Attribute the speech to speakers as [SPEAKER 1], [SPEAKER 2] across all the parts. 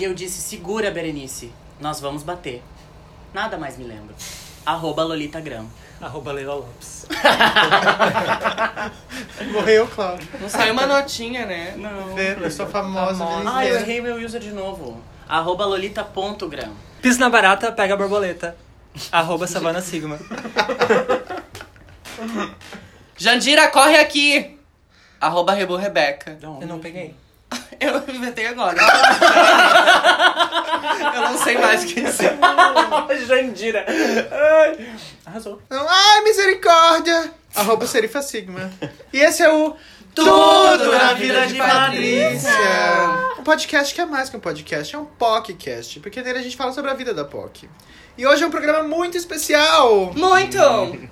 [SPEAKER 1] E eu disse, segura, Berenice, nós vamos bater. Nada mais me lembro. Arroba Lolita Gram.
[SPEAKER 2] Arroba Leila Lopes.
[SPEAKER 3] Morreu, Cláudio.
[SPEAKER 4] Não saiu uma notinha, né?
[SPEAKER 1] Não.
[SPEAKER 3] Eu sou famosa. né?
[SPEAKER 4] Famosa.
[SPEAKER 2] é.
[SPEAKER 3] Famosa.
[SPEAKER 1] Ah, eu errei meu user de novo. Arroba Lolita.gram.
[SPEAKER 2] Pisa na barata, pega a borboleta. Arroba Savana Sigma.
[SPEAKER 4] Jandira, corre aqui! Arroba Rebu Rebeca.
[SPEAKER 2] Eu não peguei.
[SPEAKER 4] Eu inventei agora. Eu não sei mais o que dizer.
[SPEAKER 1] Jandira. Ai. Arrasou.
[SPEAKER 3] Não, Então, Ai, misericórdia! Arroba Serifa Sigma. E esse é o
[SPEAKER 4] Tudo
[SPEAKER 1] na Vida de
[SPEAKER 3] Patrícia. Um podcast que é mais que um podcast, é um podcast. Porque nele a gente fala sobre a vida da POC. E hoje é um programa muito especial.
[SPEAKER 4] Muito!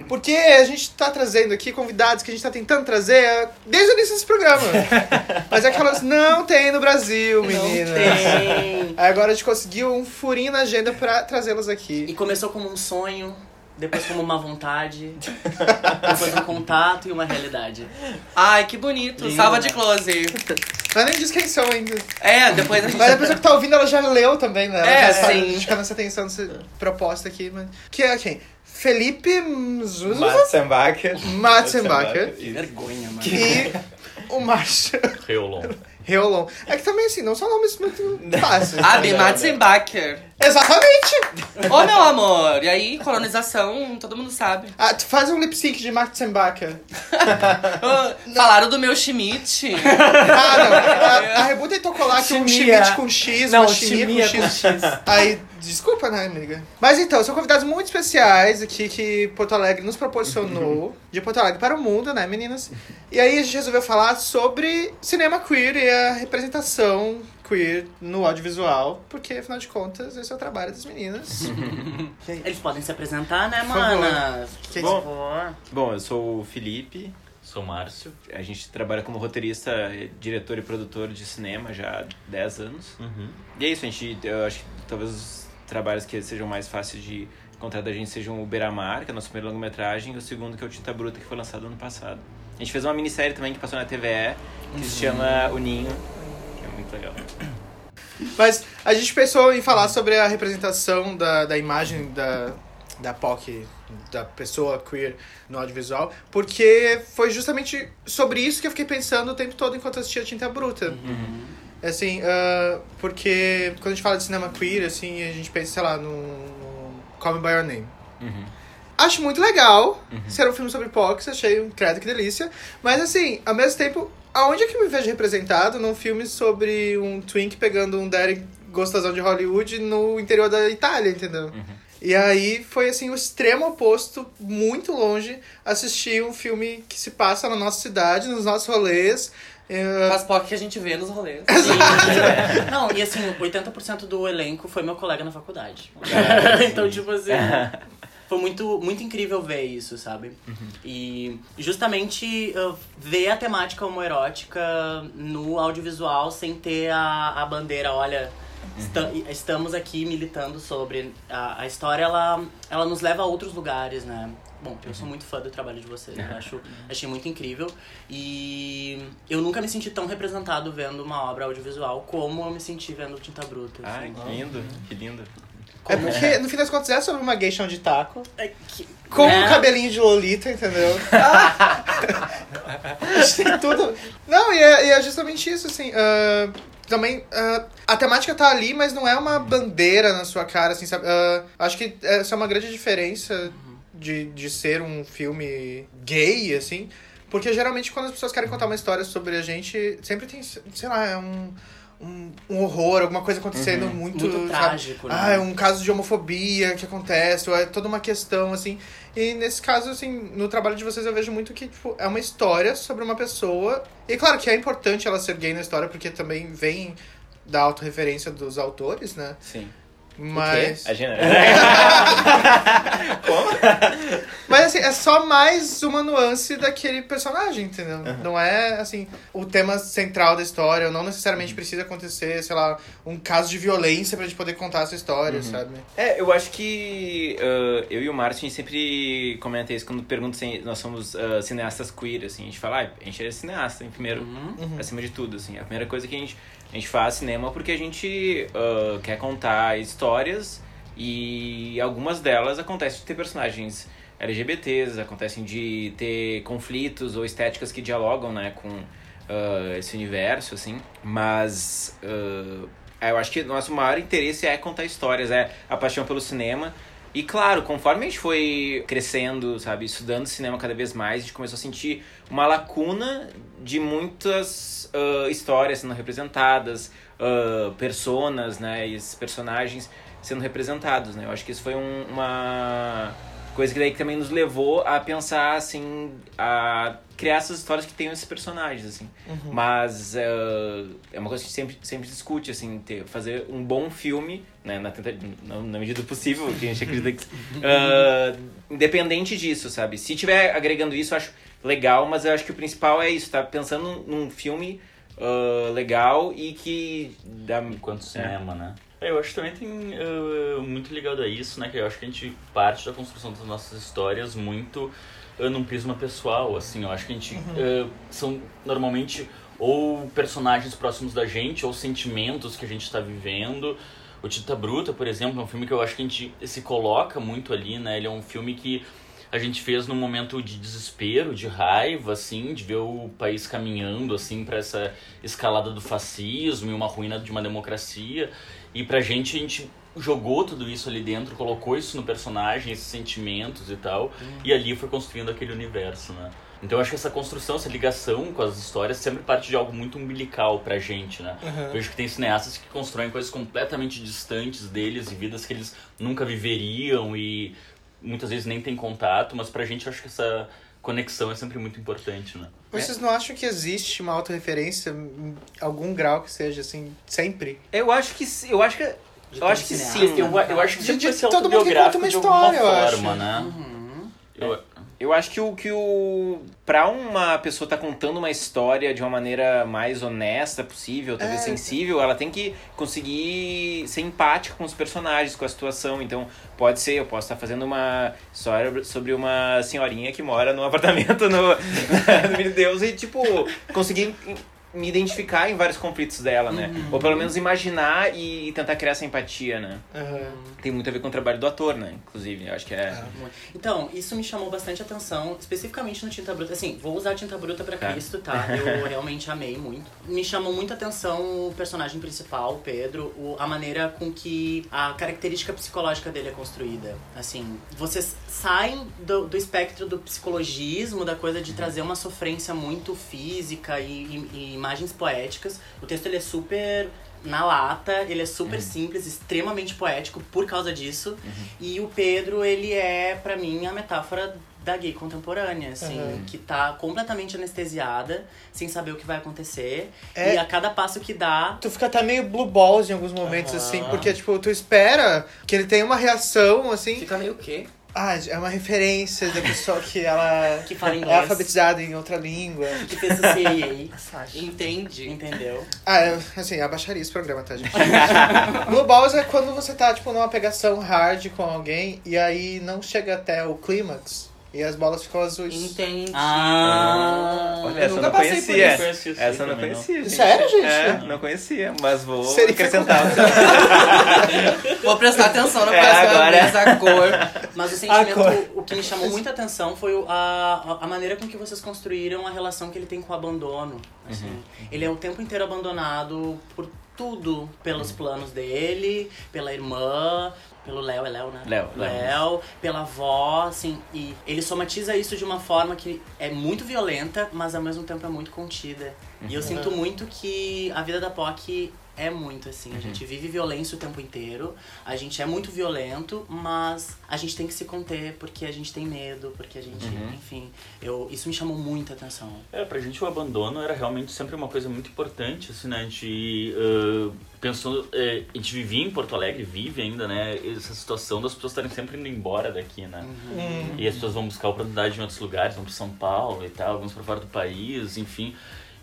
[SPEAKER 3] Porque a gente tá trazendo aqui convidados que a gente tá tentando trazer desde o início desse programa. Mas é que elas não tem no Brasil, meninas.
[SPEAKER 1] Tem.
[SPEAKER 3] Aí Agora a gente conseguiu um furinho na agenda pra trazê-las aqui.
[SPEAKER 1] E começou como um sonho, depois como uma vontade, depois um contato e uma realidade.
[SPEAKER 4] Ai, que bonito.
[SPEAKER 1] Lindo,
[SPEAKER 4] Salva
[SPEAKER 1] né?
[SPEAKER 4] de close.
[SPEAKER 3] Mas nem diz quem são ainda.
[SPEAKER 4] É, depois a gente...
[SPEAKER 3] Mas a pessoa que tá ouvindo, ela já leu também, né? Ela
[SPEAKER 4] É,
[SPEAKER 3] já sabe,
[SPEAKER 4] sim.
[SPEAKER 3] A gente fica nessa atenção nessa proposta aqui. Mas... Que é quem? Felipe Mzuzu
[SPEAKER 5] Matzenbacher.
[SPEAKER 3] Matzenbacher.
[SPEAKER 1] Que
[SPEAKER 5] Isso.
[SPEAKER 1] vergonha, mano.
[SPEAKER 3] e o Marshall
[SPEAKER 5] Reolon.
[SPEAKER 3] Reolon. É que também, assim, não são nomes muito fáceis.
[SPEAKER 4] Abi Matzenbacher.
[SPEAKER 3] Exatamente!
[SPEAKER 4] Ô, meu amor. E aí, colonização, todo mundo sabe.
[SPEAKER 3] Ah, tu faz um lip sync de Matzenbacher.
[SPEAKER 4] Ah, Falaram do meu Schmidt.
[SPEAKER 3] Ah, não. A, a Rebu tentou colar aqui um
[SPEAKER 2] Chimia.
[SPEAKER 3] chimite com X,
[SPEAKER 2] Não,
[SPEAKER 3] uma chimia com
[SPEAKER 2] chimia
[SPEAKER 3] X.
[SPEAKER 2] com X.
[SPEAKER 3] Aí, desculpa, né, amiga? Mas então, são convidados muito especiais aqui que Porto Alegre nos proporcionou. De Porto Alegre para o mundo, né, meninas? E aí a gente resolveu falar sobre cinema queer e a representação queer no audiovisual. Porque, afinal de contas, esse é o trabalho das meninas.
[SPEAKER 1] Eles podem se apresentar, né,
[SPEAKER 3] favor.
[SPEAKER 1] manas?
[SPEAKER 3] Que-
[SPEAKER 1] Por favor.
[SPEAKER 5] Bom, eu sou o Felipe. Sou o Márcio. A gente trabalha como roteirista, eh, diretor e produtor de cinema já há 10 anos. E é isso, a gente. Eu acho que talvez os trabalhos que sejam mais fáceis de encontrar da gente sejam o Beramar, que é o nosso primeiro longa-metragem, e o segundo, que é o Tinta Bruta, que foi lançado ano passado. A gente fez uma minissérie também que passou na TVE, que se chama O Ninho. que É muito legal.
[SPEAKER 3] Mas a gente pensou em falar sobre a representação da, da imagem da, da POC, da pessoa queer no audiovisual, porque foi justamente sobre isso que eu fiquei pensando o tempo todo enquanto assistia Tinta Bruta. Assim, ah, porque quando a gente fala de cinema queer, assim, a gente pensa, sei lá, no, no Call Me By Your Name.
[SPEAKER 5] Uhum.
[SPEAKER 3] Acho muito legal ser um filme sobre POCs, achei um credo que delícia. Mas assim, ao mesmo tempo, aonde é que eu me vejo representado num filme sobre um twink pegando um Derek gostosão de Hollywood no interior da Itália, entendeu? E aí foi assim o extremo oposto, muito longe, assistir um filme que se passa na nossa cidade, nos nossos rolês. eh,
[SPEAKER 4] As POC que a gente vê nos rolês.
[SPEAKER 1] Sim. Não, e assim, 80% do elenco foi meu colega na faculdade. então, tipo assim. Foi muito, muito incrível ver isso, sabe? E justamente uh, ver a temática homoerótica no audiovisual sem ter a, a bandeira, olha, esta- estamos aqui militando sobre. A, a história, ela, ela nos leva a outros lugares, né? Bom, eu sou muito fã do trabalho de vocês, eu acho, achei muito incrível. E eu nunca me senti tão representado vendo uma obra audiovisual como eu me senti vendo Tinta Bruta.
[SPEAKER 5] Ai,
[SPEAKER 1] assim.
[SPEAKER 5] que lindo, que lindo.
[SPEAKER 3] é porque, no fim das contas, é sobre uma gay chão de taco.
[SPEAKER 1] É que-
[SPEAKER 3] Com
[SPEAKER 1] né?
[SPEAKER 3] um cabelinho de Lolita, entendeu? Acho que tem tudo. Não, e é, e é justamente isso, assim. ah, também. ah, a temática tá ali, mas não é uma bandeira na sua cara, assim, sabe? Ah, acho que essa é uma grande diferença de, de ser um filme gay, assim. Porque geralmente quando as pessoas querem contar uma história sobre a gente, sempre tem, sei lá, é um. Um, um horror, alguma coisa acontecendo muito,
[SPEAKER 1] Uhum. Muito
[SPEAKER 3] sabe?
[SPEAKER 1] trágico, né?
[SPEAKER 3] Ah, é um caso de homofobia que acontece, ou é toda uma questão, assim. E nesse caso, assim, no trabalho de vocês eu vejo muito que, tipo, é uma história sobre uma pessoa. E claro que é importante ela ser gay na história, porque também vem da autorreferência dos autores, né?
[SPEAKER 5] Sim.
[SPEAKER 3] Mas.
[SPEAKER 5] A gente.
[SPEAKER 3] Mas assim, é só mais uma nuance daquele personagem, entendeu? Não é assim, o tema central da história, ou não
[SPEAKER 5] Uhum.
[SPEAKER 3] necessariamente precisa acontecer, sei lá, um caso de violência pra gente poder contar essa história, sabe?
[SPEAKER 5] É, eu acho que ah, eu e o Márcio, a gente sempre comenta isso quando perguntam se nós somos ah,
[SPEAKER 1] Uhum,
[SPEAKER 5] cineastas queer, assim. A gente fala, ah, a gente é cineasta, em primeiro, acima de tudo, assim. A primeira coisa que a gente A gente faz cinema porque a gente ah, quer contar histórias e algumas delas acontecem de ter personagens LGBTs, acontecem de ter conflitos ou estéticas que dialogam, né, com ah, esse universo, assim. Mas ah, eu acho que o nosso maior interesse é contar histórias, é a paixão pelo cinema. E claro, conforme a gente foi crescendo, sabe, estudando cinema cada vez mais, a gente começou a sentir uma lacuna de muitas ah, histórias sendo representadas, ah, personas, né, e esses personagens sendo representados, né. Eu acho que isso foi um- uma coisa que daí que também nos levou a pensar, assim, a criar essas histórias que tenham esses personagens, assim. Mas eh, é uma coisa que a gente sempre, sempre discute, assim, ter- fazer um bom filme, né, na, tenta- na, na medida do possível, que a gente acredita que. ah, independente disso, sabe? Se tiver agregando isso, eu acho legal, mas eu acho que o principal é isso, tá? Pensando num filme ah, legal e que dá.
[SPEAKER 6] enquanto cinema, né? É, eu acho que também tem eh, muito ligado a isso, né? Que eu acho que a gente parte da construção das nossas histórias muito eh, num prisma pessoal, assim. Eu acho que a gente eh, são normalmente ou personagens próximos da gente, ou sentimentos que a gente está vivendo. O Tita Bruta, por exemplo, é um filme que eu acho que a gente se coloca muito ali, né? Ele é um filme que a gente fez num momento de desespero, de raiva, assim, de ver o país caminhando, assim, para essa escalada do fascismo e uma ruína de uma democracia. E pra gente, a gente jogou tudo isso ali dentro, colocou isso no personagem, esses sentimentos e tal, e ali foi construindo aquele universo, né? Então eu acho que essa construção, essa ligação com as histórias sempre parte de algo muito umbilical pra gente, né? Vejo que tem cineastas que constroem coisas completamente distantes deles e vidas que eles nunca viveriam e muitas vezes nem tem contato, mas pra gente eu acho que essa conexão é sempre muito importante, né?
[SPEAKER 1] É.
[SPEAKER 3] Vocês não acham que existe uma autorreferência, em algum grau que seja, assim, sempre?
[SPEAKER 5] Eu acho que. Eu acho que. Eu tá acho que é um sim.
[SPEAKER 6] Eu, eu acho que sempre
[SPEAKER 3] Gente,
[SPEAKER 6] vai ser
[SPEAKER 3] Uhum. todo mundo que conta
[SPEAKER 6] autobiográfico
[SPEAKER 3] uma
[SPEAKER 6] de alguma
[SPEAKER 3] história, eu
[SPEAKER 6] forma,
[SPEAKER 3] acho.
[SPEAKER 6] né?
[SPEAKER 1] uhum.
[SPEAKER 6] Eu-
[SPEAKER 5] Eu acho que o que o para uma pessoa tá contando uma história de uma maneira mais honesta possível, talvez
[SPEAKER 3] É.
[SPEAKER 5] sensível, ela tem que conseguir ser empática com os personagens, com a situação. Então, pode ser, eu posso estar fazendo uma história sobre uma senhorinha que mora num apartamento no, no Meu Deus e tipo conseguir me identificar em vários conflitos dela, né? Ou pelo menos imaginar e tentar criar essa empatia, né? Tem muito a ver com o trabalho do ator, né? Inclusive, eu acho que é.
[SPEAKER 1] Então, isso me chamou bastante atenção, especificamente no Tinta Bruta. Assim, vou usar Tinta Bruta pra
[SPEAKER 5] Tá.
[SPEAKER 1] Cristo, tá? Eu realmente amei muito. Me chamou muita atenção o personagem principal, o Pedro, o- a maneira com que a característica psicológica dele é construída. Assim, vocês saem do, do espectro do psicologismo, da coisa de trazer uma sofrência muito física e, e- e imagens poéticas. O texto, ele é super na lata, ele é super simples, extremamente poético por causa disso. E o Pedro, ele é, pra mim, a metáfora da gay contemporânea, assim, que tá completamente anestesiada, sem saber o que vai acontecer.
[SPEAKER 3] É.
[SPEAKER 1] E a cada passo que dá,
[SPEAKER 3] Tu fica até meio blue balls em alguns momentos, assim, porque, tipo, tu espera que ele tenha uma reação, assim.
[SPEAKER 4] Fica meio o quê?
[SPEAKER 3] Ah, é uma referência da pessoa que ela
[SPEAKER 1] Que fala
[SPEAKER 3] é
[SPEAKER 1] inglês.
[SPEAKER 3] alfabetizada em outra língua.
[SPEAKER 1] que fez o CIA,
[SPEAKER 4] Entende.
[SPEAKER 1] entendeu?
[SPEAKER 3] Ah, é, assim, abaixaria esse programa, tá, gente? Blue Balls é quando você tá, tipo, numa pegação hard com alguém e aí não chega até o clímax e as bolas ficam azuis.
[SPEAKER 4] Entendi.
[SPEAKER 1] Ah!
[SPEAKER 5] Olha, essa eu
[SPEAKER 4] nunca
[SPEAKER 5] não
[SPEAKER 4] passei por
[SPEAKER 5] conhecia.
[SPEAKER 6] isso. Conheci isso aí
[SPEAKER 5] Essa eu não
[SPEAKER 6] também, não.
[SPEAKER 5] conhecia. Gente.
[SPEAKER 3] Sério, gente?
[SPEAKER 5] É, não conhecia, mas vou
[SPEAKER 3] Seria-
[SPEAKER 5] acrescentar.
[SPEAKER 4] Vou prestar atenção na
[SPEAKER 5] É,
[SPEAKER 4] próxima
[SPEAKER 5] agora.
[SPEAKER 4] vez a cor.
[SPEAKER 1] Mas o
[SPEAKER 3] Agora.
[SPEAKER 1] sentimento, o que me chamou muita atenção foi o- a, a maneira com que vocês construíram a relação que ele tem com o abandono. assim.
[SPEAKER 5] Uhum.
[SPEAKER 1] Ele é o tempo inteiro abandonado por tudo, pelos
[SPEAKER 5] Uhum.
[SPEAKER 1] planos dele, pela irmã, pelo Léo, é Léo, né?
[SPEAKER 5] Léo, Léo.
[SPEAKER 1] Léo, pela avó, assim. E ele somatiza isso de uma forma que é muito violenta, mas ao mesmo tempo é muito contida. E
[SPEAKER 5] Uhum.
[SPEAKER 1] eu sinto muito que a vida da POC é muito assim. A
[SPEAKER 5] Uhum.
[SPEAKER 1] gente vive violência o tempo inteiro, a gente é muito violento, mas a gente tem que se conter porque a gente tem medo, porque a gente. Enfim, eu, isso me chamou muita atenção.
[SPEAKER 6] É, pra gente o abandono era realmente sempre uma coisa muito importante, assim, né? A gente ah, pensou. eh, a gente vivia em Porto Alegre, vive ainda, né? Essa situação das pessoas estarem sempre indo embora daqui, né?
[SPEAKER 3] Uhum.
[SPEAKER 6] E as pessoas vão buscar oportunidade em outros lugares, vão pro São Paulo e tal, alguns pra fora do país, enfim.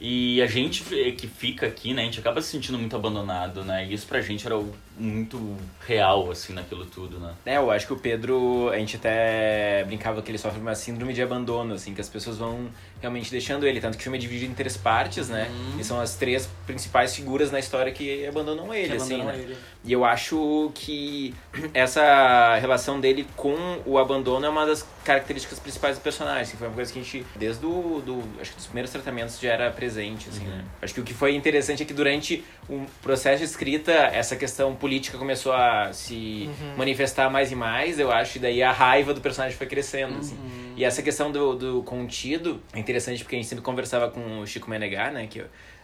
[SPEAKER 6] E a gente f- que fica aqui, né, a gente acaba se sentindo muito abandonado, né? E isso pra gente era o- muito real, assim, naquilo tudo, né?
[SPEAKER 5] É, eu acho que o Pedro, a gente até brincava que ele sofre uma síndrome de abandono, assim, que as pessoas vão realmente deixando ele. Tanto que o filme é dividido em três partes, né? E são as três principais figuras na história que abandonam ele,
[SPEAKER 1] Que
[SPEAKER 5] assim,
[SPEAKER 1] abandonam
[SPEAKER 5] né?
[SPEAKER 1] ele.
[SPEAKER 5] E eu acho que essa relação dele com o abandono é uma das características principais do personagem. assim, foi uma coisa que a gente, desde o, do, acho que dos primeiros tratamentos, já era presente. Assim, né? Acho que o que foi interessante é que durante o processo de escrita, essa questão política começou a se manifestar mais e mais, eu acho. E daí a raiva do personagem foi crescendo. assim. E essa questão do, do contido é interessante porque a gente sempre conversava com o Chico Menegá, né? Que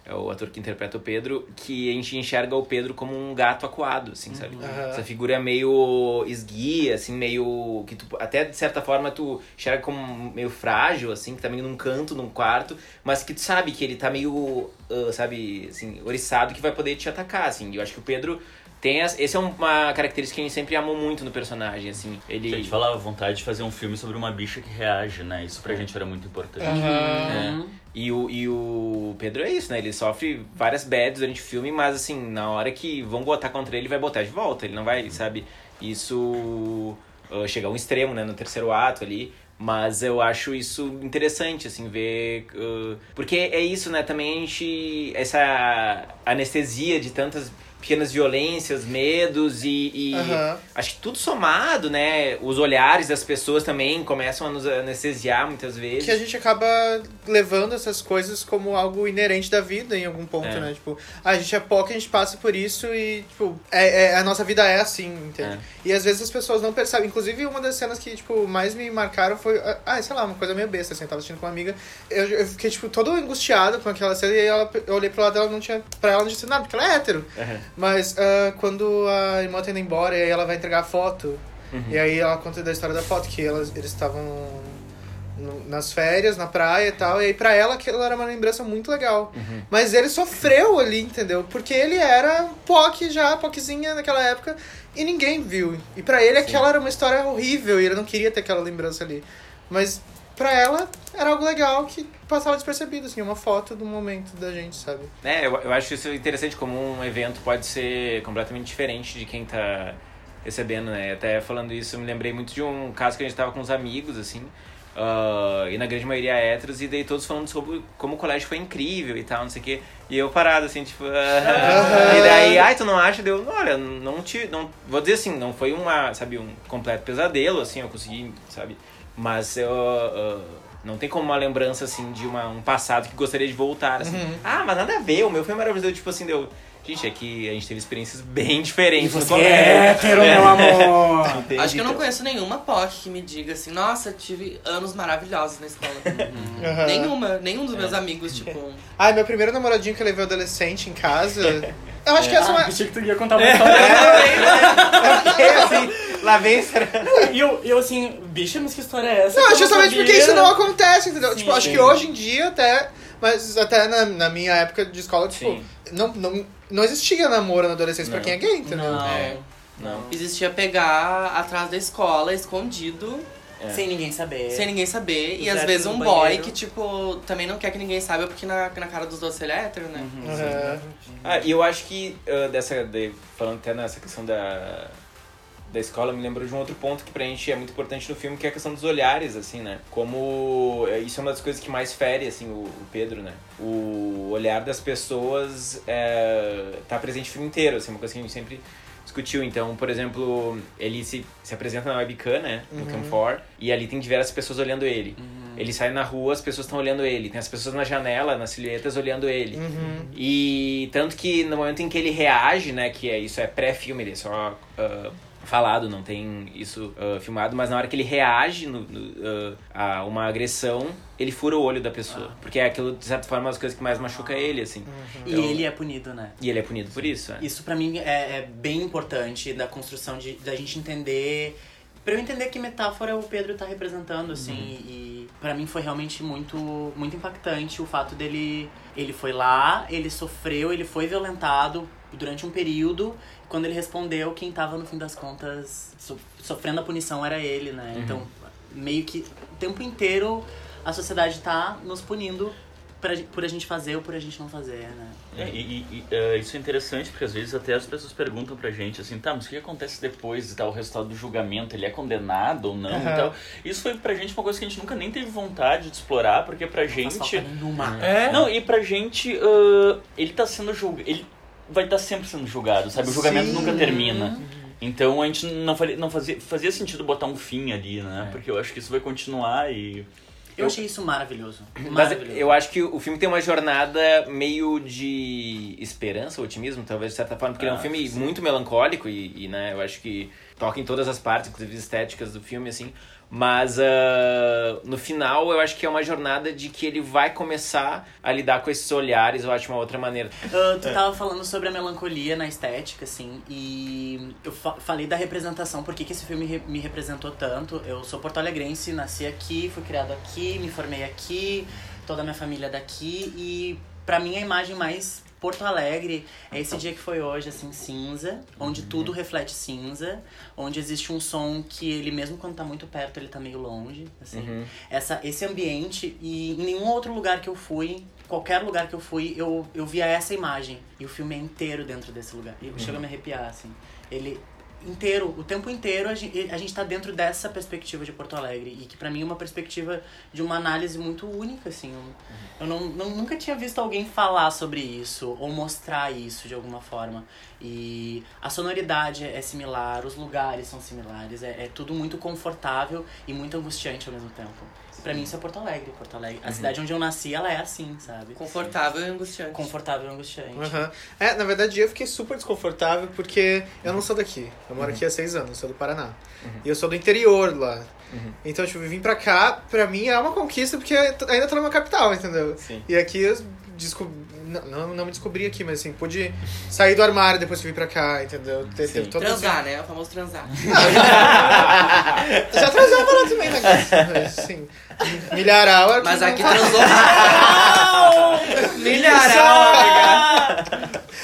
[SPEAKER 5] é o ator que interpreta o Pedro, que a gente enxerga o Pedro como um gato acuado, assim, sabe?
[SPEAKER 3] Aham.
[SPEAKER 5] Essa figura meio esguia, assim, meio. que tu, até de certa forma tu enxerga como meio frágil, assim, que tá meio num canto, num quarto, mas que tu sabe que ele tá meio, ah, sabe, assim, oriçado que vai poder te atacar, assim. E eu acho que o Pedro. Tem as, essa é uma característica que a gente sempre amou muito no personagem, assim. Ele...
[SPEAKER 6] A gente falava vontade de fazer um filme sobre uma bicha que reage, né? Isso pra gente era muito importante.
[SPEAKER 1] É.
[SPEAKER 5] E o, e o Pedro é isso, né? Ele sofre várias bads durante o filme, mas assim, na hora que vão botar contra ele, ele vai botar de volta. Ele não vai, sabe? Isso ah, chega a um extremo, né? No terceiro ato ali. Mas eu acho isso interessante, assim, ver. ah, porque é isso, né? Também a gente. Essa anestesia de tantas pequenas violências, medos e. e-
[SPEAKER 3] Aham.
[SPEAKER 5] Acho que tudo somado, né? Os olhares das pessoas também começam a nos anestesiar muitas vezes.
[SPEAKER 3] Que a gente acaba levando essas coisas como algo inerente da vida em algum ponto,
[SPEAKER 5] É.
[SPEAKER 3] né? Tipo, a gente é pouco, a gente passa por isso e, tipo, é, é- a nossa vida é assim, entende? E às vezes as pessoas não percebem. Inclusive, uma das cenas que, tipo, mais me marcaram foi. Ah, sei lá, uma coisa meio besta, assim, eu tava assistindo com uma amiga. Eu, eu fiquei, tipo, todo angustiado com aquela cena e ela, eu olhei pro lado dela não tinha. Pra ela não tinha sido nada, porque ela é hétero. Mas ah, quando a irmã tá indo embora e aí ela vai entregar a foto. E aí ela conta da história da foto, que elas, eles estavam no- nas férias, na praia e tal. E aí pra ela aquilo era uma lembrança muito legal. Mas ele sofreu ali, entendeu? Porque ele era POC já, POCzinha naquela época, e ninguém viu. E pra ele aquela era uma história horrível e ele não queria ter aquela lembrança ali. Mas pra ela era algo legal que passava despercebido, assim, uma foto do momento da gente, sabe?
[SPEAKER 5] né, eu, eu acho isso interessante, como um evento pode ser completamente diferente de quem tá recebendo, né? Até falando isso, eu me lembrei muito de um caso que a gente tava com uns amigos, assim, ah, e na grande maioria héteros, e daí todos falando sobre como o colégio foi incrível e tal, não sei o quê. E eu parado, assim, tipo... ah, e daí, ai, tu não acha? Deu, olha, não te... Não, vou dizer assim, não foi uma, sabe, um completo pesadelo, assim, eu consegui, sabe? Mas eu... ah, não tem como uma lembrança, assim, de uma, um passado que gostaria de voltar, assim.
[SPEAKER 1] Uhum.
[SPEAKER 5] Ah, mas nada a ver, o meu foi maravilhoso. Tipo assim, deu... Gente, é que a gente teve experiências bem diferentes. no
[SPEAKER 1] Você
[SPEAKER 5] colégio.
[SPEAKER 1] é hétero, meu amor!
[SPEAKER 5] Entende?
[SPEAKER 4] Acho que eu não conheço nenhuma POC que me diga assim, nossa, tive anos maravilhosos na escola.
[SPEAKER 3] Aham.
[SPEAKER 4] Nenhuma, nenhum dos meus
[SPEAKER 2] É.
[SPEAKER 4] amigos, tipo.
[SPEAKER 3] Ai, meu primeiro namoradinho que eu levei adolescente em casa. Eu acho que essa é
[SPEAKER 1] Ah,
[SPEAKER 3] uma.
[SPEAKER 1] achei que tu ia contar uma história.
[SPEAKER 5] É, assim, lá vem... será?
[SPEAKER 1] E eu, eu assim, bicha, mas que história é essa?
[SPEAKER 3] Não,
[SPEAKER 1] Que eu
[SPEAKER 3] justamente porque
[SPEAKER 1] sabia.
[SPEAKER 3] isso não acontece, entendeu? tipo, acho
[SPEAKER 1] sim.
[SPEAKER 3] que hoje em dia até. Mas até na, na minha época de escola, tipo,
[SPEAKER 5] Sim.
[SPEAKER 3] não, não, não existia namoro na adolescência pra
[SPEAKER 5] Não.
[SPEAKER 3] quem é gay, entendeu?
[SPEAKER 1] Não.
[SPEAKER 5] É. Não.
[SPEAKER 4] Existia pegar atrás da escola, escondido,
[SPEAKER 5] É.
[SPEAKER 1] Sem ninguém saber.
[SPEAKER 4] sem ninguém saber. E
[SPEAKER 1] Os
[SPEAKER 4] às
[SPEAKER 1] héteros
[SPEAKER 4] vezes um
[SPEAKER 1] no
[SPEAKER 4] boy
[SPEAKER 1] banheiro.
[SPEAKER 4] que, tipo, também não quer que ninguém saiba, porque na, na cara dos dois ele é hétero, né?
[SPEAKER 2] Uhum.
[SPEAKER 3] Aham.
[SPEAKER 5] Ah, e eu acho que ah, dessa. de- falando até nessa questão da. Da escola me lembrou de um outro ponto que pra gente é muito importante no filme, que é a questão dos olhares, assim, né? Como. eh, Isso é uma das coisas que mais fere, assim, o, o Pedro, né? O olhar das pessoas eh, tá presente o filme inteiro, assim, uma coisa que a gente sempre discutiu. Então, por exemplo, ele se, se apresenta na webcam, né? No Camfor, e ali tem diversas pessoas olhando ele. Ele sai na rua, as pessoas estão olhando ele. Tem as pessoas na janela, nas silhuetas olhando ele. E tanto que no momento em que ele reage, né, que é isso é pré-filme, ele é só ah, falado, não tem isso ah, filmado, mas na hora que ele reage no, no, ah, a uma agressão, ele fura o olho da pessoa. Porque é aquilo, de certa forma, uma das coisas que mais machuca ele, assim.
[SPEAKER 1] E ele é punido, né?
[SPEAKER 5] E ele é punido por isso, né?
[SPEAKER 1] Isso pra mim é, é bem importante da construção de da gente entender. Pra eu entender que metáfora o Pedro tá representando, assim, e pra mim foi realmente muito, muito impactante o fato dele. Ele foi lá, ele sofreu, ele foi violentado durante um período. e Quando ele respondeu, quem tava no fim das contas so- sofrendo a punição era ele, né? Então, meio que o tempo inteiro a sociedade tá nos punindo pra, gen- por a gente fazer ou por a gente não fazer, né?
[SPEAKER 6] É, e, e- e, é, isso é interessante, porque às vezes até as pessoas perguntam pra gente assim, tá, mas o que acontece depois e tal, o resultado do julgamento, ele é condenado ou não e
[SPEAKER 3] Aham.
[SPEAKER 6] tal. Isso foi pra gente uma coisa que a gente nunca nem teve vontade de explorar, porque pra
[SPEAKER 1] Não faz falta
[SPEAKER 3] né?
[SPEAKER 6] gente.
[SPEAKER 1] nenhuma.
[SPEAKER 2] É?
[SPEAKER 6] Não, e pra gente, ah, ele tá sendo julgado. Ele vai estar sempre sendo julgado, sabe? O julgamento
[SPEAKER 3] Sim. Uhum.
[SPEAKER 6] nunca termina. Então a gente não, fali- não fazia, fazia sentido botar um fim ali,
[SPEAKER 3] É.
[SPEAKER 6] né? Porque eu acho que isso vai continuar e.
[SPEAKER 1] Eu achei isso maravilhoso.
[SPEAKER 5] Mas
[SPEAKER 1] Maravilhoso.
[SPEAKER 5] eu acho que o filme tem uma jornada meio de esperança, otimismo, talvez de certa forma, porque ele é
[SPEAKER 6] Ah,
[SPEAKER 5] um filme muito melancólico e, e, né, eu acho que toca em todas as partes, inclusive estéticas do filme, assim. Mas ah, no final eu acho que é uma jornada de que ele vai começar a lidar com esses olhares, eu acho, de uma outra maneira.
[SPEAKER 1] Ah,
[SPEAKER 5] É.
[SPEAKER 1] tu tava falando sobre a melancolia na estética, assim, e eu fa- falei da representação, por que que esse filme re- me representou tanto. Eu sou porto-alegrense, nasci aqui, fui criado aqui, me formei aqui, toda a minha família é daqui, e pra mim a imagem mais Porto Alegre é esse dia que foi hoje, assim, cinza, onde
[SPEAKER 5] Uhum.
[SPEAKER 1] tudo reflete cinza, onde existe um som que ele, mesmo quando tá muito perto, ele tá meio longe, assim essa, esse ambiente e em nenhum outro lugar que eu fui, qualquer lugar que eu fui, eu, eu via essa imagem. E o filme é inteiro dentro desse lugar. E chega a me arrepiar, assim. Ele inteiro, o tempo inteiro, a gente, a gente tá dentro dessa perspectiva de Porto Alegre. E que pra mim é uma perspectiva de uma análise muito única, assim. Eu, eu não, não- nunca tinha visto alguém falar sobre isso ou mostrar isso de alguma forma. E a sonoridade é similar, os lugares são similares, é, é tudo muito confortável e muito angustiante ao mesmo tempo. Pra mim isso é Porto Alegre, Porto Alegre. A cidade onde eu nasci, ela é assim, sabe?
[SPEAKER 4] Confortável e angustiante.
[SPEAKER 1] Confortável e angustiante.
[SPEAKER 3] Aham. É, na verdade eu fiquei super desconfortável porque eu não sou daqui. Eu moro aqui há seis anos, eu sou do Paraná. E eu sou do interior lá. Então, tipo, vim pra cá, pra mim é uma conquista porque t- ainda tô numa capital, entendeu?
[SPEAKER 5] Sim.
[SPEAKER 3] E aqui eu descobri. Não, não, não me descobri aqui, mas assim, pude sair do armário depois que vim pra cá, entendeu? Te- teve todo esse-
[SPEAKER 4] Transar, né? O famoso transar.
[SPEAKER 3] Já transava lá também, né? Mas, Sim. Milharal era
[SPEAKER 4] Mas
[SPEAKER 2] um
[SPEAKER 3] tudo-
[SPEAKER 4] aqui transou. Milharal!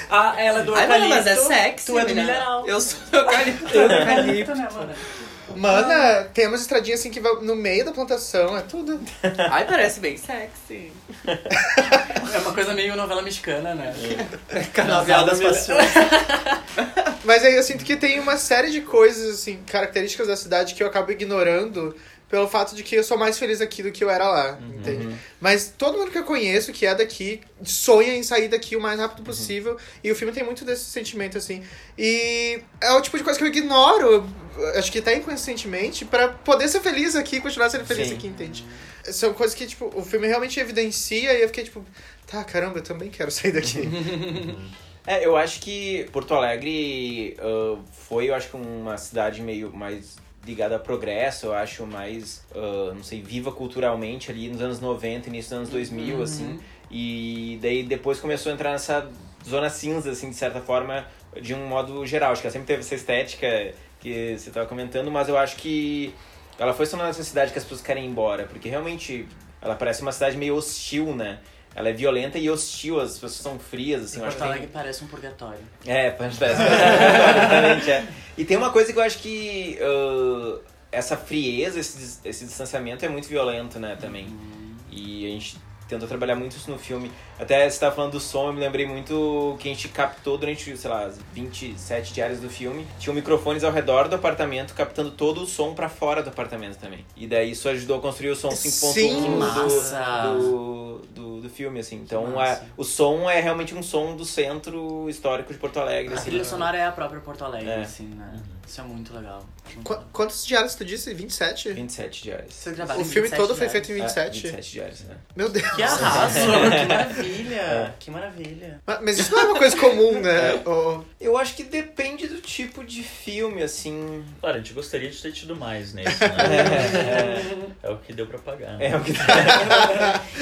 [SPEAKER 2] Ah, ela é do
[SPEAKER 4] Ai, mano, mas é
[SPEAKER 2] eucalipto.
[SPEAKER 4] sexy.
[SPEAKER 2] Tu é do mineral.
[SPEAKER 4] Eu sou do eucalipto.
[SPEAKER 2] Eucalipto, né, mano?
[SPEAKER 3] Mana, tem umas estradinhas assim que vai no meio da plantação, é tudo.
[SPEAKER 4] Ai, parece bem sexy.
[SPEAKER 1] É uma coisa meio novela mexicana, né?
[SPEAKER 2] Canavial das paixões.
[SPEAKER 3] Mas aí eu sinto que tem uma série de coisas, assim, características da cidade que eu acabo ignorando pelo fato de que eu sou mais feliz aqui do que eu era lá, entende? Mas todo mundo que eu conheço, que é daqui, sonha em sair daqui o mais rápido possível. E o filme tem muito desse sentimento, assim. E é o tipo de coisa que eu ignoro, eu acho que até inconscientemente, pra poder ser feliz aqui e continuar sendo feliz
[SPEAKER 5] Sim.
[SPEAKER 3] aqui, entende? São coisas que, tipo, o filme realmente evidencia e eu fiquei tipo, tá, caramba, eu também quero sair daqui.
[SPEAKER 5] É, eu acho que Porto Alegre ah, foi, eu acho que uma cidade meio mais ligada a progresso, eu acho mais, ah, não sei, viva culturalmente ali nos anos 90, início dos anos 2000, assim. E daí depois começou a entrar nessa zona cinza, assim, de certa forma, de um modo geral. Acho que ela sempre teve essa estética que você tava comentando, mas eu acho que ela foi só uma cidade que as pessoas querem ir embora, porque realmente ela parece uma cidade meio hostil, né? Ela é violenta e hostil, as pessoas são frias, assim. eu
[SPEAKER 1] Porto
[SPEAKER 5] acho que tem-
[SPEAKER 1] Alegre parece um purgatório.
[SPEAKER 5] é, Punch Fest. Exatamente, é. E tem uma coisa que eu acho que ah, essa frieza, esse, dis- esse distanciamento é muito violento, né, também. E a gente tentou trabalhar muito isso no filme. Até você tava falando do som, eu me lembrei muito que a gente captou durante, sei lá, as 27 diárias do filme. Tinham microfones ao redor do apartamento, captando todo o som pra fora do apartamento também. E daí isso ajudou a construir o som 5.1
[SPEAKER 3] Sim,
[SPEAKER 5] do-
[SPEAKER 3] que
[SPEAKER 1] massa!
[SPEAKER 5] do, do, do filme, assim. Então a-
[SPEAKER 1] massa.
[SPEAKER 5] o som é realmente um som do centro histórico de Porto Alegre,
[SPEAKER 1] A
[SPEAKER 5] assim.
[SPEAKER 1] trilha sonora é a própria Porto Alegre,
[SPEAKER 5] É.
[SPEAKER 1] assim, né? Isso é muito legal.
[SPEAKER 3] Qu- quantos diários tu disse? 27?
[SPEAKER 5] 27 diários.
[SPEAKER 1] Vocês gravaram
[SPEAKER 3] O
[SPEAKER 1] em
[SPEAKER 3] filme
[SPEAKER 1] 27
[SPEAKER 3] todo foi
[SPEAKER 1] lugares?
[SPEAKER 3] feito em
[SPEAKER 5] Ah,
[SPEAKER 3] 27?
[SPEAKER 5] 27 diários, né?
[SPEAKER 3] Meu Deus.
[SPEAKER 1] Que arraso! que maravilha! Que maravilha!
[SPEAKER 3] Ma- Mas isso não é uma coisa comum, né? Ou-
[SPEAKER 5] Eu acho que depende do tipo de filme, assim.
[SPEAKER 6] Claro, a gente gostaria de ter tido mais nesse, né?
[SPEAKER 5] É,
[SPEAKER 6] é o que deu pra pagar.
[SPEAKER 5] é,
[SPEAKER 6] Né?
[SPEAKER 5] é o que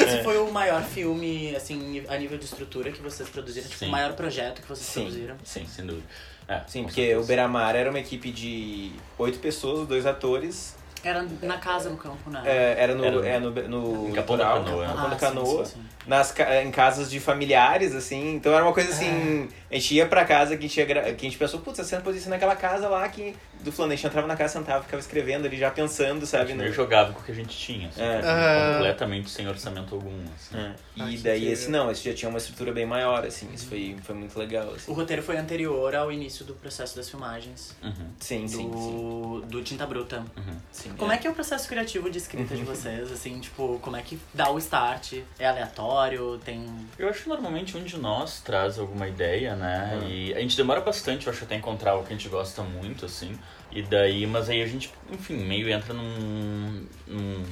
[SPEAKER 1] Esse foi o maior filme, assim, a nível de estrutura que vocês produziram, tipo,
[SPEAKER 6] Sim.
[SPEAKER 1] o maior projeto que vocês
[SPEAKER 5] Sim.
[SPEAKER 1] produziram.
[SPEAKER 6] Sim, sem dúvida. É,
[SPEAKER 5] Sim,
[SPEAKER 6] com
[SPEAKER 5] porque
[SPEAKER 6] certeza.
[SPEAKER 5] o Beramar era uma equipe de oito pessoas, dois atores,
[SPEAKER 7] Era na casa no campo, né?
[SPEAKER 5] É, era no,
[SPEAKER 6] Era no-
[SPEAKER 5] é no, no
[SPEAKER 6] em Capão da
[SPEAKER 5] litoral,
[SPEAKER 6] Canoa. né?
[SPEAKER 5] Capão
[SPEAKER 7] Ah,
[SPEAKER 5] da
[SPEAKER 7] sim,
[SPEAKER 5] Canoa,
[SPEAKER 7] sim, sim.
[SPEAKER 5] nas ca- em casas de familiares, assim. Então era uma coisa assim, a gente ia pra casa que a gente, ia gra- que a gente pensou, putz, essa cena podia ser naquela casa lá que do fulano, a gente entrava na casa, sentava, ficava escrevendo ali, já pensando, sabe? no-
[SPEAKER 6] Eu jogava com o que a gente tinha, assim,
[SPEAKER 5] É.
[SPEAKER 3] Ah.
[SPEAKER 6] completamente sem orçamento algum. Assim.
[SPEAKER 5] É. E
[SPEAKER 3] Ah, que
[SPEAKER 5] daí
[SPEAKER 3] incrível.
[SPEAKER 5] esse não, esse já tinha uma estrutura bem maior, assim, isso foi, foi muito legal,
[SPEAKER 7] O
[SPEAKER 5] assim.
[SPEAKER 7] roteiro foi anterior ao início do processo das filmagens
[SPEAKER 6] Uhum.
[SPEAKER 5] Sim,
[SPEAKER 7] do,
[SPEAKER 5] sim, sim.
[SPEAKER 7] do Tinta Bruta.
[SPEAKER 5] sim
[SPEAKER 7] Como é que é o processo criativo de escrita de vocês? Assim, tipo, como é que dá o start? É aleatório? Tem.
[SPEAKER 6] Eu acho que normalmente um de nós traz alguma ideia, né?
[SPEAKER 5] Uhum.
[SPEAKER 6] E a gente demora bastante, eu acho, até encontrar algo que a gente gosta muito, assim. E daí, mas aí a gente, enfim, meio entra num, num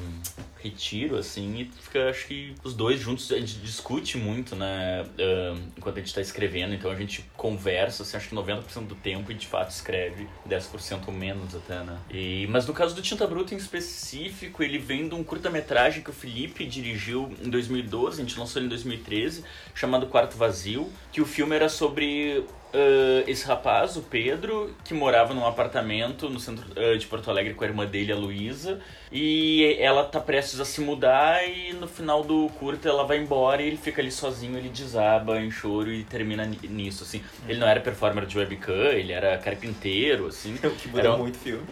[SPEAKER 6] retiro, assim, e fica, acho que os dois juntos, a gente discute muito, né? ah, enquanto a gente tá escrevendo, então a gente conversa, assim, acho que 90% do tempo e de fato escreve, 10% ou menos até, né? E, mas no caso do Tinta Bruta em específico, ele vem de um curta-metragem que o Felipe dirigiu em 2012, a gente lançou ele em 2013, chamado Quarto Vazio, que o filme era sobre ah, esse rapaz, o Pedro, que morava num apartamento no centro ah, de Porto Alegre com a irmã dele, a Luísa, e ela tá prestes a se mudar e no final do curta ela vai embora e ele fica ali sozinho, ele desaba em choro e termina ni- nisso, assim. Ele não era performer de webcam, ele era carpinteiro, assim.
[SPEAKER 5] que
[SPEAKER 6] Era
[SPEAKER 5] muda
[SPEAKER 6] um-
[SPEAKER 5] muito o filme.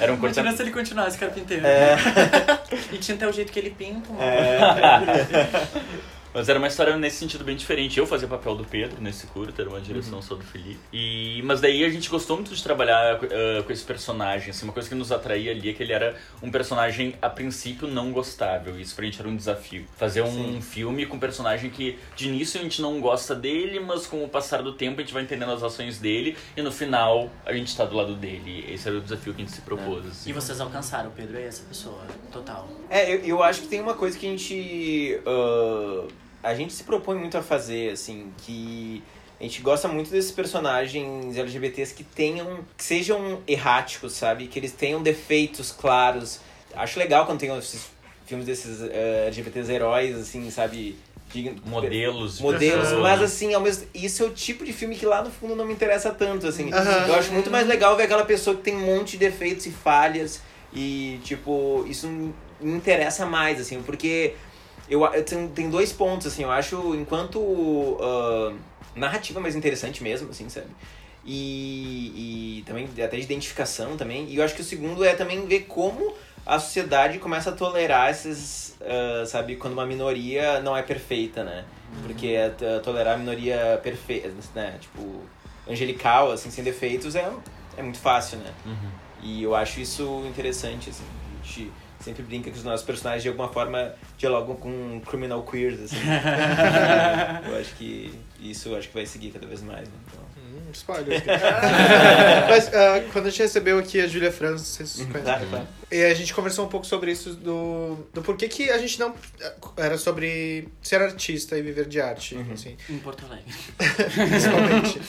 [SPEAKER 6] Era um curta...
[SPEAKER 7] Imagina se ele continuasse carpinteiro. né?
[SPEAKER 3] É.
[SPEAKER 7] e tinta é o jeito que ele pinta, mano.
[SPEAKER 6] Mas era uma história nesse sentido bem diferente. Eu fazia papel do Pedro nesse curto, era uma direção
[SPEAKER 5] Uhum.
[SPEAKER 6] só do Felipe. E, mas daí a gente gostou muito de trabalhar eh, com esse personagem. Assim, uma coisa que nos atraía ali é que ele era um personagem, a princípio, não gostável. Isso pra gente era um desafio. Fazer um filme com um personagem que, de início, a gente não gosta dele, mas com o passar do tempo a gente vai entendendo as ações dele. E no final, a gente tá do lado dele. Esse era o desafio que a gente se propôs. assim.
[SPEAKER 7] E vocês alcançaram, o Pedro é essa pessoa. Total.
[SPEAKER 5] É, eu, eu acho que tem uma coisa que a gente. ah, a gente se propõe muito a fazer, assim, que. A gente gosta muito desses personagens LGBTs que tenham. que sejam erráticos, sabe? Que eles tenham defeitos claros. Acho legal quando tem esses filmes desses ah, LGBTs heróis, assim, sabe? Digno-
[SPEAKER 6] Modelos. de
[SPEAKER 5] modelos,
[SPEAKER 6] pessoas,
[SPEAKER 5] mas
[SPEAKER 6] né?
[SPEAKER 5] assim, ao mesmo... isso é o tipo de filme que lá no fundo não me interessa tanto, assim.
[SPEAKER 3] Aham.
[SPEAKER 5] Eu acho muito mais legal ver aquela pessoa que tem um monte de defeitos e falhas e, tipo, isso me me interessa mais, assim, porque eu, eu tenho- tem dois pontos, assim, eu acho enquanto ah, narrativa mais interessante mesmo, assim, sabe? E, e também até de identificação também. E eu acho que o segundo é também ver como a sociedade começa a tolerar esses, ah, sabe, quando uma minoria não é perfeita, né? Porque é t- tolerar a minoria perfeita, né? Tipo, angelical, assim, sem defeitos, é, é muito fácil, né? E eu acho isso interessante, assim. A gente sempre brinca que os nossos personagens, de alguma forma, dialogam com criminal queers, assim. eu acho que isso eu acho que vai seguir cada vez mais, né? Então...
[SPEAKER 3] Hum, spoiler. Mas ah, quando a gente recebeu aqui a Júlia França, vocês conhecem.
[SPEAKER 5] Claro, claro.
[SPEAKER 3] E a gente conversou um pouco sobre isso do, do porquê que a gente não ah, era sobre ser artista e viver de arte, assim,
[SPEAKER 7] Em Porto Alegre.
[SPEAKER 3] principalmente.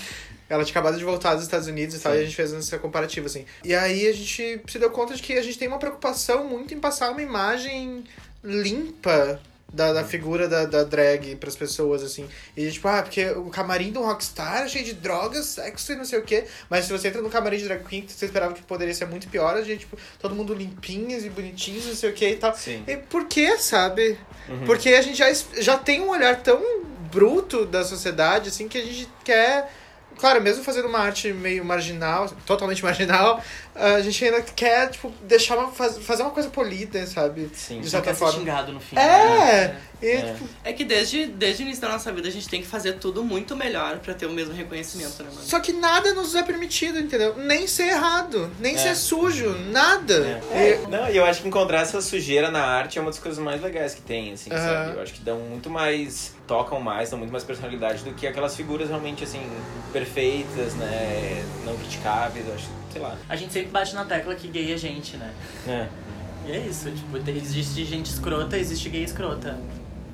[SPEAKER 3] Ela tinha acabado de voltar dos Estados Unidos e tal, e a gente fez essa comparativa, assim. E aí a gente se deu conta de que a gente tem uma preocupação muito em passar uma imagem limpa da, da figura da, da drag pras pessoas, assim. E tipo, ah, porque o camarim do rockstar é cheio de drogas, sexo e não sei o quê. Mas se você entra no camarim de drag queen, você esperava que poderia ser muito pior, a gente, tipo, todo mundo limpinhas e bonitinhos, não sei o quê e tal.
[SPEAKER 5] Sim.
[SPEAKER 3] E por quê, sabe?
[SPEAKER 5] Uhum.
[SPEAKER 3] Porque a gente já, es- já tem um olhar tão bruto da sociedade, assim, que a gente quer. Claro, mesmo fazendo uma arte meio marginal, totalmente marginal, a gente ainda quer, tipo, deixar uma, faz- fazer uma coisa polida, sabe?
[SPEAKER 5] Sim.
[SPEAKER 3] De
[SPEAKER 7] Só
[SPEAKER 3] certa
[SPEAKER 7] quer ser
[SPEAKER 3] forma.
[SPEAKER 7] xingado no fim. né?
[SPEAKER 3] É! E,
[SPEAKER 5] É.
[SPEAKER 3] tipo,
[SPEAKER 4] É que desde, desde o início da nossa vida a gente tem que fazer tudo muito melhor pra ter o mesmo reconhecimento, né,
[SPEAKER 5] É.
[SPEAKER 4] mano?
[SPEAKER 3] só que nada nos é permitido, entendeu? Nem ser errado, nem ser sujo, nada.
[SPEAKER 5] É, não, e eu acho que encontrar essa sujeira na arte é uma das coisas mais legais que tem, assim,
[SPEAKER 3] Aham.
[SPEAKER 5] sabe? Eu acho que dão muito mais, tocam mais, dão muito mais personalidade do que aquelas figuras realmente, assim, perfeitas, né? Não criticáveis, eu acho, sei lá.
[SPEAKER 7] A gente sempre bate na tecla que gay é gente, né?
[SPEAKER 5] É,
[SPEAKER 7] E é isso, tipo, tem- existe gente escrota, existe gay escrota.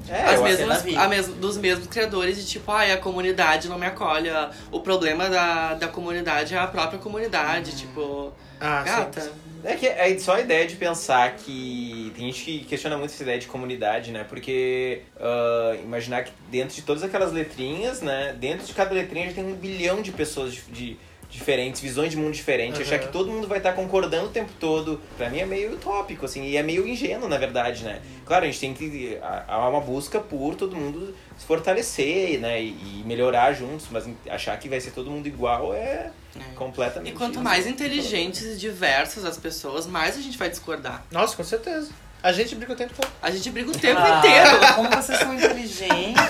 [SPEAKER 5] é
[SPEAKER 4] As
[SPEAKER 5] eu acho-
[SPEAKER 7] apenas vi.
[SPEAKER 4] mesmas, a mes- dos mesmos criadores de tipo, ai, a comunidade não me acolhe. a- O problema da, da comunidade é a própria comunidade, tipo.
[SPEAKER 3] Ah,
[SPEAKER 4] Gata.
[SPEAKER 5] É que é só a ideia de pensar que. Tem gente que questiona muito essa ideia de comunidade, né? Porque ah, imaginar que dentro de todas aquelas letrinhas, né? Dentro de cada letrinha já tem um bilhão de pessoas de, de, diferentes, visões de mundo diferentes,
[SPEAKER 3] Uhum.
[SPEAKER 5] achar que todo mundo vai estar concordando o tempo todo, pra mim é meio utópico, assim, e é meio ingênuo, na verdade, né? Claro, a gente tem que. há- Há uma busca por todo mundo se fortalecer, né? E e melhorar juntos, mas achar que vai ser todo mundo igual é completamente.
[SPEAKER 4] E quanto mais inteligentes e diversas as pessoas, mais a gente vai discordar.
[SPEAKER 3] Nossa, com certeza. A gente briga o tempo todo.
[SPEAKER 4] A gente briga o tempo
[SPEAKER 1] Ah,
[SPEAKER 4] inteiro.
[SPEAKER 1] Como vocês são inteligentes.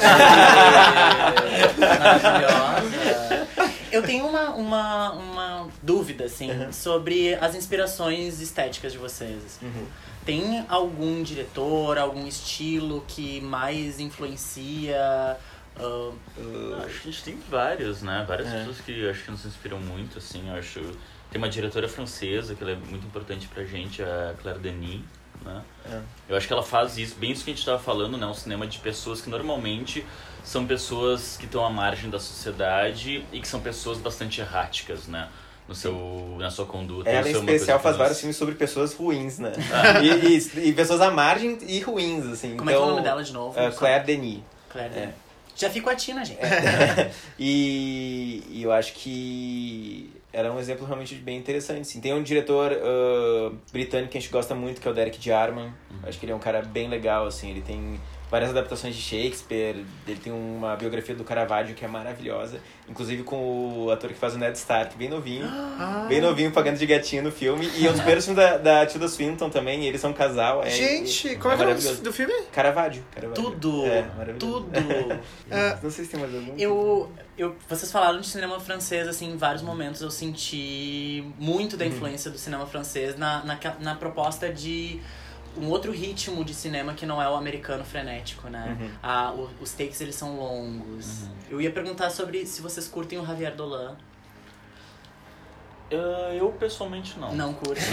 [SPEAKER 1] Maravilhosa. Eu tenho uma, uma, uma dúvida, assim, sobre as inspirações estéticas de vocês. assim. Tem algum diretor, algum estilo que mais influencia? ah,
[SPEAKER 6] Ah, Acho que a gente tem vários, né? Várias
[SPEAKER 5] É.
[SPEAKER 6] pessoas que eu acho que nos inspiram muito, assim. Eu acho. Tem uma diretora francesa que ela é muito importante pra gente, a Claire Denis, né?
[SPEAKER 5] É.
[SPEAKER 6] Eu acho que ela faz isso, bem isso que a gente tava falando, né? Um cinema de pessoas que normalmente são pessoas que estão à margem da sociedade e que são pessoas bastante erráticas, né? No seu, na sua conduta.
[SPEAKER 5] Ela,
[SPEAKER 6] isso
[SPEAKER 5] em
[SPEAKER 6] é uma coisa
[SPEAKER 5] especial,
[SPEAKER 6] que
[SPEAKER 5] faz
[SPEAKER 6] nós-
[SPEAKER 5] vários filmes sobre pessoas ruins, né? E, e- e pessoas à margem e ruins, assim.
[SPEAKER 1] como é que
[SPEAKER 5] então,
[SPEAKER 1] é o nome dela de novo?
[SPEAKER 5] eh, Claire Denis.
[SPEAKER 1] Claire
[SPEAKER 5] é.
[SPEAKER 1] Denis. Já fico a Tina, gente.
[SPEAKER 5] E, e eu acho que era um exemplo realmente bem interessante. Assim. Tem um diretor ah, britânico que a gente gosta muito, que é o Derek Jarman.
[SPEAKER 6] Uhum.
[SPEAKER 5] Acho que ele é um cara bem legal, assim. Ele tem várias adaptações de Shakespeare. Ele tem uma biografia do Caravaggio que é maravilhosa. Inclusive com o ator que faz o Ned Stark, bem novinho.
[SPEAKER 3] Ah.
[SPEAKER 5] Bem novinho, pagando de gatinho no filme. E é um dos primeiros filmes da, da Tilda Swinton também. E eles são um casal. É,
[SPEAKER 3] gente, como é que é o nome
[SPEAKER 5] maravilhoso.
[SPEAKER 3] do filme?
[SPEAKER 5] Caravaggio. Caravaggio.
[SPEAKER 1] Tudo,
[SPEAKER 5] É, maravilhoso.
[SPEAKER 1] tudo.
[SPEAKER 3] Ah,
[SPEAKER 5] Não sei se tem mais algum.
[SPEAKER 1] Eu, eu, vocês falaram de cinema francês, assim, em vários momentos eu senti muito da influência do cinema francês na, na, ca- na proposta de um outro ritmo de cinema que não é o americano frenético, né? Ah, o- os takes, eles são longos. Eu ia perguntar sobre se vocês curtem o Javier Dolan.
[SPEAKER 6] Ah, eu, pessoalmente, não.
[SPEAKER 1] Não curtem.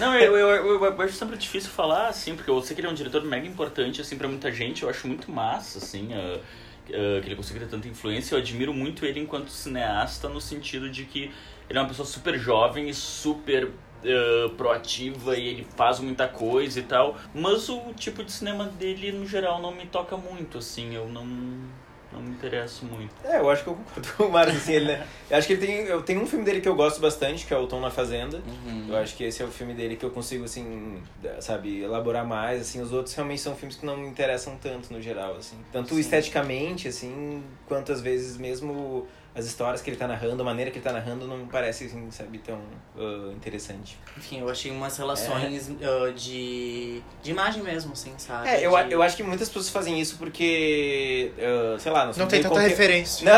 [SPEAKER 6] Não, eu, eu, eu, eu acho sempre difícil falar, assim, porque eu sei que ele é um diretor mega importante, assim, pra muita gente. Eu acho muito massa, assim, ah, ah, que ele consiga ter tanta influência. Eu admiro muito ele enquanto cineasta, no sentido de que ele é uma pessoa super jovem e super ah, proativa e ele faz muita coisa e tal. Mas o tipo de cinema dele, no geral, não me toca muito, assim. Eu não, não me interesso muito.
[SPEAKER 5] É, eu acho que eu concordo com o Marcos, assim, ele, né? Eu acho que ele tem, eu, tem um filme dele que eu gosto bastante, que é o Tom na Fazenda.
[SPEAKER 1] Uhum.
[SPEAKER 5] Eu acho que esse é o filme dele que eu consigo, assim, da- sabe, elaborar mais, assim. Os outros realmente são filmes que não me interessam tanto, no geral, assim. Tanto esteticamente, assim, quanto às vezes mesmo as histórias que ele tá narrando, a maneira que ele tá narrando, não me parece, assim, sabe, tão ah, interessante.
[SPEAKER 1] Enfim, eu achei umas relações ah, de, de imagem mesmo, assim, sabe?
[SPEAKER 5] É, eu, a-
[SPEAKER 1] De-
[SPEAKER 5] eu acho que muitas pessoas fazem isso porque, ah, sei lá... nós
[SPEAKER 3] Não
[SPEAKER 5] somos
[SPEAKER 3] tem
[SPEAKER 5] meio
[SPEAKER 3] tanta
[SPEAKER 5] conte-
[SPEAKER 3] referência.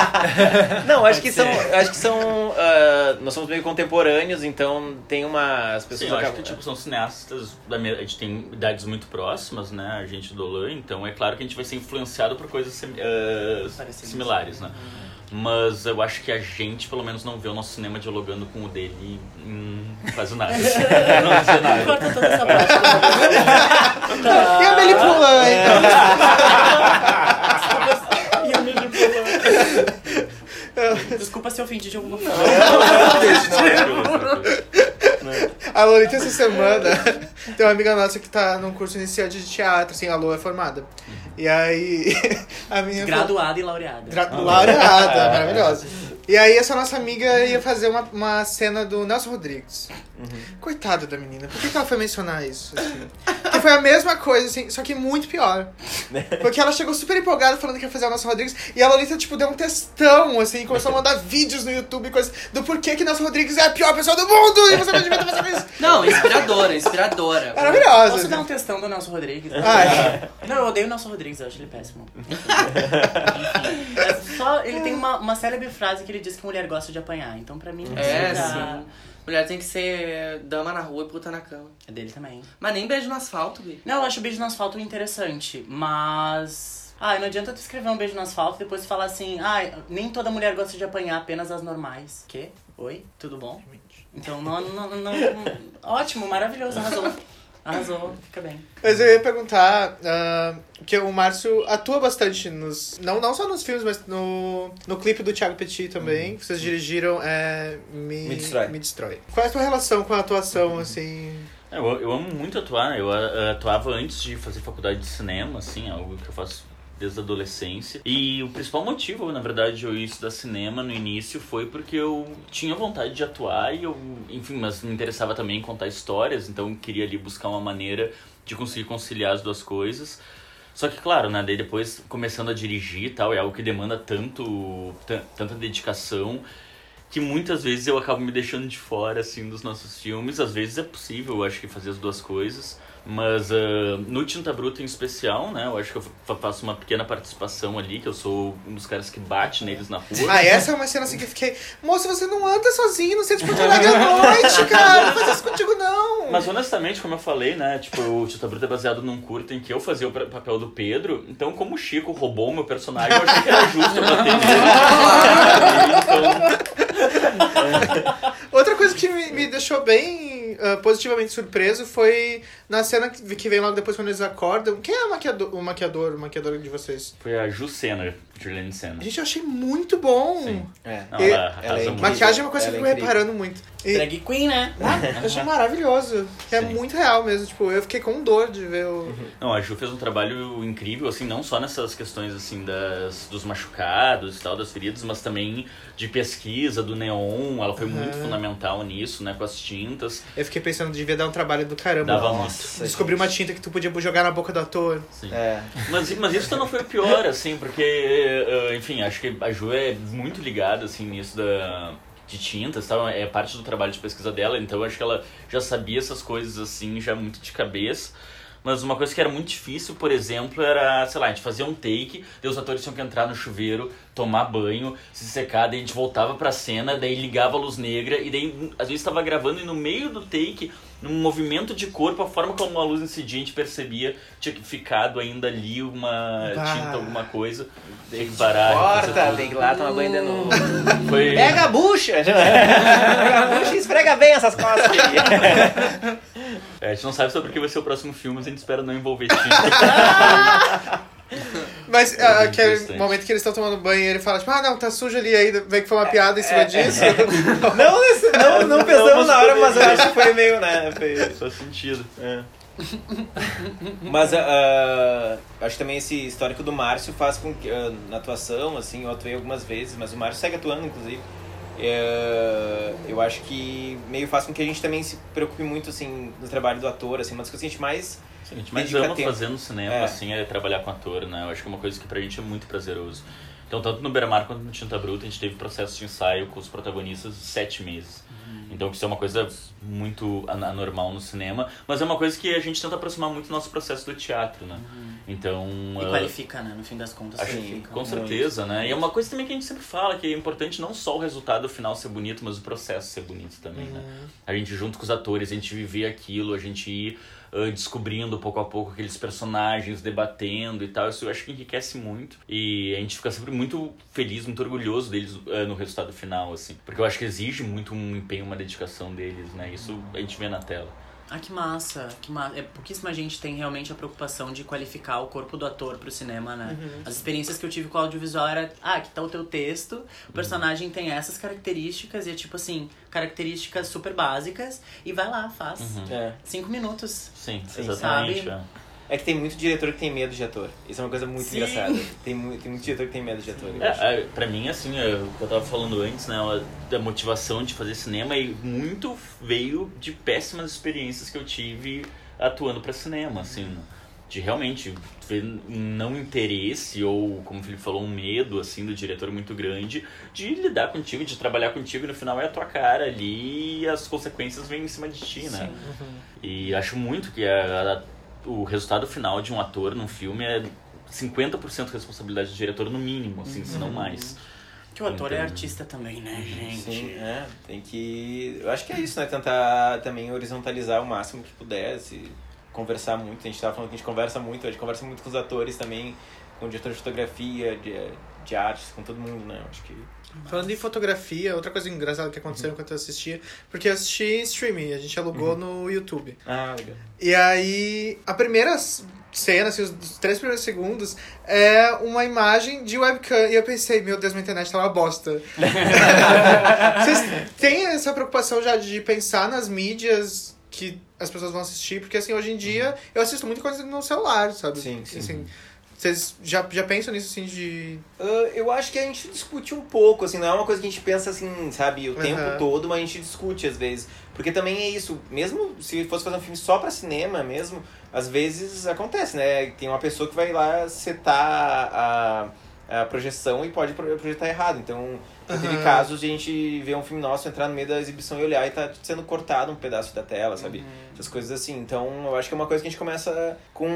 [SPEAKER 5] Não, não acho, que
[SPEAKER 1] Pode
[SPEAKER 5] são,
[SPEAKER 1] ser.
[SPEAKER 5] acho que são. ah, nós somos meio contemporâneos, então tem uma. As
[SPEAKER 6] Sim,
[SPEAKER 5] pessoas
[SPEAKER 6] eu acho que
[SPEAKER 5] acabam- é.
[SPEAKER 6] tipo, são cineastas, da minha, a gente tem idades muito próximas, né? A gente do Olan, então é claro que a gente vai ser influenciado por coisas sim- eh,
[SPEAKER 1] Parecidas.
[SPEAKER 6] similares, né? Mas eu acho que a gente, pelo menos, não vê o nosso cinema dialogando com o dele em quase nada. não dizer nada.
[SPEAKER 1] Corta toda essa parte. Tá.
[SPEAKER 3] E a Amélie então. Poulain?
[SPEAKER 1] E o meu diploma. Desculpa se eu ofendi de alguma forma.
[SPEAKER 6] é né?
[SPEAKER 3] A Lolita essa semana tem uma amiga nossa que tá num curso iniciante de teatro, assim, a Lô é formada. E aí a menina falou-
[SPEAKER 1] Graduada e laureada.
[SPEAKER 3] Gra- Laureada, maravilhosa. E aí essa nossa amiga ia fazer uma, uma cena do Nelson Rodrigues. Coitada da menina, por que, que ela foi mencionar isso? assim? Que foi a mesma coisa, assim, só que muito pior. Porque ela chegou super empolgada falando que ia fazer o Nelson Rodrigues e a Lolita, tipo, deu um textão, assim, começou a mandar vídeos no YouTube e coisas do porquê que Nelson Rodrigues é a pior pessoa do mundo e você não devia ter fazer isso.
[SPEAKER 4] Não, inspiradora, inspiradora.
[SPEAKER 3] Maravilhosa.
[SPEAKER 1] Posso dar um
[SPEAKER 3] assim.
[SPEAKER 1] testão do Nelson Rodrigues?
[SPEAKER 3] Ah, é.
[SPEAKER 1] Não, eu odeio o Nelson Rodrigues, eu acho ele péssimo. Enfim, é só, ele tem uma, uma célebre frase que ele diz que mulher gosta de apanhar. Então, pra mim,
[SPEAKER 4] É,
[SPEAKER 1] isso dá-
[SPEAKER 4] sim. Mulher tem que ser dama na rua e puta na cama.
[SPEAKER 1] é dele também.
[SPEAKER 4] Mas nem beijo no asfalto, Bi.
[SPEAKER 1] Não, eu acho o beijo no asfalto interessante, mas. Ai, não adianta tu escrever um beijo no asfalto e depois falar assim, ai, nem toda mulher gosta de apanhar, apenas as normais. Quê? Oi? Tudo bom? Então, não, não, não, não- Ótimo, maravilhoso, arrasou. Arrasou, fica bem.
[SPEAKER 3] Mas eu ia perguntar, ah, que o Márcio atua bastante nos. Não, não só nos filmes, mas no, no clipe do Thiago Petit também. que vocês dirigiram é, Me,
[SPEAKER 5] Uhum. Me Destrói. Uhum.
[SPEAKER 3] Me Destrói. Qual é a tua relação com a atuação, assim?
[SPEAKER 6] É, eh, Eu, eu amo muito atuar, né? eu ah, atuava antes de fazer faculdade de cinema, assim, algo que eu faço desde a adolescência. E o principal motivo, na verdade, de eu ir estudar cinema no início foi porque eu tinha vontade de atuar e eu, enfim, mas me interessava também em contar histórias, então eu queria ali buscar uma maneira de conseguir conciliar as duas coisas. Só que, claro, né, daí depois começando a dirigir e tal, é algo que demanda tanto, tan- tanta dedicação que muitas vezes eu acabo me deixando de fora, assim, dos nossos filmes. Às vezes é possível, eu acho que, fazer as duas coisas. Mas ah, no Tinta Bruta em especial, né, eu acho que eu fa- faço uma pequena participação ali, que eu sou um dos caras que bate neles na rua.
[SPEAKER 3] Ah, essa é uma cena assim que eu fiquei. Moça, você não anda sozinho, não sente por Alegre à noite, cara. Não faz isso contigo, não.
[SPEAKER 6] Mas honestamente, como eu falei, né? Tipo, o Tita Bruta é baseado num curto em que eu fazia o pra- papel do Pedro. Então, como o Chico roubou o meu personagem, eu achei que era justo eu bater nele. então,
[SPEAKER 3] Outra coisa que me, me deixou bem ah, positivamente surpreso foi na cena que, que vem logo depois quando eles acordam. Quem é a maquiador, o maquiador, o maquiador de vocês?
[SPEAKER 6] foi a Ju Senna, Juliane Senna.
[SPEAKER 3] Gente, eu achei muito bom.
[SPEAKER 6] Sim.
[SPEAKER 5] É.
[SPEAKER 6] Não,
[SPEAKER 3] E-
[SPEAKER 6] ela arrasa
[SPEAKER 5] é
[SPEAKER 6] muito.
[SPEAKER 3] Maquiagem é uma coisa
[SPEAKER 5] Ela
[SPEAKER 3] que
[SPEAKER 5] é
[SPEAKER 3] eu fico
[SPEAKER 5] incrível.
[SPEAKER 3] reparando muito. E-
[SPEAKER 1] é
[SPEAKER 7] Drag queen, né?
[SPEAKER 3] Ah, eu achei maravilhoso. Que é
[SPEAKER 6] Sim.
[SPEAKER 3] muito real mesmo. Tipo, eu fiquei com dor de ver o.
[SPEAKER 6] Não, a Ju fez um trabalho incrível, assim, não só nessas questões, assim, das, dos machucados e tal, das feridas, mas também de pesquisa, do neon. Ela foi muito fundamental nisso, né, com as tintas.
[SPEAKER 3] Eu fiquei pensando, devia dar um trabalho do caramba.
[SPEAKER 6] Dava
[SPEAKER 5] Nossa,
[SPEAKER 3] Descobri uma tinta que tu podia jogar na boca do ator.
[SPEAKER 6] muito, sim.
[SPEAKER 5] É.
[SPEAKER 6] Mas, mas isso não foi o pior, assim, porque, eh, enfim, acho que a Ju é muito ligada, assim, nisso da, de tintas, tal, é parte do trabalho de pesquisa dela, então acho que ela já sabia essas coisas, assim, já muito de cabeça. Mas uma coisa que era muito difícil, por exemplo, era, sei lá, a gente fazia um take, daí os atores tinham que entrar no chuveiro, tomar banho, se secar, daí a gente voltava pra cena, daí ligava a luz negra, e daí às vezes tava gravando e no meio do take, num movimento de corpo, a forma como a luz incidia, a gente percebia, tinha que ficado ainda ali uma
[SPEAKER 3] Bah.
[SPEAKER 6] tinta, alguma coisa, tinha que parar. fazer
[SPEAKER 5] Corta,
[SPEAKER 6] tudo.
[SPEAKER 5] tem que ir lá tomar banho de novo.
[SPEAKER 6] Foi...
[SPEAKER 5] Pega a bucha! Pega a bucha e esfrega bem essas costas aí.
[SPEAKER 6] É, a gente não sabe sobre o que vai ser o próximo filme, mas a gente espera não envolver tinta.
[SPEAKER 3] Mas
[SPEAKER 6] É
[SPEAKER 3] ah,
[SPEAKER 6] bem
[SPEAKER 3] aquele
[SPEAKER 6] interessante.
[SPEAKER 3] momento que eles estão tomando banho e ele fala, tipo, ah não, tá sujo ali ainda, vê que foi uma piada em cima disso.
[SPEAKER 5] Não, nesse- não, É. não pensamos
[SPEAKER 6] Não,
[SPEAKER 5] na hora, mas eu acho que foi meio, né? Foi...
[SPEAKER 6] Faz sentido.
[SPEAKER 5] Mas ah, ah, acho que também esse histórico do Márcio faz com que ah, na atuação, assim, eu atuei algumas vezes, mas o Márcio segue atuando, inclusive. Eh, eu acho que meio faz com que a gente também se preocupe muito, assim, no trabalho do ator, assim, uma das coisas que a gente mais.
[SPEAKER 6] Sim, a gente mais
[SPEAKER 5] Dedica
[SPEAKER 6] ama
[SPEAKER 5] tempo.
[SPEAKER 6] fazer no cinema,
[SPEAKER 5] É.
[SPEAKER 6] assim, é trabalhar com ator, né? Eu acho que é uma coisa que pra gente é muito prazeroso. Então, tanto no Beira-Mar quanto no Tinta Bruta, a gente teve processo de ensaio com os protagonistas de sete meses. Então, isso é uma coisa muito an- anormal no cinema, mas é uma coisa que a gente tenta aproximar muito do nosso processo do teatro, né? Então...
[SPEAKER 7] E
[SPEAKER 6] ah,
[SPEAKER 7] qualifica, né? No fim das contas,
[SPEAKER 6] Acho que,
[SPEAKER 7] qualifica.
[SPEAKER 6] com certeza, né? E é uma coisa também que a gente sempre fala, que é importante não só o resultado final ser bonito, mas o processo ser bonito também, né? A gente junto com os atores, a gente viver aquilo, a gente ir ah, descobrindo pouco a pouco aqueles personagens, debatendo e tal. Isso eu acho que enriquece muito. E a gente fica sempre muito feliz, muito orgulhoso deles ah, no resultado final, assim. Porque eu acho que exige muito um empenho, uma dedicação deles, né? Isso a gente vê na tela.
[SPEAKER 7] Ah, que massa, que massa. É, pouquíssima gente tem realmente a preocupação de qualificar o corpo do ator pro cinema, né? As experiências que eu tive com o audiovisual era, ah, aqui tá o teu texto, o personagem tem essas características, e é tipo assim, características super básicas, e vai lá, faz.
[SPEAKER 5] É.
[SPEAKER 7] Cinco minutos.
[SPEAKER 6] Sim,
[SPEAKER 5] Sim,
[SPEAKER 6] exatamente.
[SPEAKER 7] sabe?
[SPEAKER 6] é.
[SPEAKER 5] É que tem muito diretor que tem medo de ator. Isso é uma coisa muito
[SPEAKER 7] Sim.
[SPEAKER 5] engraçada. Tem, mu- tem muito diretor que tem medo de ator. eu acho.
[SPEAKER 6] É, é, pra mim, assim, é, o que eu tava falando antes, né? a- Da motivação de fazer cinema e muito veio de péssimas experiências que eu tive atuando pra cinema, assim. De realmente ver um não interesse ou, como o Felipe falou, um medo, assim, do diretor muito grande de lidar contigo, de trabalhar contigo e no final é a tua cara ali e as consequências vêm em cima de ti, né? E acho muito que a- a- o resultado final de um ator num filme é 50% responsabilidade do diretor, no mínimo, assim, se
[SPEAKER 5] Uhum.
[SPEAKER 6] não mais.
[SPEAKER 7] Que o ator é
[SPEAKER 6] Entendo.
[SPEAKER 7] artista também, né, gente?
[SPEAKER 5] Sim, é. Tem que. Eu acho que é isso, né? Tentar também horizontalizar o máximo que puder, se conversar muito. A gente tava falando que a gente conversa muito, a gente conversa muito com os atores também, com o diretor de fotografia, de, de artes, com todo mundo, né? Eu Acho que.
[SPEAKER 3] Falando em fotografia, outra coisa engraçada que aconteceu enquanto eu assistia, porque eu assisti em streaming, a gente alugou no YouTube.
[SPEAKER 5] Ah, legal.
[SPEAKER 3] E aí, a primeira cena, assim, os- os três primeiros segundos, é uma imagem de webcam. E eu pensei, meu Deus, minha internet tá uma bosta. Vocês têm essa preocupação já de pensar nas mídias que as pessoas vão assistir? Porque, assim, hoje em dia, eu assisto muita coisa no celular, sabe?
[SPEAKER 5] Sim, sim.
[SPEAKER 3] Assim, Vocês já, já pensam nisso, assim, de...
[SPEAKER 5] Ah, eu acho que a gente discute um pouco, assim, não é uma coisa que a gente pensa assim, sabe, o
[SPEAKER 3] Aham.
[SPEAKER 5] tempo todo, mas a gente discute às vezes. Porque também é isso, mesmo se fosse fazer um filme só pra cinema mesmo, às vezes acontece, né? Tem uma pessoa que vai lá setar a, a projeção e pode pro- projetar errado. Então, já teve
[SPEAKER 3] Aham.
[SPEAKER 5] casos de a gente ver um filme nosso entrar no meio da exibição e olhar e tá sendo cortado um pedaço da tela, sabe? Essas coisas assim. Então, eu acho que é uma coisa que a gente começa com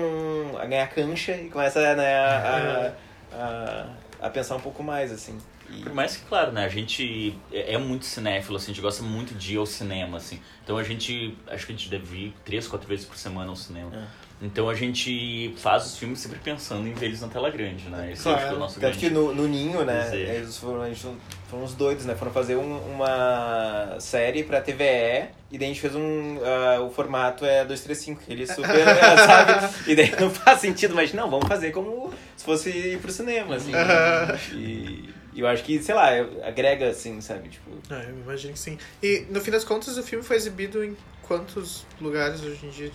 [SPEAKER 5] a ganhar cancha e começa né, a, a, a- a pensar um pouco mais, assim. E-
[SPEAKER 6] Por mais que, claro, né, a gente é é muito cinéfilo, assim, a gente gosta muito de ir ao cinema, assim. Então a gente, acho que a gente deve ir três, quatro vezes por semana ao cinema.
[SPEAKER 5] É.
[SPEAKER 6] Então a gente faz os filmes sempre pensando em ver eles na tela grande, né? Esse
[SPEAKER 3] Claro.
[SPEAKER 6] é acho que é o nosso
[SPEAKER 5] Tanto
[SPEAKER 6] grande...
[SPEAKER 5] que no, no Ninho, né,
[SPEAKER 6] Dizer.
[SPEAKER 5] eles foram, eles foram- foram uns doidos, né? Foram fazer um- uma série pra TVE e daí a gente fez um... ah, o formato é 235, que ele super... é, sabe? E daí não faz sentido, mas não, vamos fazer como se fosse ir pro cinema, assim.
[SPEAKER 3] Aham.
[SPEAKER 5] E, e eu acho que, sei lá, eu- agrega, assim, sabe? Tipo,
[SPEAKER 3] Ah, eu imagino que sim. E, no fim das contas, o filme foi exibido em quantos lugares hoje em dia?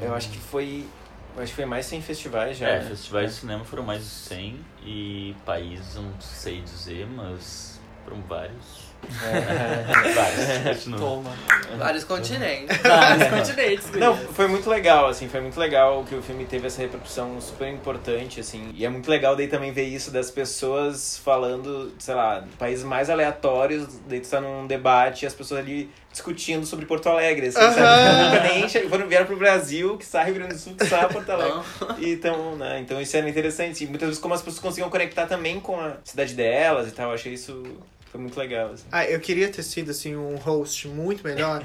[SPEAKER 5] eu acho que foi... Eu acho que foi mais 100 festivais já,
[SPEAKER 6] É,
[SPEAKER 5] né?
[SPEAKER 6] festivais de cinema foram mais de 100 e países, eu não sei dizer, mas foram vários.
[SPEAKER 5] É.
[SPEAKER 6] vários, tipo, continua.
[SPEAKER 2] Toma.
[SPEAKER 4] Vários continentes.
[SPEAKER 7] Vários continentes,
[SPEAKER 5] Não, foi muito legal, assim, foi muito legal que o filme teve essa repercussão super importante, assim. E é muito legal daí também ver isso das pessoas falando, sei lá, de países mais aleatórios, daí tu tá num debate e as pessoas ali discutindo sobre Porto Alegre, assim, sabe?
[SPEAKER 3] Aham.
[SPEAKER 5] Nunca nem che- foram, vieram pro Brasil, que sai Rio Grande do Sul, que sai Porto Alegre. E então, né, então isso era interessante. E muitas vezes como as pessoas conseguiam conectar também com a cidade delas e tal, eu achei isso... Foi muito legal, assim.
[SPEAKER 3] Ah, eu queria ter sido, assim, um host muito melhor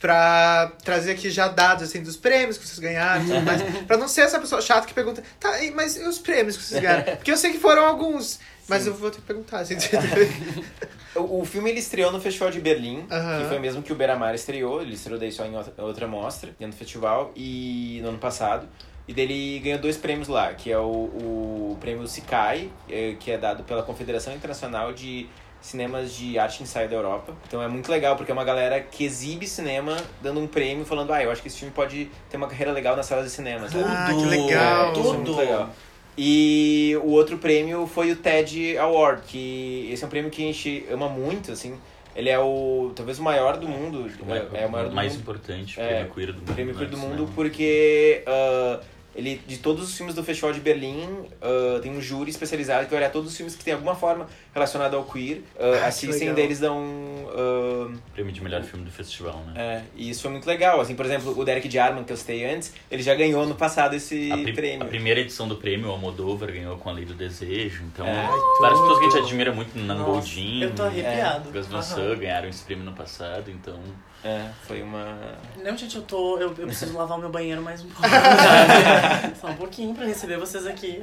[SPEAKER 3] pra trazer aqui já dados, assim, dos prêmios que vocês ganharam e tudo mais. Pra não ser essa pessoa chata que pergunta, tá, e- mas e os prêmios que vocês ganharam? Porque eu sei que foram alguns, mas eu vou ter que perguntar, assim.
[SPEAKER 5] O, o filme ele estreou no Festival de Berlim,
[SPEAKER 3] Aham.
[SPEAKER 5] que foi mesmo que o Beira-Mar estreou, ele estreou daí só em outra- outra mostra, dentro do festival, e no ano passado. E dele ganhou dois prêmios lá, que é o, o prêmio Sicai, eh, que é dado pela Confederação Internacional de Cinemas de Arte Inside da Europa. Então é muito legal, porque é uma galera que exibe cinema dando um prêmio, falando, ah, eu acho que esse filme pode ter uma carreira legal nas salas de cinema. sabe?
[SPEAKER 3] Ah,
[SPEAKER 7] Tudo,
[SPEAKER 3] que legal.
[SPEAKER 5] É, isso é muito
[SPEAKER 7] Tudo.
[SPEAKER 5] legal. E o outro prêmio foi o TED Award, que esse é um prêmio que a gente ama muito, assim. Ele é o talvez o maior do mundo. É, é o maior do
[SPEAKER 6] mais
[SPEAKER 5] mundo.
[SPEAKER 6] importante,
[SPEAKER 5] É,
[SPEAKER 6] prêmio queer do mundo.
[SPEAKER 5] Prêmio Queer
[SPEAKER 6] né,
[SPEAKER 5] do
[SPEAKER 6] cinema.
[SPEAKER 5] Mundo, porque ah, ele de todos os filmes do Festival de Berlim, ah, tem um júri especializado que vai olhar todos os filmes que tem alguma forma relacionada ao queer. ah,
[SPEAKER 3] Ah, que
[SPEAKER 5] assistem,
[SPEAKER 3] legal.
[SPEAKER 5] deles dão. ah,
[SPEAKER 6] Prêmio de melhor filme do festival, né?
[SPEAKER 5] é, e isso foi muito legal. Assim, por exemplo, o Derek Jarman, que eu citei antes, ele já ganhou no passado esse
[SPEAKER 6] A, pri- a
[SPEAKER 5] prêmio.
[SPEAKER 6] primeira edição do prêmio, o Almodóvar ganhou com a Lei do Desejo. Então,
[SPEAKER 5] É,
[SPEAKER 6] várias pessoas que a gente admira muito, Nan
[SPEAKER 7] Nossa,
[SPEAKER 6] Goldin,
[SPEAKER 7] Eu tô arrepiado.
[SPEAKER 6] Gus Van Sant, ganharam esse prêmio no passado. Então,
[SPEAKER 5] É, foi uma.
[SPEAKER 7] Não, gente, eu tô. Eu, eu preciso lavar o meu banheiro mais um pouco. Só um pouquinho pra receber vocês aqui.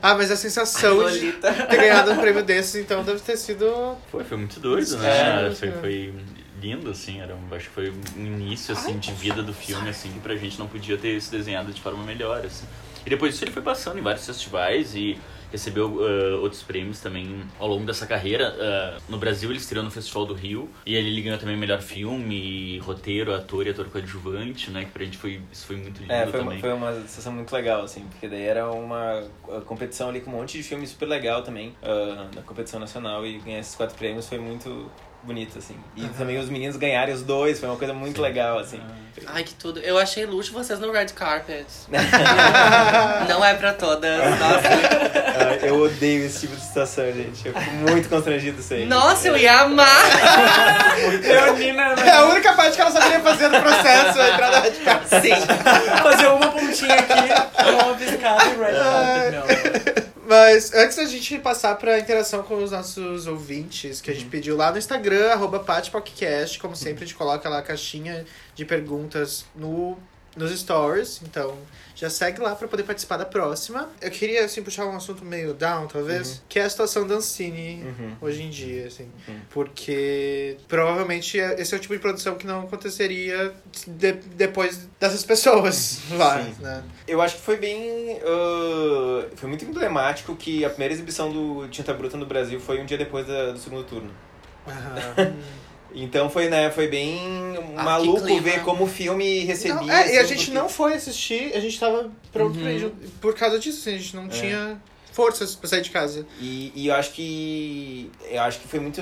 [SPEAKER 3] ah, mas a sensação de ter ganhado um prêmio desses, então, deve ter sido...
[SPEAKER 6] foi, foi muito doido, né? Foi, foi lindo, assim. Era, um- acho que foi um início, assim, de vida do filme, assim, que pra gente não podia ter se desenhado de forma melhor, assim. E depois disso ele foi passando em vários festivais e recebeu ah, outros prêmios também ao longo dessa carreira. Ah, no Brasil ele estreou no Festival do Rio e ali ele ganhou também melhor filme, roteiro, ator e ator coadjuvante, né? Que pra gente foi, isso foi muito lindo
[SPEAKER 5] É, foi uma,
[SPEAKER 6] também.
[SPEAKER 5] foi uma sensação muito legal, assim, porque daí era uma uh, competição ali com um monte de filme super legal também, uh, na competição nacional, e ganhar esses quatro prêmios foi muito bonito, assim. E também os meninos ganharem os dois, foi uma coisa muito legal, assim.
[SPEAKER 4] Ai, que tudo. Eu achei luxo vocês no red carpet. Não é pra todas. Nossa,
[SPEAKER 5] Ah, eu odeio esse tipo de situação, gente. Eu fico muito constrangido isso aí.
[SPEAKER 4] Nossa eu ia amar.
[SPEAKER 3] É a única parte que ela saberia fazer do processo, a entrada de casa.
[SPEAKER 4] Sim.
[SPEAKER 7] Fazer uma pontinha aqui, uma piscada e right up.
[SPEAKER 3] Mas antes da gente passar pra interação com os nossos ouvintes, que a gente
[SPEAKER 5] Uhum.
[SPEAKER 3] pediu lá no Instagram, arroba patpodcast, como sempre a gente coloca lá a caixinha de perguntas no, nos stories, então já segue lá pra poder participar da próxima. Eu queria, assim, puxar um assunto meio down, talvez, que é a situação da Ancine
[SPEAKER 5] Uhum.
[SPEAKER 3] hoje em dia, assim.
[SPEAKER 5] Uhum.
[SPEAKER 3] Porque provavelmente é- esse é o tipo de produção que não aconteceria de- depois dessas pessoas lá,
[SPEAKER 5] Sim.
[SPEAKER 3] né?
[SPEAKER 5] Eu acho que foi bem. ah, foi muito emblemático que a primeira exibição do Tinta Bruta no Brasil foi um dia depois da- do segundo turno.
[SPEAKER 3] Aham.
[SPEAKER 5] Então foi, né, foi bem maluco
[SPEAKER 4] clima.
[SPEAKER 5] ver como o filme recebia.
[SPEAKER 3] Ah, Não, é, e a
[SPEAKER 5] assim,
[SPEAKER 3] gente
[SPEAKER 5] porque- Uhum.
[SPEAKER 3] não foi assistir, a gente tava pro, pro- por causa disso, assim, a gente
[SPEAKER 5] É.
[SPEAKER 3] não tinha forças pra sair de casa.
[SPEAKER 5] E, e eu acho que. Eu acho que foi muito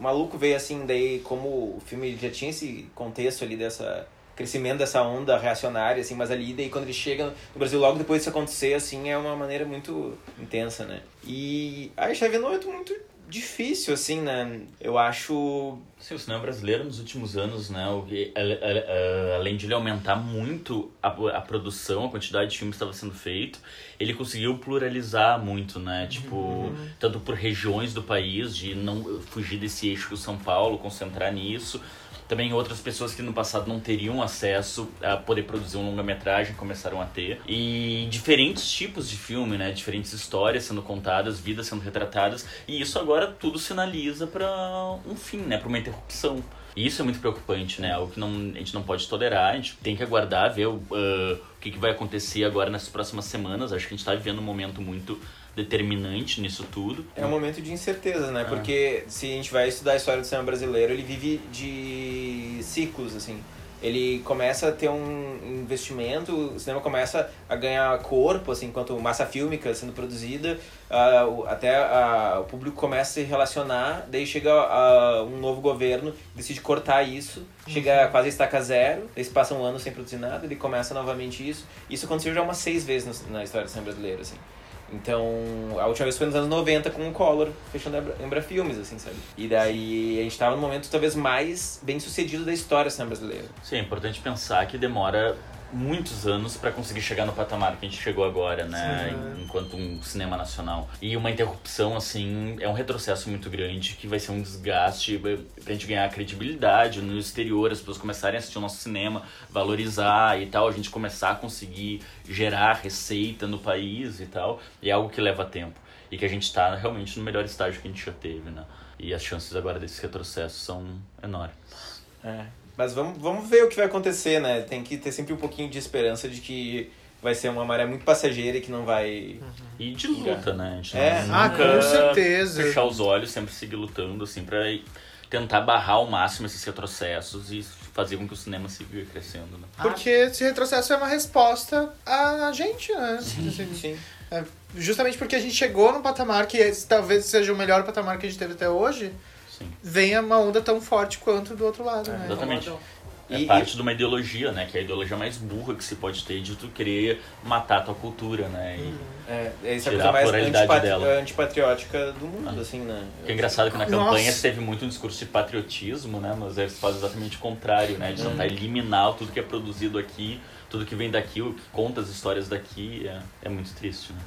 [SPEAKER 5] maluco ver assim, daí como o filme já tinha esse contexto ali dessa. Crescimento dessa onda reacionária, assim, mas ali daí quando ele chega no Brasil, logo depois disso acontecer, assim, é uma maneira muito intensa, né? E a chave é muito, muito difícil, assim, né? Eu acho.
[SPEAKER 6] Sim, o cinema brasileiro nos últimos anos, né, o que- ele- ele- eh, além de ele aumentar muito a, a produção, a quantidade de filmes que estava sendo feito, ele conseguiu pluralizar muito, né, tipo, tanto por regiões do país, de não fugir desse eixo do São Paulo, concentrar nisso, também outras pessoas que no passado não teriam acesso a poder produzir um longa-metragem começaram a ter. E diferentes tipos de filme, né? Diferentes histórias sendo contadas, vidas sendo retratadas. E isso agora tudo sinaliza pra um fim, né? Pra uma interrupção. E isso é muito preocupante, né? Algo que não, a gente não pode tolerar, a gente tem que aguardar, ver o, ah, o que, que vai acontecer agora nessas próximas semanas. Acho que a gente tá vivendo um momento muito determinante nisso tudo.
[SPEAKER 5] É um momento de incerteza, né? Porque se a gente vai estudar a história do cinema brasileiro, ele vive de ciclos, assim. Ele começa a ter um investimento, o cinema começa a ganhar corpo, assim, enquanto massa fílmica sendo produzida, ah, o- até ah, o público começa a se relacionar, daí chega ah, um novo governo, decide cortar isso, chega a quase a estaca zero, eles passam um ano sem produzir nada, ele começa novamente isso. Isso aconteceu já umas seis vezes no- na história do cinema brasileiro, assim. Então, a última vez foi nos anos 90 com o Collor, fechando a Embra- Embra Filmes, assim, sabe? E daí a gente tava no momento talvez mais bem sucedido da história assim, do cinema brasileiro.
[SPEAKER 6] Sim, é importante pensar que demora muitos anos pra conseguir chegar no patamar que a gente chegou agora, né, em- enquanto um cinema nacional. E uma interrupção assim é um retrocesso muito grande que vai ser um desgaste eh, pra gente ganhar credibilidade no exterior, as pessoas começarem a assistir o nosso cinema, valorizar e tal, a gente começar a conseguir gerar receita no país e tal. E é algo que leva tempo e que a gente tá realmente no melhor estágio que a gente já teve, né? E as chances agora desse retrocesso são enormes.
[SPEAKER 5] Mas vamos, vamos ver o que vai acontecer, né? Tem que ter sempre um pouquinho de esperança de que vai ser uma maré muito passageira e que não vai...
[SPEAKER 6] E de luta, né? A gente
[SPEAKER 5] É.
[SPEAKER 6] não-
[SPEAKER 3] Ah,
[SPEAKER 6] nunca
[SPEAKER 3] com certeza.
[SPEAKER 6] Fechar os olhos, sempre seguir lutando, assim, pra tentar barrar ao máximo esses retrocessos e fazer com que o cinema siga crescendo, né?
[SPEAKER 5] Ah.
[SPEAKER 3] Porque esse retrocesso é uma resposta a gente, né? Assim,
[SPEAKER 5] Sim.
[SPEAKER 3] Justamente porque a gente chegou num patamar que esse talvez seja o melhor patamar que a gente teve até hoje,
[SPEAKER 6] Sim.
[SPEAKER 3] venha uma onda tão forte quanto do outro lado, né?
[SPEAKER 6] Exatamente. É
[SPEAKER 5] E-
[SPEAKER 6] parte de uma ideologia, né? Que é a ideologia mais burra que se pode ter de tu querer matar a tua cultura, né? E
[SPEAKER 5] É, essa é a
[SPEAKER 6] Tirar
[SPEAKER 5] coisa
[SPEAKER 6] a
[SPEAKER 5] mais
[SPEAKER 6] pluralidade
[SPEAKER 5] antipatri-
[SPEAKER 6] dela.
[SPEAKER 5] antipatriótica do mundo, assim, né?
[SPEAKER 6] o que é engraçado que na campanha
[SPEAKER 3] Nossa.
[SPEAKER 6] teve muito um discurso de patriotismo, né? Mas eles fazem exatamente o contrário, né? De tentar eliminar tudo que é produzido aqui, tudo que vem daqui, o que conta as histórias daqui. É, é muito triste, né?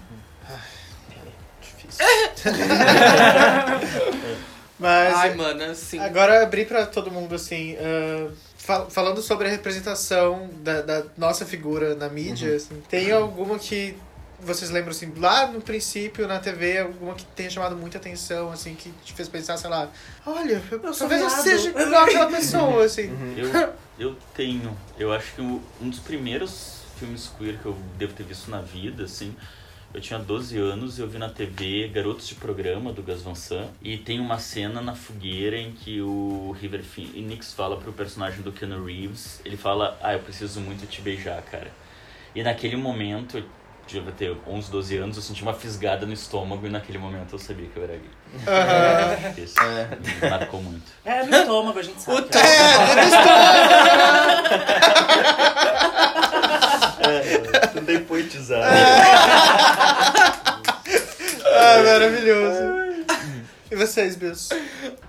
[SPEAKER 3] Mas é
[SPEAKER 4] Ai, mano, assim.
[SPEAKER 3] agora abrir pra todo mundo, assim, ah, fal- falando sobre a representação da, da nossa figura na mídia, assim, tem alguma que vocês lembram, assim, lá no princípio, na TV, alguma que tenha chamado muita atenção, assim, que te fez pensar, sei lá, olha,
[SPEAKER 4] sou
[SPEAKER 3] talvez eu
[SPEAKER 4] viado."
[SPEAKER 3] seja igual aquela pessoa, assim.
[SPEAKER 6] Eu, eu tenho. Eu acho que o- um dos primeiros filmes queer que eu devo ter visto na vida, assim. Eu tinha 12 anos e eu vi na TV Garotos de Programa, do Gus Van Sant. E tem uma cena na fogueira em que o River Phoenix fala pro personagem do Keanu Reeves. Ele fala, ah, eu preciso muito te beijar, cara. E naquele momento, eu devia ter 11, 12 anos, eu senti uma fisgada no estômago. E naquele momento eu sabia que eu era gay.
[SPEAKER 3] Aham.
[SPEAKER 6] Isso me marcou muito.
[SPEAKER 7] É, no estômago, a gente sabe.
[SPEAKER 4] O
[SPEAKER 7] que é.
[SPEAKER 6] Tentei poetizar.
[SPEAKER 3] Ah, maravilhoso. E vocês, Bills?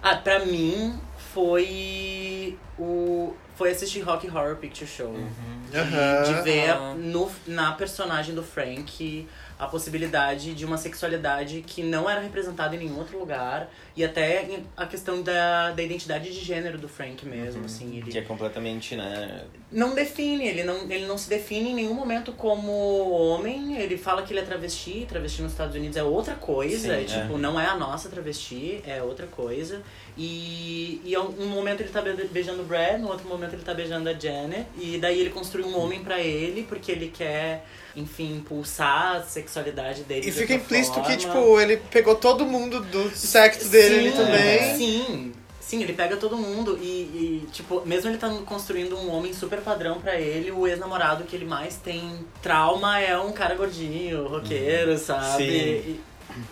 [SPEAKER 7] Ah, pra mim foi o. Foi assistir Rock Horror Picture Show.
[SPEAKER 5] Uhum.
[SPEAKER 7] De, de ver
[SPEAKER 5] Ah.
[SPEAKER 2] Aham.
[SPEAKER 7] no, na personagem do Frank a possibilidade de uma sexualidade que não era representada em nenhum outro lugar. E até em- a questão da, da identidade de gênero do Frank mesmo, assim.
[SPEAKER 5] Que é
[SPEAKER 7] Ele
[SPEAKER 5] completamente, né?
[SPEAKER 7] não define, ele não, ele não se define em nenhum momento como homem. Ele fala que ele é travesti, travesti nos Estados Unidos é outra coisa.
[SPEAKER 5] Sim,
[SPEAKER 7] é, tipo, não é a nossa travesti, é outra coisa. E, e um um momento ele tá be- beijando o Brad, no outro momento ele tá beijando a Janet. E daí ele construi um homem pra ele, porque ele quer, enfim, impulsar a sexualidade dele.
[SPEAKER 3] E
[SPEAKER 7] de
[SPEAKER 3] fica
[SPEAKER 7] outra
[SPEAKER 4] né?
[SPEAKER 3] implícito que,
[SPEAKER 7] forma.
[SPEAKER 3] tipo, ele pegou todo mundo do sexo dele ali também.
[SPEAKER 7] Sim,
[SPEAKER 1] é. Sim, ele pega todo mundo e, e, tipo, mesmo ele tá construindo um homem super padrão pra ele, o ex-namorado que ele mais tem trauma é um cara gordinho, roqueiro, sabe?
[SPEAKER 5] Sim.
[SPEAKER 1] E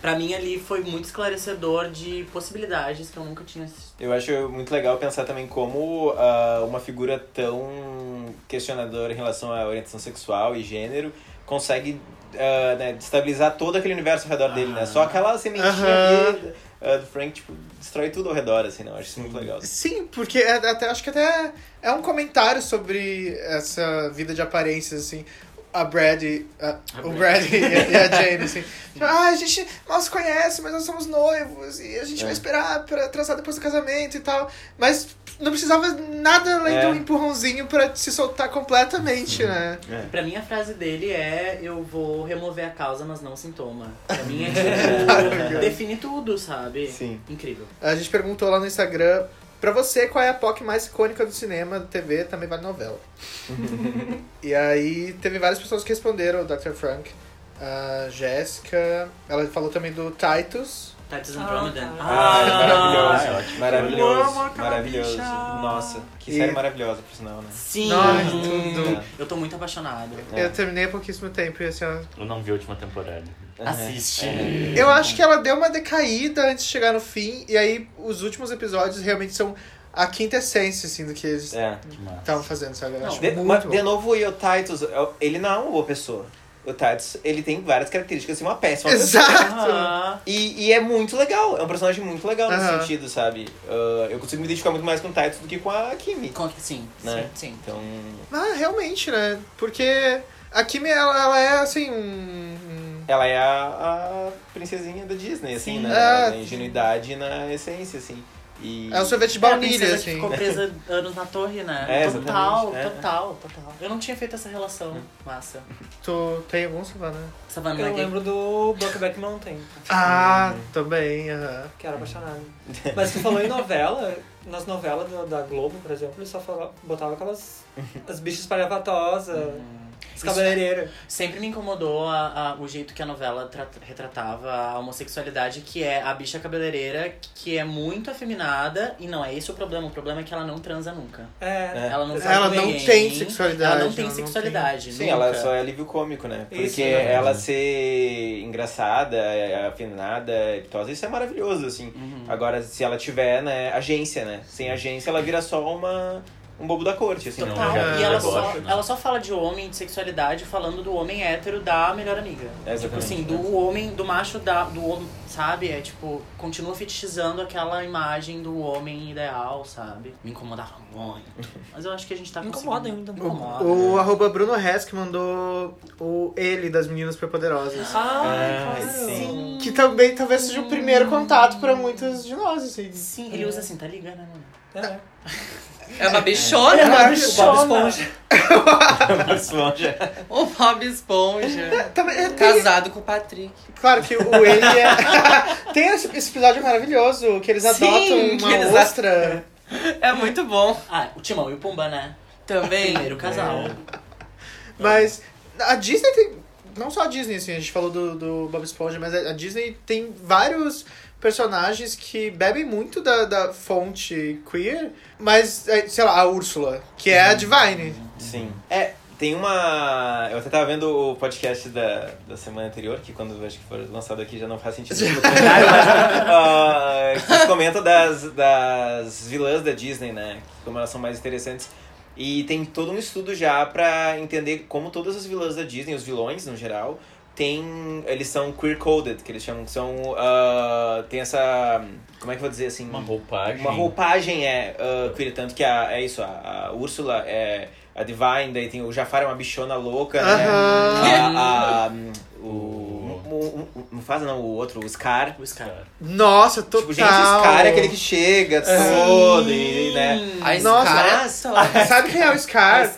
[SPEAKER 1] pra mim ali foi muito esclarecedor de possibilidades que eu nunca tinha assistido.
[SPEAKER 5] Eu acho muito legal pensar também como ah, uma figura tão questionadora em relação à orientação sexual e gênero consegue ah, né, destabilizar todo aquele universo ao redor dele, né? Só aquela sementinha
[SPEAKER 3] Ah. Aham.
[SPEAKER 5] ali, ah, do Frank, tipo, destrói tudo ao redor, assim, né? Eu acho isso muito legal.
[SPEAKER 3] Sim, porque é- até, acho que até é um comentário sobre essa vida de aparências, assim. A Brad, e- a- o Brad e a, e a Jane, assim. Tipo, Ah, a gente mal se conhece, mas nós somos noivos e a gente vai esperar pra transar depois do casamento e tal. Mas não precisava nada além de um
[SPEAKER 5] É.
[SPEAKER 3] empurrãozinho pra se soltar completamente, né?
[SPEAKER 1] Pra mim a frase dele é eu vou remover a causa, mas não o sintoma. Pra mim é tipo, define tudo, sabe?
[SPEAKER 5] Sim.
[SPEAKER 1] Incrível.
[SPEAKER 3] A gente perguntou lá no Instagram pra você qual é a POC mais icônica do cinema, da TV, também vale novela. e aí teve várias pessoas que responderam, o Dr. Frank, a Jéssica, ela falou também do Titus.
[SPEAKER 1] Titus Andromeda.
[SPEAKER 5] Ah, maravilhoso.
[SPEAKER 6] Ah, é ótimo.
[SPEAKER 5] Maravilhoso. Maravilhoso. Nossa, que
[SPEAKER 3] E-
[SPEAKER 5] série maravilhosa, por sinal, né?
[SPEAKER 1] Sim!
[SPEAKER 3] Nossa, tudo.
[SPEAKER 1] Eu tô muito apaixonado.
[SPEAKER 5] É.
[SPEAKER 3] Eu terminei há pouquíssimo tempo e assim, ó,
[SPEAKER 6] Eu não vi a última temporada.
[SPEAKER 5] É,
[SPEAKER 1] Assiste.
[SPEAKER 3] Eu acho que ela deu uma decaída antes de chegar no fim, e aí os últimos episódios realmente são a quinta essência, assim, do que eles
[SPEAKER 5] É.
[SPEAKER 6] Que massa.
[SPEAKER 3] estavam fazendo, sabe? Eu
[SPEAKER 1] Não,
[SPEAKER 3] acho
[SPEAKER 5] De, mas,
[SPEAKER 3] muito
[SPEAKER 5] de
[SPEAKER 3] bom.
[SPEAKER 5] novo, o Titus, ele não é uma boa pessoa. O Titus, ele tem várias características, assim, uma péssima pessoa.
[SPEAKER 3] é Exato!
[SPEAKER 1] Ah,
[SPEAKER 5] E, e é muito legal, é um personagem muito legal nesse
[SPEAKER 3] Aham.
[SPEAKER 5] sentido, sabe? Ah, eu consigo me identificar muito mais com o Titus do que com a Kimi.
[SPEAKER 1] com- sim,
[SPEAKER 5] Né?
[SPEAKER 1] sim, sim.
[SPEAKER 5] Então,
[SPEAKER 3] Ah, realmente, né? Porque a Kimi, ela, ela é, assim, um... um-
[SPEAKER 5] ela é a, a princesinha da Disney, assim,
[SPEAKER 1] Sim.
[SPEAKER 5] né?
[SPEAKER 3] É.
[SPEAKER 5] Na ingenuidade e na essência, assim. E...
[SPEAKER 3] É um sorvete de
[SPEAKER 1] É, a
[SPEAKER 3] baunilha,
[SPEAKER 1] princesa que
[SPEAKER 3] assim.
[SPEAKER 1] ficou presa anos na torre, né?
[SPEAKER 5] É,
[SPEAKER 1] total,
[SPEAKER 5] exatamente, Hum. é.
[SPEAKER 1] total, total. Eu não tinha feito essa relação. Massa.
[SPEAKER 3] Tu tem algum, né? Savana?
[SPEAKER 1] Savannah
[SPEAKER 2] Eu
[SPEAKER 1] Gay.
[SPEAKER 2] lembro do Brokeback Mountain,
[SPEAKER 3] Ah, também, aham.
[SPEAKER 2] que era apaixonado. Mas tu falou em novela, nas novelas da, da Globo, por exemplo, eles só falava, botavam aquelas as bichas espalhafatosas, as cabeleireiras.
[SPEAKER 1] Sempre me incomodou a- a- o jeito que a novela tra- retratava a homossexualidade, que é a bicha cabeleireira, que é muito afeminada. E não é esse o problema. O problema é que ela não transa nunca.
[SPEAKER 2] É.
[SPEAKER 5] É.
[SPEAKER 1] Ela não sai
[SPEAKER 3] Ela
[SPEAKER 1] com
[SPEAKER 3] não
[SPEAKER 1] ninguém.
[SPEAKER 3] tem sexualidade.
[SPEAKER 1] Ela não tem sexualidade.
[SPEAKER 5] Sim,
[SPEAKER 1] nunca.
[SPEAKER 5] ela só é alívio cômico, né? Porque
[SPEAKER 2] Isso, né?
[SPEAKER 5] ela ser engraçada, é, afinada, pitosa, isso é maravilhoso, assim.
[SPEAKER 1] Uhum.
[SPEAKER 5] Agora, se ela tiver, né, agência, né? Sem agência, ela vira só uma... Um bobo da corte, assim.
[SPEAKER 1] Total.
[SPEAKER 6] Não,
[SPEAKER 3] já
[SPEAKER 1] e ela, só,
[SPEAKER 6] debocha, né?
[SPEAKER 1] ela só fala de homem, de sexualidade, falando do homem hétero da melhor amiga.
[SPEAKER 5] É,
[SPEAKER 1] Tipo
[SPEAKER 5] exatamente,
[SPEAKER 1] assim,
[SPEAKER 5] né?
[SPEAKER 1] do homem, do macho, da, do homem, sabe? É tipo, continua fetichizando aquela imagem do homem ideal, sabe? Me incomodava muito. Mas eu acho que a gente tá
[SPEAKER 2] Me incomoda
[SPEAKER 1] conseguindo.
[SPEAKER 2] ainda.
[SPEAKER 1] Me incomoda.
[SPEAKER 3] O arroba Bruno Hess que mandou o ele das Meninas Superpoderosas.
[SPEAKER 2] Ah,
[SPEAKER 1] É.
[SPEAKER 5] Ah,
[SPEAKER 2] claro.
[SPEAKER 5] sim.
[SPEAKER 3] Que também talvez seja o primeiro contato pra muitos de nós, assim.
[SPEAKER 1] Sim, ele usa assim, tá ligado? né, mano?
[SPEAKER 2] É.
[SPEAKER 4] É uma bichona,
[SPEAKER 3] É uma
[SPEAKER 2] O Bob Esponja.
[SPEAKER 4] O Bob Esponja.
[SPEAKER 3] Também, é, tem-
[SPEAKER 4] Casado com o Patrick.
[SPEAKER 3] Claro que o ele é. Tem esse esse episódio maravilhoso que eles
[SPEAKER 4] Sim,
[SPEAKER 3] adotam uma
[SPEAKER 4] que eles a-
[SPEAKER 3] ostra.
[SPEAKER 4] É muito bom.
[SPEAKER 1] Ah, o Timão e o Pumba, né?
[SPEAKER 4] Também.
[SPEAKER 1] Primeiro casal.
[SPEAKER 3] Mas a Disney tem. Não só a Disney, assim, a gente falou do, do Bob Esponja, mas a a Disney tem vários personagens que bebem muito da, da fonte queer, mas, é, sei lá, a Úrsula, que é a
[SPEAKER 5] Uhum.
[SPEAKER 3] Divine.
[SPEAKER 5] Sim. É, tem uma. Eu até tava vendo o podcast da, da semana anterior, que quando acho que for lançado aqui já não faz sentido no comentário, mas. ah, que eles comentam das, das vilãs da Disney, né? Como elas são mais interessantes. E tem todo um estudo já pra entender como todas as vilãs da Disney, os vilões no geral, tem. Eles são queer coded, que eles chamam, que são. ah, tem essa. Como é que eu vou dizer assim?
[SPEAKER 6] Uma roupagem.
[SPEAKER 5] Uma roupagem é ah, queer, tanto que a, é isso, a, a Úrsula é a Divine, daí tem o Jafar é uma bichona louca, né?
[SPEAKER 3] Aham.
[SPEAKER 5] A, a- o, o, o- o- Mufasa não, o outro, o Scar.
[SPEAKER 1] O Scar.
[SPEAKER 3] Nossa, total. É.
[SPEAKER 5] Tipo, gente, o Scar é aquele que chega todo, e, né?
[SPEAKER 4] A
[SPEAKER 3] Nossa,
[SPEAKER 4] Scar é só.
[SPEAKER 3] Sabe quem é o Scar?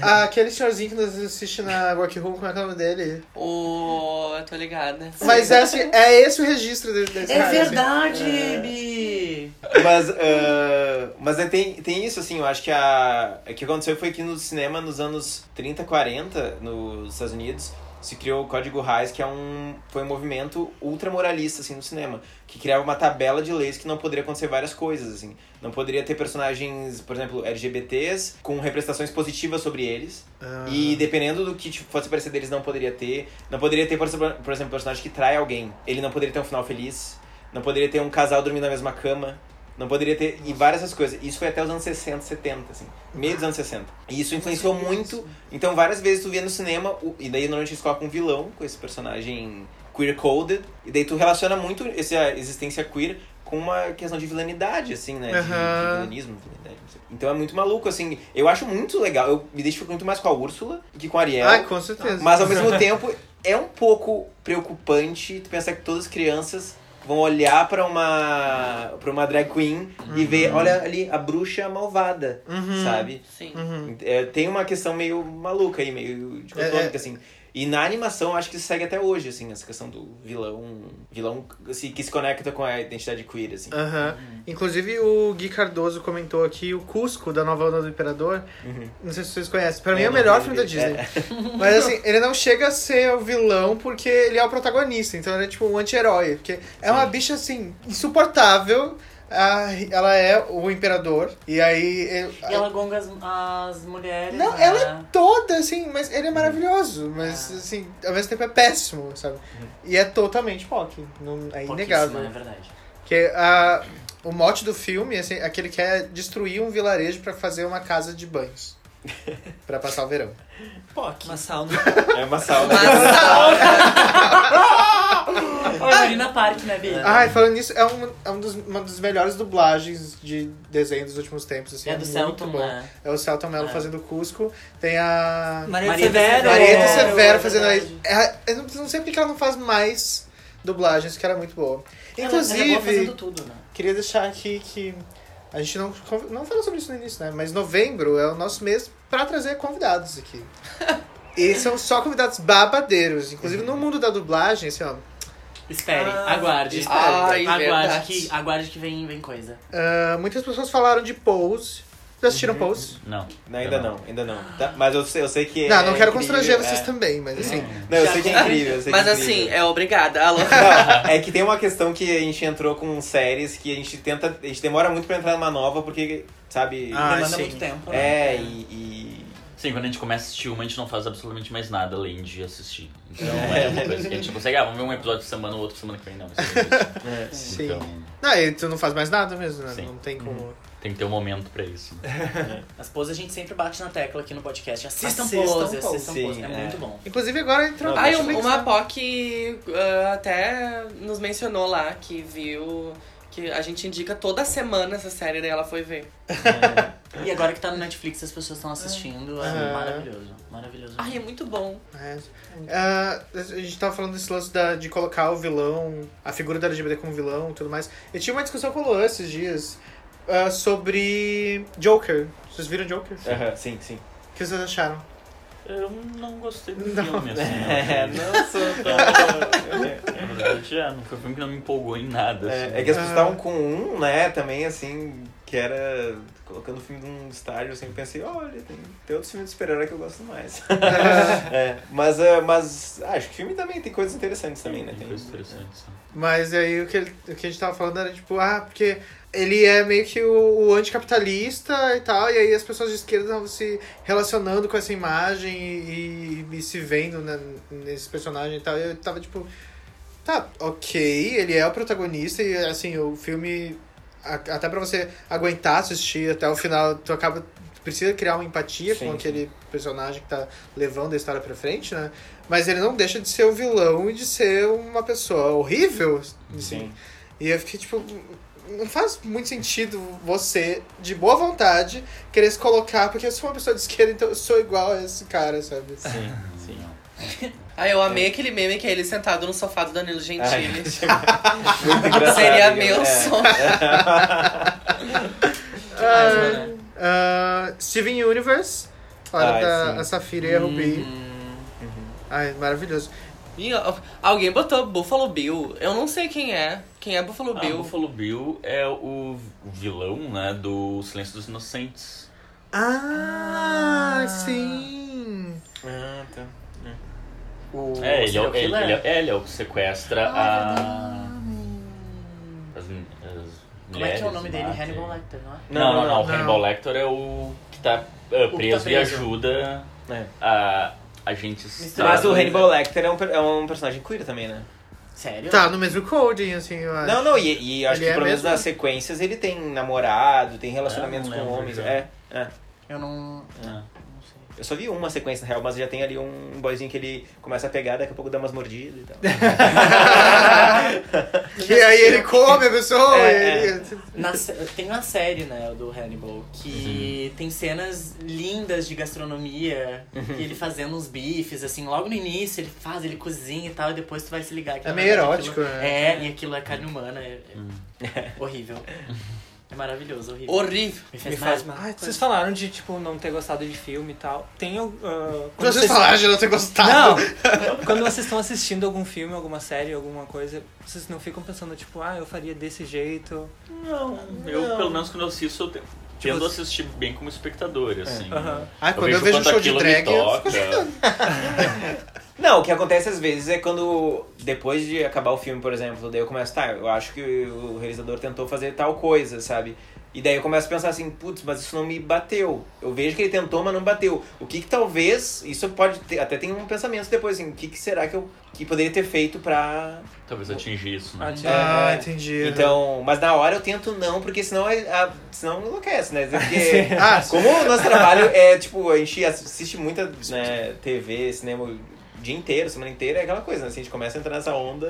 [SPEAKER 3] Ah, Aquele senhorzinho que nós assiste na Workroom, como é que é o nome dele?
[SPEAKER 4] Ô, eu tô ligada.
[SPEAKER 3] Mas é, assim, é esse o registro desse, desse
[SPEAKER 1] É
[SPEAKER 3] cara, assim.
[SPEAKER 1] verdade, Bi!
[SPEAKER 5] Mas, ah, mas é, tem, tem isso, assim, eu acho que a, o que aconteceu foi que no cinema nos anos 30, 40, nos Estados Unidos, se criou o Código Hays, que é um, foi um movimento ultramoralista, assim, no cinema, que criava uma tabela de leis que não poderia acontecer várias coisas, assim. Não poderia ter personagens, por exemplo, LGBTs, com representações positivas sobre eles, e dependendo do que tipo, fosse aparecer deles, não poderia ter. Não poderia ter, por exemplo, por exemplo, um personagem que trai alguém. Ele não poderia ter um final feliz. Não poderia ter um casal dormindo na mesma cama. Não poderia ter. E várias essas coisas. Isso foi até os anos 60, 70, assim. Meio dos anos 60. E isso influenciou muito. Então, várias vezes tu via no cinema, o- e daí normalmente eles colocam um vilão com esse personagem queer coded. E daí tu relaciona muito essa existência queer com uma questão de vilanidade, assim, né? De, de
[SPEAKER 3] Aham.
[SPEAKER 5] vilanismo, vilanidade, não sei. Então é muito maluco, assim. Eu acho muito legal. Eu me identifico muito mais com a Úrsula do que com a Ariel.
[SPEAKER 3] Ah, com certeza.
[SPEAKER 5] Mas ao mesmo tempo, é um pouco preocupante tu pensar que todas as crianças vão olhar pra uma para uma drag queen e ver, olha ali, a bruxa malvada,
[SPEAKER 3] Uhum.
[SPEAKER 5] sabe?
[SPEAKER 4] Sim.
[SPEAKER 3] Uhum.
[SPEAKER 5] É, tem uma questão meio maluca aí, meio
[SPEAKER 3] É,
[SPEAKER 5] dicotômica,
[SPEAKER 3] é.
[SPEAKER 5] assim. E na animação, acho que isso segue até hoje, assim, essa questão do vilão, vilão assim, que se conecta com a identidade queer, assim.
[SPEAKER 3] Aham. Inclusive o Gui Cardoso comentou aqui o Cusco da nova onda do Imperador. Não sei se vocês conhecem. Pra mim Uhum. é o
[SPEAKER 5] não,
[SPEAKER 3] melhor
[SPEAKER 5] não
[SPEAKER 3] filme da
[SPEAKER 5] vi.
[SPEAKER 3] Disney. Mas assim, ele não chega a ser o vilão porque ele é o protagonista. Então ele é tipo um anti-herói. Porque é uma bicha assim, insuportável. Ah, ela é o imperador. E aí. eu-
[SPEAKER 7] E ela gonga as, as mulheres.
[SPEAKER 3] Não,
[SPEAKER 7] né?
[SPEAKER 3] ela é toda, assim, mas ele é maravilhoso. Mas, assim, ao mesmo tempo é péssimo, sabe? E é totalmente pop. Não, é
[SPEAKER 7] Pouquíssima,
[SPEAKER 3] inegável.
[SPEAKER 7] É verdade.
[SPEAKER 3] Porque a, o mote do filme assim, é que ele quer destruir um vilarejo pra fazer uma casa de banhos. pra passar o verão.
[SPEAKER 2] Uma sauna.
[SPEAKER 5] É uma sauna.
[SPEAKER 7] Orlina Park, né, Bia?
[SPEAKER 3] Ah, e falando nisso, é, um, é um dos, uma das melhores dublagens de desenho dos últimos tempos. Assim,
[SPEAKER 7] é do
[SPEAKER 3] muito
[SPEAKER 7] Celton,
[SPEAKER 3] bom.
[SPEAKER 7] né?
[SPEAKER 3] É o Celton Mello
[SPEAKER 7] É.
[SPEAKER 3] fazendo Cusco. Tem a
[SPEAKER 2] Maria
[SPEAKER 7] Maria do
[SPEAKER 2] Severo.
[SPEAKER 3] Marieta
[SPEAKER 7] É,
[SPEAKER 3] Severo
[SPEAKER 7] é
[SPEAKER 3] fazendo a...
[SPEAKER 7] verdade.
[SPEAKER 3] é, Eu não, não sei porque que ela não faz mais dublagens, que era muito boa.
[SPEAKER 7] Ela acabou
[SPEAKER 3] Inclusive,
[SPEAKER 7] fazendo tudo, né?
[SPEAKER 3] Queria deixar aqui que a gente não, con- não falou sobre isso no início, né? Mas novembro é o nosso mês pra trazer convidados aqui. e são só convidados babadeiros. Inclusive
[SPEAKER 5] Uhum.
[SPEAKER 3] no mundo da dublagem, assim, ó.
[SPEAKER 7] Esperem,
[SPEAKER 3] Ah,
[SPEAKER 7] aguarde.
[SPEAKER 4] Ai,
[SPEAKER 7] aguarde,
[SPEAKER 4] verdade.
[SPEAKER 7] que, aguarde que vem, vem coisa.
[SPEAKER 3] ah, muitas pessoas falaram de Pose. Já
[SPEAKER 5] Uhum.
[SPEAKER 3] assistiram Pose?
[SPEAKER 6] Não.
[SPEAKER 5] Não, ainda não, ainda não. Tá? Mas eu sei, eu sei que é
[SPEAKER 3] não, não quero
[SPEAKER 5] incrível,
[SPEAKER 3] constranger vocês
[SPEAKER 5] é.
[SPEAKER 3] também, mas assim.
[SPEAKER 5] Não, eu sei que é incrível, eu sei
[SPEAKER 4] Mas
[SPEAKER 5] que é incrível.
[SPEAKER 4] assim, é obrigada. Alô.
[SPEAKER 5] Não, é que tem uma questão que a gente entrou com séries que a gente tenta. A gente demora muito pra entrar numa nova, porque, sabe.
[SPEAKER 3] Ah,
[SPEAKER 7] Demanda
[SPEAKER 3] sim.
[SPEAKER 7] muito tempo.
[SPEAKER 5] é,
[SPEAKER 7] né?
[SPEAKER 5] e. e-
[SPEAKER 6] Sim, quando a gente começa a assistir uma, a gente não faz absolutamente mais nada além de assistir. Então é uma coisa que a gente consegue. Ah, vamos ver um episódio por semana ou outro semana que vem, não. Isso é difícil.
[SPEAKER 3] Sim.
[SPEAKER 6] Então,
[SPEAKER 3] Não, e tu não faz mais nada mesmo, né?
[SPEAKER 6] Sim.
[SPEAKER 3] Não tem
[SPEAKER 5] Uhum.
[SPEAKER 3] como.
[SPEAKER 6] tem que ter um momento pra isso.
[SPEAKER 7] As poses a gente sempre bate na tecla aqui no podcast. Assistam,
[SPEAKER 5] Assistam
[SPEAKER 7] pose,
[SPEAKER 5] pose.
[SPEAKER 7] assistam
[SPEAKER 5] Sim,
[SPEAKER 7] pose. É,
[SPEAKER 5] é.
[SPEAKER 7] muito bom.
[SPEAKER 3] Inclusive agora entrou
[SPEAKER 5] Não,
[SPEAKER 4] Ai,
[SPEAKER 5] deixa
[SPEAKER 4] um- uma POC ah, até nos mencionou lá que viu. Que a gente indica toda semana essa série, daí ela foi ver.
[SPEAKER 7] E agora que tá no Netflix, as pessoas estão assistindo. É,
[SPEAKER 3] É.
[SPEAKER 7] maravilhoso. Maravilhoso.
[SPEAKER 4] Ai, é muito bom.
[SPEAKER 3] É. Ah, a gente tava falando desse lance da- de colocar o vilão, a figura da LGBT como vilão e tudo mais. Eu tinha uma discussão com o Luan esses dias ah, sobre Joker. Vocês viram Joker?
[SPEAKER 5] Aham, sim, sim.
[SPEAKER 3] O que vocês acharam?
[SPEAKER 6] Eu não gostei do
[SPEAKER 3] Não.
[SPEAKER 6] filme, assim.
[SPEAKER 5] É,
[SPEAKER 6] não.
[SPEAKER 5] não sou.
[SPEAKER 6] Na verdade, é, não foi um filme que não me empolgou em nada. assim.
[SPEAKER 5] É, é que as pessoas estavam com um, né, também, assim, que era. Colocando o filme num estágio, assim, eu pensei, olha, tem, tem outros filmes de super-herói que eu gosto mais. É, mas, é, mas ah, acho que filme também tem coisas interessantes também, né?
[SPEAKER 6] Tem
[SPEAKER 5] Tem,
[SPEAKER 6] coisas interessantes. né?
[SPEAKER 3] Mas aí o que, ele- o que a gente tava falando era tipo, ah, porque ele é meio que o, o anticapitalista e tal, e aí as pessoas de esquerda estavam se relacionando com essa imagem e, e- e se vendo né, nesse personagem e tal. E eu tava tipo, tá, ok, ele é o protagonista e assim, o filme, a- até pra você aguentar assistir até o final, tu acaba. tu Precisa criar uma empatia
[SPEAKER 5] Sim,
[SPEAKER 3] com
[SPEAKER 5] sim.
[SPEAKER 3] aquele personagem que tá levando a história pra frente, né? Mas ele não deixa de ser o vilão e de ser uma pessoa horrível. Assim.
[SPEAKER 5] Sim.
[SPEAKER 3] E eu fiquei tipo. Não faz muito sentido você, de boa vontade, querer se colocar, porque eu sou uma pessoa de esquerda, então eu sou igual a esse cara, sabe?
[SPEAKER 5] Sim, sim.
[SPEAKER 4] Ai, eu amei aquele meme que é ele sentado no sofá do Danilo
[SPEAKER 5] Ai,
[SPEAKER 4] Gentili.
[SPEAKER 5] muito engraçado,
[SPEAKER 4] Seria
[SPEAKER 5] digamos.
[SPEAKER 4] meu
[SPEAKER 5] É.
[SPEAKER 4] sonho.
[SPEAKER 3] Ah, Steven Universe, hora
[SPEAKER 5] Ai,
[SPEAKER 3] da
[SPEAKER 5] sim.
[SPEAKER 3] a Safira e a Ruby.
[SPEAKER 5] Hum.
[SPEAKER 3] Ai, maravilhoso.
[SPEAKER 4] Ih, ó, alguém botou Buffalo Bill. Eu não sei quem é. Quem é Buffalo
[SPEAKER 6] Ah,
[SPEAKER 4] Bill?
[SPEAKER 6] Buffalo Bill é o o vilão, né, do Silêncio dos Inocentes.
[SPEAKER 3] Ah, sim!
[SPEAKER 5] Ah, tá.
[SPEAKER 1] o o
[SPEAKER 6] É, ele é,
[SPEAKER 1] serial
[SPEAKER 6] o- ele,
[SPEAKER 1] killer.
[SPEAKER 6] ele é, ele é o que sequestra
[SPEAKER 1] Ah,
[SPEAKER 6] a. As, men- as
[SPEAKER 1] Como é que é o
[SPEAKER 6] mulheres,
[SPEAKER 1] nome dele?
[SPEAKER 6] mata.
[SPEAKER 1] Hannibal Lecter, não é?
[SPEAKER 6] Não, não, não. O
[SPEAKER 3] não.
[SPEAKER 6] Hannibal Lecter é o que tá eh,
[SPEAKER 1] tá
[SPEAKER 6] preso e
[SPEAKER 1] preso.
[SPEAKER 6] ajuda
[SPEAKER 5] É.
[SPEAKER 6] a, a gente.
[SPEAKER 5] Mas
[SPEAKER 6] tá.
[SPEAKER 5] o Hannibal Lecter é um, per- é um personagem queer também, né?
[SPEAKER 1] Sério?
[SPEAKER 3] Tá, no mesmo coding, assim, eu acho.
[SPEAKER 5] Não, não, e, e acho
[SPEAKER 3] Ele
[SPEAKER 5] que
[SPEAKER 3] é
[SPEAKER 5] pelo menos
[SPEAKER 3] mesmo?
[SPEAKER 5] nas sequências ele tem namorado, tem relacionamentos
[SPEAKER 6] Ah, não
[SPEAKER 5] com
[SPEAKER 6] lembro
[SPEAKER 5] homens.
[SPEAKER 6] já.
[SPEAKER 5] É, é.
[SPEAKER 1] Eu não.
[SPEAKER 6] Ah.
[SPEAKER 1] não sei.
[SPEAKER 5] Eu só vi uma sequência na real, mas já tem ali um boyzinho que ele começa a pegar, daqui a pouco dá umas mordidas e tal.
[SPEAKER 3] E aí ele come a pessoa.
[SPEAKER 5] É,
[SPEAKER 3] e ele- tipo,
[SPEAKER 1] Na sé- tem uma série, né, do Hannibal, que tem cenas lindas de gastronomia, e ele fazendo uns bifes, assim, logo no início ele faz, ele cozinha e tal, e depois tu vai se ligar que
[SPEAKER 3] É
[SPEAKER 1] na
[SPEAKER 3] meio
[SPEAKER 1] verdade
[SPEAKER 3] erótico,
[SPEAKER 1] aquilo-
[SPEAKER 3] né?
[SPEAKER 1] É, e aquilo é carne humana, é, é horrível. É maravilhoso, horrível.
[SPEAKER 4] Horrível.
[SPEAKER 1] Me fez
[SPEAKER 2] Me faz
[SPEAKER 1] mal.
[SPEAKER 2] mal. Vocês falaram de, tipo, não ter gostado de filme e tal. Tem. ah, quando
[SPEAKER 3] Vocês tá. falaram de não ter gostado.
[SPEAKER 2] Não! quando vocês estão assistindo algum filme, alguma série, alguma coisa, vocês não ficam pensando, tipo, ah, eu faria desse jeito.
[SPEAKER 6] Não, Tipo assim. eu pelo menos quando eu assisto, eu te- tendo assistir bem como espectador, assim.
[SPEAKER 2] Aham.
[SPEAKER 3] Ah, quando eu vejo um
[SPEAKER 6] quanto
[SPEAKER 3] show de
[SPEAKER 6] aquilo me
[SPEAKER 3] drag, eu
[SPEAKER 6] toca.
[SPEAKER 5] Não, o que acontece às vezes é quando, depois de acabar o filme, por exemplo, daí eu começo, tá, eu acho que o realizador tentou fazer tal coisa, sabe? E daí eu começo a pensar assim, putz, mas isso não me bateu. Eu vejo que ele tentou, mas não bateu. O que que talvez, isso pode ter, até tem um pensamento depois, assim, o que que será que eu que poderia ter feito pra...
[SPEAKER 6] Talvez atingir isso, né?
[SPEAKER 5] É.
[SPEAKER 3] Ah, entendi.
[SPEAKER 5] Então, mas na hora eu tento não, porque senão, é- a, senão enlouquece, né? Porque...
[SPEAKER 3] Ah, sim.
[SPEAKER 5] Como o nosso trabalho é, tipo, a gente assiste muita né, TV, cinema o dia inteiro, semana inteira, é aquela coisa, né? Se a gente começa a entrar nessa onda,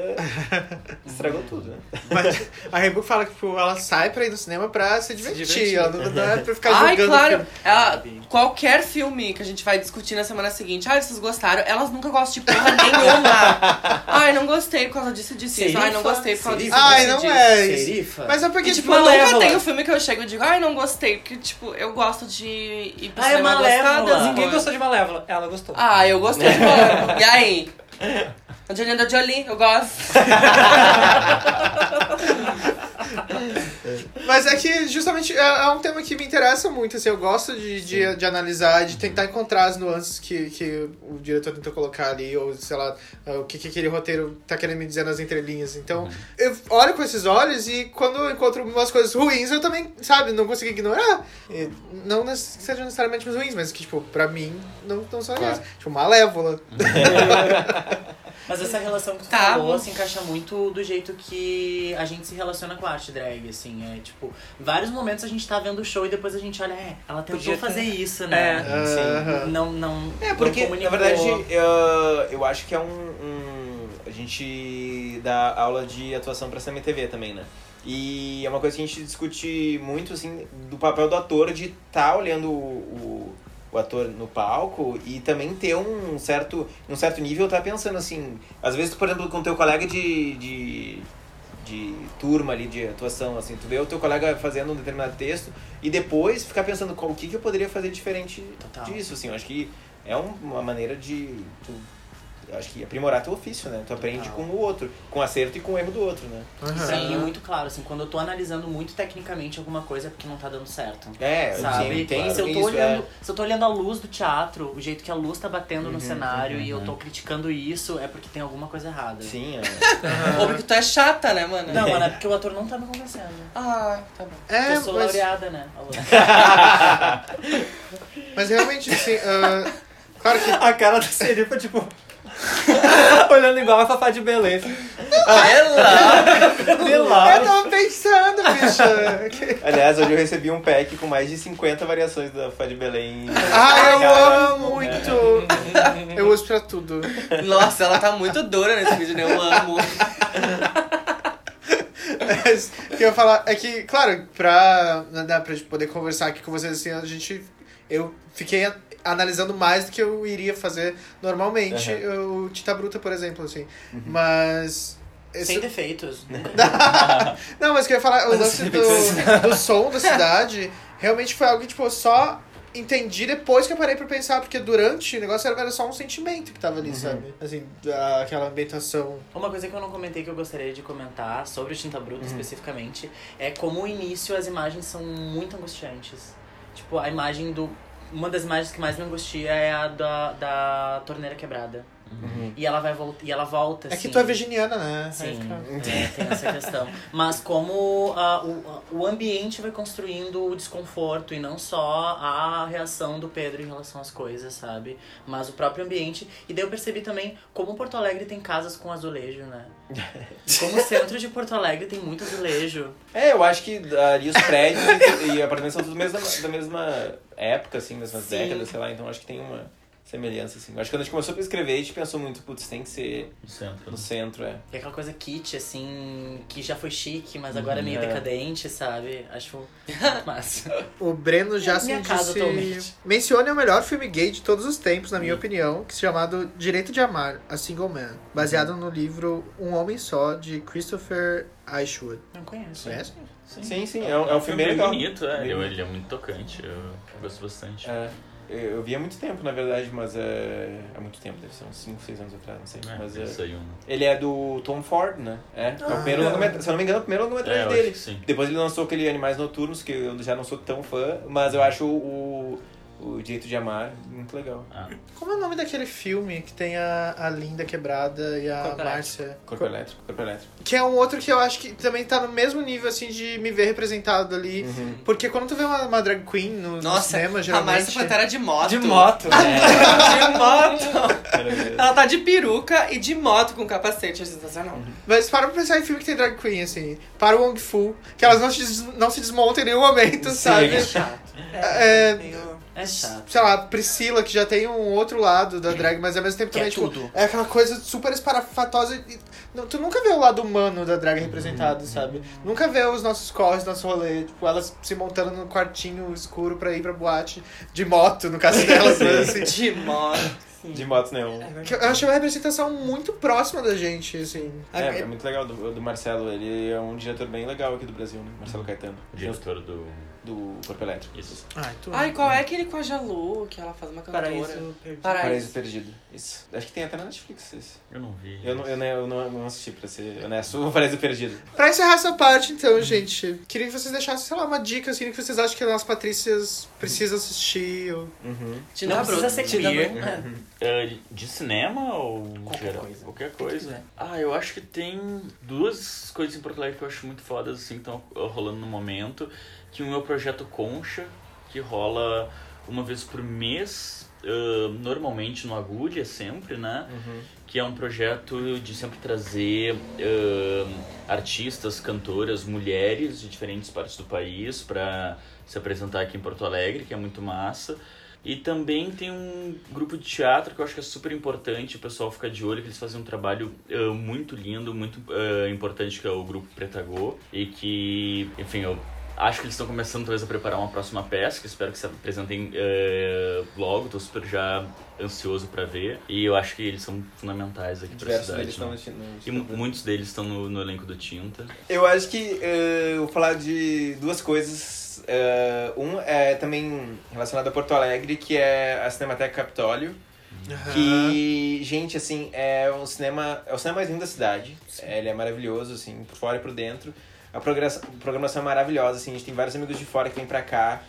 [SPEAKER 5] estragou tudo, né?
[SPEAKER 3] Mas a Rebu fala que tipo, ela sai pra ir no cinema pra se divertir.
[SPEAKER 2] divertir.
[SPEAKER 3] Ela não não é pra ficar
[SPEAKER 4] Ai,
[SPEAKER 3] julgando.
[SPEAKER 4] claro. É
[SPEAKER 3] filme.
[SPEAKER 1] Ah,
[SPEAKER 4] Ela- qualquer filme que a gente vai discutir na semana seguinte, ai, vocês gostaram? Elas nunca gostam de porra nenhuma. ai, não gostei por causa disso e disso. Ai, não
[SPEAKER 1] Serifa?
[SPEAKER 4] gostei por causa disso e disso.
[SPEAKER 3] Ai,
[SPEAKER 4] e
[SPEAKER 3] não
[SPEAKER 4] disso.
[SPEAKER 3] é isso.
[SPEAKER 1] Serifa?
[SPEAKER 3] Mas é
[SPEAKER 4] E,
[SPEAKER 3] porque,
[SPEAKER 4] tipo,
[SPEAKER 3] tipo,
[SPEAKER 4] eu nunca
[SPEAKER 3] malévola.
[SPEAKER 4] tem um filme que eu chego e digo, ai, não gostei. Porque, tipo, eu gosto de ir pro
[SPEAKER 1] Ah, é
[SPEAKER 4] cinema gostar
[SPEAKER 1] Malévola.
[SPEAKER 4] das
[SPEAKER 2] Ninguém
[SPEAKER 4] coisas.
[SPEAKER 2] gostou de Malévola. Ela gostou.
[SPEAKER 4] Ah, eu gostei de Malévola. E aí? Angelina Jolie, eu gosto.
[SPEAKER 3] Mas é que justamente é, é um tema que me interessa muito, assim, eu gosto de, de, de analisar, de tentar encontrar as nuances que, que o diretor tentou colocar ali, ou sei lá, é, o que, que aquele roteiro tá querendo me dizer nas entrelinhas. Então, eu olho com esses olhos e quando eu encontro umas coisas ruins, eu também, sabe, não consigo ignorar. E não necess- que sejam necessariamente as ruins, mas que, tipo, pra mim, não, não são
[SPEAKER 5] Claro.
[SPEAKER 3] ruins. Tipo, malévola.
[SPEAKER 1] Mas essa relação que tu
[SPEAKER 4] Tá.
[SPEAKER 1] falou se encaixa muito do jeito que a gente se relaciona com a arte drag, assim. É tipo, vários momentos a gente tá vendo o show e depois a gente olha, é, ela tentou
[SPEAKER 2] Podia ter-
[SPEAKER 1] fazer isso, né?
[SPEAKER 3] Aham.
[SPEAKER 1] Não, não.
[SPEAKER 5] É, porque,
[SPEAKER 1] não
[SPEAKER 5] na
[SPEAKER 1] comunicou.
[SPEAKER 5] verdade, eu, eu acho que é um, um- A gente dá aula de atuação pra cinema e TV também, né? E é uma coisa que a gente discute muito, assim, do papel do ator de estar olhando o, o, o ator no palco e também ter um certo, um certo nível, tá pensando assim. Às vezes, por exemplo, com teu colega de. de de turma ali de atuação, assim, tu vê o teu colega fazendo um determinado texto e depois ficar pensando qual o que, que eu poderia fazer diferente
[SPEAKER 1] Total.
[SPEAKER 5] disso, assim, eu acho que é um- uma maneira de tu, eu acho que aprimorar teu ofício, né? Tu aprende
[SPEAKER 1] Total.
[SPEAKER 5] com o outro, com o acerto e com o erro do outro, né?
[SPEAKER 1] Pra mim é
[SPEAKER 5] Aham.
[SPEAKER 1] muito claro, assim, quando eu tô analisando muito tecnicamente alguma coisa é porque não tá dando certo.
[SPEAKER 5] É,
[SPEAKER 1] Sabe?
[SPEAKER 5] sim, tem,
[SPEAKER 1] se, eu
[SPEAKER 5] tem
[SPEAKER 1] tô
[SPEAKER 5] isso,
[SPEAKER 1] olhando,
[SPEAKER 5] é.
[SPEAKER 1] se eu tô olhando a luz do teatro, o jeito que a luz tá batendo no cenário e eu tô criticando isso, é porque tem alguma coisa errada.
[SPEAKER 5] Sim, é.
[SPEAKER 4] Ou porque tu é chata, né, mano?
[SPEAKER 1] Não, mano, é porque o ator não tá me convencendo.
[SPEAKER 4] Ah, tá bom.
[SPEAKER 3] É,
[SPEAKER 1] eu sou
[SPEAKER 3] mas-
[SPEAKER 1] laureada, né? Alô.
[SPEAKER 3] Mas realmente, assim. ah, claro que.
[SPEAKER 2] A cara da Serifa, tipo. olhando igual a Fafá de Beleza. Ah, é Ela!
[SPEAKER 3] Eu
[SPEAKER 2] Beleza!
[SPEAKER 3] tava pensando, bicha.
[SPEAKER 5] Aliás, hoje eu recebi um pack com mais de 50 variações da Fá de Belém.
[SPEAKER 3] Ai, eu
[SPEAKER 5] Cara,
[SPEAKER 3] amo muito. Eu uso pra tudo.
[SPEAKER 4] Nossa, ela tá muito dura nesse vídeo, né? Eu amo.
[SPEAKER 3] Mas o que eu ia falar é que, claro, pra, né, pra gente poder conversar aqui com vocês, assim, a gente. Eu fiquei a- analisando mais do que eu iria fazer normalmente. O Tita Bruta, por exemplo, assim. Mas. esse-
[SPEAKER 1] Sem defeitos. nunca.
[SPEAKER 3] Não, mas que eu ia falar, o lance do, do som da cidade realmente foi algo que, tipo, eu só entendi depois que eu parei pra pensar, porque durante o negócio era só um sentimento que tava ali, sabe? Assim, da- aquela ambientação.
[SPEAKER 1] Uma coisa que eu não comentei que eu gostaria de comentar sobre o Tinta
[SPEAKER 3] Uhum.
[SPEAKER 1] Bruta especificamente é como o início as imagens são muito angustiantes. Tipo, a imagem do. Uma das imagens que mais me angustia é a da, da torneira quebrada.
[SPEAKER 5] Uhum.
[SPEAKER 7] E ela vai voltar. E ela volta.
[SPEAKER 3] É que
[SPEAKER 7] assim.
[SPEAKER 3] tu é virginiana, né?
[SPEAKER 7] Sim,
[SPEAKER 3] Aí fica-
[SPEAKER 7] é, tem essa questão. Mas como ah, o, o ambiente vai construindo o desconforto e não só a reação do Pedro em relação às coisas, sabe? Mas o próprio ambiente. E daí eu percebi também como Porto Alegre tem casas com azulejo, né? E como o centro de Porto Alegre tem muito azulejo.
[SPEAKER 5] É, eu acho que ali os prédios e, e apartamentos são tudo mesma, da mesma época, assim, mesmas
[SPEAKER 7] Sim.
[SPEAKER 5] décadas, sei lá, então acho que tem uma semelhança, assim. Acho que quando a gente começou a escrever, a gente pensou muito, putz, tem que ser
[SPEAKER 6] No centro.
[SPEAKER 5] no centro, é.
[SPEAKER 7] E aquela coisa kit, assim, que já foi chique, mas agora é meio
[SPEAKER 5] É.
[SPEAKER 7] decadente, sabe? Acho massa.
[SPEAKER 3] O Breno já se
[SPEAKER 7] É minha casa
[SPEAKER 3] disse...
[SPEAKER 7] atualmente.
[SPEAKER 3] Mencione o melhor filme gay de todos os tempos, na
[SPEAKER 4] Hum.
[SPEAKER 3] minha opinião, que se chamado Direito de Amar, A Single Man,
[SPEAKER 4] Hum.
[SPEAKER 3] baseado no livro Um Homem Só, de Christopher Ashwood.
[SPEAKER 7] Não conheço.
[SPEAKER 3] Conhece?
[SPEAKER 5] Sim, sim, é, um- é um filme bem
[SPEAKER 6] bem
[SPEAKER 5] legal.
[SPEAKER 6] bonito, é.
[SPEAKER 5] Bem
[SPEAKER 6] Eu-
[SPEAKER 5] bonito.
[SPEAKER 6] ele é muito tocante. Eu gosto bastante.
[SPEAKER 5] É, eu eu vi há muito tempo, na verdade, mas é, há muito tempo, deve ser uns 5, 6 anos atrás, não sei.
[SPEAKER 6] É,
[SPEAKER 5] mas é,
[SPEAKER 6] isso aí, um-
[SPEAKER 5] ele é do Tom Ford, né? É, é o primeiro
[SPEAKER 3] Ah.
[SPEAKER 5] longa-metra- se eu não me engano, é o primeiro
[SPEAKER 6] É,
[SPEAKER 5] longa-metragem
[SPEAKER 6] eu acho
[SPEAKER 5] dele.
[SPEAKER 6] que sim.
[SPEAKER 5] Depois ele lançou aquele Animais Noturnos, que eu já não sou tão fã, mas eu acho o, o Direito de Amar muito legal.
[SPEAKER 6] Ah,
[SPEAKER 3] Como é o nome daquele filme que tem a, a Linda Quebrada e a
[SPEAKER 2] Corpo
[SPEAKER 3] Márcia?
[SPEAKER 5] Corpo Elétrico, Corpo Elétrico.
[SPEAKER 3] Que é um outro que eu acho que também tá no mesmo nível, assim, de me ver representado ali. Porque quando tu vê uma, uma drag queen no, no
[SPEAKER 4] Hum. Nossa,
[SPEAKER 3] cinema,
[SPEAKER 4] a
[SPEAKER 3] geralmente...
[SPEAKER 4] Márcia Pantera de moto.
[SPEAKER 2] De moto.
[SPEAKER 4] De moto.
[SPEAKER 5] Maravilhoso.
[SPEAKER 4] Ela tá de peruca e de moto com capacete. É sensacional.
[SPEAKER 3] Mas para pra pensar em filme que tem drag queen, assim. Para o Wong Fu, que elas não, se des- não se desmontam em nenhum momento, sabe?
[SPEAKER 7] É chato.
[SPEAKER 3] É,
[SPEAKER 4] meio-
[SPEAKER 7] É chato.
[SPEAKER 3] sei lá, Priscila, que já tem um outro lado da drag, mas ao mesmo tempo
[SPEAKER 7] Que
[SPEAKER 3] também,
[SPEAKER 7] é
[SPEAKER 3] tipo,
[SPEAKER 7] tudo.
[SPEAKER 3] é aquela coisa super esparafatosa. e- não, tu nunca vê o lado humano da drag representado, sabe? Nunca vê os nossos corres, nosso rolê, tipo, elas se montando num quartinho escuro pra ir pra boate de moto, no caso delas, mas assim.
[SPEAKER 4] De moto.
[SPEAKER 5] De motos neon.
[SPEAKER 3] que Eu achei uma representação muito próxima da gente, assim.
[SPEAKER 5] É, é muito legal do, do Marcelo, ele é um diretor bem legal aqui do Brasil, né? Marcelo Caetano,
[SPEAKER 6] o diretor do.
[SPEAKER 5] do Corpo Elétrico.
[SPEAKER 6] Isso.
[SPEAKER 3] Ai, tu.
[SPEAKER 4] Ai, qual é aquele com a Jalu, que ela faz uma cantora?
[SPEAKER 2] Paraíso perdido.
[SPEAKER 4] Paraíso.
[SPEAKER 5] Paraíso Perdido. Isso. Acho que tem até na Netflix isso.
[SPEAKER 6] Eu não vi.
[SPEAKER 5] Eu não, eu não, eu não, eu não assisti, pra ser honesto, o Paraíso Perdido.
[SPEAKER 3] Pra encerrar essa parte, então, gente, queria que vocês deixassem, sei lá, uma dica, assim, do que vocês acham que as Patrícias precisam assistir. Ou...
[SPEAKER 5] Uhum.
[SPEAKER 7] Não precisa ser queer.
[SPEAKER 6] É, de cinema ou geral? Qualquer coisa. Ah, eu acho que tem duas coisas em Porto Alegre que eu acho muito fodas, assim, que estão rolando no momento. Que um é o projeto Concha, que rola uma vez por mês, ah, normalmente no Agulha, sempre, né? Que é um projeto de sempre trazer ah, artistas, cantoras, mulheres de diferentes partes do país para se apresentar aqui em Porto Alegre, que é muito massa. E também tem um grupo de teatro que eu acho que é super importante, o pessoal fica de olho, que eles fazem um trabalho eh, muito lindo, muito eh, importante, que é o grupo Pretagô. E que, enfim, eu acho que eles estão começando talvez a preparar uma próxima peça, que espero que se apresentem eh, logo, tô super já ansioso pra ver. E eu acho que eles são fundamentais aqui pra
[SPEAKER 5] Diversos deles
[SPEAKER 6] cidade.
[SPEAKER 5] estão
[SPEAKER 6] né?
[SPEAKER 5] no, no,
[SPEAKER 6] E mu- muitos deles estão no, no elenco do Tinta.
[SPEAKER 5] Eu acho que eh, eu vou falar de duas coisas. Eh, um é também relacionado a Porto Alegre, que é a Cinemateca Capitólio. Que, gente, assim, é um cinema. É o cinema mais lindo da cidade. Ele é maravilhoso, assim, por fora e por dentro. A progressa- programação é maravilhosa, assim, a gente tem vários amigos de fora que vêm pra cá.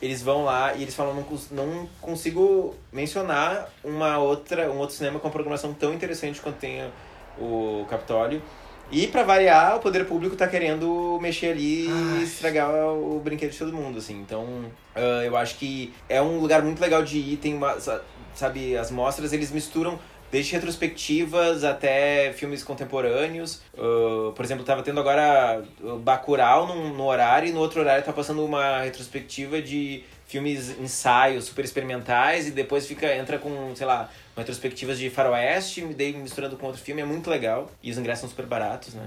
[SPEAKER 5] Eles vão lá e eles falam, não, cons- não consigo mencionar uma outra, um outro cinema com uma programação tão interessante quanto tem o Capitólio. E pra variar, o poder público tá querendo mexer ali e estragar o brinquedo de todo mundo, assim. Então, ah, eu acho que é um lugar muito legal de ir, tem uma, sa- sabe, as mostras, eles misturam desde retrospectivas até filmes contemporâneos. Ah, por exemplo, tava tendo agora ah, Bacurau num, no horário e no outro horário tá passando uma retrospectiva de filmes ensaios super experimentais e depois fica entra com, sei lá, uma retrospectivas de faroeste, me dei misturando com outro filme, é muito legal. E os ingressos são super baratos, né?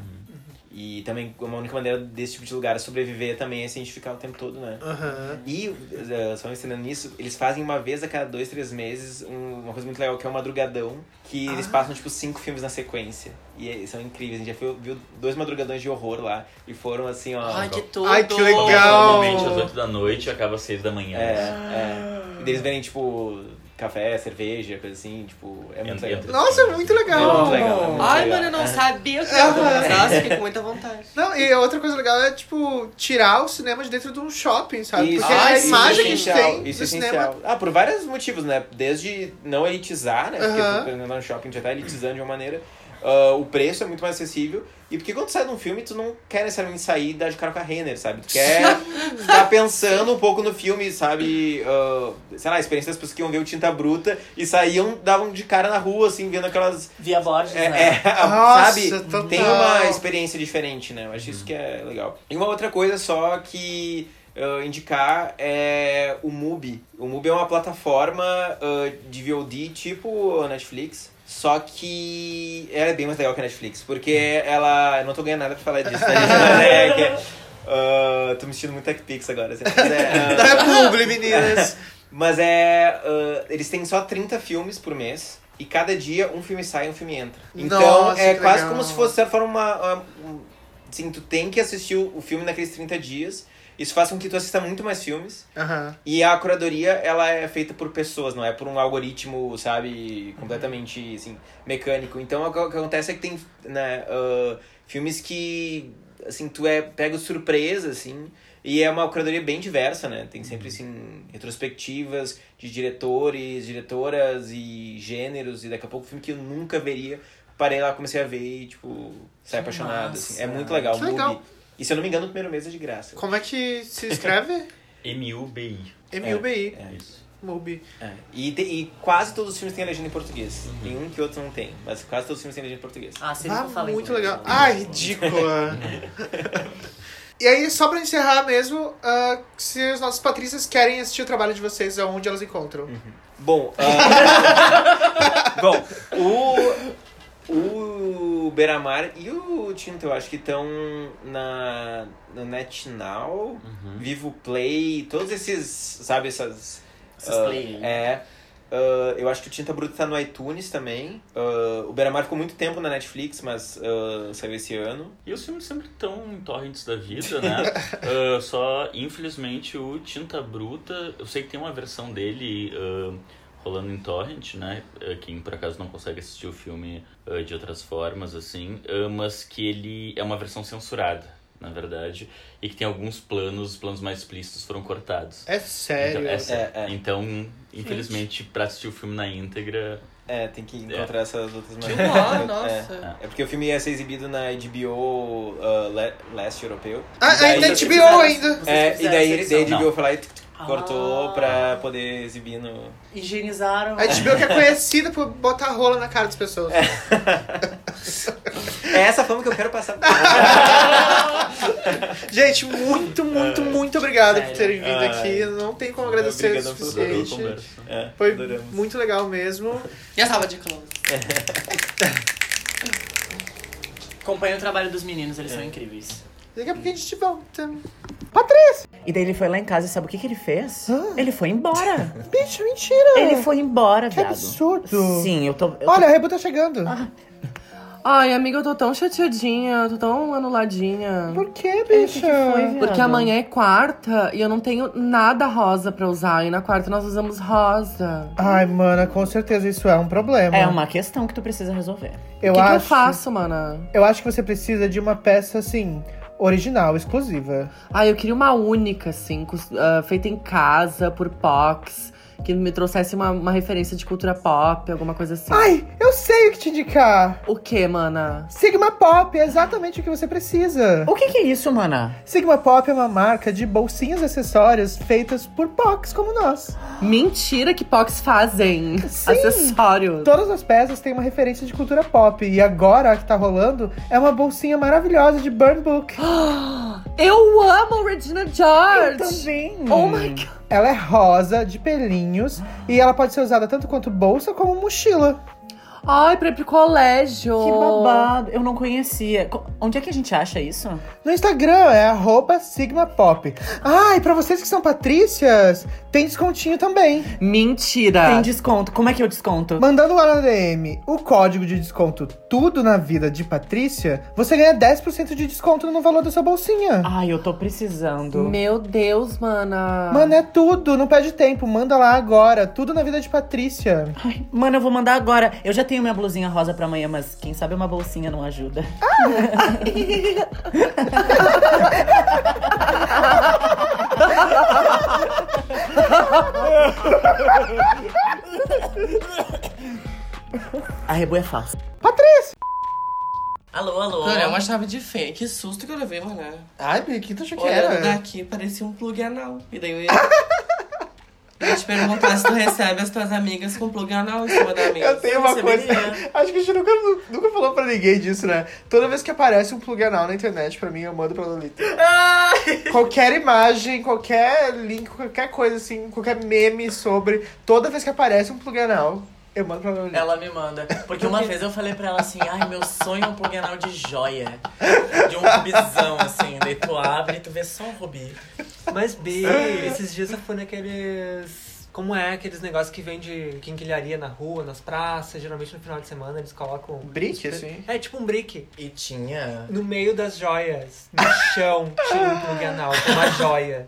[SPEAKER 5] E também é uma única maneira desse tipo de lugar sobreviver também é se a gente ficar o tempo todo, né?
[SPEAKER 3] Aham.
[SPEAKER 5] E, eh, só me ensinando nisso, eles fazem uma vez a cada dois, três meses um- uma coisa muito legal, que é o Madrugadão, que eles
[SPEAKER 4] Ah.
[SPEAKER 5] passam, tipo, cinco filmes na sequência. E eh, são incríveis. A gente já foi- viu dois madrugadões de horror lá. E foram, assim, ó...
[SPEAKER 4] Ai, que tudo.
[SPEAKER 3] Ai, que
[SPEAKER 6] Começa
[SPEAKER 3] Legal!
[SPEAKER 6] Normalmente às 8 da noite e acaba às 6 da manhã.
[SPEAKER 5] É, é. E deles é, verem, tipo, café, cerveja, coisa assim, tipo, é muito
[SPEAKER 6] Entra-
[SPEAKER 5] legal.
[SPEAKER 6] entra-
[SPEAKER 3] Nossa, é muito legal.
[SPEAKER 5] É muito legal. é muito
[SPEAKER 4] Ai,
[SPEAKER 5] legal.
[SPEAKER 4] mano, eu não sabia que era
[SPEAKER 3] Aham.
[SPEAKER 4] Nossa, fiquei com muita vontade.
[SPEAKER 3] Não, e outra coisa legal é, tipo, tirar o cinema de dentro de um shopping, sabe?
[SPEAKER 5] Isso, é
[SPEAKER 3] Porque
[SPEAKER 4] Ah,
[SPEAKER 3] a
[SPEAKER 4] sim,
[SPEAKER 3] imagem que a gente
[SPEAKER 5] essencial,
[SPEAKER 3] tem
[SPEAKER 5] isso é
[SPEAKER 3] do cinema.
[SPEAKER 5] essencial. Ah, por vários motivos, né? Desde não elitizar, né?
[SPEAKER 3] Aham.
[SPEAKER 5] Porque no shopping já tá elitizando de uma maneira. Ah, o preço é muito mais acessível. E porque quando tu sai de um filme, tu não quer necessariamente sair e dar de cara com a Renner, sabe? Tu quer ficar pensando um pouco no filme, sabe? Ah, sei lá, a experiência das pessoas que iam ver o Tinta Bruta e saíam, davam de cara na rua, assim, vendo aquelas.
[SPEAKER 8] Via Borges,
[SPEAKER 5] É,
[SPEAKER 8] né?
[SPEAKER 5] é, a-
[SPEAKER 3] Nossa,
[SPEAKER 5] sabe?
[SPEAKER 3] total.
[SPEAKER 5] Tem uma experiência diferente, né? Eu acho isso que é legal. E uma outra coisa só que ah, indicar é o Mubi. O Mubi é uma plataforma ah, de VOD tipo a Netflix. Só que ela é bem mais legal que a Netflix, porque ela. Eu não tô ganhando nada pra falar disso, né? gente? Mas é que é- ah, tô me sentindo muito TechPix agora. Assim, mas é, ah,
[SPEAKER 3] Não é publi, meninas.
[SPEAKER 5] mas é. ah, eles têm só 30 filmes por mês. E cada dia um filme sai e um filme entra. Então
[SPEAKER 3] Nossa,
[SPEAKER 5] é
[SPEAKER 3] que
[SPEAKER 5] quase
[SPEAKER 3] legal.
[SPEAKER 5] como se fosse de certa forma uma. uma- um- assim, tu tem que assistir o o filme naqueles 30 dias. Isso faz com que tu assista muito mais filmes.
[SPEAKER 3] Aham.
[SPEAKER 5] E a curadoria, ela é feita por pessoas, não é por um algoritmo, sabe,
[SPEAKER 3] Uhum.
[SPEAKER 5] completamente, assim, mecânico. Então, o que o que acontece é que tem, né, ah, filmes que, assim, tu é pego surpresa, assim, e é uma curadoria bem diversa, né? Tem sempre,
[SPEAKER 3] Uhum.
[SPEAKER 5] assim, retrospectivas de diretores, diretoras e gêneros, e daqui a pouco filme que eu nunca veria. Parei lá, comecei a ver e, tipo, saí apaixonado, assim. É
[SPEAKER 8] massa.
[SPEAKER 5] muito legal,
[SPEAKER 3] Que
[SPEAKER 5] o Mubi.
[SPEAKER 3] legal.
[SPEAKER 5] E se eu não me engano, o primeiro mês é de graça.
[SPEAKER 3] Como é que se escreve?
[SPEAKER 6] MUBI.
[SPEAKER 3] M-U-B-I.
[SPEAKER 5] É.
[SPEAKER 6] É isso.
[SPEAKER 3] Mubi.
[SPEAKER 5] É, E, te- e quase todos os filmes têm a legenda em português. Tem um que outro não tem, mas quase todos os filmes têm legenda em português.
[SPEAKER 8] Ah, seria que eu
[SPEAKER 3] Ah,
[SPEAKER 8] falei.
[SPEAKER 3] muito
[SPEAKER 8] também.
[SPEAKER 1] né?
[SPEAKER 3] legal. Ah, ridícula. E aí, só pra encerrar mesmo, ah, se as nossas Patrícias querem assistir o trabalho de vocês, aonde elas encontram?
[SPEAKER 5] Hum. Bom, ah, bom, o o Beramar e o Tinto eu acho que estão na no NetNow, Vivo Play, todos esses, sabe, essas
[SPEAKER 8] Esses
[SPEAKER 5] ah,
[SPEAKER 8] play.
[SPEAKER 5] É. Ah, eu acho que o Tinta Bruta tá no iTunes também. Ah, o Beramar ficou muito tempo na Netflix, mas ah, saiu esse ano.
[SPEAKER 6] E os filmes sempre estão em torrents da vida, né? Ah, só, infelizmente, o Tinta Bruta, eu sei que tem uma versão dele ah, rolando em torrent, né? Ah, quem, por acaso, não consegue assistir o filme ah, de outras formas, assim. ah, mas que ele é uma versão censurada, na verdade. E que tem alguns planos, os planos mais explícitos foram cortados.
[SPEAKER 3] É
[SPEAKER 6] Então,
[SPEAKER 3] sério.
[SPEAKER 6] é sério.
[SPEAKER 5] É, é.
[SPEAKER 6] Então, infelizmente, pra assistir o filme na íntegra,
[SPEAKER 5] É, tem que encontrar essas outras
[SPEAKER 4] Que
[SPEAKER 5] maneiras.
[SPEAKER 4] uau,
[SPEAKER 5] É.
[SPEAKER 4] nossa.
[SPEAKER 5] É porque o filme ia ser exibido na HBO uh, Le- Leste Europeu.
[SPEAKER 3] Ah,
[SPEAKER 5] E daí-
[SPEAKER 3] ainda
[SPEAKER 8] se
[SPEAKER 3] HBO
[SPEAKER 8] fizeram-
[SPEAKER 3] ainda.
[SPEAKER 8] vocês
[SPEAKER 5] É, e
[SPEAKER 8] fizeram
[SPEAKER 5] daí
[SPEAKER 8] essa
[SPEAKER 5] daí a
[SPEAKER 8] edição.
[SPEAKER 5] HBO foi lá e tuc, tuc,
[SPEAKER 8] Ah.
[SPEAKER 5] cortou pra poder exibir no.
[SPEAKER 8] Higienizaram.
[SPEAKER 3] A HBO que é conhecida por botar rola na cara das pessoas.
[SPEAKER 5] É essa fama que eu quero passar.
[SPEAKER 3] Gente, muito, muito, muito obrigado por terem vindo
[SPEAKER 5] Ai.
[SPEAKER 3] aqui. Não tem como agradecer
[SPEAKER 5] Obrigado
[SPEAKER 3] o
[SPEAKER 5] pelo
[SPEAKER 3] suficiente.
[SPEAKER 6] conversa.
[SPEAKER 5] É,
[SPEAKER 3] Foi
[SPEAKER 5] adoramos.
[SPEAKER 3] muito legal mesmo.
[SPEAKER 4] E a salva de close.
[SPEAKER 8] Acompanha o trabalho dos meninos, eles
[SPEAKER 5] É.
[SPEAKER 8] são incríveis.
[SPEAKER 3] Daqui a pouco a gente volta.
[SPEAKER 1] E daí ele foi lá em casa e sabe o que, que ele fez?
[SPEAKER 3] Ah.
[SPEAKER 1] Ele foi embora.
[SPEAKER 3] Bicho, mentira!
[SPEAKER 1] ele foi embora, viado.
[SPEAKER 3] absurdo.
[SPEAKER 1] Sim, eu tô. eu tô-
[SPEAKER 3] Olha, a Rebu tá chegando.
[SPEAKER 4] Ai, amiga, eu tô tão chateadinha, tô tão anuladinha.
[SPEAKER 3] Por que, bicha?
[SPEAKER 1] É, foi,
[SPEAKER 4] Porque
[SPEAKER 1] viado?
[SPEAKER 4] amanhã é quarta e eu não tenho nada rosa pra usar. E na quarta nós usamos rosa.
[SPEAKER 3] Ai, mana, com certeza isso é um problema.
[SPEAKER 1] É uma questão que tu precisa resolver.
[SPEAKER 4] O
[SPEAKER 3] Eu
[SPEAKER 4] que, que eu
[SPEAKER 3] acho.
[SPEAKER 4] faço, mana?
[SPEAKER 3] Eu acho que você precisa de uma peça assim. Original, exclusiva.
[SPEAKER 4] Ai, Ah, eu queria uma única, assim, cus- ah, feita em casa, por Pox, que me trouxesse uma, uma referência de cultura pop, alguma coisa assim.
[SPEAKER 3] Ai, eu sei o que te indicar.
[SPEAKER 4] O que, mana?
[SPEAKER 3] Sigma Pop é exatamente o que você precisa.
[SPEAKER 1] O que, que é isso, mana?
[SPEAKER 3] Sigma Pop é uma marca de bolsinhas e acessórios feitas por POCs como nós.
[SPEAKER 4] Mentira que Pox fazem
[SPEAKER 3] Sim.
[SPEAKER 4] acessórios.
[SPEAKER 3] Todas as peças têm uma referência de cultura pop. E agora a que tá rolando é uma bolsinha maravilhosa de Burn Book.
[SPEAKER 4] Eu amo Regina George!
[SPEAKER 1] também.
[SPEAKER 4] Oh my god!
[SPEAKER 3] Ela é rosa, de pelinhos, e ela pode ser usada tanto quanto bolsa como mochila.
[SPEAKER 9] Ai, pra ir pro colégio.
[SPEAKER 10] Que babado, eu não conhecia. Co- Onde é que a gente acha isso?
[SPEAKER 3] No Instagram é arroba sigmapop. Ah, e pra vocês que são patrícias, tem descontinho também.
[SPEAKER 10] Mentira! Tem desconto. Como é que eu desconto?
[SPEAKER 3] Mandando lá na DM o código de desconto Tudo na Vida de Patrícia, você ganha 10% de desconto no valor da sua bolsinha.
[SPEAKER 10] Ai, eu tô precisando.
[SPEAKER 9] Meu Deus,
[SPEAKER 4] Ah.
[SPEAKER 9] mana.
[SPEAKER 3] Mano, é tudo, não perde tempo, manda lá agora. Tudo na vida de Patrícia.
[SPEAKER 10] Ai, mano, eu vou mandar agora. Eu já tenho minha blusinha rosa pra amanhã, mas quem sabe uma bolsinha não ajuda. A Rebu é falsa.
[SPEAKER 1] Alô, alô.
[SPEAKER 4] Cara, é uma chave de fé. Que susto que eu levei, mano.
[SPEAKER 3] Ai, Periquita, achou
[SPEAKER 4] Olhando
[SPEAKER 2] né?
[SPEAKER 4] daqui, parecia um plug anal. E daí eu ia... eu ia te perguntar se tu recebe as tuas amigas com plug anal em cima da mesa.
[SPEAKER 3] Eu tenho uma
[SPEAKER 1] Você
[SPEAKER 3] coisa.
[SPEAKER 1] deveria.
[SPEAKER 3] Acho que a gente nunca, nunca falou pra ninguém disso, né? Toda vez que aparece um plug anal na internet, pra mim, eu mando pra Lolita. qualquer imagem, qualquer link, qualquer coisa assim, qualquer meme sobre. Toda vez que aparece um plug anal, eu mando pra Lolita.
[SPEAKER 1] Ela me manda. Porque uma vez eu falei pra ela assim, ai, meu sonho é um plug anal de joia. De um rubizão, assim. Daí tu abre e tu vê só um rubi.
[SPEAKER 2] Mas, B, esses dias eu fui naqueles. Como é aqueles negócios que vende quinquilharia na rua, nas praças? Geralmente no final de semana eles colocam.
[SPEAKER 3] Brick, assim?
[SPEAKER 2] É tipo um brick.
[SPEAKER 1] E tinha...
[SPEAKER 2] No meio das joias, no chão, tinha um plug anal com uma joia.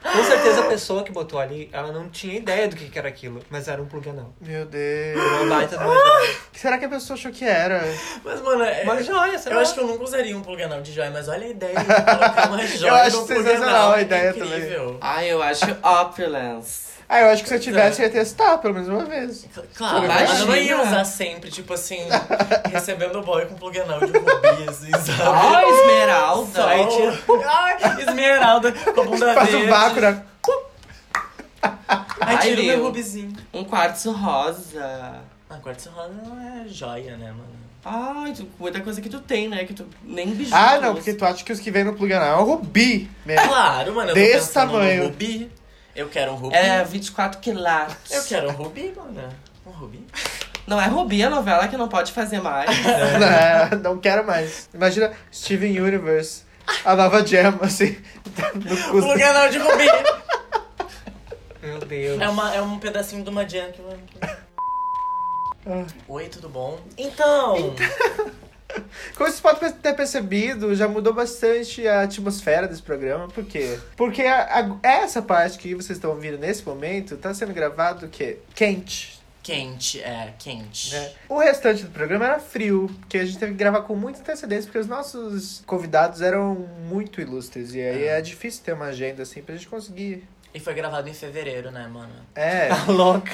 [SPEAKER 2] Com certeza a pessoa que botou ali, ela não tinha ideia do que que era aquilo, mas era um plug anal.
[SPEAKER 3] Meu Deus.
[SPEAKER 2] Uma baita de uma joia.
[SPEAKER 3] O que será que a pessoa achou que era?
[SPEAKER 1] Mas, mano, é-
[SPEAKER 2] Uma joia, será?
[SPEAKER 1] eu
[SPEAKER 3] tá.
[SPEAKER 1] acho que eu nunca usaria um plug anal de joia, mas olha a ideia de colocar uma joia
[SPEAKER 3] acho
[SPEAKER 1] num plug
[SPEAKER 3] sensacional
[SPEAKER 1] anal,
[SPEAKER 3] a ideia
[SPEAKER 1] incrível.
[SPEAKER 4] Ai, eu acho opulence.
[SPEAKER 3] Ah, eu acho que se eu tivesse, eu ia testar, pelo menos uma vez.
[SPEAKER 1] Claro,
[SPEAKER 4] Imagina.
[SPEAKER 1] mas eu não ia usar sempre, tipo assim, recebendo o boy com plug anal de rubis, e sabe?
[SPEAKER 4] Ai, esmeralda.
[SPEAKER 1] Ai, tira- Ai, esmeralda com a bunda
[SPEAKER 3] Faz
[SPEAKER 1] verde.
[SPEAKER 3] um vácuo, né?
[SPEAKER 1] Ai, tira o
[SPEAKER 4] Ai,
[SPEAKER 1] meu
[SPEAKER 4] meu.
[SPEAKER 1] rubizinho.
[SPEAKER 4] Um quartzo rosa.
[SPEAKER 1] Ah, quartzo rosa não é joia, né, mano?
[SPEAKER 4] Ai, tu, muita coisa que tu tem, né? Que tu nem assim. biju.
[SPEAKER 3] Ah,
[SPEAKER 4] tu
[SPEAKER 3] não,
[SPEAKER 4] usa.
[SPEAKER 3] porque tu acha que os que vêm no plug anal é o rubi mesmo.
[SPEAKER 1] Claro, mano, eu tô
[SPEAKER 3] Desse
[SPEAKER 1] pensando
[SPEAKER 3] tamanho.
[SPEAKER 1] no rubi. Eu quero um rubi.
[SPEAKER 4] É 24 quilates.
[SPEAKER 1] Eu quero um rubi, mano. Um rubi.
[SPEAKER 4] Não é Rubi a novela que não pode fazer mais.
[SPEAKER 3] Não, não quero mais. Imagina Steven Universe, a nova gema, assim, no cu.
[SPEAKER 1] Plug anal de rubi.
[SPEAKER 2] Meu Deus.
[SPEAKER 1] É, uma, é um pedacinho de uma jam que Oi, tudo bom? Então,
[SPEAKER 3] Como vocês podem ter percebido, já mudou bastante a atmosfera desse programa. Por quê? Porque a- a- essa parte que vocês estão ouvindo nesse momento tá sendo gravado o quê? Quente.
[SPEAKER 1] quente, é, quente.
[SPEAKER 3] né? O restante do programa era frio, porque a gente teve que gravar com muita antecedência, porque os nossos convidados eram muito ilustres. E aí é difícil ter uma agenda assim pra gente conseguir.
[SPEAKER 1] E foi gravado em fevereiro, né, mano?
[SPEAKER 3] É.
[SPEAKER 4] Tá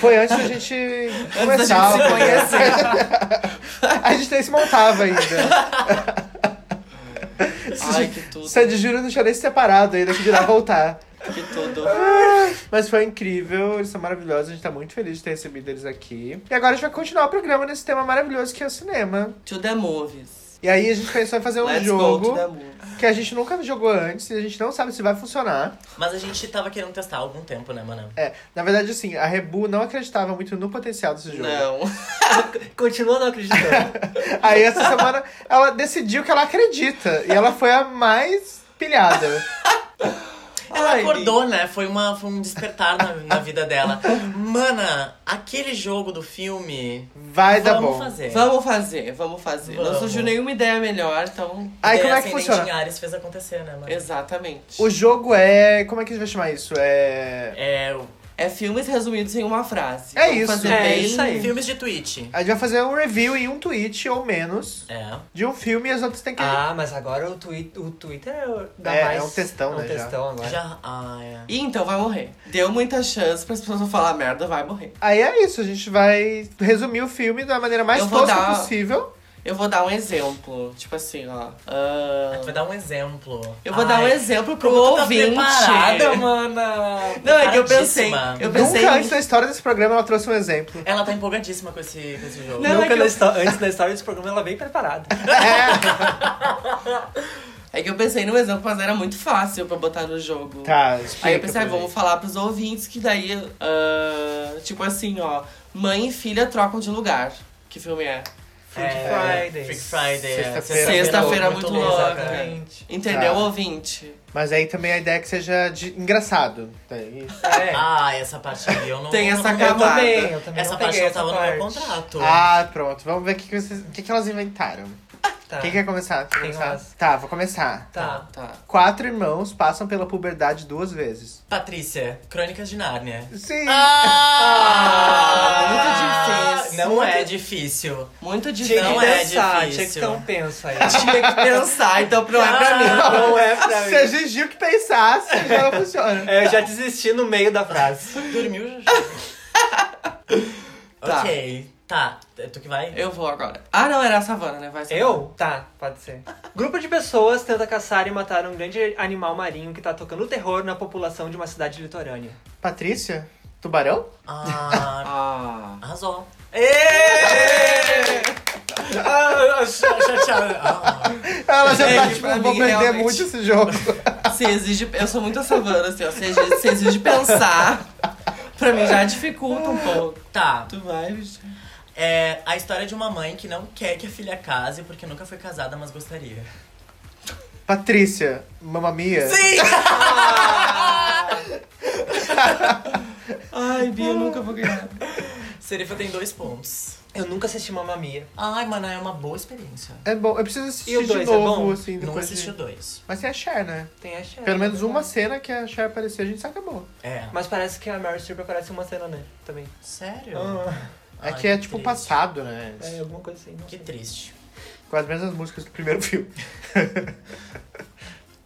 [SPEAKER 3] Foi antes da gente começar.
[SPEAKER 4] gente se
[SPEAKER 3] a gente nem se montava ainda.
[SPEAKER 4] Ai, que tudo,
[SPEAKER 3] Sandy Júnior não tinha nem se separado ainda, que dirá voltar.
[SPEAKER 4] que tudo.
[SPEAKER 3] Mas foi incrível, eles são maravilhosos, a gente tá muito feliz de ter recebido eles aqui. E agora a gente vai continuar o programa nesse tema maravilhoso que é o cinema.
[SPEAKER 4] To the movies.
[SPEAKER 3] E aí a gente pensou em fazer um
[SPEAKER 4] Let's go to
[SPEAKER 3] jogo
[SPEAKER 4] the movies.
[SPEAKER 3] que a gente nunca jogou antes e a gente não sabe se vai funcionar.
[SPEAKER 1] Mas a gente tava querendo testar há algum tempo, né, mano?
[SPEAKER 3] É, na verdade, assim, a Rebu não acreditava muito no potencial desse jogo.
[SPEAKER 4] Não.
[SPEAKER 2] Continua não acreditando.
[SPEAKER 3] Aí essa semana ela decidiu que ela acredita. E ela foi a mais pilhada.
[SPEAKER 1] Ela
[SPEAKER 4] Ai,
[SPEAKER 1] acordou, né? Foi, uma, foi um despertar na, na vida dela. Mana, aquele jogo do filme.
[SPEAKER 3] Vai dar
[SPEAKER 1] vamos
[SPEAKER 3] tá bom.
[SPEAKER 2] É.
[SPEAKER 1] fazer.
[SPEAKER 4] Vamos fazer, vamos fazer.
[SPEAKER 1] Vamos.
[SPEAKER 4] Não surgiu nenhuma ideia melhor, então.
[SPEAKER 1] Daí
[SPEAKER 3] Aí como é que
[SPEAKER 1] Ascendente
[SPEAKER 3] funciona?
[SPEAKER 1] em Ares fez acontecer, né, mano?
[SPEAKER 4] Exatamente.
[SPEAKER 3] O jogo é. Como é que a gente vai chamar isso? É.
[SPEAKER 1] É, o-
[SPEAKER 4] É filmes resumidos em uma frase.
[SPEAKER 3] É
[SPEAKER 4] Vamos
[SPEAKER 3] isso.
[SPEAKER 4] fazer
[SPEAKER 2] É
[SPEAKER 4] bem-
[SPEAKER 2] isso aí.
[SPEAKER 1] filmes de tweet.
[SPEAKER 3] A gente vai fazer um review em um tweet ou menos
[SPEAKER 1] É.
[SPEAKER 3] de um filme e as outras têm que.
[SPEAKER 2] Ah, mas agora o, twi o Twitter é- dá
[SPEAKER 3] É,
[SPEAKER 2] mais.
[SPEAKER 3] é um textão,
[SPEAKER 2] é um
[SPEAKER 3] né, já.
[SPEAKER 2] textão agora.
[SPEAKER 1] Já. Ah, é.
[SPEAKER 4] Ih, então vai morrer. Deu muita chance para as pessoas falar merda, vai morrer.
[SPEAKER 3] Aí é isso, a gente vai resumir o filme da maneira mais
[SPEAKER 4] Eu vou
[SPEAKER 3] tosca
[SPEAKER 4] dar-
[SPEAKER 3] possível.
[SPEAKER 4] Eu vou dar um exemplo, tipo assim, ó.
[SPEAKER 1] Tu
[SPEAKER 4] Ahn,
[SPEAKER 1] vai dar um exemplo.
[SPEAKER 4] eu vou dar um
[SPEAKER 1] Ai,
[SPEAKER 4] exemplo pro
[SPEAKER 1] Como tu tá
[SPEAKER 4] ouvinte.
[SPEAKER 11] É.
[SPEAKER 1] preparada, mana?
[SPEAKER 4] Não, é que eu pensei.
[SPEAKER 1] Preparadíssima.
[SPEAKER 4] Eu pensei.
[SPEAKER 3] Nunca antes na história desse programa ela trouxe um exemplo.
[SPEAKER 1] Ela tá empolgadíssima com esse, com esse jogo.
[SPEAKER 4] Não, é
[SPEAKER 2] Nunca
[SPEAKER 4] que
[SPEAKER 2] na
[SPEAKER 4] eu-
[SPEAKER 2] histó- antes da história desse programa ela veio preparada.
[SPEAKER 4] É que eu pensei no exemplo, mas era muito fácil pra botar no jogo.
[SPEAKER 3] Tá, explica.
[SPEAKER 4] Aí eu pensei, ah,
[SPEAKER 3] pra
[SPEAKER 4] vamos
[SPEAKER 3] gente.
[SPEAKER 4] falar pros ouvintes que daí, ah, tipo assim, ó, mãe e filha trocam de lugar.
[SPEAKER 11] Que filme é?
[SPEAKER 2] É, Freak Friday.
[SPEAKER 1] Freak Friday. é.
[SPEAKER 3] Sexta-feira.
[SPEAKER 11] Sexta-feira muito louca.
[SPEAKER 2] Exatamente.
[SPEAKER 11] Entendeu,
[SPEAKER 3] Tá.
[SPEAKER 11] ouvinte?
[SPEAKER 3] Mas aí também a ideia é que seja de... engraçado. Tá Daí-
[SPEAKER 2] É.
[SPEAKER 1] Ah, essa parte aí eu não.
[SPEAKER 11] Tem
[SPEAKER 1] eu
[SPEAKER 11] essa
[SPEAKER 1] não-
[SPEAKER 2] Eu
[SPEAKER 11] cavada.
[SPEAKER 2] também, eu também
[SPEAKER 1] Essa
[SPEAKER 2] não
[SPEAKER 1] parte
[SPEAKER 2] peguei
[SPEAKER 1] não
[SPEAKER 2] essa
[SPEAKER 1] tava no
[SPEAKER 2] parte.
[SPEAKER 1] meu contrato.
[SPEAKER 3] Ah, pronto. Vamos ver o que, que, vocês- o que, que elas inventaram.
[SPEAKER 2] Tá.
[SPEAKER 3] Quem quer começar? Quer
[SPEAKER 2] Quem
[SPEAKER 3] começar?
[SPEAKER 2] começa?
[SPEAKER 3] Tá, vou começar.
[SPEAKER 2] Tá.
[SPEAKER 11] Tá.
[SPEAKER 3] Quatro irmãos passam pela puberdade duas vezes.
[SPEAKER 1] Patrícia, Crônicas de Nárnia.
[SPEAKER 3] Sim.
[SPEAKER 1] Ah,
[SPEAKER 11] muito difícil.
[SPEAKER 1] Não
[SPEAKER 11] Muito-
[SPEAKER 1] é difícil.
[SPEAKER 11] Muito difícil.
[SPEAKER 2] Tinha que
[SPEAKER 1] Não é
[SPEAKER 2] pensar, tinha que
[SPEAKER 1] difícil.
[SPEAKER 2] ter um penso aí.
[SPEAKER 11] Tinha que pensar, então não é pra
[SPEAKER 1] Ah!
[SPEAKER 11] mim.
[SPEAKER 2] Não é pra
[SPEAKER 3] Se a Gigi que pensasse, já não funciona.
[SPEAKER 2] É, Eu já desisti no meio da frase.
[SPEAKER 1] Dormiu já.
[SPEAKER 11] Tá.
[SPEAKER 1] Ok, tá. É tu que vai?
[SPEAKER 11] Eu vou agora. Ah, não, era a savana, né? Vai Savana.
[SPEAKER 2] Eu? Tá, pode ser. Grupo de pessoas tenta caçar e matar um grande animal marinho que tá tocando terror na população de uma cidade litorânea.
[SPEAKER 3] Patrícia? Tubarão?
[SPEAKER 1] Ah,
[SPEAKER 11] Ah.
[SPEAKER 1] arrasou.
[SPEAKER 3] Ah, Ela já
[SPEAKER 11] É,
[SPEAKER 3] tá
[SPEAKER 11] que
[SPEAKER 3] tipo,
[SPEAKER 11] pra
[SPEAKER 3] vou
[SPEAKER 11] mim,
[SPEAKER 3] perder
[SPEAKER 11] realmente.
[SPEAKER 3] muito esse jogo.
[SPEAKER 11] Se exige. Eu sou muito a savana, assim, ó. Se exige, se exige pensar, pra mim já dificulta um pouco.
[SPEAKER 1] Tá.
[SPEAKER 11] Tu vai, bicho.
[SPEAKER 1] É a história de uma mãe que não quer que a filha case porque nunca foi casada, mas gostaria.
[SPEAKER 3] Patrícia, mamamia. Sim!
[SPEAKER 11] Ai, Bia, eu nunca vou ganhar.
[SPEAKER 1] Serifa tem dois pontos.
[SPEAKER 2] Eu nunca assisti Mamma Mia.
[SPEAKER 1] Ai, mano, é uma boa experiência.
[SPEAKER 3] É bom, eu preciso
[SPEAKER 2] E o
[SPEAKER 3] assistir de
[SPEAKER 2] dois, é
[SPEAKER 3] novo,
[SPEAKER 2] bom?
[SPEAKER 3] assim,
[SPEAKER 1] Não
[SPEAKER 3] depois. de-
[SPEAKER 1] assistiu dois.
[SPEAKER 3] Mas tem a Cher, né?
[SPEAKER 2] Tem a
[SPEAKER 4] É,
[SPEAKER 2] Cher.
[SPEAKER 3] Pelo menos
[SPEAKER 2] né?
[SPEAKER 3] uma cena que a Cher apareceu, a gente se acabou.
[SPEAKER 1] É.
[SPEAKER 2] Mas parece que a Meryl Streep aparece em uma cena, né? Também.
[SPEAKER 1] Sério?
[SPEAKER 3] É
[SPEAKER 11] Ah.
[SPEAKER 1] Ai,
[SPEAKER 3] que é tipo
[SPEAKER 1] triste.
[SPEAKER 3] passado, né?
[SPEAKER 2] É, alguma coisa assim. não
[SPEAKER 1] Que
[SPEAKER 2] sei.
[SPEAKER 1] triste.
[SPEAKER 3] Com as mesmas músicas do primeiro filme.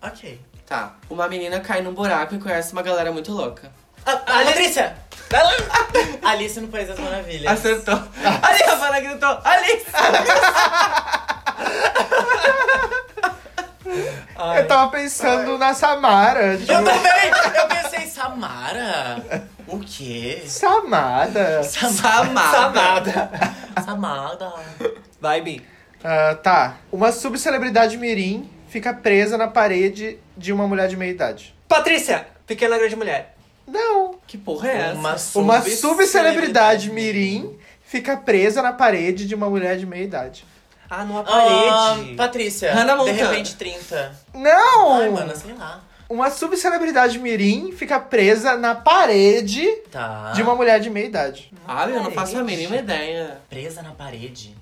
[SPEAKER 1] Ok.
[SPEAKER 11] Tá. Uma menina cai num buraco e conhece uma galera muito louca.
[SPEAKER 1] Ah, Patrícia! Vai lá! Alice no País das Maravilhas.
[SPEAKER 11] Acertou. Ali, a Savana gritou. Ali!
[SPEAKER 2] Ai,
[SPEAKER 3] eu tava pensando na Samara. Tipo,
[SPEAKER 1] Eu também! Eu pensei, Samara? O quê?
[SPEAKER 3] Samara.
[SPEAKER 11] Samada.
[SPEAKER 1] Samara.
[SPEAKER 2] Vai, Bi.
[SPEAKER 3] Ah, tá. Uma subcelebridade mirim fica presa na parede de uma mulher de meia idade.
[SPEAKER 2] Patrícia! Pequena Grande Mulher.
[SPEAKER 3] Não.
[SPEAKER 11] Que porra é essa?
[SPEAKER 3] Uma subcelebridade mirim fica presa na parede de uma mulher de meia idade.
[SPEAKER 2] Ah, numa
[SPEAKER 1] Parede.
[SPEAKER 2] parede.
[SPEAKER 1] Ah, Patrícia,
[SPEAKER 11] Hannah
[SPEAKER 1] de
[SPEAKER 11] Montana.
[SPEAKER 1] repente 30.
[SPEAKER 3] Não!
[SPEAKER 1] Ai, mano, sei lá.
[SPEAKER 3] Uma subcelebridade mirim fica presa na parede
[SPEAKER 1] Tá.
[SPEAKER 3] de uma mulher de meia idade.
[SPEAKER 11] Ah, eu não faço a mínima ideia.
[SPEAKER 1] Presa na parede.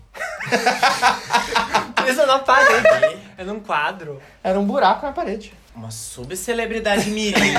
[SPEAKER 2] Presa na parede.
[SPEAKER 1] E
[SPEAKER 2] É num quadro.
[SPEAKER 3] Era um buraco na parede.
[SPEAKER 1] uma subcelebridade mirim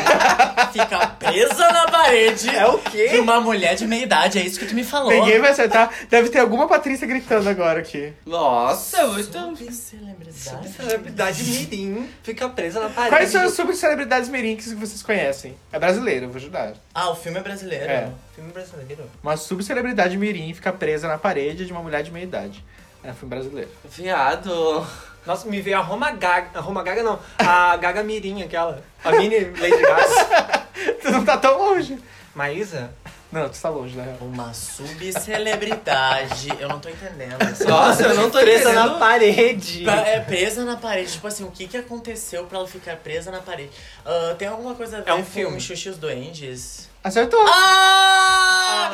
[SPEAKER 1] fica presa na parede. É
[SPEAKER 3] o quê?
[SPEAKER 1] De uma mulher de meia idade, é isso que tu me falou.
[SPEAKER 3] Ninguém vai acertar. Deve ter alguma Patrícia gritando agora aqui.
[SPEAKER 11] Nossa, eu estou...
[SPEAKER 1] Subcelebridade.
[SPEAKER 2] Celebridade Mirim fica presa na parede.
[SPEAKER 3] Quais são as subcelebridades mirim que vocês conhecem? É brasileiro, eu vou ajudar.
[SPEAKER 1] Ah, o filme é brasileiro.
[SPEAKER 3] É.
[SPEAKER 2] Filme brasileiro.
[SPEAKER 3] Uma subcelebridade mirim fica presa na parede de uma mulher de meia idade. É um filme brasileiro.
[SPEAKER 11] Viado.
[SPEAKER 2] Nossa, me veio a Roma Gaga. A Roma Gaga não. A Gaga Mirim, aquela. A mini Lady Gaga.
[SPEAKER 3] Tu não tá tão longe.
[SPEAKER 2] Maísa?
[SPEAKER 3] Não, tu tá longe, na real.
[SPEAKER 1] Uma subcelebridade. Eu não tô entendendo.
[SPEAKER 11] Nossa, eu não tô
[SPEAKER 2] Presa na
[SPEAKER 11] entendendo.
[SPEAKER 2] parede.
[SPEAKER 1] Pa- É presa na parede, tipo assim, o que que aconteceu pra ela ficar presa na parede? Ah, tem alguma coisa a ver
[SPEAKER 2] É um
[SPEAKER 1] com
[SPEAKER 2] filme.
[SPEAKER 1] Xuxa e os Duendes?
[SPEAKER 3] Acertou.
[SPEAKER 1] Ah!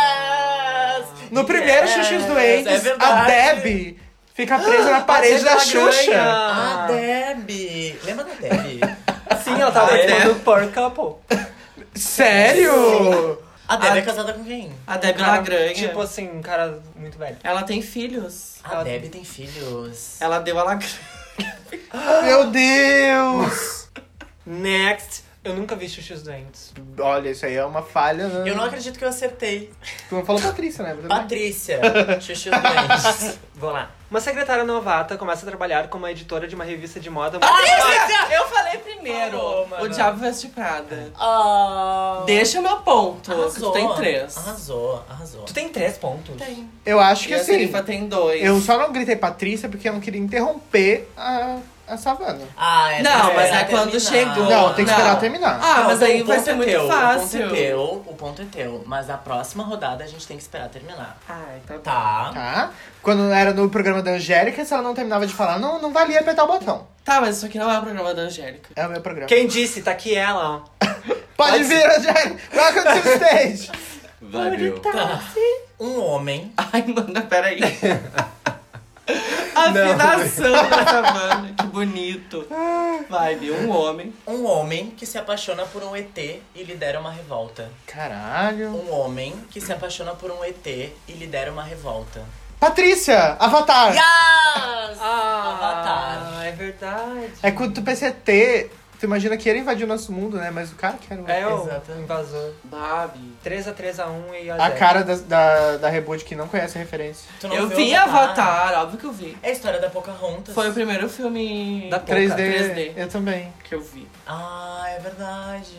[SPEAKER 1] Yes!
[SPEAKER 3] no primeiro
[SPEAKER 1] yes!
[SPEAKER 3] Xuxa e os Doentes,
[SPEAKER 1] é
[SPEAKER 3] a
[SPEAKER 1] verdade.
[SPEAKER 3] Debbie fica presa
[SPEAKER 2] Ah,
[SPEAKER 3] na parede da
[SPEAKER 2] ela
[SPEAKER 3] Xuxa.
[SPEAKER 1] A
[SPEAKER 2] ganha.
[SPEAKER 1] Debbie! Lembra da Debbie?
[SPEAKER 2] Sim, ela Assim,
[SPEAKER 11] tá.
[SPEAKER 2] tava
[SPEAKER 1] Ah, é?
[SPEAKER 2] participando do Power Couple.
[SPEAKER 3] Sério?
[SPEAKER 1] A Debbie é casada com quem?
[SPEAKER 11] A Debbie
[SPEAKER 2] Cara,
[SPEAKER 11] Lagrange.
[SPEAKER 2] Tipo assim, um cara muito velho.
[SPEAKER 11] Ela tem filhos.
[SPEAKER 1] A Debbie tem filhos.
[SPEAKER 11] Ela deu a Lagrange.
[SPEAKER 3] Meu Deus!
[SPEAKER 2] Next. Eu nunca vi Xuxos Doentes.
[SPEAKER 3] Olha, isso aí é uma falha. né?
[SPEAKER 1] Eu não acredito que eu acertei.
[SPEAKER 3] Tu não falou Patrícia, né? Tudo bem.
[SPEAKER 1] Patrícia, Xuxa e os Duendes.
[SPEAKER 2] Vamos lá. Uma secretária novata começa a trabalhar como editora de uma revista de moda.
[SPEAKER 11] Eu falei primeiro.
[SPEAKER 1] Falou, mano.
[SPEAKER 11] o Diabo Veste Prada.
[SPEAKER 1] Ah.
[SPEAKER 11] Deixa meu ponto. que
[SPEAKER 1] Arrasou.
[SPEAKER 11] Tu tem três.
[SPEAKER 1] Arrasou, arrasou.
[SPEAKER 2] Tu tem três pontos? Tem.
[SPEAKER 3] Eu acho que
[SPEAKER 11] e a
[SPEAKER 3] assim.
[SPEAKER 11] Serifa tem dois.
[SPEAKER 3] Eu só não gritei Patrícia porque eu não queria interromper a, a savana.
[SPEAKER 1] Ah, é, tem
[SPEAKER 11] Não,
[SPEAKER 1] que
[SPEAKER 11] mas
[SPEAKER 1] esperar
[SPEAKER 11] é quando
[SPEAKER 1] terminar.
[SPEAKER 11] chegou.
[SPEAKER 3] Não, tem que esperar
[SPEAKER 11] não.
[SPEAKER 3] terminar.
[SPEAKER 11] Ah,
[SPEAKER 1] Não,
[SPEAKER 11] mas
[SPEAKER 1] o
[SPEAKER 11] aí vai
[SPEAKER 1] ponto
[SPEAKER 11] ser
[SPEAKER 1] é
[SPEAKER 11] muito
[SPEAKER 1] teu,
[SPEAKER 11] fácil.
[SPEAKER 1] O ponto é teu, o ponto é teu. Mas a próxima rodada a gente tem que esperar terminar.
[SPEAKER 11] Ai, tá bom.
[SPEAKER 1] Tá.
[SPEAKER 3] Tá? Quando era no programa da Angélica, se ela não terminava de falar, não, não valia apertar o botão.
[SPEAKER 11] Tá, mas isso aqui não é o programa da Angélica.
[SPEAKER 3] É o meu programa.
[SPEAKER 2] Quem disse? Tá aqui ela, ó.
[SPEAKER 11] Tá.
[SPEAKER 3] Pode vir, Angélica! Welcome to the stage!
[SPEAKER 12] Valeu.
[SPEAKER 1] um homem.
[SPEAKER 11] Ai, manda, peraí. Afinação dessa banda, né, que bonito. Vai, viu? Um homem.
[SPEAKER 1] Um homem que se apaixona por um ET e lidera uma revolta.
[SPEAKER 3] Caralho.
[SPEAKER 1] Um homem que se apaixona por um ET e lidera uma revolta.
[SPEAKER 3] Patrícia, Avatar.
[SPEAKER 1] Yes!
[SPEAKER 2] Ah, é verdade.
[SPEAKER 3] É quando tu pensa em ET, tu imagina que ele invadiu o nosso mundo, né? Mas o cara que era o...
[SPEAKER 2] É o
[SPEAKER 1] Exatamente.
[SPEAKER 2] invasor.
[SPEAKER 11] Babi.
[SPEAKER 2] 3x3x1 e a
[SPEAKER 3] A
[SPEAKER 2] zero.
[SPEAKER 3] cara da, da, da Reboot que não conhece a referência.
[SPEAKER 1] Tu não
[SPEAKER 11] Eu
[SPEAKER 1] viu
[SPEAKER 11] vi Avatar, óbvio que eu vi.
[SPEAKER 1] É a história da Pocahontas.
[SPEAKER 11] Foi o primeiro filme
[SPEAKER 2] Da Pouca,
[SPEAKER 3] 3D,
[SPEAKER 11] 3D.
[SPEAKER 3] eu também.
[SPEAKER 11] que eu vi.
[SPEAKER 1] Ah, é verdade.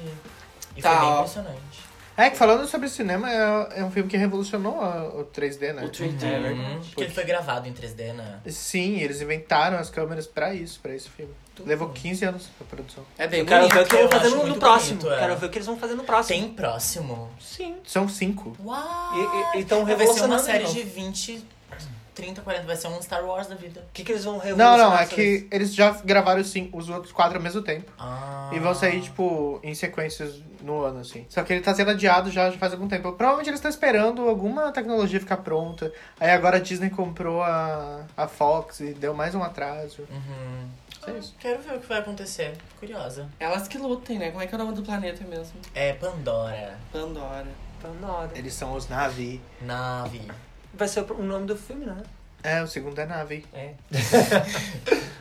[SPEAKER 1] E
[SPEAKER 11] Tá,
[SPEAKER 1] foi bem
[SPEAKER 11] ó.
[SPEAKER 1] impressionante.
[SPEAKER 3] É que falando sobre cinema, é, é um filme que revolucionou a- o 3D, né?
[SPEAKER 11] O 3D.
[SPEAKER 1] É
[SPEAKER 11] Uhum.
[SPEAKER 1] verdade. Que ele foi gravado em 3D, né?
[SPEAKER 3] Sim, eles inventaram as câmeras pra isso, pra esse filme. Levou 15 anos pra produção.
[SPEAKER 11] É bem
[SPEAKER 2] Eu quero
[SPEAKER 11] bonito.
[SPEAKER 2] ver o que
[SPEAKER 1] Eu
[SPEAKER 2] eles vão
[SPEAKER 1] acho
[SPEAKER 2] fazer no- no
[SPEAKER 1] muito
[SPEAKER 2] próximo.
[SPEAKER 1] bonito, é.
[SPEAKER 2] Quero ver o que eles vão fazer no próximo.
[SPEAKER 1] Tem próximo?
[SPEAKER 2] Sim.
[SPEAKER 3] São cinco.
[SPEAKER 1] Assim. Uau!
[SPEAKER 2] E- e-
[SPEAKER 1] vai
[SPEAKER 2] então
[SPEAKER 1] ser uma
[SPEAKER 2] revolucionando
[SPEAKER 1] série
[SPEAKER 2] de
[SPEAKER 1] de
[SPEAKER 2] novo.
[SPEAKER 1] 20, 30, 40. Vai ser um Star Wars da vida.
[SPEAKER 2] O que, que eles vão
[SPEAKER 3] Não,
[SPEAKER 2] revolucionar?
[SPEAKER 3] não, é
[SPEAKER 2] sobre
[SPEAKER 3] que eles já gravaram os cinco- os outros quatro ao mesmo tempo.
[SPEAKER 1] Ah.
[SPEAKER 3] E vão sair, tipo, em sequências no ano, assim. Só que ele tá sendo adiado já já faz algum tempo. Provavelmente eles estão esperando alguma tecnologia ficar pronta. Aí agora a Disney comprou a, a Fox e deu mais um atraso.
[SPEAKER 1] Uhum.
[SPEAKER 3] É isso.
[SPEAKER 1] Quero ver o que vai acontecer. Fico Curiosa.
[SPEAKER 11] Elas que lutem, né? Como é que é o nome do planeta mesmo?
[SPEAKER 1] É Pandora.
[SPEAKER 11] Pandora.
[SPEAKER 2] Pandora.
[SPEAKER 3] Eles são os Navi.
[SPEAKER 1] Nave.
[SPEAKER 2] Então, Vai ser o o nome do filme, né?
[SPEAKER 3] É, o segundo é Navi.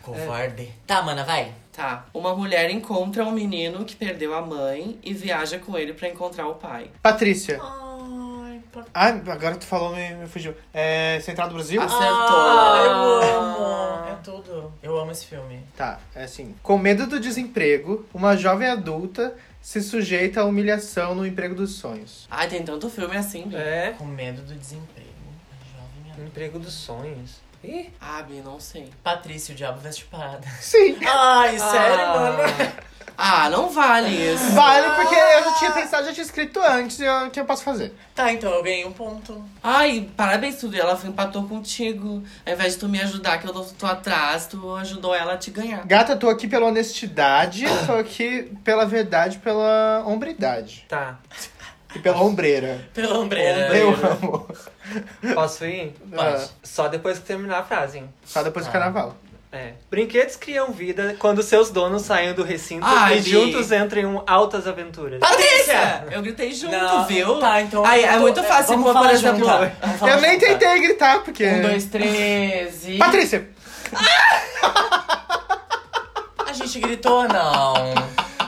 [SPEAKER 1] Covarde. Tá, mana, vai.
[SPEAKER 11] Tá. Uma mulher encontra um menino que perdeu a mãe e viaja com ele pra encontrar o pai.
[SPEAKER 3] Patrícia.
[SPEAKER 1] Ai, Pandora.
[SPEAKER 3] Ah, agora tu falou, me, me fugiu. É Central do Brasil?
[SPEAKER 11] Acertou.
[SPEAKER 1] eu amo. É tudo. Eu amo esse filme.
[SPEAKER 3] Tá, é assim. Com medo do desemprego, uma jovem adulta se sujeita à humilhação no emprego dos sonhos.
[SPEAKER 11] Ai, tem tanto filme assim, Bi.
[SPEAKER 2] É.
[SPEAKER 1] Com medo do desemprego. a Jovem adulta.
[SPEAKER 2] Emprego dos sonhos. Ih,
[SPEAKER 11] Ah, Bi, não sei.
[SPEAKER 1] Patrícia, o Diabo Veste Parada.
[SPEAKER 3] Sim.
[SPEAKER 1] Ai, sério,
[SPEAKER 11] Ah.
[SPEAKER 1] mano?
[SPEAKER 11] Ah, não vale isso.
[SPEAKER 3] Vale, porque eu já tinha pensado, já tinha escrito antes, e eu- o que eu posso fazer?
[SPEAKER 1] Tá, então eu ganhei um ponto.
[SPEAKER 11] Ai, parabéns, tudo. Ela empatou contigo. Ao invés de tu me ajudar, que eu tô, tô atrás, tu ajudou ela a te ganhar.
[SPEAKER 3] Gata, tô aqui pela honestidade, tô aqui pela verdade, pela hombridade.
[SPEAKER 2] tá.
[SPEAKER 3] E pela ombreira.
[SPEAKER 1] Pela ombreira.
[SPEAKER 3] Eu amo.
[SPEAKER 2] Posso ir?
[SPEAKER 1] Pode.
[SPEAKER 2] Só depois que terminar a frase, hein?
[SPEAKER 3] Só depois
[SPEAKER 11] Ah.
[SPEAKER 3] do carnaval.
[SPEAKER 2] É. Brinquedos criam vida quando seus donos saem do recinto
[SPEAKER 3] Ah,
[SPEAKER 11] Ai,
[SPEAKER 2] e
[SPEAKER 11] Bi.
[SPEAKER 2] juntos entram em um altas aventuras.
[SPEAKER 11] Patrícia! Eu gritei junto,
[SPEAKER 1] Não,
[SPEAKER 11] viu?
[SPEAKER 1] Tá, então.
[SPEAKER 11] Ai, é
[SPEAKER 1] então,
[SPEAKER 11] muito fácil,
[SPEAKER 1] vamos
[SPEAKER 11] como, por
[SPEAKER 1] falar
[SPEAKER 11] exemplo,
[SPEAKER 1] junto. Vamos falar
[SPEAKER 3] Eu nem
[SPEAKER 1] junto.
[SPEAKER 3] tentei gritar, porque.
[SPEAKER 11] Um, dois, três e...
[SPEAKER 3] Patrícia!
[SPEAKER 1] A gente gritou, não.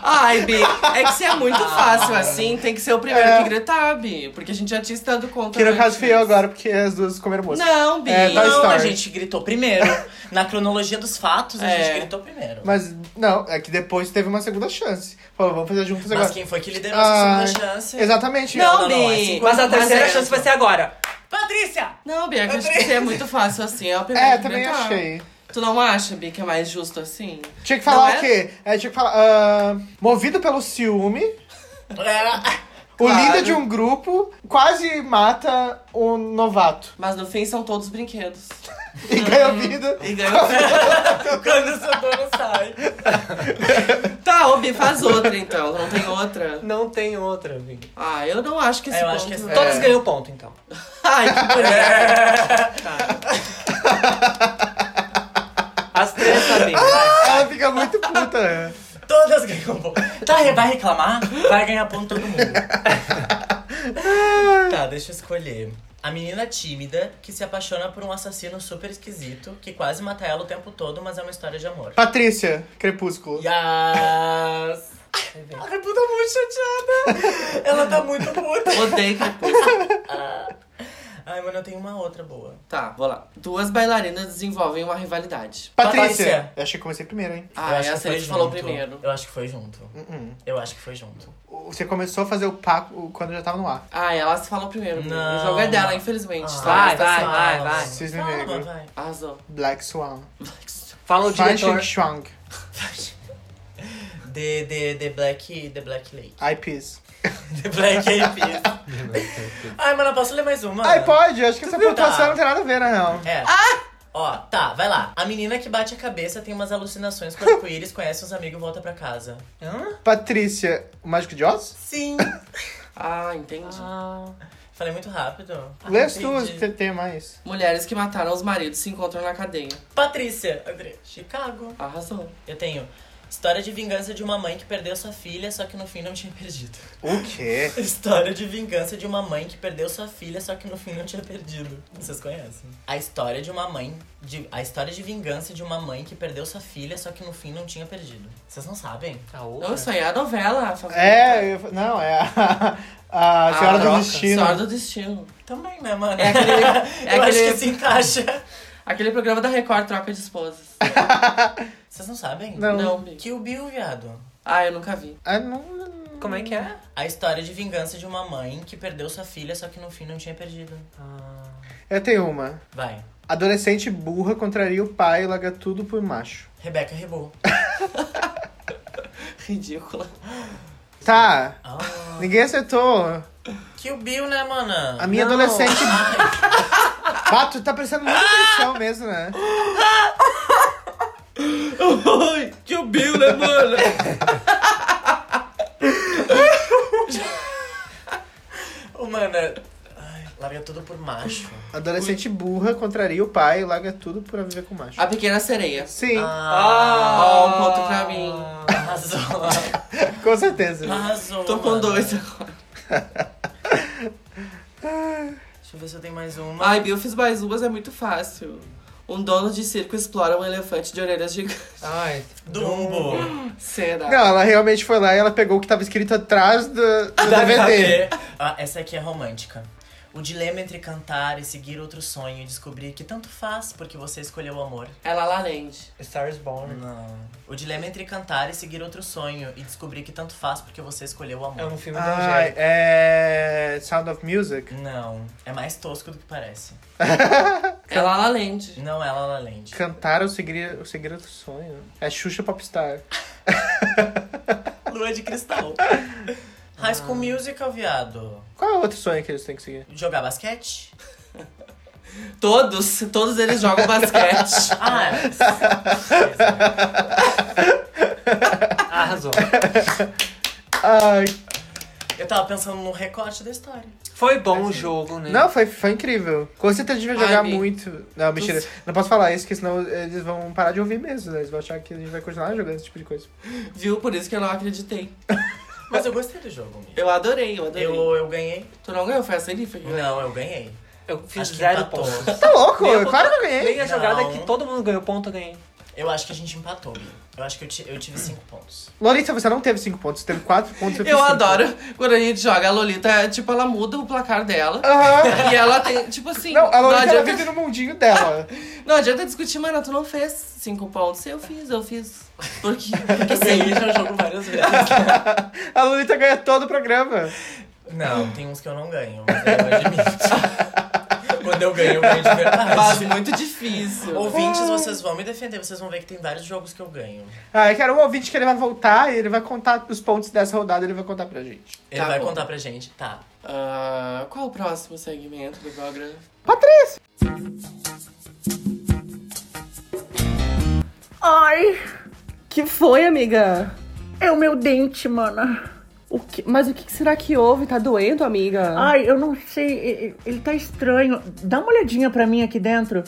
[SPEAKER 11] Ai, Bi, é que se é muito fácil assim, tem que ser o primeiro
[SPEAKER 3] É.
[SPEAKER 11] que gritar, Bi. Porque a gente já tinha estado conta.
[SPEAKER 3] Que no
[SPEAKER 11] antes.
[SPEAKER 3] caso fui eu agora, porque as duas comeram moça.
[SPEAKER 11] Não, Bi.
[SPEAKER 3] É, Toy
[SPEAKER 1] não,
[SPEAKER 3] Story.
[SPEAKER 1] a gente gritou primeiro. Na cronologia dos fatos, a
[SPEAKER 11] É.
[SPEAKER 1] gente gritou primeiro. Mas,
[SPEAKER 3] Mas não, é que depois teve uma segunda chance. Falou, vamos fazer juntos agora.
[SPEAKER 1] quem foi que liderou essa segunda
[SPEAKER 3] Ai,
[SPEAKER 1] chance?
[SPEAKER 3] Exatamente.
[SPEAKER 11] Não,
[SPEAKER 1] Não, não, não, é
[SPEAKER 11] Bi.
[SPEAKER 1] cinquenta.
[SPEAKER 2] Mas a terceira
[SPEAKER 11] é-
[SPEAKER 2] chance vai ser agora.
[SPEAKER 1] assim, Patrícia!
[SPEAKER 11] Não, Bi, eu acho que se é muito fácil assim, é o primeiro
[SPEAKER 3] É,
[SPEAKER 11] que
[SPEAKER 3] também
[SPEAKER 11] gritar.
[SPEAKER 3] achei.
[SPEAKER 11] Tu não acha, Bi, que é mais justo assim?
[SPEAKER 3] Tinha que falar
[SPEAKER 11] Não é?
[SPEAKER 3] o quê? É, tinha que falar. ah, movido pelo ciúme,
[SPEAKER 1] É.
[SPEAKER 11] Claro.
[SPEAKER 3] o líder de um grupo quase mata um novato.
[SPEAKER 11] Mas no fim são todos brinquedos.
[SPEAKER 3] E ganha vida.
[SPEAKER 11] E ganhou.
[SPEAKER 1] Quando seu dono sai.
[SPEAKER 11] tá, ô Bi, faz outra então. Não tem outra.
[SPEAKER 2] Não tem outra, Vini.
[SPEAKER 11] Ah, eu não acho que esse
[SPEAKER 1] É, eu
[SPEAKER 11] ponto...
[SPEAKER 1] acho que esse-
[SPEAKER 2] Todas ganham ponto, então.
[SPEAKER 11] Ai, que
[SPEAKER 3] É.
[SPEAKER 11] bonito.
[SPEAKER 2] As três sabem. vai.
[SPEAKER 3] Ela fica muito puta. né?
[SPEAKER 1] Todas ganham ponto. Tá, re- vai reclamar? Vai ganhar ponto todo mundo. tá, deixa eu escolher. A menina tímida que se apaixona por um assassino super esquisito que quase mata ela o tempo todo, mas é uma história de amor.
[SPEAKER 3] Patrícia, Crepúsculo.
[SPEAKER 1] Yes! A Repu tá muito chateada. Ela tá muito puta.
[SPEAKER 11] Odeio que...
[SPEAKER 1] Ai, mano, eu tenho uma outra boa.
[SPEAKER 11] Tá, vou lá. Duas bailarinas desenvolvem uma rivalidade.
[SPEAKER 3] Patrícia.
[SPEAKER 1] Patrícia.
[SPEAKER 3] Eu achei que comecei primeiro, hein?
[SPEAKER 11] Ah,
[SPEAKER 1] eu acho
[SPEAKER 11] essa
[SPEAKER 1] que
[SPEAKER 11] a
[SPEAKER 1] foi
[SPEAKER 11] gente falou
[SPEAKER 1] junto.
[SPEAKER 11] primeiro.
[SPEAKER 1] Eu acho que foi junto. Eu acho que foi junto.
[SPEAKER 3] Você começou a fazer o paco quando já tava no ar.
[SPEAKER 11] Ah, elas falam primeiro.
[SPEAKER 1] Não.
[SPEAKER 11] O jogo é dela, infelizmente.
[SPEAKER 2] vai,
[SPEAKER 11] tá?
[SPEAKER 2] vai, vai,
[SPEAKER 11] Tá
[SPEAKER 1] Ah, Fala,
[SPEAKER 2] vai.
[SPEAKER 3] Cisne
[SPEAKER 1] Fala,
[SPEAKER 3] Negro.
[SPEAKER 1] vai.
[SPEAKER 11] Arrasou.
[SPEAKER 3] Black Swan.
[SPEAKER 2] Fala o
[SPEAKER 3] Fan Ching
[SPEAKER 2] diretor.
[SPEAKER 3] Shuang.
[SPEAKER 1] The, the, the Black, the Black Lake.
[SPEAKER 3] IPs.
[SPEAKER 1] The Black Eyed Peas. Ai, mano, posso ler mais uma?
[SPEAKER 3] Ai, pode. Acho que essa
[SPEAKER 1] viu,
[SPEAKER 3] pontuação
[SPEAKER 1] tá?
[SPEAKER 3] não tem nada a ver, na real.
[SPEAKER 1] É. Ah! Ó, tá, vai lá. A menina que bate a cabeça tem umas alucinações com arco-íris, conhece uns amigos e volta pra casa.
[SPEAKER 3] Patrícia, o Mágico de Oz?
[SPEAKER 1] Sim.
[SPEAKER 11] Ah, entendi.
[SPEAKER 1] Ah, Falei muito rápido.
[SPEAKER 3] Lê
[SPEAKER 1] Ah,
[SPEAKER 3] as tuas,
[SPEAKER 1] entendi.
[SPEAKER 3] tem- tem mais.
[SPEAKER 11] Mulheres que mataram os maridos se encontram na cadeia.
[SPEAKER 1] Patrícia, André, Chicago.
[SPEAKER 11] Arrasou.
[SPEAKER 1] Eu tenho história de vingança de uma mãe que perdeu sua filha, só que no fim não tinha perdido.
[SPEAKER 3] O quê?
[SPEAKER 1] História de vingança de uma mãe que perdeu sua filha, só que no fim não tinha perdido. Vocês conhecem? A história de uma mãe. De, a história de vingança de uma mãe que perdeu sua filha, só que no fim não tinha perdido. Vocês não sabem?
[SPEAKER 2] Tá,
[SPEAKER 11] Não, isso aí é a novela favorita.
[SPEAKER 3] É, eu- não, é a, a
[SPEAKER 11] A
[SPEAKER 3] Senhora do
[SPEAKER 11] troca.
[SPEAKER 3] Destino.
[SPEAKER 11] Senhora do Destino.
[SPEAKER 1] Também, né, mano?
[SPEAKER 11] É aquele, é
[SPEAKER 1] Eu acho
[SPEAKER 11] aquele-
[SPEAKER 1] que se encaixa.
[SPEAKER 11] Aquele programa da Record, Troca de Esposas.
[SPEAKER 1] Vocês não sabem?
[SPEAKER 11] Não. Não.
[SPEAKER 1] Kill Bill, viado.
[SPEAKER 11] Ah, eu nunca vi.
[SPEAKER 3] Ah, não.
[SPEAKER 11] Como é que é?
[SPEAKER 1] A história de vingança de uma mãe que perdeu sua filha, só que no fim não tinha perdido.
[SPEAKER 3] Eu tenho uma.
[SPEAKER 1] Vai.
[SPEAKER 3] Adolescente burra contraria o pai e larga tudo por macho.
[SPEAKER 1] Rebeca Rebo.
[SPEAKER 11] Ridícula.
[SPEAKER 3] Tá.
[SPEAKER 2] Ah.
[SPEAKER 3] Ninguém acertou.
[SPEAKER 1] Kill Bill, né, mana?
[SPEAKER 3] A minha adolescente. Bah, tu tá prestando muita
[SPEAKER 2] Ah.
[SPEAKER 3] atenção mesmo, né?
[SPEAKER 11] que o Bill, né, mano?
[SPEAKER 1] Ô, mana. Ai, larga tudo por macho.
[SPEAKER 3] Adolescente burra contraria o pai e larga tudo pra viver com macho.
[SPEAKER 11] A Pequena Sereia.
[SPEAKER 3] Sim.
[SPEAKER 11] Ah, um ponto pra mim.
[SPEAKER 1] Arrasou.
[SPEAKER 3] com certeza.
[SPEAKER 1] Arrasou.
[SPEAKER 11] Tô com
[SPEAKER 1] mano.
[SPEAKER 11] dois agora.
[SPEAKER 1] Deixa eu ver se eu tenho mais uma.
[SPEAKER 11] Ai, Bill fiz mais umas, é muito fácil. Um dono de circo explora um elefante de orelhas gigantes.
[SPEAKER 2] Ai,
[SPEAKER 1] Dumbo.
[SPEAKER 11] Será?
[SPEAKER 3] Não, ela realmente foi lá e ela pegou o que tava escrito atrás do, do DVD.
[SPEAKER 1] Ah, essa aqui é romântica. O dilema entre cantar e seguir outro sonho e descobrir que tanto faz porque você escolheu o amor.
[SPEAKER 11] É La La Land.
[SPEAKER 2] Star is Born.
[SPEAKER 1] Não. O dilema entre cantar e seguir outro sonho e descobrir que tanto faz porque você escolheu o amor.
[SPEAKER 2] É um filme da
[SPEAKER 3] Ai,
[SPEAKER 2] Angélica.
[SPEAKER 3] é. Sound of Music?
[SPEAKER 1] Não, é mais tosco do que parece.
[SPEAKER 11] É La La Land.
[SPEAKER 1] Não é La La Land.
[SPEAKER 3] Cantar é ou seguir, ou seguir outro sonho? É Xuxa Popstar.
[SPEAKER 1] Lua de cristal. High School Musical, viado.
[SPEAKER 3] Qual é o outro sonho que eles têm que seguir?
[SPEAKER 1] Jogar basquete?
[SPEAKER 11] Todos, todos eles jogam basquete.
[SPEAKER 1] Ah,
[SPEAKER 2] Arrasou.
[SPEAKER 3] Ai,
[SPEAKER 1] eu tava pensando no recorte da história.
[SPEAKER 2] Foi bom o jogo, né?
[SPEAKER 3] Não, foi, foi incrível. Com certeza a gente vai
[SPEAKER 11] É. Ai,
[SPEAKER 3] jogar
[SPEAKER 11] amigo.
[SPEAKER 3] muito. Não, mentira. Não posso falar isso, porque senão eles vão parar de ouvir mesmo. né? Eles vão achar que a gente vai continuar jogando esse tipo de coisa.
[SPEAKER 11] Viu? Por isso que eu não acreditei.
[SPEAKER 1] Mas eu gostei do jogo, amigo.
[SPEAKER 11] Eu adorei, eu adorei.
[SPEAKER 1] Eu, eu ganhei?
[SPEAKER 11] Tu não ganhou, foi a Serifa que ganhou.
[SPEAKER 1] Não, eu ganhei.
[SPEAKER 2] Eu fiz
[SPEAKER 1] Acho que
[SPEAKER 2] zero
[SPEAKER 1] empatou.
[SPEAKER 2] pontos.
[SPEAKER 3] Tá louco?
[SPEAKER 11] um
[SPEAKER 2] Nem eu-
[SPEAKER 3] claro que eu ganhei.
[SPEAKER 2] Nem a jogada
[SPEAKER 1] Não.
[SPEAKER 2] que todo mundo ganhou ponto, eu ganhei.
[SPEAKER 1] Eu acho que a gente empatou, Bia. Eu acho que eu, ti- eu tive cinco pontos.
[SPEAKER 3] Lolita, você não teve 5 pontos, você teve 4 pontos.
[SPEAKER 11] Eu
[SPEAKER 3] fiz cinco.
[SPEAKER 11] adoro quando a gente joga a Lolita, é, tipo, ela muda o placar dela.
[SPEAKER 3] Aham.
[SPEAKER 11] E ela tem, tipo assim,
[SPEAKER 3] Não, a
[SPEAKER 11] não,
[SPEAKER 3] Lolita ela
[SPEAKER 11] adianta,
[SPEAKER 3] vive no mundinho dela.
[SPEAKER 11] não adianta discutir, mano, tu não fez cinco pontos. Eu fiz, eu fiz. Porque, porque sim.
[SPEAKER 1] já jogo várias vezes.
[SPEAKER 3] A Lolita ganha todo o programa.
[SPEAKER 1] Não, tem uns que eu não ganho, mas eu admito. Quando eu ganho, eu ganho de
[SPEAKER 11] Mas
[SPEAKER 1] verdade.
[SPEAKER 11] é muito difícil.
[SPEAKER 1] Ouvintes, vocês vão me defender, vocês vão ver que tem vários jogos que eu ganho.
[SPEAKER 3] Ah, eu quero um ouvinte que ele vai voltar e ele vai contar os pontos dessa rodada, ele vai contar pra gente.
[SPEAKER 1] Ele
[SPEAKER 11] Tá
[SPEAKER 1] vai
[SPEAKER 11] bom.
[SPEAKER 1] contar pra gente. Tá.
[SPEAKER 11] Ah, qual o próximo segmento do Belgrado?
[SPEAKER 13] Ai, que foi, amiga? É o meu dente, mana.
[SPEAKER 14] O que- Mas o que que será que houve? Tá doendo, amiga?
[SPEAKER 4] Ah.
[SPEAKER 13] Ai,
[SPEAKER 14] eu não sei. Ele tá estranho. Dá uma olhadinha pra mim aqui dentro.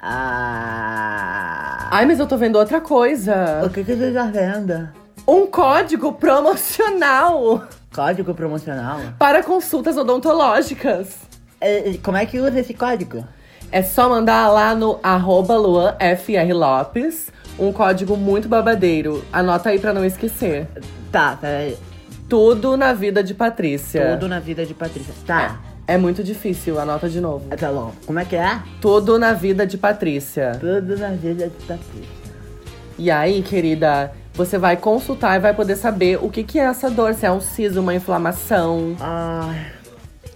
[SPEAKER 14] Ah.
[SPEAKER 13] Ai, mas eu tô vendo outra
[SPEAKER 4] Ah.
[SPEAKER 13] coisa.
[SPEAKER 14] que que você tá vendo?
[SPEAKER 13] Um código promocional
[SPEAKER 14] Código promocional?
[SPEAKER 13] para consultas odontológicas.
[SPEAKER 14] Como é que usa esse código?
[SPEAKER 13] É só mandar lá no arroba luanfrlopes, um código muito babadeiro. Anota aí pra não esquecer.
[SPEAKER 14] Tá, peraí.
[SPEAKER 13] Tudo na vida de Patrícia.
[SPEAKER 4] Tá.
[SPEAKER 14] Tudo na vida de Patrícia. Tá.
[SPEAKER 13] É muito difícil, anota de novo.
[SPEAKER 14] Tá bom. Como é que é?
[SPEAKER 13] Tudo na vida de Patrícia.
[SPEAKER 14] Tudo na vida de Patrícia.
[SPEAKER 13] E aí, querida, você vai consultar e vai poder saber o que, que é essa dor, se é um siso, uma inflamação.
[SPEAKER 14] Ai.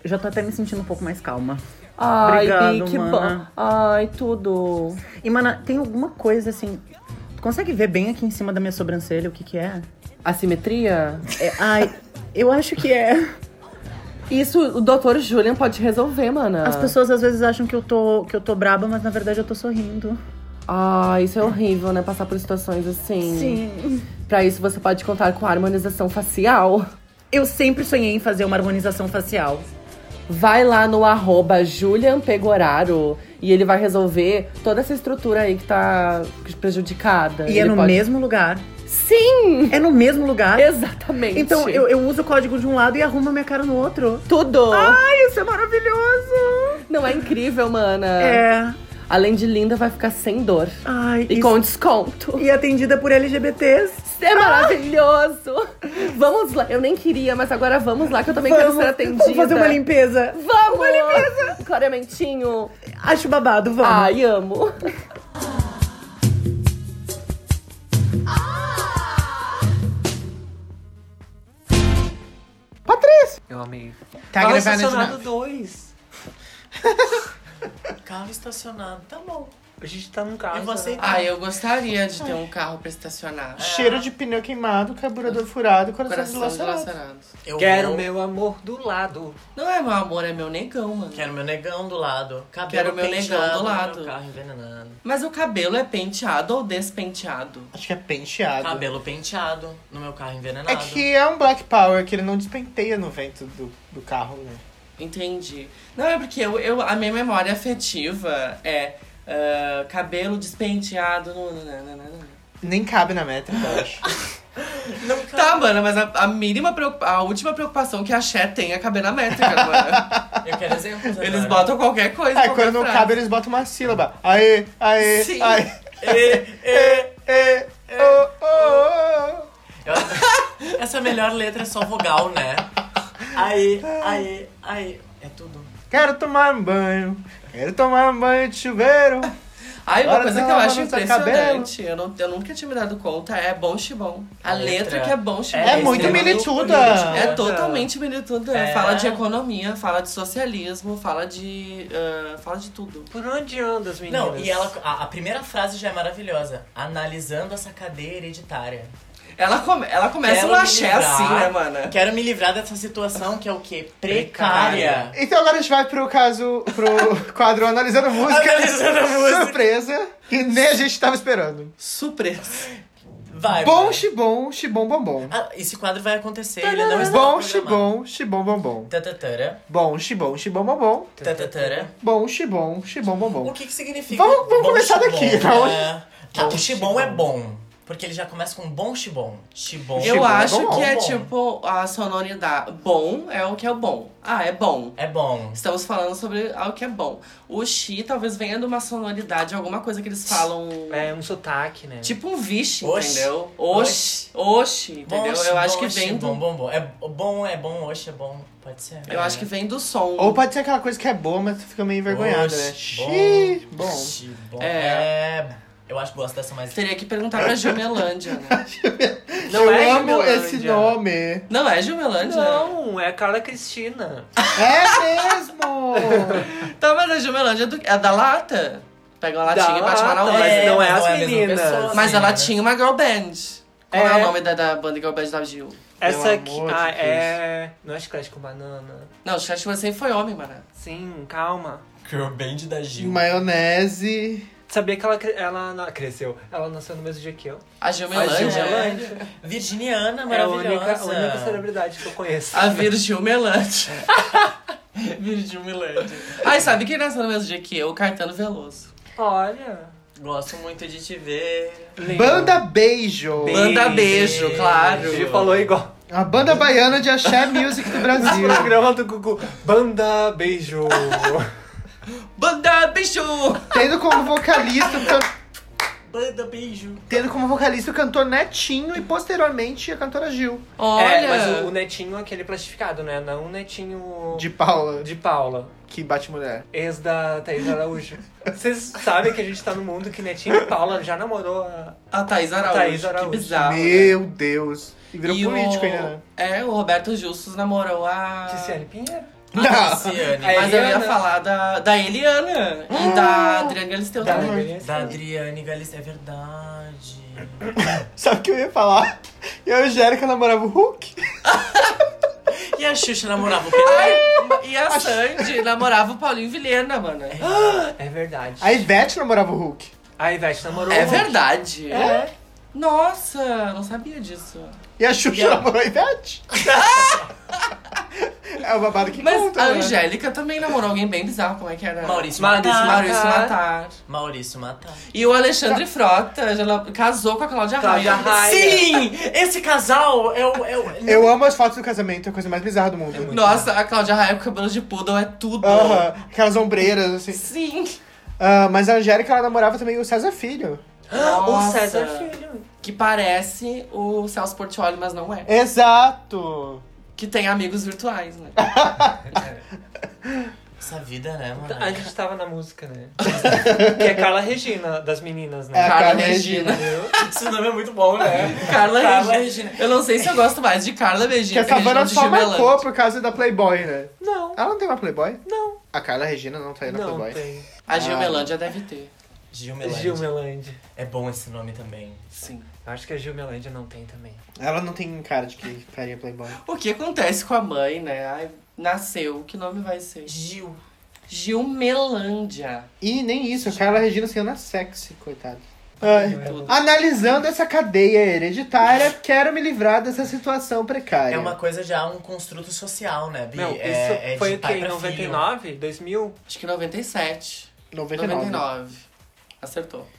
[SPEAKER 14] Já tô até me sentindo um pouco mais calma.
[SPEAKER 13] Ai,
[SPEAKER 14] Obrigado,
[SPEAKER 13] Bi, que bom. Ah,
[SPEAKER 14] mana.
[SPEAKER 13] Ai, tudo.
[SPEAKER 14] E, mana, tem alguma coisa assim. Tu consegue ver bem aqui em cima da minha sobrancelha o que que é?
[SPEAKER 13] Assimetria?
[SPEAKER 14] É, ai, eu acho que é.
[SPEAKER 13] Isso o doutor Julian pode resolver, mana.
[SPEAKER 14] As pessoas às vezes acham que eu tô que eu tô braba, mas na verdade eu tô sorrindo.
[SPEAKER 13] Ah, isso é horrível, né? Passar por situações assim.
[SPEAKER 14] Sim.
[SPEAKER 13] Pra isso, você pode contar com a harmonização facial.
[SPEAKER 14] Eu sempre sonhei em fazer uma harmonização facial.
[SPEAKER 13] Vai lá no arroba Julian Pegoraro e ele vai resolver toda essa estrutura aí que tá prejudicada.
[SPEAKER 14] E é
[SPEAKER 13] Ele
[SPEAKER 14] no
[SPEAKER 13] pode-
[SPEAKER 14] mesmo lugar.
[SPEAKER 13] Sim!
[SPEAKER 14] É no mesmo lugar.
[SPEAKER 13] Exatamente.
[SPEAKER 14] Então, eu, eu uso o código de um lado e arrumo a minha cara no outro.
[SPEAKER 13] Tudo!
[SPEAKER 14] Ai, isso é maravilhoso!
[SPEAKER 13] Não é incrível, mana?
[SPEAKER 14] É.
[SPEAKER 13] Além de linda, vai ficar sem dor.
[SPEAKER 14] Ai,
[SPEAKER 13] E
[SPEAKER 14] isso- Ah!
[SPEAKER 13] com desconto.
[SPEAKER 14] E atendida por LGBTs.
[SPEAKER 13] É maravilhoso! Vamos lá. Eu nem queria, mas agora vamos lá, que eu também quero
[SPEAKER 14] Vamos.
[SPEAKER 13] ser atendida.
[SPEAKER 14] Vamos fazer uma limpeza.
[SPEAKER 13] Vamos! Uma limpeza! Clarementinho.
[SPEAKER 14] Acho babado, vamos.
[SPEAKER 13] Ai, amo.
[SPEAKER 3] Patrícia!
[SPEAKER 11] Eu amei.
[SPEAKER 1] Tá
[SPEAKER 11] Carro
[SPEAKER 1] gravando de
[SPEAKER 11] estacionado
[SPEAKER 1] novo.
[SPEAKER 11] 2.
[SPEAKER 1] Carro estacionado, tá bom.
[SPEAKER 11] A gente tá num carro.
[SPEAKER 1] Eu vou
[SPEAKER 2] né?
[SPEAKER 1] aceitar.
[SPEAKER 11] Ah, eu gostaria de ter um carro pra estacionar.
[SPEAKER 3] Cheiro de pneu queimado, carburador furado, coração,
[SPEAKER 11] Coração
[SPEAKER 3] dilacerado.
[SPEAKER 11] dilacerado.
[SPEAKER 1] Eu
[SPEAKER 11] Quero
[SPEAKER 1] vou-
[SPEAKER 11] meu amor do lado. Não é meu amor, é meu negão, mano.
[SPEAKER 1] Quero meu negão do lado. Cabelo
[SPEAKER 11] Quero meu
[SPEAKER 1] penteado,
[SPEAKER 11] negão do lado.
[SPEAKER 1] Meu carro envenenado.
[SPEAKER 11] Mas o cabelo é penteado ou despenteado?
[SPEAKER 3] Acho que é penteado.
[SPEAKER 11] Tá
[SPEAKER 1] Cabelo penteado no meu carro envenenado.
[SPEAKER 3] É que é um Black Power, que ele não despenteia no vento do, do carro, né?
[SPEAKER 11] Entendi. Não, é porque eu, eu- a minha memória afetiva é ah, cabelo despenteado. No, no- no- no- no-
[SPEAKER 3] Nem cabe na métrica, eu acho.
[SPEAKER 11] Tá, mano, mas a, a mínima preocupa- a última preocupação que a Xé tem é caber na métrica, mano.
[SPEAKER 1] Eu quero exemplos
[SPEAKER 11] Eles botam qualquer coisa.
[SPEAKER 3] Aí
[SPEAKER 1] é
[SPEAKER 11] qualquer
[SPEAKER 3] É, quando não
[SPEAKER 11] frase.
[SPEAKER 3] cabe, eles botam uma sílaba. Aê, aê,
[SPEAKER 11] Sim.
[SPEAKER 3] aê. Ê,
[SPEAKER 1] É.
[SPEAKER 3] ê, ô, ô, ô.
[SPEAKER 1] Essa melhor letra é só vogal, né? Aí, aí, aí. É tudo.
[SPEAKER 3] Quero tomar um banho, quero tomar um banho de chuveiro.
[SPEAKER 11] Ai, uma
[SPEAKER 3] Agora
[SPEAKER 11] coisa
[SPEAKER 3] tá
[SPEAKER 11] que eu
[SPEAKER 3] lavando
[SPEAKER 11] acho
[SPEAKER 3] seu cabelo.
[SPEAKER 11] impressionante, eu, não, eu nunca tinha me dado conta, é bom chibom. A,
[SPEAKER 1] A
[SPEAKER 11] letra,
[SPEAKER 1] letra
[SPEAKER 11] que é bom chibom.
[SPEAKER 3] É muito milituda.
[SPEAKER 11] É totalmente milituda.
[SPEAKER 1] É.
[SPEAKER 11] Fala de economia, fala de socialismo, fala de. ah, fala de tudo.
[SPEAKER 2] Por onde anda as meninas?
[SPEAKER 1] Não, e ela. A, a primeira frase já é maravilhosa. Analisando essa cadeia hereditária.
[SPEAKER 11] Ela, come- ela começa
[SPEAKER 1] Quero
[SPEAKER 11] um
[SPEAKER 1] me
[SPEAKER 11] axé
[SPEAKER 1] livrar.
[SPEAKER 11] assim, né, mana?
[SPEAKER 1] Quero me livrar dessa situação que é o quê? Precária.
[SPEAKER 3] Então agora a gente vai pro caso, pro quadro Analisando Música.
[SPEAKER 1] Analisando a música.
[SPEAKER 3] Surpresa, que nem a gente tava esperando.
[SPEAKER 11] Surpresa.
[SPEAKER 1] Vai.
[SPEAKER 3] Bom,
[SPEAKER 1] vai.
[SPEAKER 3] xibom, xibom, bombom.
[SPEAKER 1] Ah, esse quadro vai acontecer, ele não está
[SPEAKER 3] Bom,
[SPEAKER 1] programado.
[SPEAKER 3] xibom, xibom, bombom.
[SPEAKER 1] Tatatara,
[SPEAKER 3] Bom, xibom, xibom, bombom.
[SPEAKER 1] tatatara.
[SPEAKER 3] Bom, xibom, xibom, bombom.
[SPEAKER 1] O que que significa?
[SPEAKER 3] Vamos- vamos
[SPEAKER 1] bom
[SPEAKER 3] começar
[SPEAKER 1] shibon?
[SPEAKER 3] daqui, vamos.
[SPEAKER 1] É... Tá, o shibon é bom, porque ele já começa com bom shibon. Shibon.
[SPEAKER 11] Eu
[SPEAKER 3] Chibom é
[SPEAKER 11] acho
[SPEAKER 3] bom.
[SPEAKER 11] que é
[SPEAKER 1] Bom.
[SPEAKER 11] tipo a sonoridade. Bom é o que é o bom. Ah, é bom.
[SPEAKER 1] É bom.
[SPEAKER 11] Estamos falando sobre algo que é bom. O chi talvez venha de uma sonoridade, alguma coisa que eles falam.
[SPEAKER 2] É um sotaque, né?
[SPEAKER 11] Tipo um vixe,
[SPEAKER 1] Oxi.
[SPEAKER 11] entendeu? Oxi. Oxi, entendeu?
[SPEAKER 1] Bom,
[SPEAKER 11] eu
[SPEAKER 1] shibon,
[SPEAKER 11] acho que vem do.
[SPEAKER 1] shibon, bom, bom. É bom, é bom, oxe, é bom. Pode ser. É.
[SPEAKER 11] Eu acho que vem do som.
[SPEAKER 3] Ou pode ser aquela coisa que é boa, mas tu fica meio envergonhada, né?
[SPEAKER 1] Oxe,
[SPEAKER 3] Xi, bom.
[SPEAKER 1] Shibon.
[SPEAKER 11] É.
[SPEAKER 1] É. Eu acho que gosto dessa mais.
[SPEAKER 11] Teria que perguntar pra Jumelândia, né?
[SPEAKER 2] Não
[SPEAKER 3] Eu
[SPEAKER 2] é
[SPEAKER 3] amo
[SPEAKER 2] Jumelândia.
[SPEAKER 3] esse nome.
[SPEAKER 11] Não é Jumelândia?
[SPEAKER 2] Não, é a Carla Cristina.
[SPEAKER 3] É mesmo!
[SPEAKER 11] Tá, mas a Jumelândia é, do... é da lata. Pega uma latinha
[SPEAKER 2] Da
[SPEAKER 11] e bate uma na
[SPEAKER 2] lata,
[SPEAKER 11] outra.
[SPEAKER 2] mas não é as
[SPEAKER 1] a mesma
[SPEAKER 2] meninas.
[SPEAKER 1] pessoa,
[SPEAKER 11] Mas
[SPEAKER 1] assim,
[SPEAKER 11] ela
[SPEAKER 1] né?
[SPEAKER 11] tinha uma girl band. Qual é,
[SPEAKER 2] É.
[SPEAKER 11] o nome da, da banda girl band da Gil?
[SPEAKER 2] Essa
[SPEAKER 3] Pelo
[SPEAKER 2] aqui.
[SPEAKER 3] amor de
[SPEAKER 2] Ah,
[SPEAKER 3] Deus.
[SPEAKER 2] é. Não é chiclete com banana.
[SPEAKER 11] Não, o Chachua sempre foi homem, mano.
[SPEAKER 2] Sim, calma.
[SPEAKER 1] Girl band da Gil.
[SPEAKER 3] Maionese.
[SPEAKER 2] Sabia que ela, cre- ela na- cresceu. Ela nasceu no mesmo dia que eu.
[SPEAKER 11] A
[SPEAKER 2] A
[SPEAKER 11] Jumelândia.
[SPEAKER 1] Jumelândia.
[SPEAKER 2] Jumelândia.
[SPEAKER 1] né? Virginiana,
[SPEAKER 2] É a
[SPEAKER 1] maravilhosa.
[SPEAKER 2] única, a única celebridade que eu conheço.
[SPEAKER 11] A Virgil Melândia.
[SPEAKER 1] Virgil Milândia.
[SPEAKER 11] Ai, sabe quem nasceu no mesmo dia que eu? O Cartano Veloso.
[SPEAKER 2] Olha.
[SPEAKER 1] Gosto muito de te ver.
[SPEAKER 3] Banda Beijo.
[SPEAKER 2] Beijo.
[SPEAKER 11] Banda Beijo, claro.
[SPEAKER 2] Ele falou igual.
[SPEAKER 3] A banda baiana de axé music do
[SPEAKER 2] O
[SPEAKER 3] Brasil.
[SPEAKER 2] programa do Gugu. Banda Beijo.
[SPEAKER 11] Banda Beijo!
[SPEAKER 3] tendo como vocalista, o can-
[SPEAKER 1] Banda beijo.
[SPEAKER 3] tendo como vocalista o cantor Netinho e posteriormente a cantora Gil
[SPEAKER 11] Olha!
[SPEAKER 2] É, mas o, o netinho é aquele plastificado, né? Não o netinho
[SPEAKER 3] de Paula,
[SPEAKER 2] de Paula.
[SPEAKER 3] que bate mulher.
[SPEAKER 2] Ex da Thaís Araújo. Vocês sabem que a gente tá no mundo que Netinho e Paula já namorou a.
[SPEAKER 11] A Thaís Araújo.
[SPEAKER 2] Thaís Araújo.
[SPEAKER 11] Que bizarro. né?
[SPEAKER 3] Meu Deus. E virou
[SPEAKER 11] E
[SPEAKER 3] político
[SPEAKER 11] o...
[SPEAKER 3] ainda, né?
[SPEAKER 11] É, o Roberto Justus namorou a.
[SPEAKER 2] Ticiane Pinheiro.
[SPEAKER 1] A Luciane.
[SPEAKER 2] É.
[SPEAKER 11] Mas eu ia
[SPEAKER 2] Eliana.
[SPEAKER 11] falar da, da Eliana e Ah! da Adriana Galisteu
[SPEAKER 2] Da
[SPEAKER 11] também.
[SPEAKER 2] Adriana.
[SPEAKER 1] Da Adriane Galista. É verdade.
[SPEAKER 3] Sabe o que eu ia falar? Eu e a Jérica namorava o Hulk.
[SPEAKER 1] E a Xuxa namorava o Pelé.
[SPEAKER 11] E a Sandy namorava o Paulinho Vilhena, mano.
[SPEAKER 2] É verdade.
[SPEAKER 3] A Ivete namorava o Hulk.
[SPEAKER 2] A Ivete namorou.
[SPEAKER 11] É
[SPEAKER 2] o-
[SPEAKER 11] verdade.
[SPEAKER 2] É.
[SPEAKER 11] Nossa, não sabia disso.
[SPEAKER 3] E a Xuxa
[SPEAKER 1] E a-
[SPEAKER 3] namorou a Ivete. É o babado que
[SPEAKER 11] Mas
[SPEAKER 3] conta,
[SPEAKER 11] a
[SPEAKER 3] né?
[SPEAKER 11] Angélica também namorou alguém bem bizarro, como é que era?
[SPEAKER 1] Maurício
[SPEAKER 11] Maurício
[SPEAKER 1] Matar.
[SPEAKER 11] Maurício Matar.
[SPEAKER 1] Maurício Matar.
[SPEAKER 11] E o Alexandre Frota já casou com a Cláudia
[SPEAKER 1] Cláudia
[SPEAKER 11] Raia.
[SPEAKER 1] Raia. Sim! Esse casal é o. É o...
[SPEAKER 3] Eu amo as fotos do casamento, é a coisa mais bizarra do mundo.
[SPEAKER 11] Nossa, a Cláudia Raia com cabelo de poodle é tudo.
[SPEAKER 3] Aham, aquelas ombreiras, assim.
[SPEAKER 11] Sim.
[SPEAKER 3] Ah, mas a Angélica, ela namorava também o César Filho.
[SPEAKER 11] Nossa,
[SPEAKER 3] O César
[SPEAKER 11] Filho. Que parece o Celso Portioli, mas não é.
[SPEAKER 3] Exato!
[SPEAKER 11] Que tem amigos virtuais, né?
[SPEAKER 1] Essa vida, né, mano?
[SPEAKER 2] Então, A gente tava na música, né? que é Carla Regina, das meninas, né?
[SPEAKER 11] É a Carla Carla Regina. Regina.
[SPEAKER 1] Esse nome é muito bom, né?
[SPEAKER 11] Carla,
[SPEAKER 1] Carla
[SPEAKER 11] Regina. Eu não sei se eu gosto mais de Carla
[SPEAKER 3] Que
[SPEAKER 11] Regina.
[SPEAKER 3] a Savana
[SPEAKER 11] Regina
[SPEAKER 3] só
[SPEAKER 11] de Gilberto.
[SPEAKER 3] marcou por causa da Playboy, né?
[SPEAKER 2] Não.
[SPEAKER 3] Ela não tem uma Playboy?
[SPEAKER 2] Não.
[SPEAKER 3] A Carla Regina não tá aí na
[SPEAKER 2] Não
[SPEAKER 3] Playboy.
[SPEAKER 2] tem.
[SPEAKER 3] Ah.
[SPEAKER 11] A Gilmelândia deve ter.
[SPEAKER 1] Gilmeland.
[SPEAKER 2] Gilmeland.
[SPEAKER 1] É bom esse nome também.
[SPEAKER 11] Sim.
[SPEAKER 2] Acho que a Gilmelândia não tem também.
[SPEAKER 3] Ela não tem cara de que faria Playboy.
[SPEAKER 11] O que acontece com a mãe, né? Ai, nasceu, que nome vai ser? Gil. Gilmelândia.
[SPEAKER 3] E nem isso, a Carla Regina se anda sexy, coitado. Ai. Analisando essa cadeia hereditária, quero me livrar dessa situação precária.
[SPEAKER 1] É uma coisa já, um construto social, né, Bi?
[SPEAKER 2] Não,
[SPEAKER 1] é,
[SPEAKER 2] isso
[SPEAKER 1] é de
[SPEAKER 2] foi o quê?
[SPEAKER 1] pai
[SPEAKER 2] Em
[SPEAKER 1] pra
[SPEAKER 2] 99? 2000?
[SPEAKER 11] Acho que 97.
[SPEAKER 3] 99.
[SPEAKER 11] 99. Acertou.
[SPEAKER 1] filho.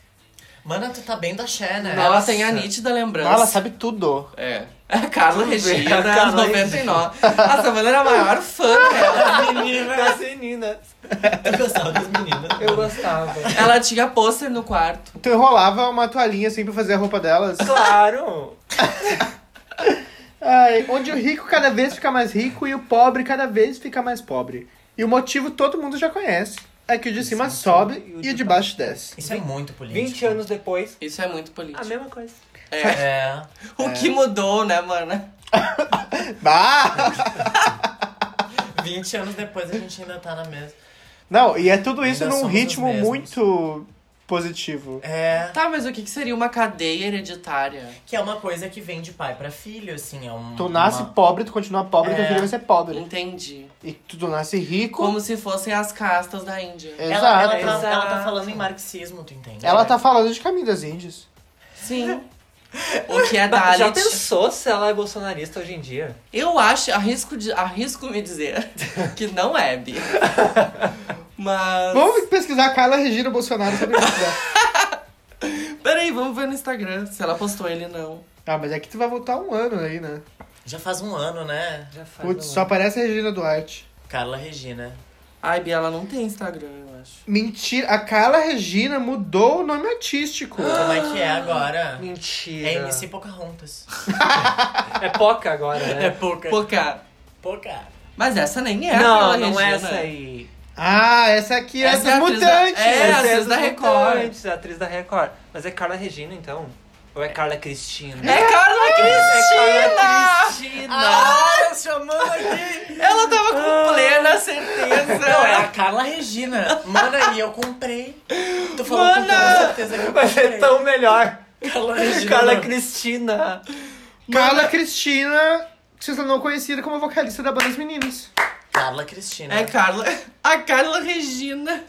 [SPEAKER 1] Mana, tu tá bem da Xé, né?
[SPEAKER 11] Ela tem a nítida lembrança.
[SPEAKER 3] Ela sabe tudo.
[SPEAKER 11] É. A Carla
[SPEAKER 1] Tudo bem,
[SPEAKER 11] Regina,
[SPEAKER 1] a Carla
[SPEAKER 11] 99. A Savana era a maior fã dela.
[SPEAKER 2] Das meninas.
[SPEAKER 1] Tu gostava das meninas?
[SPEAKER 2] Eu gostava.
[SPEAKER 11] Ela tinha pôster no quarto.
[SPEAKER 3] Tu enrolava Então, uma toalhinha assim pra fazer a roupa delas.
[SPEAKER 2] Claro!
[SPEAKER 3] Ai, onde o rico cada vez fica mais rico e o pobre cada vez fica mais pobre. E o motivo todo mundo já conhece. É que o de
[SPEAKER 1] um
[SPEAKER 3] cima sobe e o de baixo desce.
[SPEAKER 1] Isso é muito político.
[SPEAKER 2] 20 anos depois,
[SPEAKER 11] Isso é muito político.
[SPEAKER 2] a mesma coisa.
[SPEAKER 11] É.
[SPEAKER 1] É.
[SPEAKER 11] O que mudou, né, mana?
[SPEAKER 3] Bah!
[SPEAKER 1] 20 anos depois a gente ainda tá na mesma.
[SPEAKER 3] Não, e é tudo isso
[SPEAKER 1] Ainda
[SPEAKER 3] num
[SPEAKER 1] somos os
[SPEAKER 3] ritmo
[SPEAKER 1] mesmos.
[SPEAKER 3] muito positivo.
[SPEAKER 1] É.
[SPEAKER 11] Tá, mas o que que seria uma cadeia hereditária?
[SPEAKER 1] Que é uma coisa que vem de pai pra filho, assim. É um,
[SPEAKER 3] Tu nasce
[SPEAKER 1] uma-
[SPEAKER 3] pobre, tu continua pobre, teu
[SPEAKER 1] É.
[SPEAKER 3] filho vai ser pobre.
[SPEAKER 11] Entendi.
[SPEAKER 3] E tu, tu nasce rico.
[SPEAKER 11] Como se fossem as castas da Índia.
[SPEAKER 3] Exato.
[SPEAKER 1] Ela, ela, tá,
[SPEAKER 2] Exato.
[SPEAKER 1] ela tá falando em marxismo, tu entende?
[SPEAKER 3] Ela tá falando de caminho das índias.
[SPEAKER 11] Sim. O que é
[SPEAKER 2] Mas Já
[SPEAKER 11] Dalit?
[SPEAKER 2] pensou se ela é bolsonarista hoje em dia?
[SPEAKER 11] Eu acho, arrisco, de, arrisco me dizer que não é, Bi. Mas.
[SPEAKER 3] Vamos pesquisar a Carla Regina Bolsonaro sobre isso. né?
[SPEAKER 11] Peraí, vamos ver no Instagram se ela postou ele não.
[SPEAKER 3] ah, mas é que tu vai voltar um ano aí, né?
[SPEAKER 1] Já faz um ano, né?
[SPEAKER 2] Já faz
[SPEAKER 3] Putz,
[SPEAKER 2] um
[SPEAKER 3] só aparece a Regina Duarte.
[SPEAKER 1] Carla Regina.
[SPEAKER 11] Ai, Bi, ela não tem Instagram, eu acho.
[SPEAKER 3] Mentira, a Carla Regina mudou o nome artístico.
[SPEAKER 1] Como é que é agora?
[SPEAKER 2] ano. Mentira.
[SPEAKER 1] É MC Pocahontas.
[SPEAKER 2] É Poca agora, né?
[SPEAKER 1] Poca.
[SPEAKER 11] Poca.
[SPEAKER 1] Poca.
[SPEAKER 11] Mas essa nem é a
[SPEAKER 2] não,
[SPEAKER 11] Carla
[SPEAKER 2] não é
[SPEAKER 11] Regina.
[SPEAKER 2] essa aí.
[SPEAKER 3] Ah, essa aqui é
[SPEAKER 11] Essa é a
[SPEAKER 3] essas
[SPEAKER 11] atriz da-
[SPEAKER 3] mutantes.
[SPEAKER 11] é,
[SPEAKER 2] Essa
[SPEAKER 11] atriz
[SPEAKER 2] dos
[SPEAKER 11] da Record.
[SPEAKER 2] Mutantes, a atriz da Record. Mas é Carla Regina, então? Ou é Carla Cristina?
[SPEAKER 11] É Carla
[SPEAKER 2] Carla
[SPEAKER 11] Cristina!
[SPEAKER 2] Cristina!
[SPEAKER 1] Ah, chamando aqui!
[SPEAKER 11] Ela tava
[SPEAKER 2] Ah.
[SPEAKER 11] com plena certeza.
[SPEAKER 1] Não, é a Carla Regina. Mana, e eu comprei. Tu falou com
[SPEAKER 2] Mana!
[SPEAKER 1] toda certeza que eu
[SPEAKER 2] Vai ser
[SPEAKER 1] comprei.
[SPEAKER 2] é tão melhor.
[SPEAKER 1] Carla Regina.
[SPEAKER 2] Carla Cristina.
[SPEAKER 3] Carla Cristina se tornou conhecida como vocalista da banda Os Meninos.
[SPEAKER 1] Carla Cristina.
[SPEAKER 11] É Carla. A Carla Regina.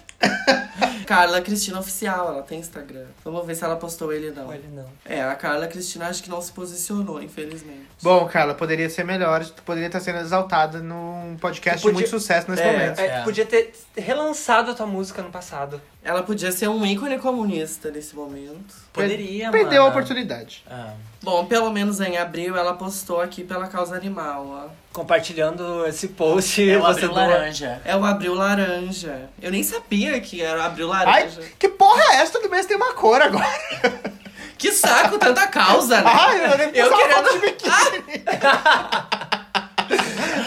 [SPEAKER 11] Carla Cristina Oficial, ela tem Instagram. Vamos ver se ela postou ele não.
[SPEAKER 2] Olha, não.
[SPEAKER 11] É, a Carla Cristina acho que não se posicionou, infelizmente.
[SPEAKER 3] Bom, Carla, poderia ser melhor, tu poderia estar sendo exaltada num podcast
[SPEAKER 2] Tu podia-
[SPEAKER 3] de muito sucesso nesse
[SPEAKER 2] É,
[SPEAKER 3] momento.
[SPEAKER 2] é,
[SPEAKER 1] É.
[SPEAKER 2] tu Podia ter relançado a tua música no passado.
[SPEAKER 11] Ela podia ser um ícone comunista nesse momento.
[SPEAKER 1] Poderia,
[SPEAKER 3] Perdeu a
[SPEAKER 1] mana.
[SPEAKER 3] oportunidade.
[SPEAKER 1] Ah.
[SPEAKER 11] Bom, pelo menos em abril ela postou aqui pela causa animal, ó.
[SPEAKER 2] Compartilhando esse
[SPEAKER 15] É
[SPEAKER 2] post,
[SPEAKER 1] Eu
[SPEAKER 2] você
[SPEAKER 1] abri
[SPEAKER 2] doa-
[SPEAKER 1] laranja.
[SPEAKER 11] É o abril laranja. Eu nem sabia que era o abril
[SPEAKER 3] Ai,
[SPEAKER 11] laranja.
[SPEAKER 3] que porra é essa? Todo mês tem uma cor agora.
[SPEAKER 11] Que saco, tanta causa, né?
[SPEAKER 3] Ai, eu nem
[SPEAKER 11] eu
[SPEAKER 3] eu
[SPEAKER 11] querendo
[SPEAKER 3] foto de biquíni.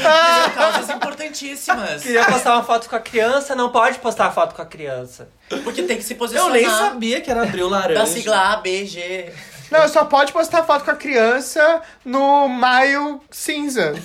[SPEAKER 1] São causas importantíssimas.
[SPEAKER 2] Queria postar uma foto com a criança, não pode postar a foto com a criança.
[SPEAKER 1] Porque tem que se
[SPEAKER 11] Eu
[SPEAKER 1] posicionar.
[SPEAKER 11] nem sabia que era abril laranja.
[SPEAKER 1] Da sigla A, B, G.
[SPEAKER 3] Não, só pode postar foto com a criança no maio cinza.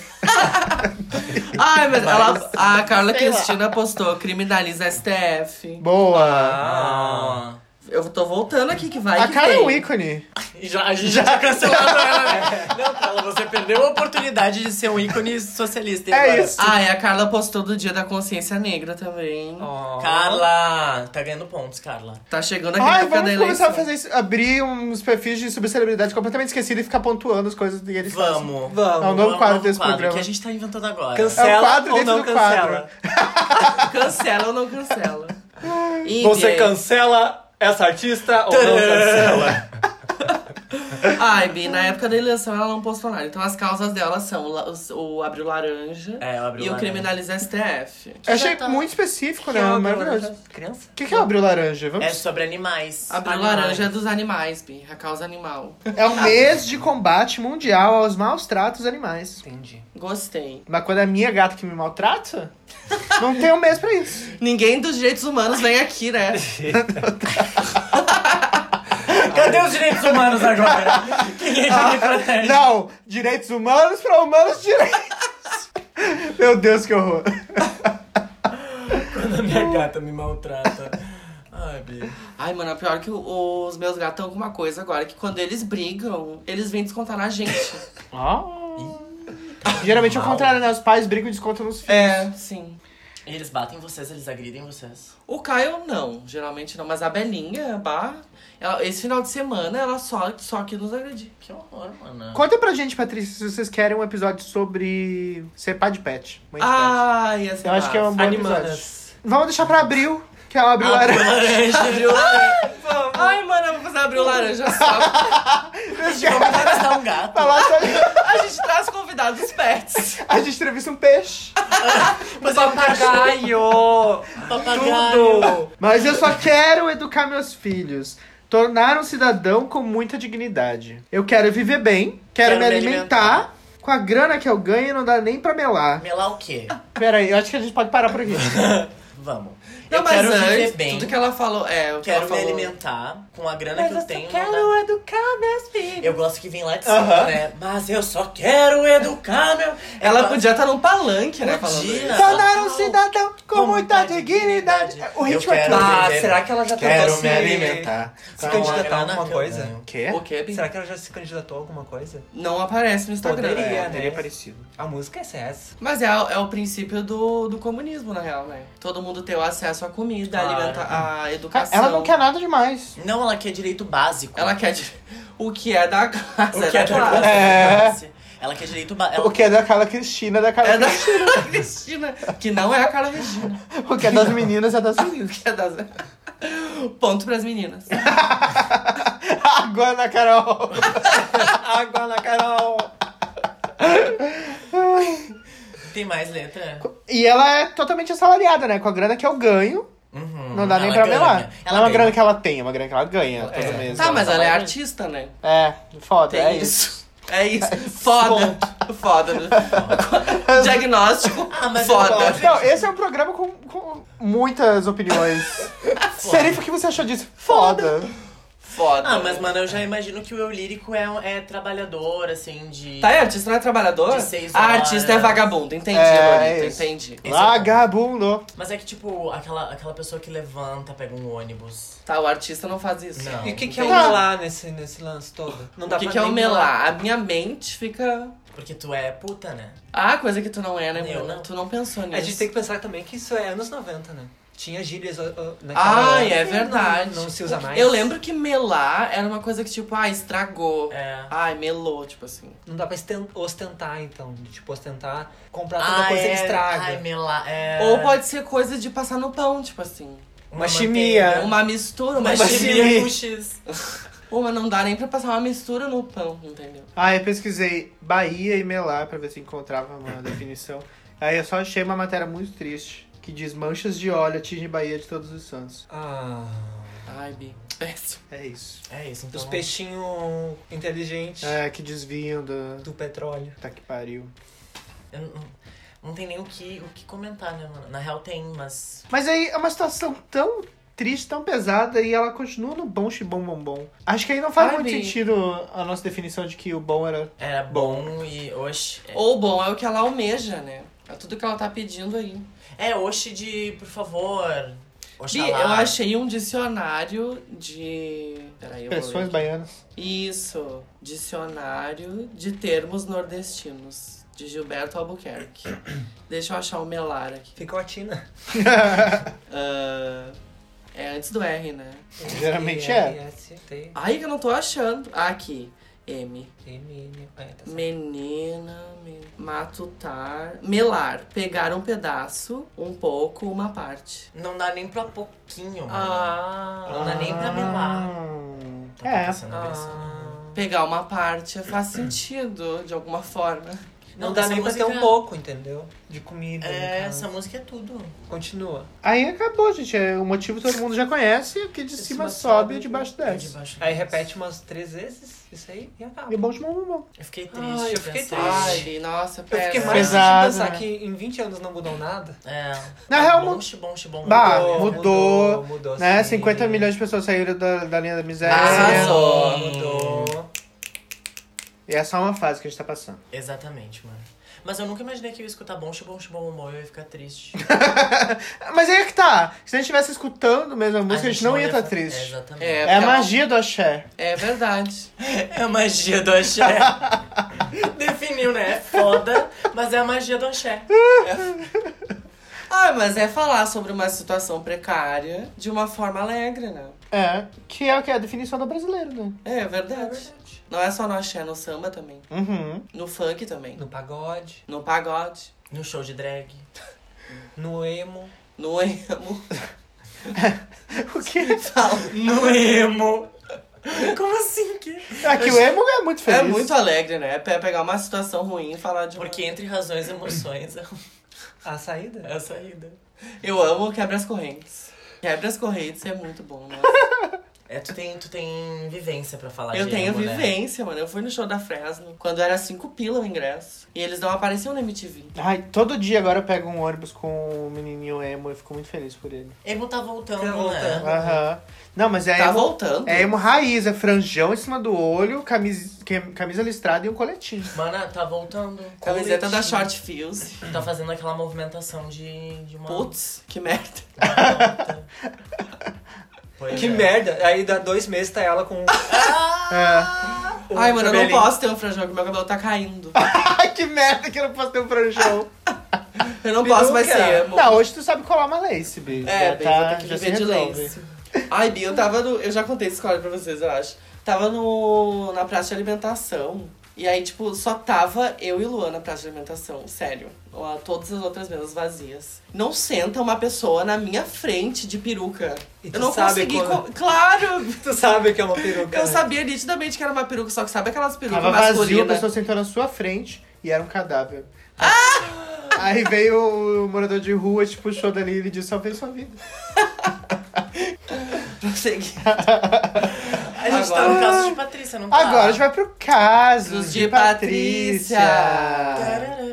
[SPEAKER 11] Ai, mas ela, a Carla
[SPEAKER 3] Sei lá.
[SPEAKER 11] Cristina postou criminaliza STF.
[SPEAKER 3] Boa.
[SPEAKER 1] Ah.
[SPEAKER 11] Eu tô voltando aqui que vai.
[SPEAKER 3] a
[SPEAKER 11] que
[SPEAKER 3] cara é
[SPEAKER 11] vem.
[SPEAKER 3] um ícone.
[SPEAKER 7] E já, a gente já tinha cancelado ela, né? Não, Carla, você perdeu a oportunidade de ser um ícone socialista. E
[SPEAKER 3] É
[SPEAKER 7] agora?
[SPEAKER 11] Ah, e a Carla postou do Dia da Consciência Negra também.
[SPEAKER 1] Carla, tá ganhando pontos, Carla.
[SPEAKER 11] Tá chegando aqui
[SPEAKER 3] Ai,
[SPEAKER 11] época da
[SPEAKER 3] vamos começar
[SPEAKER 11] eleição.
[SPEAKER 3] a fazer isso, abrir uns perfis de subcelebridade completamente esquecida e ficar pontuando as coisas que eles
[SPEAKER 1] Vamos.
[SPEAKER 3] Vamos. É um novo quadro desse programa.
[SPEAKER 1] que a gente tá inventando agora.
[SPEAKER 3] é um quadro dentro do quadro.
[SPEAKER 11] Cancela ou não cancela? Ih,
[SPEAKER 15] Você
[SPEAKER 11] Bi.
[SPEAKER 15] cancela essa artista ou não cancela?
[SPEAKER 11] Ai, Bi, na época da eleição ela não postou nada. Então as causas dela são o la- os- o Abril Laranja
[SPEAKER 1] É, ela abriu
[SPEAKER 11] e o
[SPEAKER 1] laranja.
[SPEAKER 11] Criminaliza STF.
[SPEAKER 3] Eu achei muito específico, né?
[SPEAKER 11] Que é o
[SPEAKER 3] Maravilhoso.
[SPEAKER 11] Abril
[SPEAKER 1] Criança?
[SPEAKER 3] O que, que é o Abril Laranja? Vamos...
[SPEAKER 1] É sobre animais.
[SPEAKER 11] Abril
[SPEAKER 1] Animais.
[SPEAKER 11] Laranja é dos animais, Bi. A causa animal.
[SPEAKER 3] É um mês de combate mundial aos maus tratos animais.
[SPEAKER 1] Entendi.
[SPEAKER 11] Gostei.
[SPEAKER 3] Mas quando é a minha gata que me maltrata, não tem um mês pra isso.
[SPEAKER 11] Ninguém dos direitos humanos vem aqui, né? tá-
[SPEAKER 1] Cadê os direitos humanos agora? Quem é
[SPEAKER 11] Ah.
[SPEAKER 1] que me protege?
[SPEAKER 3] Não, direitos humanos pra humanos direitos. Meu Deus, que horror.
[SPEAKER 1] Quando a minha gata me maltrata. Ai, Bi.
[SPEAKER 11] Ai, mano, é pior que o- os meus gatos estão com uma coisa agora, que quando eles brigam, eles vêm descontar na gente.
[SPEAKER 3] Geralmente é o contrário, né? Os pais brigam e descontam nos filhos.
[SPEAKER 11] É, sim.
[SPEAKER 1] E Eles batem em vocês, eles agridem vocês.
[SPEAKER 11] O Caio não, geralmente não, mas a Belinha, a Bá, ela- esse final de semana ela só, só que nos agrediu.
[SPEAKER 1] Que horror, mano.
[SPEAKER 3] Conta pra gente, Patrícia, se vocês querem um episódio sobre ser pai de pet. Mãe de
[SPEAKER 11] Ai, ia
[SPEAKER 3] pet.
[SPEAKER 11] ser
[SPEAKER 3] Eu acho que é um bom episódio.
[SPEAKER 11] Animanas.
[SPEAKER 3] Vamos deixar pra abril, que é o abril
[SPEAKER 1] Ah,
[SPEAKER 3] laranja.
[SPEAKER 1] Abriu
[SPEAKER 11] Ai, mano, eu vou fazer abrir o laranja só.
[SPEAKER 1] Vamos gastar um gato.
[SPEAKER 3] Falar sobre-
[SPEAKER 11] A gente traz convidados pets.
[SPEAKER 3] A gente entrevista um peixe.
[SPEAKER 1] Mas
[SPEAKER 15] Papagaio!
[SPEAKER 1] Papagaio.
[SPEAKER 3] Mas eu só quero educar meus filhos. Tornar um cidadão com muita dignidade. Eu quero viver bem, quero,
[SPEAKER 1] Quero
[SPEAKER 3] me
[SPEAKER 1] me
[SPEAKER 3] alimentar. Com a grana que eu ganho, não dá nem pra melar.
[SPEAKER 1] Melar o quê?
[SPEAKER 3] Peraí, eu acho que a gente pode parar por aqui.
[SPEAKER 1] Vamos.
[SPEAKER 11] Não,
[SPEAKER 1] eu
[SPEAKER 11] mas
[SPEAKER 1] quero
[SPEAKER 11] antes,
[SPEAKER 1] viver bem.
[SPEAKER 11] tudo que ela falou, é, o que
[SPEAKER 1] Quero
[SPEAKER 11] ela
[SPEAKER 1] me
[SPEAKER 11] falou.
[SPEAKER 1] alimentar com a grana que eu tenho. não dá-
[SPEAKER 11] educar meus filhos.
[SPEAKER 1] Eu gosto que vem lá de cima, né? Mas eu só quero educar meu.
[SPEAKER 11] Ela
[SPEAKER 1] Eu
[SPEAKER 11] podia estar num palanque, né, falando
[SPEAKER 1] Podia.
[SPEAKER 11] isso.
[SPEAKER 3] Tornar um cidadão com, muita dignidade. O
[SPEAKER 1] Eu
[SPEAKER 3] ritmo é
[SPEAKER 1] quero
[SPEAKER 3] tudo.
[SPEAKER 1] viver
[SPEAKER 15] Ah,
[SPEAKER 1] bem.
[SPEAKER 15] será que ela já tentou
[SPEAKER 1] Quero
[SPEAKER 15] se...
[SPEAKER 1] me alimentar.
[SPEAKER 15] Se
[SPEAKER 1] com a
[SPEAKER 15] candidatar a
[SPEAKER 1] grana
[SPEAKER 15] alguma
[SPEAKER 1] que eu
[SPEAKER 15] coisa?
[SPEAKER 1] ganho.
[SPEAKER 3] Quê?
[SPEAKER 11] O quê, Bi?
[SPEAKER 15] Será que ela já se candidatou a alguma coisa?
[SPEAKER 11] Não aparece no Instagram.
[SPEAKER 15] Poderia, né?
[SPEAKER 3] Teria parecido.
[SPEAKER 15] A música é essa.
[SPEAKER 11] Mas é, é o princípio do, do comunismo, na real, né? Todo mundo ter o acesso à comida,
[SPEAKER 1] Claro.
[SPEAKER 11] alimenta, à educação.
[SPEAKER 3] Ela não quer nada demais.
[SPEAKER 1] Não, ela quer direito básico.
[SPEAKER 11] Ela quer de- o que é da casa.
[SPEAKER 1] O que é da classe. Ela quer direito básico.
[SPEAKER 3] O que é da Carla Cristina, é da Carla
[SPEAKER 11] É da
[SPEAKER 3] Cristina.
[SPEAKER 11] Cristina, que não é a Carla Regina.
[SPEAKER 3] O que é das meninas é das meninas.
[SPEAKER 11] Que é das... Ponto pras meninas.
[SPEAKER 3] Água na Carol. Água na Carol.
[SPEAKER 1] Tem mais letra?
[SPEAKER 3] E ela é totalmente assalariada, né? Com a grana que eu ganho,
[SPEAKER 1] Uhum.
[SPEAKER 3] não dá nem
[SPEAKER 1] Ela
[SPEAKER 3] pra
[SPEAKER 1] ganha.
[SPEAKER 3] melar. Não é
[SPEAKER 1] Ela
[SPEAKER 3] uma grana
[SPEAKER 1] ganha.
[SPEAKER 3] que ela tem, é uma grana que ela ganha todo mês.
[SPEAKER 11] Tá, mas ela é artista, né?
[SPEAKER 3] É, foda,
[SPEAKER 11] Tem
[SPEAKER 3] é isso.
[SPEAKER 11] isso. É isso. Foda. Foda. né? Diagnóstico.
[SPEAKER 1] Ah, mas eu
[SPEAKER 11] foda.
[SPEAKER 1] gosto.
[SPEAKER 3] Não, esse é um programa com, com muitas opiniões. Serifa, o que você achou disso? Foda.
[SPEAKER 11] Foda.
[SPEAKER 1] Ah, mas mano, eu já imagino que o eu lírico é, um- é trabalhador, assim, de.
[SPEAKER 11] Tá, e artista não é trabalhador?
[SPEAKER 1] De seis
[SPEAKER 11] A
[SPEAKER 1] horas.
[SPEAKER 11] artista é vagabundo. Entendi,
[SPEAKER 3] É,
[SPEAKER 11] Lolita.
[SPEAKER 3] é isso.
[SPEAKER 11] Entendi.
[SPEAKER 1] Esse é o
[SPEAKER 3] Vagabundo.
[SPEAKER 1] Mas é que, tipo, aquela, aquela pessoa que levanta, pega um ônibus.
[SPEAKER 11] Tá, o artista não faz isso.
[SPEAKER 1] Não.
[SPEAKER 15] E o que, que é o
[SPEAKER 3] Tá.
[SPEAKER 15] melar nesse, nesse lance todo? Não dá
[SPEAKER 11] o que,
[SPEAKER 15] pra
[SPEAKER 11] que é o
[SPEAKER 15] nem
[SPEAKER 11] melar? A minha mente fica.
[SPEAKER 1] Porque tu é puta, né?
[SPEAKER 11] Ah, coisa que tu não é, né,
[SPEAKER 1] Eu
[SPEAKER 11] Bruna?
[SPEAKER 1] não.
[SPEAKER 11] Tu não pensou nisso.
[SPEAKER 15] A gente tem que pensar também que isso é anos 90, né? Tinha gírias ó, ó, naquela
[SPEAKER 11] Ai,
[SPEAKER 15] época
[SPEAKER 11] é
[SPEAKER 15] que
[SPEAKER 11] verdade.
[SPEAKER 15] Não, não se usa mais.
[SPEAKER 11] Eu lembro que melar era uma coisa que, tipo, ah, estragou.
[SPEAKER 1] É.
[SPEAKER 11] Ai, melou, tipo assim.
[SPEAKER 15] Não dá pra esten- ostentar, então. de, Tipo, ostentar,
[SPEAKER 2] Tá,
[SPEAKER 15] comprar toda
[SPEAKER 1] Ah,
[SPEAKER 15] coisa
[SPEAKER 1] é.
[SPEAKER 15] que estraga.
[SPEAKER 1] Ai, mela, é.
[SPEAKER 11] Ou pode ser coisa de passar no pão, tipo assim.
[SPEAKER 1] Uma
[SPEAKER 15] chimia.
[SPEAKER 1] manteiga.
[SPEAKER 11] Uma mistura, uma
[SPEAKER 1] Uma
[SPEAKER 11] chimia.
[SPEAKER 1] chimia com X.
[SPEAKER 11] Uma não dá nem pra passar uma mistura no pão, entendeu?
[SPEAKER 3] Ah, eu pesquisei Bahia e Melar pra ver se encontrava uma definição. Aí eu só achei uma matéria muito triste. Que diz manchas de óleo atingem Bahia de todos os santos.
[SPEAKER 15] Ah,
[SPEAKER 11] Ai, Bi. Péssimo.
[SPEAKER 3] É isso.
[SPEAKER 1] É isso, então.
[SPEAKER 15] dos peixinhos inteligentes
[SPEAKER 3] É, que desviam do...
[SPEAKER 15] do petróleo.
[SPEAKER 3] Tá que pariu.
[SPEAKER 1] Eu não, não tem nem o que, o que comentar, né, mano? Na real tem, mas.
[SPEAKER 3] Mas aí é uma situação tão triste, tão pesada, e ela continua no bom xibom bom bom. Acho que aí não faz
[SPEAKER 11] Ai,
[SPEAKER 3] muito
[SPEAKER 11] Bi.
[SPEAKER 3] sentido a nossa definição de que o bom era...
[SPEAKER 1] Era bom, e. Oxe.
[SPEAKER 11] Ou bom, é o que ela almeja, né? É tudo que ela tá pedindo aí.
[SPEAKER 1] É, oxe de, por favor.
[SPEAKER 11] Bi,
[SPEAKER 1] Oxalá.
[SPEAKER 11] eu achei um dicionário de. Peraí, eu vou
[SPEAKER 3] Expressões
[SPEAKER 11] ler aqui.
[SPEAKER 3] baianas.
[SPEAKER 11] Isso. Dicionário de termos nordestinos. De Gilberto Albuquerque. Deixa eu achar o melar aqui.
[SPEAKER 15] Ficou a Tina.
[SPEAKER 11] Ah, é antes do R, né?
[SPEAKER 3] Geralmente é.
[SPEAKER 11] Ai, que eu não tô achando. Ah, aqui. M.
[SPEAKER 15] M. Ah, tá certo.
[SPEAKER 11] Menina, men- matutar. Melar. Pegar um pedaço, um pouco, uma parte.
[SPEAKER 1] Não dá nem pra pouquinho.
[SPEAKER 11] Ah.
[SPEAKER 1] Não dá nem pra
[SPEAKER 3] Ah.
[SPEAKER 1] melar. Tá
[SPEAKER 11] É.
[SPEAKER 1] acontecendo
[SPEAKER 11] Ah.
[SPEAKER 1] isso, né?
[SPEAKER 11] Pegar uma parte é faz sentido, de alguma forma.
[SPEAKER 15] Não, dá
[SPEAKER 1] essa
[SPEAKER 15] nem pra ter um
[SPEAKER 1] música-
[SPEAKER 15] pouco, entendeu? De comida.
[SPEAKER 1] É,
[SPEAKER 15] no caso.
[SPEAKER 1] essa música é tudo.
[SPEAKER 15] Continua.
[SPEAKER 3] Aí acabou, gente. É, o motivo todo mundo já conhece. O que de cima sobe e de baixo desce.
[SPEAKER 15] Aí repete umas três vezes isso aí e acaba.
[SPEAKER 3] E bom, bom, bom, bom.
[SPEAKER 1] Eu assim. fiquei
[SPEAKER 15] Ai, eu fiquei triste.
[SPEAKER 11] Ai, nossa,
[SPEAKER 15] eu fiquei
[SPEAKER 11] pera.
[SPEAKER 15] mais triste de
[SPEAKER 3] Pesado,
[SPEAKER 15] pensar
[SPEAKER 3] né?
[SPEAKER 15] que em 20 anos não mudou nada.
[SPEAKER 1] É.
[SPEAKER 3] Na real, mu-
[SPEAKER 1] Bom, bom.
[SPEAKER 3] bah,
[SPEAKER 15] mudou,
[SPEAKER 3] mudou,
[SPEAKER 15] mudou, mudou,
[SPEAKER 3] né?
[SPEAKER 15] sim.
[SPEAKER 3] 50 milhões de pessoas saíram da, da linha da miséria.
[SPEAKER 1] Ah,
[SPEAKER 3] assim, né?
[SPEAKER 1] Arrasou.
[SPEAKER 15] Mudou.
[SPEAKER 3] E é só uma fase que a gente tá passando.
[SPEAKER 1] Exatamente, mano. Mas eu nunca imaginei que eu ia escutar bom, bom, bom, bom, eu ia ficar triste.
[SPEAKER 3] Mas aí é que tá. Se a gente estivesse escutando mesmo a música, a gente,
[SPEAKER 1] gente
[SPEAKER 3] não
[SPEAKER 1] não
[SPEAKER 3] ia
[SPEAKER 1] ia
[SPEAKER 3] estar
[SPEAKER 1] fa-
[SPEAKER 3] triste.
[SPEAKER 1] É, exatamente.
[SPEAKER 11] É,
[SPEAKER 3] É,
[SPEAKER 11] porque
[SPEAKER 3] a
[SPEAKER 11] ela-
[SPEAKER 3] magia do axé.
[SPEAKER 11] É verdade.
[SPEAKER 1] É a magia do axé. Definiu, né? É foda, mas é a magia do axé.
[SPEAKER 11] Ah, mas é falar sobre uma situação precária de uma forma alegre, né?
[SPEAKER 3] É, que é o que? é A definição do brasileiro, né?
[SPEAKER 11] É verdade. Não é só no axé, no samba também.
[SPEAKER 3] Uhum.
[SPEAKER 11] No funk também.
[SPEAKER 15] No pagode,
[SPEAKER 11] No pagode.
[SPEAKER 1] No show de drag.
[SPEAKER 15] no emo.
[SPEAKER 11] No emo.
[SPEAKER 3] o que?
[SPEAKER 1] No emo. Como assim? Que...
[SPEAKER 3] É que o emo é muito feliz.
[SPEAKER 11] É muito alegre, né? É pe- pegar uma situação ruim e falar de. uma-
[SPEAKER 1] Porque entre razões e emoções é
[SPEAKER 15] A saída?
[SPEAKER 1] é a saída.
[SPEAKER 11] Eu amo quebra as correntes. Quebra as correntes é muito bom, né?
[SPEAKER 1] É, tu tem, tu tem vivência pra falar
[SPEAKER 11] Eu
[SPEAKER 1] de
[SPEAKER 11] tenho
[SPEAKER 1] emo, né?
[SPEAKER 11] vivência, mano. Eu fui no show da Fresno quando era cinco pila o ingresso. E eles não apareciam na MTV.
[SPEAKER 3] Ai, todo dia agora eu pego um ônibus com um menininho emo e fico muito feliz por ele.
[SPEAKER 1] Emo tá voltando,
[SPEAKER 15] Tá voltando.
[SPEAKER 1] né?
[SPEAKER 3] Aham. Não, mas é
[SPEAKER 11] Tá
[SPEAKER 3] emo,
[SPEAKER 11] voltando.
[SPEAKER 3] É emo raiz, é franjão em cima do olho, camisa, camisa listrada e um coletinho.
[SPEAKER 1] Mana, tá voltando.
[SPEAKER 11] Camiseta da
[SPEAKER 1] Coletivo.
[SPEAKER 11] Short Fuse.
[SPEAKER 1] Tá fazendo aquela movimentação de, de uma...
[SPEAKER 11] Putz, que merda.
[SPEAKER 1] Pois
[SPEAKER 15] Que
[SPEAKER 1] é.
[SPEAKER 15] merda. Aí dá dois meses tá ela com.
[SPEAKER 3] É.
[SPEAKER 15] um
[SPEAKER 11] Ai, mano, eu não
[SPEAKER 15] cabelinho.
[SPEAKER 11] posso ter um franjão, que meu cabelo tá caindo.
[SPEAKER 3] Ai, que merda que eu não posso ter um franjão.
[SPEAKER 11] Eu não posso mais
[SPEAKER 15] Peruca.
[SPEAKER 11] ser emo.
[SPEAKER 3] não, hoje tu sabe colar uma lace, bicho.
[SPEAKER 11] Ah. É, bem, vou
[SPEAKER 3] tá,
[SPEAKER 11] ter que
[SPEAKER 3] já se
[SPEAKER 11] viver de
[SPEAKER 3] resolve.
[SPEAKER 11] lenço. Ai, Bia, eu tava no. Eu já contei essa história pra vocês, eu acho. Tava no, na praça de alimentação. E aí, tipo, só tava eu e Luan na praça de alimentação, sério. Ó, Todas as outras mesas vazias. Não senta uma pessoa na minha frente de peruca.
[SPEAKER 15] E tu
[SPEAKER 11] Eu não
[SPEAKER 15] sabe
[SPEAKER 11] consegui.
[SPEAKER 15] quando-
[SPEAKER 11] co- Claro!
[SPEAKER 15] Tu sabe que é uma peruca.
[SPEAKER 11] Eu
[SPEAKER 15] né?
[SPEAKER 11] sabia nitidamente que era uma peruca, só que sabe aquelas perucas
[SPEAKER 3] Tava vazio, a
[SPEAKER 11] masculinas?
[SPEAKER 3] pessoa sentou na sua frente e era um cadáver. Aí veio o morador de rua, te puxou dali e ele disse, salvei sua vida.
[SPEAKER 11] Consegui.
[SPEAKER 1] A gente tá
[SPEAKER 11] Agora-
[SPEAKER 1] no caso de Patrícia, não tá?
[SPEAKER 3] Agora a gente vai pro caso
[SPEAKER 11] Dos
[SPEAKER 3] de,
[SPEAKER 11] de
[SPEAKER 3] Patrícia.
[SPEAKER 1] Tararara.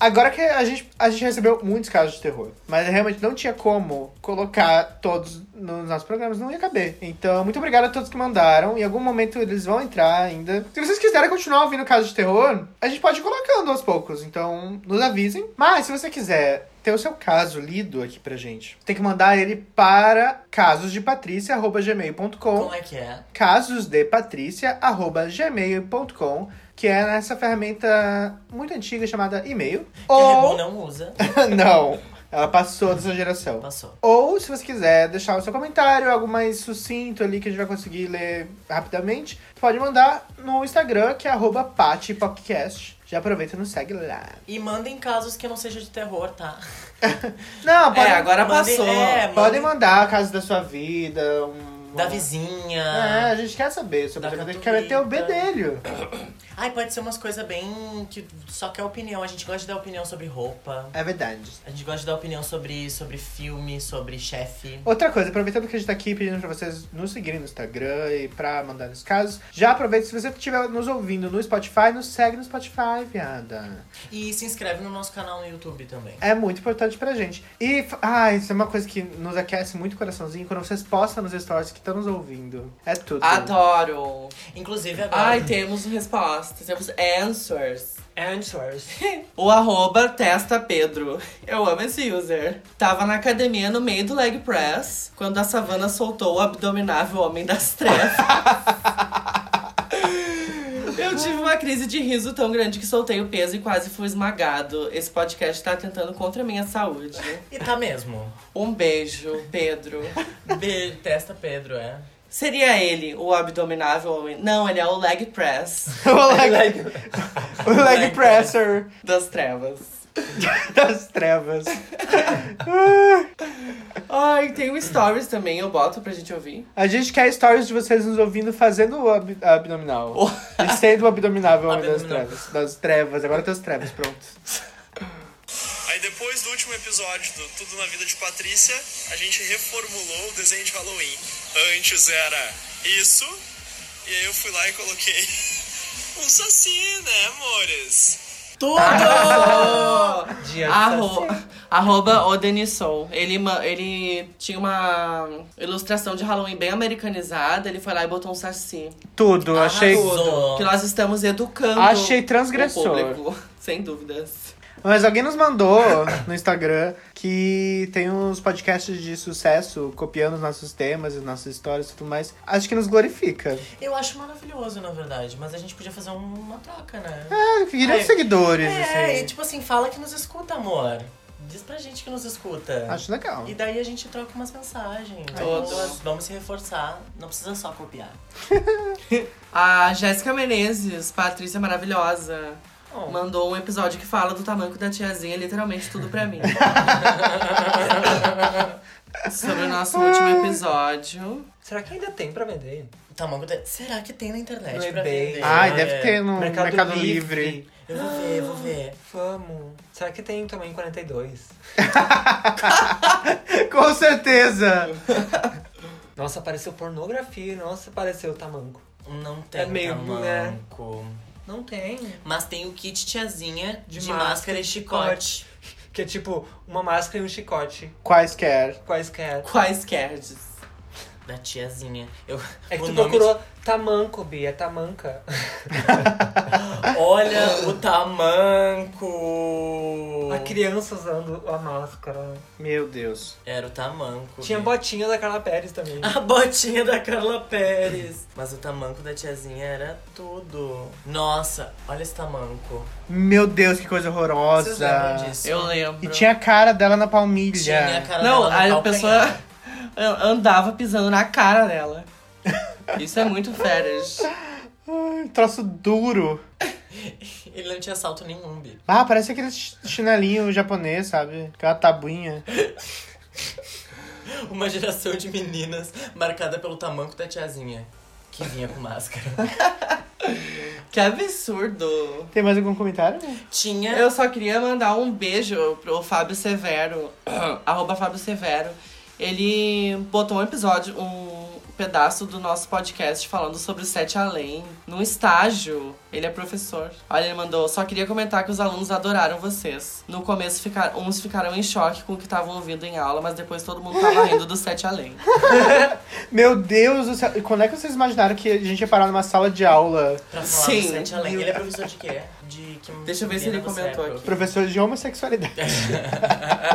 [SPEAKER 3] Agora que a gente, a gente recebeu muitos casos de terror, mas realmente não tinha como colocar todos nos nossos programas, não ia caber. Então, muito obrigado a todos que mandaram. Em algum momento eles vão entrar ainda. Se vocês quiserem continuar ouvindo casos de terror, a gente pode ir colocando aos poucos. Então, nos avisem. Mas se você quiser ter o seu caso lido aqui pra gente, tem que mandar ele para casosdepatrícia.gmail.com
[SPEAKER 1] Como é que é?
[SPEAKER 3] casosdepatrícia.gmail.com, que é nessa ferramenta muito antiga chamada e-mail.
[SPEAKER 1] Que é o Rebu
[SPEAKER 3] Ou.
[SPEAKER 1] não usa.
[SPEAKER 3] não, ela passou dessa geração.
[SPEAKER 1] Passou.
[SPEAKER 3] Ou, se você quiser deixar o seu comentário, algo mais sucinto ali que a gente vai conseguir ler rapidamente, pode mandar no Instagram, que é arroba patipopcast. Já aproveita e nos segue lá.
[SPEAKER 1] E mandem casos que não seja de terror, tá?
[SPEAKER 3] Não,
[SPEAKER 11] É,
[SPEAKER 3] podem,
[SPEAKER 11] agora
[SPEAKER 1] Mandem-
[SPEAKER 11] passou.
[SPEAKER 1] é,
[SPEAKER 3] podem
[SPEAKER 1] mandem
[SPEAKER 3] mandar casos da sua vida. Um...
[SPEAKER 1] da vizinha.
[SPEAKER 3] É, a gente quer saber
[SPEAKER 1] Da
[SPEAKER 3] sobre a vida. A gente quer meter é o
[SPEAKER 1] Caturita.
[SPEAKER 3] bedelho.
[SPEAKER 1] Ai, pode ser umas coisas bem que só quer opinião. A gente gosta de dar opinião sobre roupa.
[SPEAKER 3] É verdade.
[SPEAKER 1] A gente gosta de dar opinião sobre, sobre filme, sobre chefe.
[SPEAKER 3] Outra coisa, aproveitando que a gente tá aqui pedindo pra vocês nos seguirem no Instagram e pra mandar nos casos, já aproveita, se você estiver nos ouvindo no Spotify, nos segue no Spotify, viada.
[SPEAKER 1] E se inscreve no nosso canal no YouTube também.
[SPEAKER 3] É muito importante pra gente. E, f- ah, isso é uma coisa que nos aquece muito o coraçãozinho, quando vocês postam nos stories que tá nos ouvindo. É tudo.
[SPEAKER 11] Ah, tá. Adoro.
[SPEAKER 1] Inclusive
[SPEAKER 3] agora-
[SPEAKER 11] Ai, temos respostas, temos answers.
[SPEAKER 2] É Answers.
[SPEAKER 11] o arroba testa Pedro. Eu amo esse user. Tava na academia no meio do leg press, quando a savana soltou o abdominável homem das trevas. Eu tive uma crise de riso tão grande que soltei o peso e quase fui esmagado. Esse podcast tá tentando contra a minha saúde.
[SPEAKER 1] E tá mesmo.
[SPEAKER 11] Um beijo, Pedro.
[SPEAKER 1] Be testa Pedro, é.
[SPEAKER 11] Seria ele o abdominável homem? Não, ele é o leg press.
[SPEAKER 3] o leg, o leg presser
[SPEAKER 11] das trevas.
[SPEAKER 3] das trevas.
[SPEAKER 11] Ai, tem um stories também, eu boto pra gente ouvir.
[SPEAKER 3] A gente quer stories de vocês nos ouvindo fazendo o ab abdominal.
[SPEAKER 1] Oh.
[SPEAKER 3] E sendo o abdominável homem das trevas. Das trevas. Agora tem as trevas, pronto.
[SPEAKER 16] Aí depois do último episódio do Tudo na Vida de Patrícia, a gente reformulou o desenho de Halloween. Antes era isso, e aí eu fui lá e coloquei um saci, né, amores?
[SPEAKER 11] Tudo!
[SPEAKER 16] Dia
[SPEAKER 11] Arro... Arroba o Denissou. Ele, ma- ele tinha uma ilustração de Halloween bem americanizada, ele foi lá e botou um saci.
[SPEAKER 3] Tudo,
[SPEAKER 1] Ah,
[SPEAKER 3] achei.
[SPEAKER 11] Tudo. Que nós estamos educando.
[SPEAKER 3] Achei transgressor.
[SPEAKER 11] o público, sem dúvidas.
[SPEAKER 3] Mas alguém nos mandou no Instagram que tem uns podcasts de sucesso copiando os nossos temas, as nossas histórias e tudo mais. Acho que nos glorifica.
[SPEAKER 1] Eu acho maravilhoso, na verdade, mas a gente podia fazer um- uma troca, né?
[SPEAKER 3] É, eu queria uns seguidores,
[SPEAKER 1] É,
[SPEAKER 3] assim.
[SPEAKER 1] e tipo assim, fala que nos escuta, amor. Diz pra gente que nos escuta.
[SPEAKER 3] Acho legal.
[SPEAKER 1] E daí a gente troca umas mensagens.
[SPEAKER 11] Todos.
[SPEAKER 1] Vamos- Vamos se reforçar. Não precisa só copiar.
[SPEAKER 11] A Jéssica Menezes, Patrícia Maravilhosa, mandou um episódio que fala do tamanco da tiazinha, literalmente tudo pra mim. Sobre o nosso último episódio.
[SPEAKER 2] Será que ainda tem pra vender?
[SPEAKER 1] Tamanco da... é, Será que tem na internet
[SPEAKER 2] No
[SPEAKER 1] pra
[SPEAKER 2] eBay.
[SPEAKER 1] vender? É.
[SPEAKER 3] Ai, deve ter no É, Mercado,
[SPEAKER 2] Mercado
[SPEAKER 3] Livre.
[SPEAKER 1] Eu vou ver, eu vou ver.
[SPEAKER 2] Vamos. Será que tem também 42?
[SPEAKER 3] Com certeza!
[SPEAKER 2] Nossa, apareceu pornografia. Nossa, apareceu tamanco.
[SPEAKER 1] Não tem
[SPEAKER 2] é meio, né?
[SPEAKER 1] tamanco.
[SPEAKER 2] Não tem.
[SPEAKER 1] Mas tem o kit tiazinha de, máscara, e chicote.
[SPEAKER 2] Que é tipo uma máscara e um chicote.
[SPEAKER 3] Quaisquer.
[SPEAKER 2] Quaisquer.
[SPEAKER 11] Quaisquer.
[SPEAKER 1] Da tiazinha. Eu...
[SPEAKER 2] É que
[SPEAKER 1] o
[SPEAKER 2] tu
[SPEAKER 1] nome
[SPEAKER 2] procurou tamanco, Bi. É tamanca.
[SPEAKER 1] de- Olha o tamanco.
[SPEAKER 2] A criança usando a máscara.
[SPEAKER 3] Meu Deus.
[SPEAKER 1] Era o tamanco.
[SPEAKER 2] Tinha
[SPEAKER 1] né?
[SPEAKER 2] botinha da Carla Pérez também.
[SPEAKER 1] A botinha da Carla Pérez. Mas o tamanco da tiazinha era tudo. Nossa, olha esse tamanco.
[SPEAKER 3] Meu Deus, que coisa horrorosa.
[SPEAKER 1] Vocês lembram disso? Eu lembro.
[SPEAKER 3] E tinha a cara dela na palmilha.
[SPEAKER 1] Tinha né, a cara
[SPEAKER 11] Não,
[SPEAKER 1] dela no
[SPEAKER 11] a pessoa andava pisando na cara dela. Isso é muito férias.
[SPEAKER 3] Ai, Um troço duro.
[SPEAKER 1] Ele não tinha salto nenhum, Bi.
[SPEAKER 3] Ah, parece aquele ch- chinelinho japonês, sabe? Aquela tabuinha.
[SPEAKER 1] Uma geração de meninas marcada pelo tamanco da tiazinha. Que vinha com máscara.
[SPEAKER 11] Que absurdo.
[SPEAKER 3] Tem mais algum comentário?
[SPEAKER 1] Tinha.
[SPEAKER 11] Eu só queria mandar um beijo pro Fábio Severo, arroba Fábio Severo. Ele botou um episódio, um pedaço do nosso podcast falando sobre o Sete Além, num estágio. Ele é professor. Olha, ele mandou, só queria comentar que os alunos adoraram vocês. No começo, ficar, uns ficaram em choque com o que estavam ouvindo em aula, mas depois todo mundo tava rindo do Sete Além.
[SPEAKER 3] Meu Deus do céu. E Quando é que vocês imaginaram que a gente ia parar numa sala de aula?
[SPEAKER 1] Pra falar do Sete Além. Ele é professor de quê? De que
[SPEAKER 11] Deixa eu ver se ele
[SPEAKER 1] maneira você
[SPEAKER 11] comentou
[SPEAKER 1] é,
[SPEAKER 11] aqui.
[SPEAKER 3] Professores de homossexualidade.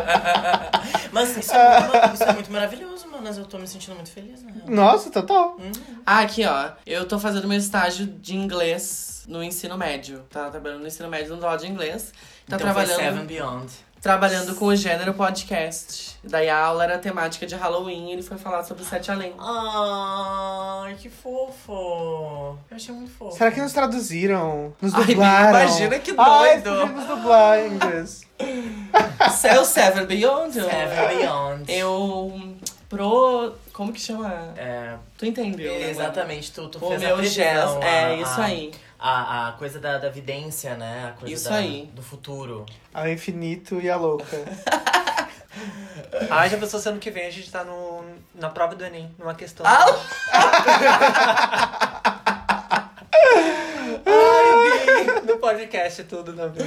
[SPEAKER 1] Mas isso é, muito, isso é muito maravilhoso, manas. Eu tô me sentindo muito feliz, né?
[SPEAKER 11] Então
[SPEAKER 3] Nossa, total.
[SPEAKER 11] Ah, aqui, ó. Eu tô fazendo meu estágio de inglês no ensino médio. Tá trabalhando no ensino médio dando aula de inglês. Tá
[SPEAKER 1] Então foi
[SPEAKER 11] trabalhando.
[SPEAKER 1] Seven Beyond.
[SPEAKER 11] Trabalhando com o gênero podcast. Daí a aula era temática de Halloween e ele foi falar sobre o Sete Além.
[SPEAKER 1] Ai, que fofo. Eu achei muito fofo.
[SPEAKER 3] Será que nos traduziram? Nos
[SPEAKER 11] Ai,
[SPEAKER 3] dublaram?
[SPEAKER 11] imagina que
[SPEAKER 3] Ai,
[SPEAKER 11] doido.
[SPEAKER 3] podemos dublar em inglês.
[SPEAKER 11] Céu é Seven Beyond?
[SPEAKER 1] Seven Beyond.
[SPEAKER 11] Eu. Pro. Como que chama?
[SPEAKER 1] É.
[SPEAKER 11] Tu entendeu? né,
[SPEAKER 1] Exatamente, tu,
[SPEAKER 11] mano?
[SPEAKER 1] tu
[SPEAKER 11] O
[SPEAKER 1] fez a
[SPEAKER 11] meu jazz.
[SPEAKER 1] previsão,
[SPEAKER 11] É,
[SPEAKER 1] a-
[SPEAKER 11] isso
[SPEAKER 1] a-
[SPEAKER 11] aí.
[SPEAKER 1] A, a coisa da, da vidência, né? A coisa
[SPEAKER 11] Isso
[SPEAKER 1] da-
[SPEAKER 11] aí.
[SPEAKER 1] do futuro.
[SPEAKER 3] Ao infinito e a louca.
[SPEAKER 2] Ai, já pensou se ano que vem a gente tá no, na prova do Enem, numa questão. Ai, Bi, no podcast tudo, na vida.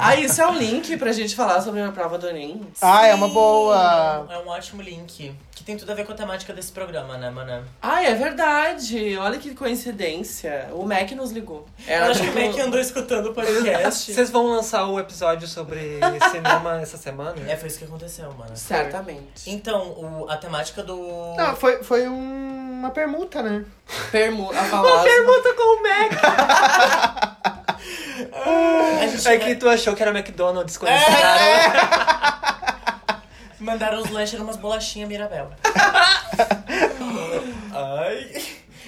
[SPEAKER 11] Ah, isso é um link pra gente falar sobre a prova do Enem?
[SPEAKER 3] Ah, é uma boa.
[SPEAKER 1] É um ótimo link. Que tem tudo a ver com a temática desse programa, né, mané?
[SPEAKER 11] Ai, é verdade. Olha que coincidência. O Mac nos ligou. tipo
[SPEAKER 1] Eu acho que o
[SPEAKER 3] tipo
[SPEAKER 1] Mac andou escutando o podcast.
[SPEAKER 2] Vocês vão lançar o episódio sobre cinema essa semana?
[SPEAKER 1] É, foi isso que aconteceu, mano.
[SPEAKER 11] Certamente.
[SPEAKER 1] Então, o- a temática do.
[SPEAKER 3] Não, foi, foi um- uma permuta, né?
[SPEAKER 11] Permuta, a
[SPEAKER 3] Uma permuta
[SPEAKER 11] com o Mac.
[SPEAKER 2] É que tu achou que era McDonald's quando você era-
[SPEAKER 1] É! Mandaram os lanches eram umas bolachinhas Mirabel. Ai.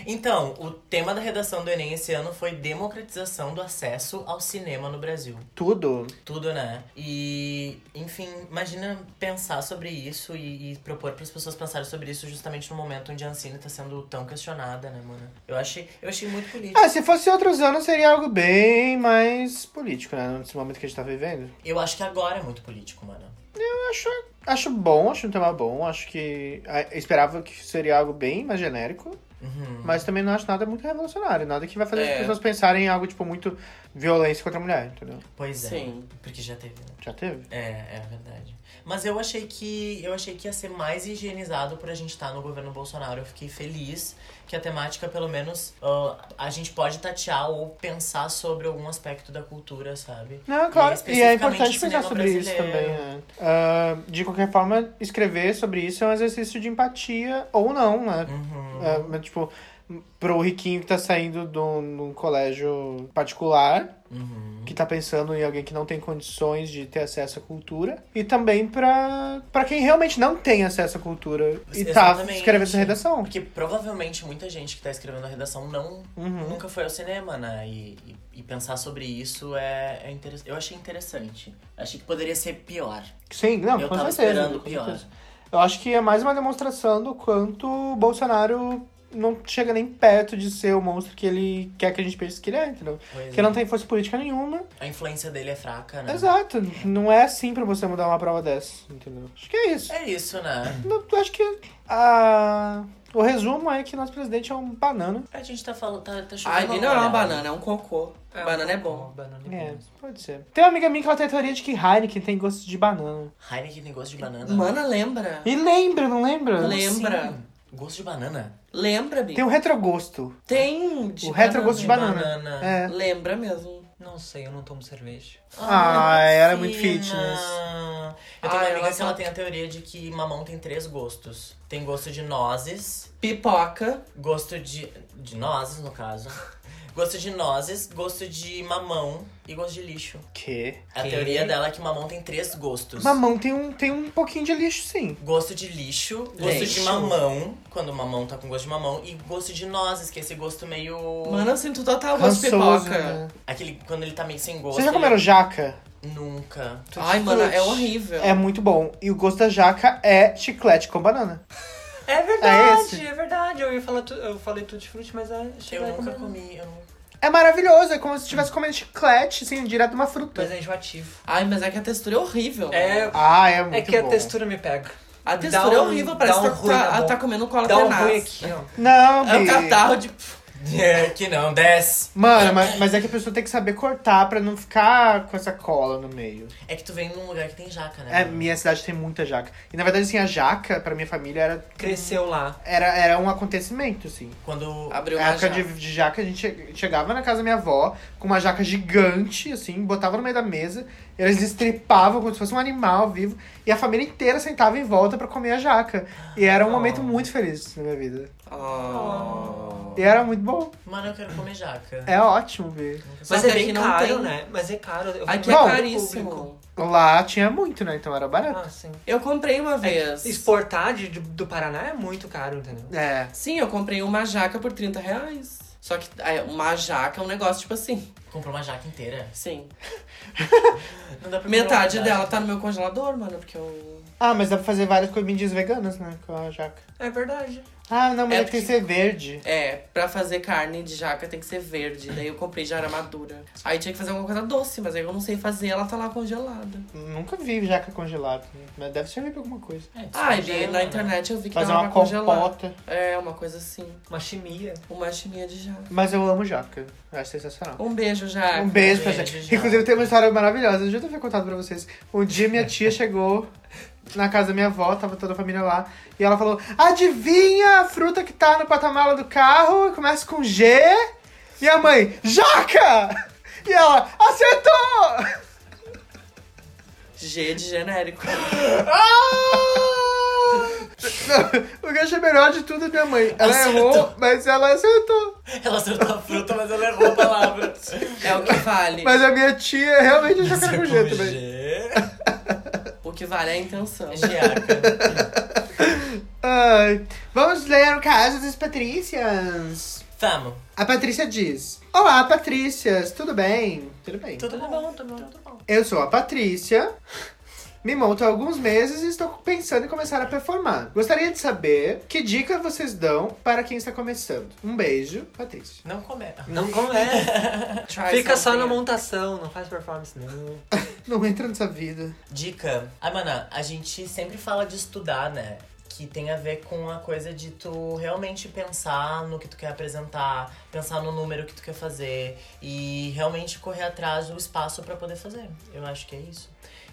[SPEAKER 1] Então, o tema da redação do Enem esse ano foi democratização do acesso ao cinema no Brasil.
[SPEAKER 3] Tudo.
[SPEAKER 1] Tudo, né? E, enfim, imagina pensar sobre isso e, e propor para as pessoas pensarem sobre isso justamente no momento onde a Ancine tá sendo tão questionada, né, mano? Eu achei, eu achei muito político.
[SPEAKER 3] Ah, se fosse outros anos seria algo bem mais político, né? Nesse momento que a gente tá vivendo.
[SPEAKER 1] Eu acho que agora é muito político, mano.
[SPEAKER 3] Eu acho, acho bom, acho um tema bom. Acho que. ah, Esperava que seria algo bem mais genérico.
[SPEAKER 1] Uhum.
[SPEAKER 3] Mas também não acho nada muito revolucionário, nada que vai fazer
[SPEAKER 1] É.
[SPEAKER 3] as pessoas pensarem em algo, tipo, muito violência contra a mulher, entendeu?
[SPEAKER 1] Pois é.
[SPEAKER 3] Sim.
[SPEAKER 1] Porque já teve, né?
[SPEAKER 3] Já teve?
[SPEAKER 1] É, é verdade. Mas eu achei que eu achei que ia ser mais higienizado por a gente estar no governo Bolsonaro. Eu fiquei feliz que a temática, pelo menos, ah, a gente pode tatear ou pensar sobre algum aspecto da cultura, sabe?
[SPEAKER 3] Não, claro. E, é
[SPEAKER 1] especificamente
[SPEAKER 3] importante
[SPEAKER 1] o
[SPEAKER 3] pensar
[SPEAKER 1] cinema
[SPEAKER 3] sobre isso também,
[SPEAKER 1] brasileiro.
[SPEAKER 3] né? Ah, de qualquer forma, escrever sobre isso é um exercício de empatia, ou não, né?
[SPEAKER 1] Uhum.
[SPEAKER 3] Ah, mas, tipo, pro riquinho que tá saindo de um de um colégio particular,
[SPEAKER 1] Uhum.
[SPEAKER 3] que tá pensando em alguém que não tem condições de ter acesso à cultura, e também pra, pra quem realmente não tem acesso à cultura e tá
[SPEAKER 1] Exatamente.
[SPEAKER 3] escrevendo essa redação.
[SPEAKER 1] Porque provavelmente muita gente que tá escrevendo a redação não,
[SPEAKER 3] Uhum.
[SPEAKER 1] nunca foi ao cinema, né? E, e- e pensar sobre isso é, é interessante. Eu achei interessante. Achei que poderia ser pior.
[SPEAKER 3] Sim, não,
[SPEAKER 1] Eu
[SPEAKER 3] com
[SPEAKER 1] tava
[SPEAKER 3] certeza.
[SPEAKER 1] esperando
[SPEAKER 3] com
[SPEAKER 1] pior.
[SPEAKER 3] certeza. Eu acho que é mais uma demonstração do quanto o Bolsonaro não chega nem perto de ser o monstro que ele quer que a gente pense que ele é, entendeu?
[SPEAKER 1] Pois
[SPEAKER 3] que
[SPEAKER 1] é.
[SPEAKER 3] não tem força política nenhuma.
[SPEAKER 1] A influência dele é fraca, né?
[SPEAKER 3] Exato. Não é assim pra você mudar uma prova dessa, entendeu? Acho que é isso.
[SPEAKER 1] É isso, né?
[SPEAKER 3] Não, eu acho que ah, o resumo é que nosso presidente é um banana.
[SPEAKER 1] A gente tá falando, tá, tá chovendo.
[SPEAKER 11] Ai, não é
[SPEAKER 1] agora.
[SPEAKER 11] uma banana, é um cocô. banana é bom.
[SPEAKER 3] É, pode ser. Tem uma amiga minha que ela tem a teoria de que Heineken tem gosto de banana.
[SPEAKER 1] Heineken tem gosto de banana.
[SPEAKER 11] Mana, lembra?
[SPEAKER 3] E lembra, não lembra?
[SPEAKER 11] Lembra.
[SPEAKER 1] Sim. Gosto de banana?
[SPEAKER 11] Lembra, Bi?
[SPEAKER 3] Tem um retrogosto.
[SPEAKER 11] Tem de
[SPEAKER 3] O retrogosto de banana. É.
[SPEAKER 11] Lembra mesmo.
[SPEAKER 2] Não sei, eu não tomo cerveja.
[SPEAKER 3] Ah, ela é muito
[SPEAKER 1] fina.
[SPEAKER 3] fitness.
[SPEAKER 1] né? Eu tenho
[SPEAKER 11] Ah,
[SPEAKER 1] uma amiga
[SPEAKER 11] ela
[SPEAKER 1] que ela
[SPEAKER 11] tá-
[SPEAKER 1] tem a teoria de que mamão tem três gostos. Tem gosto de nozes,
[SPEAKER 11] Pipoca.
[SPEAKER 1] gosto de. de nozes, no caso. Gosto de nozes, gosto de mamão e gosto de lixo.
[SPEAKER 3] Que?
[SPEAKER 1] A teoria dela é que mamão tem três gostos.
[SPEAKER 3] Mamão tem um, tem um pouquinho de lixo, sim.
[SPEAKER 1] Gosto de lixo, gosto
[SPEAKER 3] Lixo.
[SPEAKER 1] de mamão, quando o mamão tá com gosto de mamão, e gosto de nozes, que é esse gosto meio.
[SPEAKER 2] Hum.
[SPEAKER 11] Mano, eu sinto total gosto de
[SPEAKER 3] Rançoso,
[SPEAKER 11] pipoca.
[SPEAKER 3] né?
[SPEAKER 1] Aquele, quando ele tá meio sem gosto.
[SPEAKER 3] Vocês já comeram
[SPEAKER 1] ele-
[SPEAKER 3] jaca?
[SPEAKER 1] Nunca.
[SPEAKER 11] Ai, mano, é horrível.
[SPEAKER 3] É muito bom. E o gosto da jaca é chiclete com banana.
[SPEAKER 2] É
[SPEAKER 3] É
[SPEAKER 2] verdade,
[SPEAKER 3] esse?
[SPEAKER 2] é, verdade. Eu ia falar, tu- eu falei tudo de frutti, mas é,
[SPEAKER 1] Eu nunca comi. Eu... nunca-
[SPEAKER 3] É maravilhoso, é como se estivesse comendo chiclete, assim, direto de uma fruta.
[SPEAKER 2] Mas é enjoativo.
[SPEAKER 11] Ai, mas é que a textura é horrível.
[SPEAKER 2] É,
[SPEAKER 11] mano.
[SPEAKER 3] Ah, é muito
[SPEAKER 2] é que
[SPEAKER 3] bom.
[SPEAKER 2] a textura me pega.
[SPEAKER 11] A
[SPEAKER 2] Dá
[SPEAKER 11] textura é
[SPEAKER 2] um-
[SPEAKER 11] horrível, parece
[SPEAKER 2] dá um
[SPEAKER 11] que
[SPEAKER 2] ruim na
[SPEAKER 11] tá, tá,
[SPEAKER 2] boca.
[SPEAKER 11] tá comendo cola
[SPEAKER 2] Dá um
[SPEAKER 11] tenaz.
[SPEAKER 2] ruim aqui, ó.
[SPEAKER 3] Não,
[SPEAKER 11] É um
[SPEAKER 3] Bi.
[SPEAKER 11] catarro de...
[SPEAKER 1] É, que não, desce.
[SPEAKER 3] Mano, mas, mas é que a pessoa tem que saber cortar pra não ficar com essa cola no meio.
[SPEAKER 1] É que tu vem num lugar que tem jaca, né?
[SPEAKER 3] É, minha cidade tem muita jaca. E na verdade, assim, a jaca, pra minha família, era.
[SPEAKER 2] Cresceu lá.
[SPEAKER 3] Era, era um acontecimento, assim.
[SPEAKER 1] Quando.
[SPEAKER 11] Abriu
[SPEAKER 3] Na
[SPEAKER 11] uma
[SPEAKER 3] época
[SPEAKER 11] jaca.
[SPEAKER 3] de, de jaca, a gente che- chegava na casa da minha avó com uma jaca gigante, assim, botava no meio da mesa, eles destripavam como se fosse um animal vivo, e a família inteira sentava em volta pra comer a jaca. E era um
[SPEAKER 11] Ah.
[SPEAKER 3] momento muito feliz na minha vida. E era muito bom.
[SPEAKER 1] Mano, eu quero comer jaca.
[SPEAKER 3] É ótimo ver.
[SPEAKER 2] Mas
[SPEAKER 11] Só
[SPEAKER 2] é
[SPEAKER 11] que
[SPEAKER 2] bem
[SPEAKER 11] aqui não
[SPEAKER 2] caro,
[SPEAKER 11] tem.
[SPEAKER 2] né? Mas é caro. Eu
[SPEAKER 11] Aqui
[SPEAKER 2] fui no mercado
[SPEAKER 11] é
[SPEAKER 2] público.
[SPEAKER 11] caríssimo.
[SPEAKER 3] Lá tinha muito, né? Então era
[SPEAKER 15] é-
[SPEAKER 3] barato.
[SPEAKER 2] Ah, sim.
[SPEAKER 11] Eu comprei uma
[SPEAKER 2] É
[SPEAKER 11] vez.
[SPEAKER 2] que exportar de, de- do Paraná é muito caro, entendeu?
[SPEAKER 3] É.
[SPEAKER 11] Sim, eu comprei uma jaca por 30 reais. Só que é, uma jaca é um negócio tipo assim.
[SPEAKER 1] Comprou uma jaca inteira.
[SPEAKER 11] Sim.
[SPEAKER 1] Não dá pra comprar
[SPEAKER 11] Metade
[SPEAKER 1] uma
[SPEAKER 11] dela
[SPEAKER 1] jaca.
[SPEAKER 11] tá no meu congelador, mano, porque eu.
[SPEAKER 3] Ah, mas dá pra fazer várias comidinhas veganas, né? Com a jaca.
[SPEAKER 2] É verdade.
[SPEAKER 3] Ah, não, mas
[SPEAKER 11] É
[SPEAKER 3] é que tem que ser verde.
[SPEAKER 11] É, pra fazer carne de jaca tem que ser verde. Daí eu comprei já era madura. Aí tinha que fazer alguma coisa doce, mas aí eu não sei fazer, ela tá lá congelada.
[SPEAKER 3] Nunca vi jaca congelada, né? mas deve servir pra alguma
[SPEAKER 1] É,
[SPEAKER 3] coisa.
[SPEAKER 11] Ah, e daí
[SPEAKER 1] né?
[SPEAKER 11] na internet eu vi que
[SPEAKER 3] Fazer
[SPEAKER 11] dava
[SPEAKER 3] uma
[SPEAKER 11] pra congelar.
[SPEAKER 3] compota.
[SPEAKER 11] É, uma coisa assim.
[SPEAKER 15] Uma chimia.
[SPEAKER 11] Uma chimia de jaca.
[SPEAKER 3] Mas eu amo jaca. Eu acho sensacional.
[SPEAKER 11] Um beijo, Jaca.
[SPEAKER 3] Um beijo pra
[SPEAKER 11] Um
[SPEAKER 3] gente.
[SPEAKER 11] beijo, Jaca.
[SPEAKER 3] Inclusive, tem uma história maravilhosa. Eu já devia contado pra vocês. Um dia minha tia chegou na casa da minha avó, tava toda a família lá, e ela falou: Adivinha a fruta que tá no porta-mala do carro? Começa com G. E a mãe, Jaca! E ela, acertou!
[SPEAKER 11] G de genérico.
[SPEAKER 3] Não, o que eu achei melhor de tudo é minha mãe. Ela errou, mas ela acertou.
[SPEAKER 1] Ela acertou a fruta, mas ela errou a palavra.
[SPEAKER 11] É o que vale.
[SPEAKER 3] Mas a minha tia realmente achou que era com G
[SPEAKER 11] com
[SPEAKER 3] também.
[SPEAKER 11] O que vale é a intenção.
[SPEAKER 3] Ai, vamos ler o caso das Patrícias.
[SPEAKER 1] Vamos.
[SPEAKER 3] A Patrícia diz: Olá, Patrícias, tudo bem? Tudo bem.
[SPEAKER 1] Tudo bom, tudo bom, tudo bom.
[SPEAKER 3] Eu sou a Patrícia, me monto há alguns meses e estou pensando em começar a performar. Gostaria de saber que dica vocês dão para quem está começando. Um beijo, Patrícia.
[SPEAKER 1] Não come.
[SPEAKER 15] Não começa. Fica só na
[SPEAKER 1] something.
[SPEAKER 15] montação, não faz performance, não.
[SPEAKER 3] Não entra nessa vida.
[SPEAKER 1] Dica. Ai, mana, a gente sempre fala de estudar, né? Que tem a ver com a coisa de tu realmente pensar no que tu quer apresentar, pensar no número que tu quer fazer e realmente correr atrás do espaço pra poder fazer. Eu acho que é isso.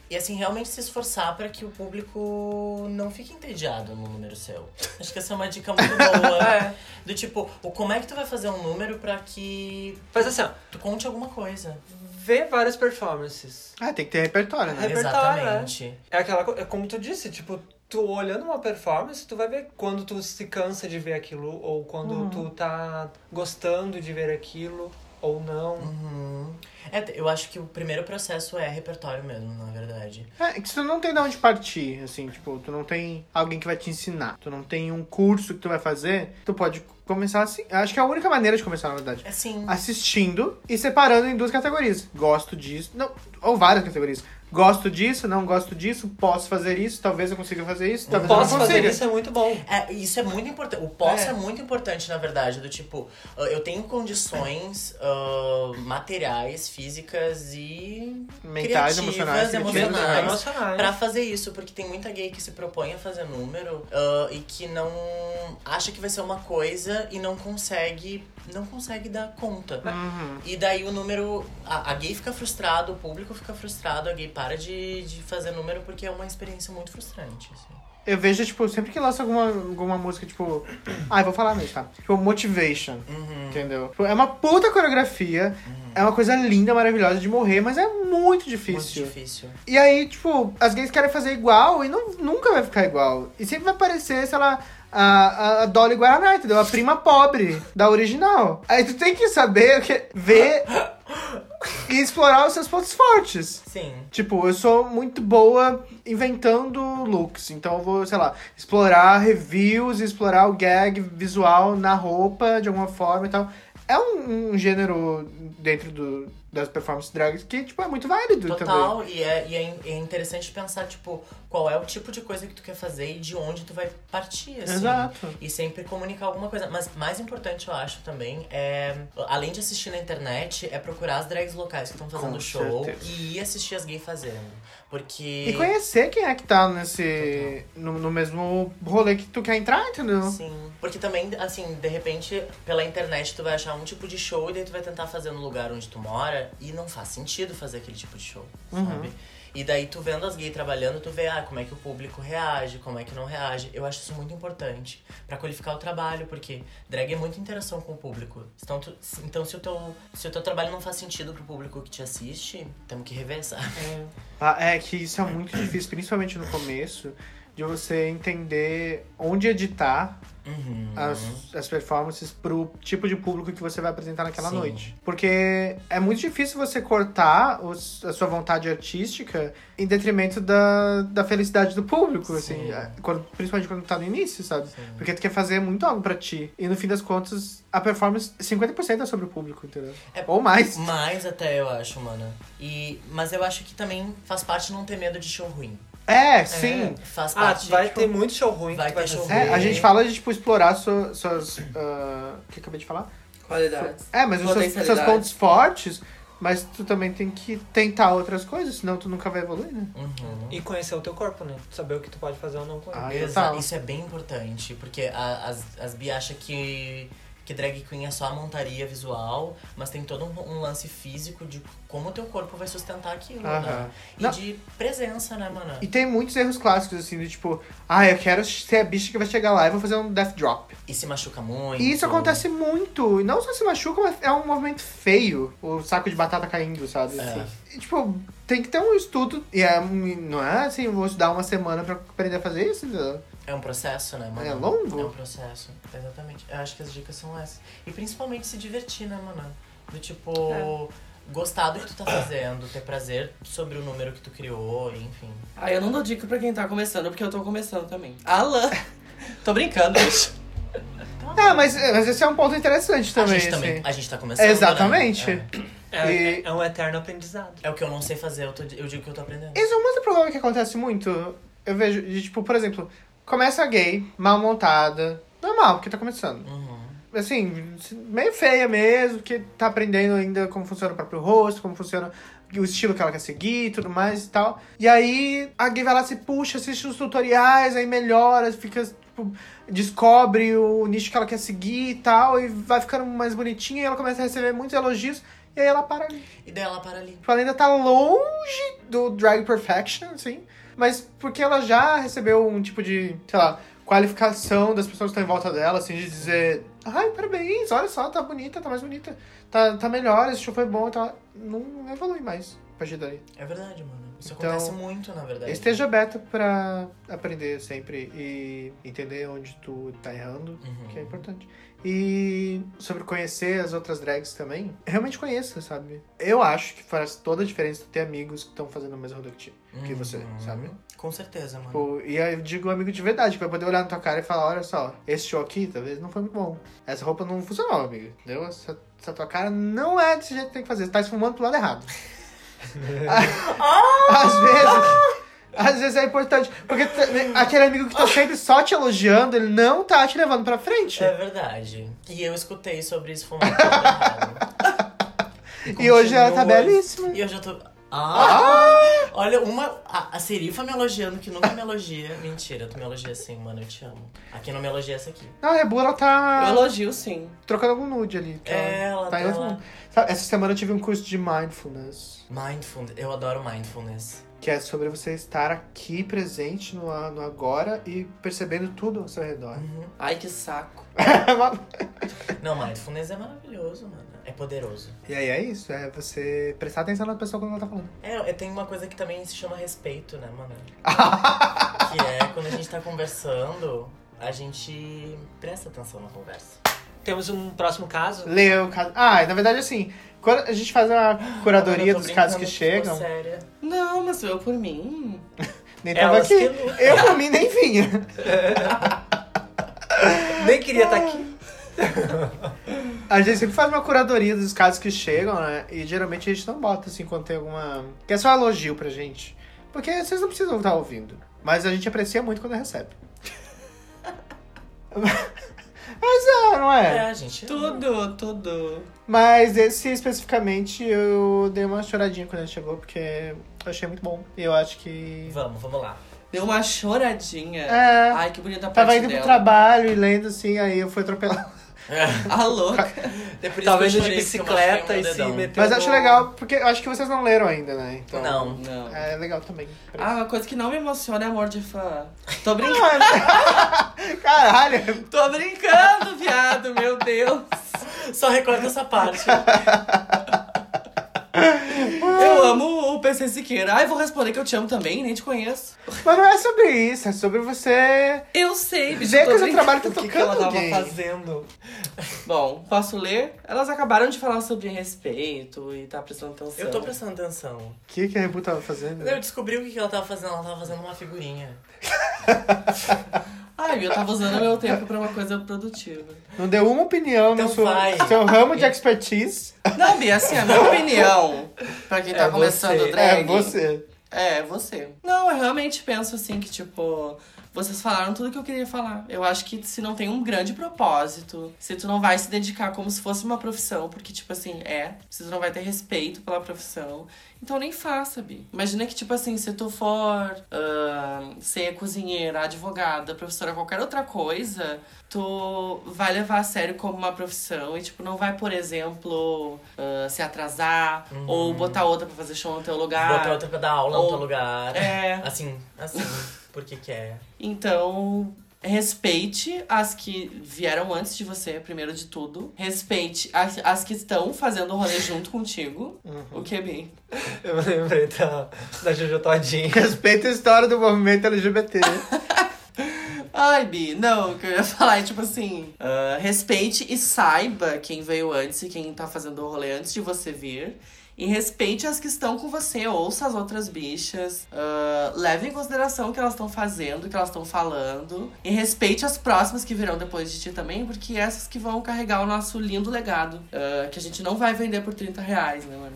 [SPEAKER 1] E assim, realmente se esforçar pra que o público não fique entediado no número seu. Acho que essa é uma dica muito boa.
[SPEAKER 15] É.
[SPEAKER 1] Do tipo, o, como é que tu vai fazer um número pra que.
[SPEAKER 15] Faz assim, ó.
[SPEAKER 1] Tu conte alguma coisa.
[SPEAKER 15] Vê várias performances.
[SPEAKER 3] Ah, tem que ter repertório, né?
[SPEAKER 15] Repertório, né?
[SPEAKER 1] Exatamente.
[SPEAKER 15] É aquela co- é como tu disse, tipo, tu olhando uma performance, tu vai ver quando tu se cansa de ver aquilo, ou quando
[SPEAKER 2] Hum.
[SPEAKER 1] Uhum.
[SPEAKER 15] tu tá gostando de ver aquilo, ou não.
[SPEAKER 1] É, te- eu acho que o primeiro processo é repertório mesmo, na verdade.
[SPEAKER 3] É, que tu não tem de onde partir, assim, tipo, tu não tem alguém que vai te ensinar, tu não tem um curso que tu vai fazer, tu pode começar assim. Acho que é a única maneira de começar, na verdade.
[SPEAKER 1] É sim.
[SPEAKER 3] Assistindo e separando em duas categorias. Gosto disso, não, ou várias categorias. Gosto disso, não gosto disso, posso fazer isso, talvez eu consiga fazer isso, talvez eu
[SPEAKER 15] Posso
[SPEAKER 3] não consiga.
[SPEAKER 15] fazer isso é muito bom.
[SPEAKER 1] É, isso é muito importante. O posso é.
[SPEAKER 15] É.
[SPEAKER 1] muito importante, na verdade, do tipo, ah, eu tenho condições ah, materiais, físicas e
[SPEAKER 3] Mentais,
[SPEAKER 1] criativas,
[SPEAKER 3] emocionais, criativas,
[SPEAKER 15] É
[SPEAKER 1] emocionais,
[SPEAKER 15] emocionais.
[SPEAKER 1] pra fazer isso, porque tem muita gay que se propõe a fazer número ah, e que não acha que vai ser uma coisa e não consegue, não consegue dar conta.
[SPEAKER 3] Uhum.
[SPEAKER 1] E daí o número. A, a gay fica frustrada, o público fica frustrado, a gay para de, de fazer número porque é uma experiência muito frustrante. assim.
[SPEAKER 3] Eu vejo, tipo, sempre que lança alguma, alguma música, tipo. Ah, eu vou falar mesmo, tá? Tipo, Motivation.
[SPEAKER 15] Uhum.
[SPEAKER 3] Entendeu? Tipo, É uma puta coreografia. É uma coisa linda, maravilhosa de morrer, mas é muito difícil.
[SPEAKER 1] Muito difícil.
[SPEAKER 3] E aí, tipo, as gays querem fazer igual e não, nunca vai ficar igual. E sempre vai parecer, sei lá, a, a Dolly Guaraná, entendeu? A prima pobre da original. Aí tu tem que saber, o que, ver e explorar os seus pontos fortes.
[SPEAKER 1] Sim.
[SPEAKER 3] Tipo, eu sou muito boa inventando looks, então eu vou, sei lá, explorar reviews, explorar o gag visual na roupa de alguma forma e tal. É um, um gênero dentro do, das performances drags que, tipo, é muito válido também.
[SPEAKER 1] Total, e, é, e é, in- é interessante pensar, tipo, qual é o tipo de coisa que tu quer fazer e de onde tu vai partir, assim.
[SPEAKER 3] Exato.
[SPEAKER 1] E sempre comunicar alguma coisa. Mas mais importante, eu acho, também, é... Além de assistir na internet, é procurar as drags locais que estão fazendo
[SPEAKER 3] Com
[SPEAKER 1] show.
[SPEAKER 3] certeza.
[SPEAKER 1] E ir assistir as gays fazendo. Porque...
[SPEAKER 3] E conhecer quem é que tá nesse. No, no mesmo rolê que tu quer entrar, entendeu?
[SPEAKER 1] Sim. Porque também, assim, de repente, pela internet tu vai achar um tipo de show e daí tu vai tentar fazer no lugar onde tu mora e não faz sentido fazer aquele tipo de show,
[SPEAKER 3] Uhum.
[SPEAKER 1] sabe? E daí tu vendo as gays trabalhando, tu vê ah, como é que o público reage, como é que não reage. Eu acho isso muito importante pra qualificar o trabalho, porque drag é muita interação com o público. Então, tu- se- então se, o teu, se o teu trabalho não faz sentido pro público que te assiste, temos que reversar.
[SPEAKER 3] Ah, é que isso é muito difícil, principalmente no começo, de você entender onde editar as, as performances pro tipo de público que você vai apresentar naquela
[SPEAKER 1] Sim.
[SPEAKER 3] noite. Porque é muito difícil você cortar os- a sua vontade artística em detrimento da, da felicidade do público, assim, é, quando- principalmente quando tá no início, sabe? Porque tu quer fazer muito algo pra ti. E no fim das contas, a performance 50% é sobre o público, entendeu? Ou mais.
[SPEAKER 1] Mais até, eu acho, mano. E, mas eu acho que também faz parte não ter medo de show ruim.
[SPEAKER 3] É, sim.
[SPEAKER 1] Faz
[SPEAKER 15] Ah,
[SPEAKER 1] parte de,
[SPEAKER 15] vai
[SPEAKER 1] tipo,
[SPEAKER 15] ter muito show ruim
[SPEAKER 1] vai
[SPEAKER 15] que vai
[SPEAKER 1] ter
[SPEAKER 15] show ruim.
[SPEAKER 3] É, a gente fala de, tipo, explorar sua- suas... ah, o que eu acabei de falar?
[SPEAKER 11] Qualidades.
[SPEAKER 3] É, mas os seus, seus
[SPEAKER 11] Potencialidades.
[SPEAKER 3] pontos fortes, mas tu também tem que tentar outras coisas, senão tu nunca vai evoluir, né?
[SPEAKER 15] E conhecer o teu corpo, né? Saber o que tu pode fazer ou não com
[SPEAKER 3] Ah.
[SPEAKER 15] ele.
[SPEAKER 3] Tá.
[SPEAKER 1] Exa- Isso é bem importante, porque a- as, as bi acham que, que drag queen é só a montaria visual, mas tem todo um, um lance físico de como o teu corpo vai sustentar aquilo,
[SPEAKER 3] Aham.
[SPEAKER 1] né? E
[SPEAKER 3] Não.
[SPEAKER 1] de presença, né, mano?
[SPEAKER 3] E tem muitos erros clássicos, assim, de tipo, ah, eu quero ser a bicha que vai chegar lá e vou fazer um death drop.
[SPEAKER 1] E se machuca muito.
[SPEAKER 3] E isso acontece muito. E não só se machuca, mas é um movimento feio. O saco de batata caindo, sabe? Assim. E, tipo, tem que ter um estudo. E é, não é assim, eu vou estudar uma semana pra aprender a fazer isso. entendeu?
[SPEAKER 1] É um processo, né, mano?
[SPEAKER 3] É longo?
[SPEAKER 1] É um processo, exatamente. Eu acho que as dicas são essas. E principalmente se divertir, né, mano? Do tipo,
[SPEAKER 3] É.
[SPEAKER 1] gostar do que tu tá fazendo, ter prazer sobre o número que tu criou, enfim.
[SPEAKER 11] Ah, eu não dou dica pra quem tá começando, porque eu tô começando também. Alan! tô brincando, bicho.
[SPEAKER 3] Ah, mas, mas esse é um ponto interessante também.
[SPEAKER 1] gente também-
[SPEAKER 3] assim.
[SPEAKER 1] a gente tá começando,
[SPEAKER 3] Exatamente.
[SPEAKER 1] né?
[SPEAKER 3] É. E-
[SPEAKER 15] um eterno aprendizado.
[SPEAKER 1] É o que eu não sei fazer, eu, tô- eu digo que eu tô aprendendo.
[SPEAKER 3] Esse é um outro problema que acontece muito. Eu vejo, de, tipo, por exemplo, começa gay, mal montada. Normal, porque tá começando. Assim, meio feia mesmo, que tá aprendendo ainda como funciona o próprio rosto, como funciona o estilo que ela quer seguir, tudo mais e tal. E aí a gay vai lá, se puxa, assiste os tutoriais, aí melhora, fica, tipo, descobre o nicho que ela quer seguir e tal, e vai ficando mais bonitinha, e ela começa a receber muitos elogios, e aí ela para ali.
[SPEAKER 1] E daí ela para ali.
[SPEAKER 3] Tipo, ela ainda tá longe do drag perfection, assim. Mas porque ela já recebeu um tipo de, sei lá, qualificação das pessoas que estão em volta dela, assim, de dizer... Ai, parabéns, olha só, tá bonita, tá mais bonita. Tá, tá melhor, esse show foi bom, tá... Não, não evolui mais a partir daí.
[SPEAKER 1] É verdade, mano. Isso
[SPEAKER 3] Então,
[SPEAKER 1] acontece muito, na verdade.
[SPEAKER 3] Esteja aberto pra aprender sempre e entender onde tu tá errando,
[SPEAKER 1] Uhum.
[SPEAKER 3] que é importante. E sobre conhecer as outras drags também, realmente conheça, sabe? Eu acho que faz toda a diferença tu ter amigos que estão fazendo a mesma roda que, ti- que
[SPEAKER 1] Uhum.
[SPEAKER 3] você, sabe?
[SPEAKER 1] Com certeza, mano.
[SPEAKER 3] Tipo, e aí eu digo amigo de verdade, que vai poder olhar na tua cara e falar, olha só, esse show aqui talvez não foi muito bom. Essa roupa não funcionou, amigo. Entendeu? Essa, essa tua cara não é desse jeito que tem que fazer. Você tá esfumando pro lado errado. Ah, Às vezes. Às vezes é importante. Porque t- aquele amigo que tá sempre só te elogiando, ele não tá te levando pra frente.
[SPEAKER 1] É verdade. E eu escutei sobre isso um fumando.
[SPEAKER 3] E hoje ela tá belíssima.
[SPEAKER 1] E hoje eu tô.
[SPEAKER 3] Ah!
[SPEAKER 1] Ah! Olha, uma. A, a Serifa me elogiando, que nunca me elogia. Mentira, tu me elogia sim, mano. Eu te amo. Aqui não me elogia essa aqui.
[SPEAKER 3] Não, a Rebu, ela tá.
[SPEAKER 1] Eu elogio, sim.
[SPEAKER 3] Trocando algum nude ali. que
[SPEAKER 1] É, ela
[SPEAKER 3] tá em
[SPEAKER 1] tá
[SPEAKER 3] outro
[SPEAKER 1] lá.
[SPEAKER 3] mundo. Sabe, Essa semana eu tive um curso de mindfulness.
[SPEAKER 1] Mindfulness. Eu adoro mindfulness.
[SPEAKER 3] Que é sobre você estar aqui presente no, a- no agora e percebendo tudo ao seu redor. É
[SPEAKER 11] Ai, que saco.
[SPEAKER 1] Não, mindfulness é maravilhoso, mano. É poderoso.
[SPEAKER 3] e aí é isso, é você prestar atenção na pessoa quando ela tá falando.
[SPEAKER 1] É, é, tem uma coisa que também se chama respeito, né, mano? que é quando a gente tá conversando, a gente presta atenção na conversa.
[SPEAKER 15] Temos um próximo caso.
[SPEAKER 3] Leu, caso. Ah, na verdade, assim, quando a gente faz a curadoria dos casos que chegam.
[SPEAKER 11] Não, mas eu por mim.
[SPEAKER 3] Nem tava
[SPEAKER 11] Elas
[SPEAKER 3] aqui.
[SPEAKER 11] que lutam.
[SPEAKER 3] Eu, por mim, nem vinha.
[SPEAKER 15] nem queria
[SPEAKER 1] tá
[SPEAKER 15] estar aqui.
[SPEAKER 3] A gente sempre faz uma curadoria dos casos que chegam, né? E geralmente a gente não bota, assim, quando tem alguma... Que é só elogio pra gente. Porque vocês não precisam estar ouvindo. Mas a gente aprecia muito quando recebe. Mas é, não é?
[SPEAKER 1] É, gente.
[SPEAKER 11] Tudo, tudo.
[SPEAKER 3] Mas esse especificamente eu dei uma choradinha quando ele chegou, porque eu achei muito bom. E eu acho que.
[SPEAKER 1] Vamos, vamos lá.
[SPEAKER 11] Deu uma choradinha.
[SPEAKER 3] É.
[SPEAKER 11] Ai, que bonita a
[SPEAKER 3] Tava
[SPEAKER 11] parte
[SPEAKER 3] indo
[SPEAKER 11] dela.
[SPEAKER 3] pro trabalho e lendo assim, aí eu fui atropelado.
[SPEAKER 11] Ah, louca. Depois
[SPEAKER 15] Tava indo de bicicleta e se
[SPEAKER 11] Então
[SPEAKER 15] meteu.
[SPEAKER 3] Mas eu acho
[SPEAKER 15] no-
[SPEAKER 3] legal, porque eu acho que vocês não leram ainda, né? Então,
[SPEAKER 1] Não.
[SPEAKER 11] Não.
[SPEAKER 3] É legal também.
[SPEAKER 11] Ah, uma coisa que não me emociona é amor de fã.
[SPEAKER 3] Ah,
[SPEAKER 11] Tô brincando.
[SPEAKER 3] é Caralho.
[SPEAKER 11] Tô brincando, viado, meu Deus.
[SPEAKER 1] Só recorda essa parte.
[SPEAKER 11] Eu
[SPEAKER 3] Ah.
[SPEAKER 11] amo o PC Siqueira. Ai, vou responder que eu te amo também, nem te conheço.
[SPEAKER 3] Mas não é sobre isso, é sobre você.
[SPEAKER 11] Eu sei, bicho.
[SPEAKER 3] Vê
[SPEAKER 11] tô
[SPEAKER 3] que o seu
[SPEAKER 11] brincando.
[SPEAKER 3] trabalho tá
[SPEAKER 11] O que que
[SPEAKER 3] tocando
[SPEAKER 11] ela tava
[SPEAKER 3] alguém.
[SPEAKER 11] fazendo. Bom, posso ler? Elas acabaram de falar sobre respeito e tá prestando atenção.
[SPEAKER 1] Eu tô prestando atenção.
[SPEAKER 3] O que, que a Rebu tava fazendo?
[SPEAKER 1] Eu descobri o que que ela tava fazendo. Ela tava fazendo uma figurinha.
[SPEAKER 11] Ai, eu tava usando meu tempo pra uma coisa produtiva.
[SPEAKER 3] Não deu uma opinião
[SPEAKER 11] Então
[SPEAKER 3] no seu, seu ramo de expertise.
[SPEAKER 11] Não, Bia, assim, a minha é opinião, pra quem tá
[SPEAKER 3] É
[SPEAKER 11] começando
[SPEAKER 3] você.
[SPEAKER 11] drag,
[SPEAKER 3] É você.
[SPEAKER 11] É, você. Não, eu realmente penso assim que, tipo, vocês falaram tudo que eu queria falar. Eu acho que se não tem um grande propósito, se tu não vai se dedicar como se fosse uma profissão, porque, tipo assim, é, se tu não vai ter respeito pela profissão, então nem faça, Bi. Imagina que, tipo assim, se tu for ah, ser cozinheira, advogada, professora, qualquer outra coisa, tu vai levar a sério como uma profissão e, tipo, não vai, por exemplo, ah, se atrasar
[SPEAKER 1] Uhum.
[SPEAKER 11] ou botar outra pra fazer show no teu lugar.
[SPEAKER 1] Botar outra pra dar tá aula
[SPEAKER 11] Ou-
[SPEAKER 1] no outro lugar.
[SPEAKER 11] É.
[SPEAKER 1] Assim, assim. Porque que é.
[SPEAKER 11] Então, respeite as que vieram antes de você, primeiro de tudo. Respeite as, as que estão fazendo o rolê junto contigo. O que é bem.
[SPEAKER 15] Eu me lembrei da, da Jojo Todinho.
[SPEAKER 3] Respeita a história do movimento LGBT.
[SPEAKER 11] Ai, Bi, não, o que eu ia falar é tipo assim: ah, respeite e saiba quem veio antes e quem tá fazendo o rolê antes de você vir. E respeite as que estão com você, ouça as outras bichas. ah, leve em consideração o que elas estão fazendo, o que elas estão falando. E respeite as próximas que virão depois de ti também, porque é essas que vão carregar o nosso lindo legado. ah, que a gente não vai vender por 30 reais, né, mano?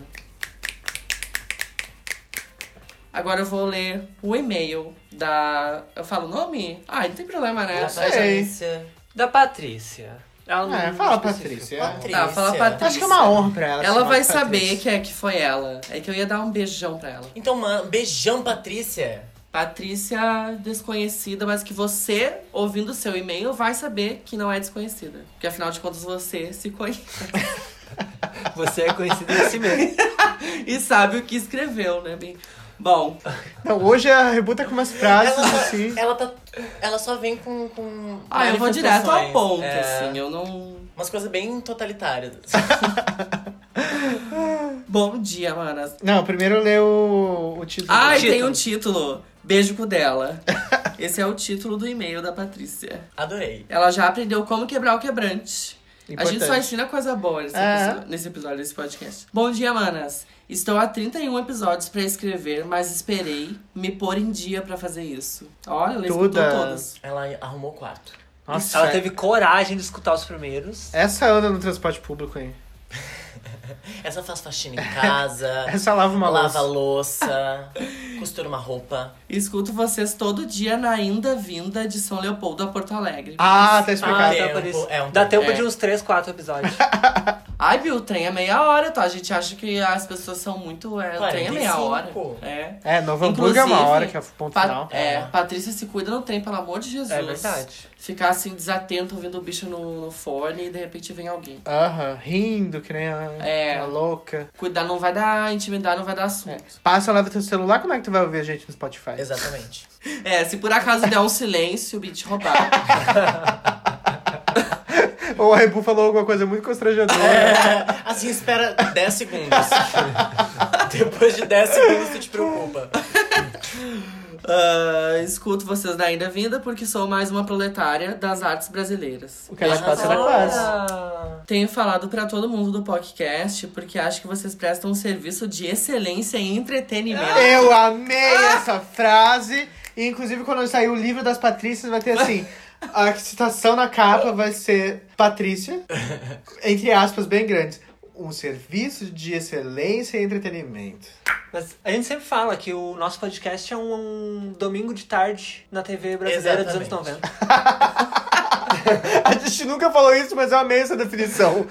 [SPEAKER 11] Agora eu vou ler o e-mail da. Eu falo o nome? Ah, não tem problema,
[SPEAKER 1] É,
[SPEAKER 11] né?
[SPEAKER 17] Da Patrícia. Da Patrícia.
[SPEAKER 11] Ah,
[SPEAKER 3] É, fala Patrícia.
[SPEAKER 11] Tá, fala Patrícia.
[SPEAKER 3] Acho que é uma honra pra ela.
[SPEAKER 11] Ela
[SPEAKER 3] chamar
[SPEAKER 11] vai
[SPEAKER 3] de
[SPEAKER 11] saber
[SPEAKER 3] Patrícia.
[SPEAKER 11] que é que foi ela. É que eu ia dar um beijão pra ela.
[SPEAKER 1] Então, mano, beijão, Patrícia.
[SPEAKER 11] Patrícia desconhecida, mas que você, ouvindo o seu e-mail, vai saber que não é desconhecida. Porque afinal de contas você se conhece.
[SPEAKER 15] Você é conhecido em si mesmo.
[SPEAKER 11] e sabe o que escreveu, né, Bem? Bom.
[SPEAKER 3] Não, hoje a rebuta com umas frases
[SPEAKER 1] Ela-
[SPEAKER 3] assim.
[SPEAKER 1] Ela tá. Ela só vem com. com
[SPEAKER 11] Ah, eu vou direto ao
[SPEAKER 1] manifestações.
[SPEAKER 11] ponto,
[SPEAKER 1] É.
[SPEAKER 11] assim, eu não.
[SPEAKER 1] Umas coisas bem totalitárias.
[SPEAKER 11] Bom dia, manas.
[SPEAKER 3] Não, primeiro lê o, o título.
[SPEAKER 11] Ai,
[SPEAKER 3] O título.
[SPEAKER 11] tem um título. Beijo com dela. Esse é o título do e-mail da Patrícia.
[SPEAKER 1] Adorei.
[SPEAKER 11] Ela já aprendeu como quebrar o quebrante. A gente só
[SPEAKER 1] Importante.
[SPEAKER 11] ensina coisa boa nesse,
[SPEAKER 1] É.
[SPEAKER 11] episódio, nesse episódio desse podcast. Bom dia, manas. Estou há 31 episódios pra escrever, mas esperei me pôr em dia pra fazer isso. Olha, ela escutou
[SPEAKER 3] Todas.
[SPEAKER 11] todas.
[SPEAKER 1] Ela arrumou quatro.
[SPEAKER 15] Nossa, ela teve coragem de escutar os primeiros.
[SPEAKER 3] Essa anda no transporte público, hein?
[SPEAKER 1] Essa faz faxina em casa.
[SPEAKER 3] Essa
[SPEAKER 11] é
[SPEAKER 3] lava uma
[SPEAKER 1] lava louça. Lava louça. costura uma roupa.
[SPEAKER 11] Escuto vocês todo dia na ainda vinda de São Leopoldo a Porto Alegre.
[SPEAKER 15] Ah, tá explicado.
[SPEAKER 11] Ah,
[SPEAKER 15] tá,
[SPEAKER 11] tempo,
[SPEAKER 15] por isso.
[SPEAKER 1] é um
[SPEAKER 15] Dá
[SPEAKER 11] tempo.
[SPEAKER 15] tempo
[SPEAKER 11] É.
[SPEAKER 15] de uns 3, 4 episódios.
[SPEAKER 11] Ai, Bill, o trem é meia hora, tá? A gente acha que as pessoas são muito. É, o trem é meia
[SPEAKER 1] 45.
[SPEAKER 11] hora. É.
[SPEAKER 3] É, Novo Hamburgo é uma
[SPEAKER 11] Inclusive,
[SPEAKER 3] hora que é o ponto
[SPEAKER 11] Pa-
[SPEAKER 3] final.
[SPEAKER 11] É, Patrícia se cuida no trem, pelo amor de Jesus.
[SPEAKER 3] É verdade.
[SPEAKER 11] Ficar assim, desatento, ouvindo o bicho no, no fone e de repente vem alguém.
[SPEAKER 3] Aham, rindo, que nem a,
[SPEAKER 11] É.
[SPEAKER 3] a louca.
[SPEAKER 11] Cuidar não vai dar, intimidar não vai dar assunto.
[SPEAKER 3] Passa, leva teu celular, como é que tu vai ouvir a gente no Spotify?
[SPEAKER 1] Exatamente.
[SPEAKER 11] É, se por acaso der um silêncio, o bicho roubar.
[SPEAKER 3] Ou a Rebu falou alguma coisa muito constrangedora.
[SPEAKER 11] É.
[SPEAKER 1] Assim, espera 10 segundos. Depois de 10 segundos, tu te preocupa.
[SPEAKER 11] Ah, escuto vocês da Ainda Vinda porque sou mais uma proletária das artes brasileiras. Ah,
[SPEAKER 3] O que ela passa, ela faz.
[SPEAKER 15] Ah.
[SPEAKER 11] Tenho falado pra todo mundo do podcast porque acho que vocês prestam um serviço de excelência em entretenimento.
[SPEAKER 3] É. Eu amei essa frase. E, inclusive, quando sair o livro das Patrícias, vai ter assim: a citação na capa vai ser Patrícia, entre aspas, bem grandes. Um serviço de excelência e entretenimento.
[SPEAKER 15] Mas a gente sempre fala que o nosso podcast é um, um domingo de tarde na TV brasileira dos anos 90.
[SPEAKER 3] A gente nunca falou isso, mas eu amei essa definição.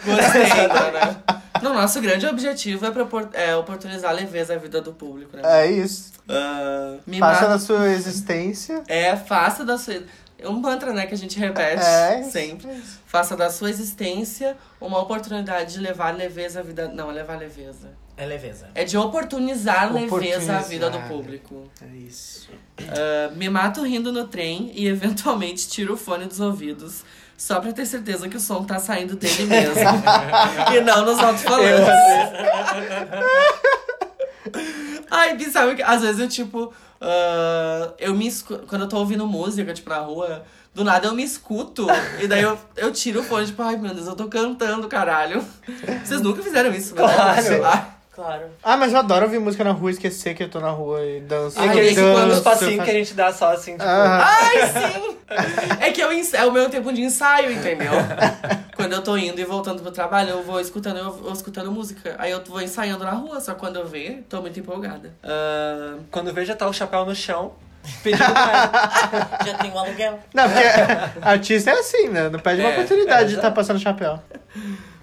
[SPEAKER 11] No nosso grande objetivo é, propor- é oportunizar a leveza à vida do público, né?
[SPEAKER 3] É isso.
[SPEAKER 11] me
[SPEAKER 3] Passa
[SPEAKER 11] mata-
[SPEAKER 3] na sua existência.
[SPEAKER 11] É, faça da sua. É um mantra, né, que a gente repete
[SPEAKER 3] É.
[SPEAKER 11] sempre. Faça da sua existência uma oportunidade de levar leveza à vida. Não, é levar leveza.
[SPEAKER 1] É leveza.
[SPEAKER 11] É de oportunizar, leveza à
[SPEAKER 1] Oportunizar.
[SPEAKER 11] vida do público.
[SPEAKER 3] É isso.
[SPEAKER 11] Ah, me mato rindo no trem e eventualmente tiro o fone dos ouvidos. Só pra ter certeza que o som tá saindo dele mesmo. e não nos alto-falantes. Ai, Bi, sabe que às vezes eu, tipo, ah, eu me escu... quando eu tô ouvindo música, tipo, na rua, do nada eu me escuto. e daí eu, eu tiro o fone, tipo, ai meu Deus, eu tô cantando, caralho. Vocês nunca fizeram isso, né?
[SPEAKER 3] Claro.
[SPEAKER 11] Ai,
[SPEAKER 1] Claro.
[SPEAKER 3] Ah, mas eu adoro ouvir música na rua e esquecer que eu tô na rua e danço.
[SPEAKER 15] E
[SPEAKER 3] eu
[SPEAKER 15] aqueles planos
[SPEAKER 3] danço, eu
[SPEAKER 15] passinhos
[SPEAKER 3] faço-
[SPEAKER 15] que a gente dá só assim, tipo.
[SPEAKER 3] Ah.
[SPEAKER 11] Ai, sim! É que eu ens- é o meu tempo de ensaio, entendeu? Quando eu tô indo e voltando pro trabalho, eu vou escutando, eu vou escutando música. Aí eu vou ensaiando na rua, só quando eu ver, tô muito empolgada.
[SPEAKER 2] Ah, quando vejo, já tá o chapéu no chão.
[SPEAKER 1] Já tem um aluguel.
[SPEAKER 3] Não, porque artista é assim, né? Não perde uma
[SPEAKER 11] É,
[SPEAKER 3] oportunidade
[SPEAKER 11] é,
[SPEAKER 3] de estar tá passando chapéu.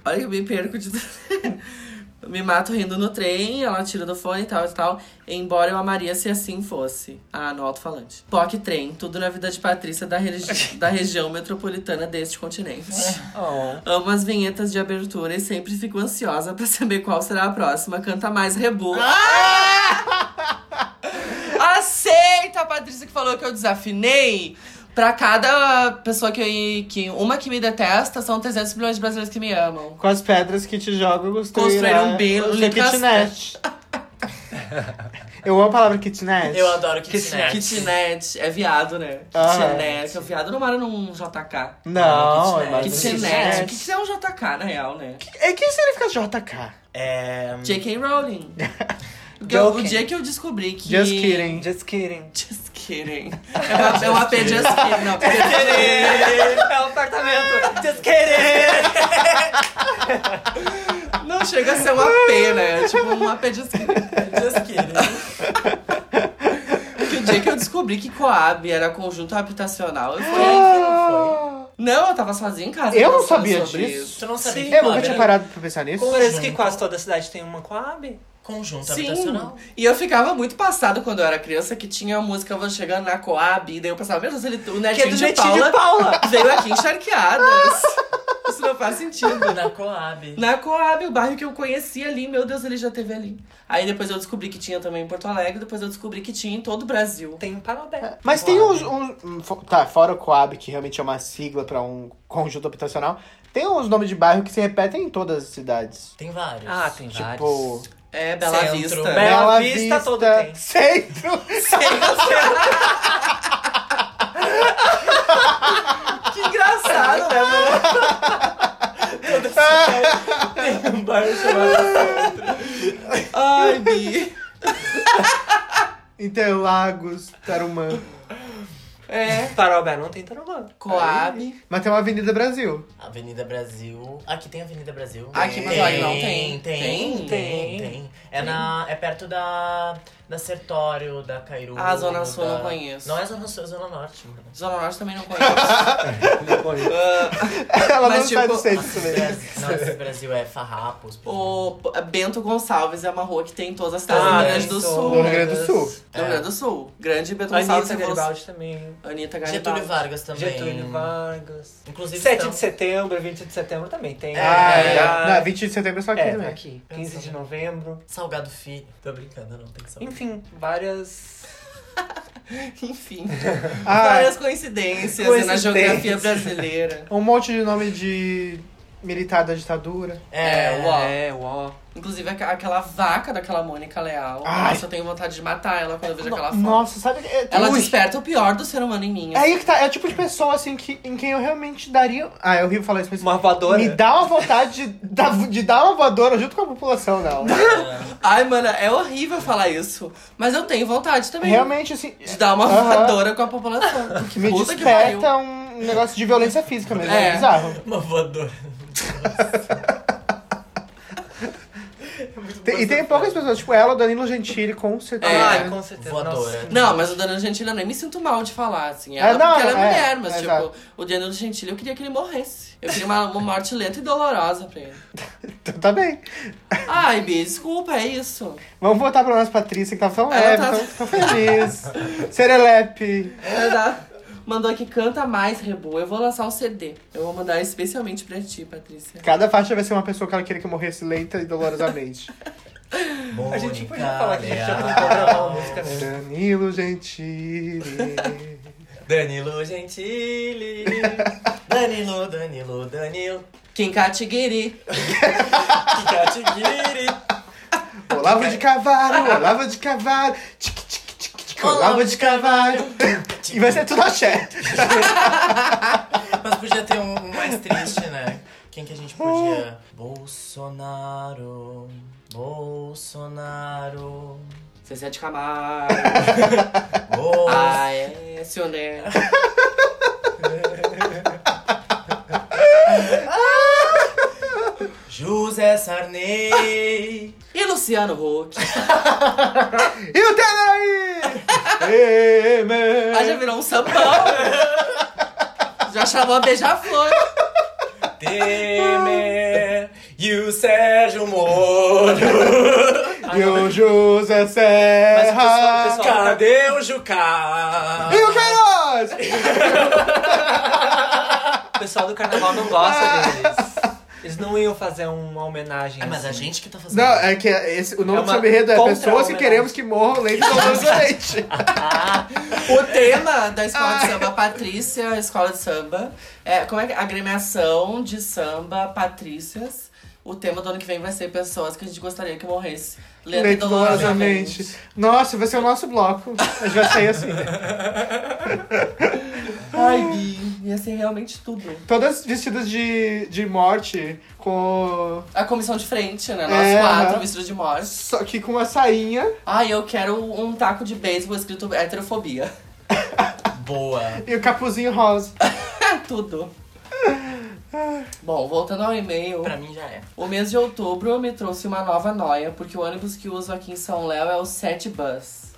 [SPEAKER 11] Olha que eu me perco de. me mato rindo no trem, ela tira do fone e tal e tal. Embora eu amaria se assim fosse. Ah, no alto-falante. POC trem, tudo na vida de Patrícia da, regi- da região metropolitana deste continente. Amo as vinhetas de abertura e sempre fico ansiosa pra saber qual será a próxima. Canta mais rebu. Aceita, Patrícia, que falou que eu desafinei. Pra cada pessoa que, que uma que me detesta, são 300 milhões de brasileiros que me amam.
[SPEAKER 3] Com as pedras que te jogam, construíram
[SPEAKER 11] Construir um belo
[SPEAKER 3] Seu kitnet. Eu amo a palavra kitnet.
[SPEAKER 11] Eu adoro kitnet. Kitnet. É viado, né?
[SPEAKER 3] Aham.
[SPEAKER 11] Kitnet. O viado não mora num JK.
[SPEAKER 3] Não,
[SPEAKER 11] é
[SPEAKER 3] é mais um
[SPEAKER 11] kitnet.
[SPEAKER 3] kitnet.
[SPEAKER 11] O que que é um JK, na real, né?
[SPEAKER 3] E que significa JK?
[SPEAKER 1] É...
[SPEAKER 3] um
[SPEAKER 11] J.K. Rowling. Porque eu- o dia que eu descobri que...
[SPEAKER 3] Just kidding.
[SPEAKER 11] Just kidding. Just kidding. É uma- É um AP Just kidding. Não,
[SPEAKER 2] É um apartamento.
[SPEAKER 11] Just kidding. Não chega a ser um AP, né? É Tipo um AP Just kidding. Just Porque o dia que eu descobri que Coab era conjunto habitacional, eu fui... Não, eu tava sozinha em casa.
[SPEAKER 3] Ah! Eu não
[SPEAKER 11] pensando
[SPEAKER 3] sabia
[SPEAKER 11] sobre
[SPEAKER 3] disso.
[SPEAKER 11] isso.
[SPEAKER 1] Tu não sabia
[SPEAKER 3] Eu nunca
[SPEAKER 1] é
[SPEAKER 3] tinha parado pra pensar nisso.
[SPEAKER 2] Parece que quase toda cidade tem uma Coab.
[SPEAKER 1] Conjunto
[SPEAKER 11] Sim. E eu ficava muito passado quando eu era criança que tinha a música Eu Vou Chegando na Coab. E daí eu pensava, meu Deus, ele, o
[SPEAKER 1] é
[SPEAKER 11] netinho,
[SPEAKER 2] do
[SPEAKER 11] de,
[SPEAKER 2] Netinho de
[SPEAKER 11] Paula
[SPEAKER 2] Paula.
[SPEAKER 11] veio aqui encharqueadas. Isso não faz sentido.
[SPEAKER 1] Na Coab.
[SPEAKER 11] Na Coab, o bairro que eu conhecia ali, meu Deus, ele já teve ali. Aí depois eu descobri que tinha também em Porto Alegre, depois eu descobri que tinha em todo o Brasil.
[SPEAKER 2] Tem um em
[SPEAKER 11] É,
[SPEAKER 2] Parobé.
[SPEAKER 3] Mas tem uns, uns- um, fo- Tá, fora o Coab, que realmente é uma sigla pra um conjunto habitacional, tem uns nomes de bairro que se repetem em todas as cidades.
[SPEAKER 1] Tem vários.
[SPEAKER 2] Ah, tem
[SPEAKER 1] Tá
[SPEAKER 3] Tipo.
[SPEAKER 11] É, Bela
[SPEAKER 1] Centro.
[SPEAKER 11] Vista.
[SPEAKER 1] Bela
[SPEAKER 3] Bela
[SPEAKER 2] Vista,
[SPEAKER 3] Vista,
[SPEAKER 2] todo tem.
[SPEAKER 3] Centro.
[SPEAKER 2] tá
[SPEAKER 11] que engraçado, né, mano? Toda cidade tem um bairro chamado Centro. Ai, Bi.
[SPEAKER 3] Interlagos, Tarumã.
[SPEAKER 11] É.
[SPEAKER 2] Parobé não tem Tarumã.
[SPEAKER 11] Coab.
[SPEAKER 3] Mas tem uma Avenida Brasil.
[SPEAKER 1] Avenida Brasil. Aqui tem Avenida Brasil.
[SPEAKER 11] Aqui em Porto Alegre não tem.
[SPEAKER 1] Tem,
[SPEAKER 11] Tem,
[SPEAKER 1] tem,
[SPEAKER 11] tem.
[SPEAKER 1] tem. É, na, é perto da, da Sertório, da Cairu.
[SPEAKER 11] Ah, Zona Sul
[SPEAKER 1] da...
[SPEAKER 11] eu não conheço.
[SPEAKER 1] Não é Zona Sul, é Zona Norte, mano.
[SPEAKER 11] Zona Norte também não conheço.
[SPEAKER 2] não conheço.
[SPEAKER 3] Ela não sai do centro
[SPEAKER 1] Nossa,
[SPEAKER 3] também.
[SPEAKER 1] Brasil- Não, esse Brasil é farrapos.
[SPEAKER 11] O Bento Gonçalves é uma rua que tem em todas as cidades
[SPEAKER 1] Ah,
[SPEAKER 11] do Rio Grande do
[SPEAKER 1] tem todas.
[SPEAKER 11] Sul. É.
[SPEAKER 1] Do Rio Grande
[SPEAKER 3] do Sul.
[SPEAKER 11] Do Rio Grande do Sul. Grande Bento
[SPEAKER 2] Anitta
[SPEAKER 11] Gonçalves.
[SPEAKER 2] Garibaldi também.
[SPEAKER 11] Anitta tá Garibaldi.
[SPEAKER 1] Getúlio Vargas também.
[SPEAKER 2] Getúlio Vargas.
[SPEAKER 1] Inclusive,
[SPEAKER 2] 7
[SPEAKER 1] estão-
[SPEAKER 2] de setembro, 20 de setembro também tem.
[SPEAKER 3] Ah, é. Não, 20 de setembro é só aqui
[SPEAKER 2] É,
[SPEAKER 3] também.
[SPEAKER 2] aqui. 15 de novembro.
[SPEAKER 1] Salgado Filho. Tô brincando, não tem salgado.
[SPEAKER 2] Enfim, várias...
[SPEAKER 11] Enfim.
[SPEAKER 3] Ah.
[SPEAKER 11] Várias coincidências, na
[SPEAKER 3] Coincidências.
[SPEAKER 11] geografia brasileira.
[SPEAKER 3] Um monte de nome de militar da ditadura.
[SPEAKER 11] É, uó.
[SPEAKER 2] É, uó.
[SPEAKER 11] Inclusive aqua- aquela vaca daquela Mônica Leal.
[SPEAKER 3] Ai.
[SPEAKER 11] Nossa, eu tenho vontade de matar ela quando eu vejo aquela foto.
[SPEAKER 3] Nossa, sabe? É,
[SPEAKER 11] Ela
[SPEAKER 3] ui.
[SPEAKER 11] desperta o pior do ser humano em mim. assim.
[SPEAKER 3] É aí que tá, é o tipo de pessoa assim que, em quem eu realmente daria. Ah, é horrível falar isso, mas. Uma
[SPEAKER 2] voadora?
[SPEAKER 3] Me dá uma vontade de, dar- de dar uma voadora junto com a população dela.
[SPEAKER 11] Ai, mana, é horrível falar isso. Mas eu tenho vontade também.
[SPEAKER 3] Realmente, assim.
[SPEAKER 11] De dar uma
[SPEAKER 3] Aham.
[SPEAKER 11] voadora com a população. Que
[SPEAKER 3] Me
[SPEAKER 11] puta que pariu.
[SPEAKER 3] desperta um negócio de violência física mesmo. É,
[SPEAKER 11] É.
[SPEAKER 3] bizarro.
[SPEAKER 1] Uma voadora.
[SPEAKER 3] Tem- e tem poucas pessoas, tipo ela, o Danilo Gentili, com certeza.
[SPEAKER 15] Ah,
[SPEAKER 11] Ai,
[SPEAKER 2] com certeza. Voadora.
[SPEAKER 11] Não, mas o Danilo Gentili eu nem me sinto mal de falar, assim.
[SPEAKER 3] É,
[SPEAKER 11] Ela,
[SPEAKER 3] não,
[SPEAKER 11] porque ela é,
[SPEAKER 3] é,
[SPEAKER 11] mulher, mas,
[SPEAKER 3] é,
[SPEAKER 11] tipo,
[SPEAKER 3] exato.
[SPEAKER 11] o Danilo Gentili eu queria que ele morresse. Eu queria uma, uma morte lenta e dolorosa pra ele.
[SPEAKER 3] Então tá bem.
[SPEAKER 11] Ai, Bi, desculpa, é isso.
[SPEAKER 3] Vamos voltar pra nossa Patrícia, que tá tão
[SPEAKER 11] Ela
[SPEAKER 3] leve,
[SPEAKER 11] tá-
[SPEAKER 3] tão, tão feliz. Serelepe.
[SPEAKER 11] Ela dá- Mandou aqui, canta mais, Rebu. Eu vou lançar um CD. Eu vou mandar especialmente pra ti, Patrícia.
[SPEAKER 3] Cada faixa vai ser uma pessoa que ela queria que morresse lenta e dolorosamente.
[SPEAKER 2] A
[SPEAKER 1] Mônica
[SPEAKER 2] gente podia falar que a gente já
[SPEAKER 1] Leal.
[SPEAKER 2] tentou gravar uma música,
[SPEAKER 11] É.
[SPEAKER 2] né?
[SPEAKER 3] Danilo Gentili.
[SPEAKER 1] Danilo Gentili. Danilo, Danilo, Danilo.
[SPEAKER 11] Kim Katiguiri.
[SPEAKER 1] Katiguiri.
[SPEAKER 3] Olavo de Cavalho, Olavo de Cavalho. Tic, tic, tic, tic, Olavo de Cavalho. E vai ser tudo axé.
[SPEAKER 1] Mas podia ter um, um mais triste, né? Quem que a gente podia? Bolsonaro. Bolsonaro.
[SPEAKER 11] Zezé de Camargo.
[SPEAKER 1] Bolsonaro.
[SPEAKER 11] Ah, é, senhor. né?
[SPEAKER 1] José Sarney.
[SPEAKER 11] E Luciano Huck.
[SPEAKER 3] e o Temer!
[SPEAKER 11] Ah, já virou um sambão. já chamou a beija-flor.
[SPEAKER 1] Temer e o Sérgio Moro.
[SPEAKER 3] E o José
[SPEAKER 1] Mas o pessoal- o
[SPEAKER 3] Serra.
[SPEAKER 1] pessoal- Cadê o Jucá?
[SPEAKER 3] E o Queiroz!
[SPEAKER 15] O pessoal do carnaval não gosta deles. Eles não iam fazer uma homenagem.
[SPEAKER 1] mas a
[SPEAKER 15] assim.
[SPEAKER 1] gente que tá fazendo.
[SPEAKER 3] Não, é que esse, o nome
[SPEAKER 15] É
[SPEAKER 3] do
[SPEAKER 15] uma
[SPEAKER 3] sub-enredo é
[SPEAKER 15] contra-
[SPEAKER 3] Pessoas que queremos que morram leite com doce de leite.
[SPEAKER 11] O tema da escola de samba Patrícia, escola de samba, é como é que agremiação de samba Patrícias. O tema do ano que vem vai ser pessoas que a gente gostaria que morresse. Lendo
[SPEAKER 3] Leite dolorosamente. Nossa, vai ser o nosso bloco. A gente vai sair assim.
[SPEAKER 11] Ai, Bi, ia ser realmente tudo.
[SPEAKER 3] Todas vestidas de, de morte, com.
[SPEAKER 11] A comissão de frente, né? Nós
[SPEAKER 3] É,
[SPEAKER 11] quatro
[SPEAKER 3] aham.
[SPEAKER 11] vestidos de morte.
[SPEAKER 3] Só que com uma sainha.
[SPEAKER 11] Ai, eu quero um taco de beisebol escrito heterofobia.
[SPEAKER 1] Boa.
[SPEAKER 3] E o capuzinho rosa.
[SPEAKER 11] Tudo. Bom, voltando ao e-mail.
[SPEAKER 1] Pra mim já é.
[SPEAKER 11] O mês de outubro me trouxe uma nova noia, porque o ônibus que uso aqui em São Léo é o 7 Bus.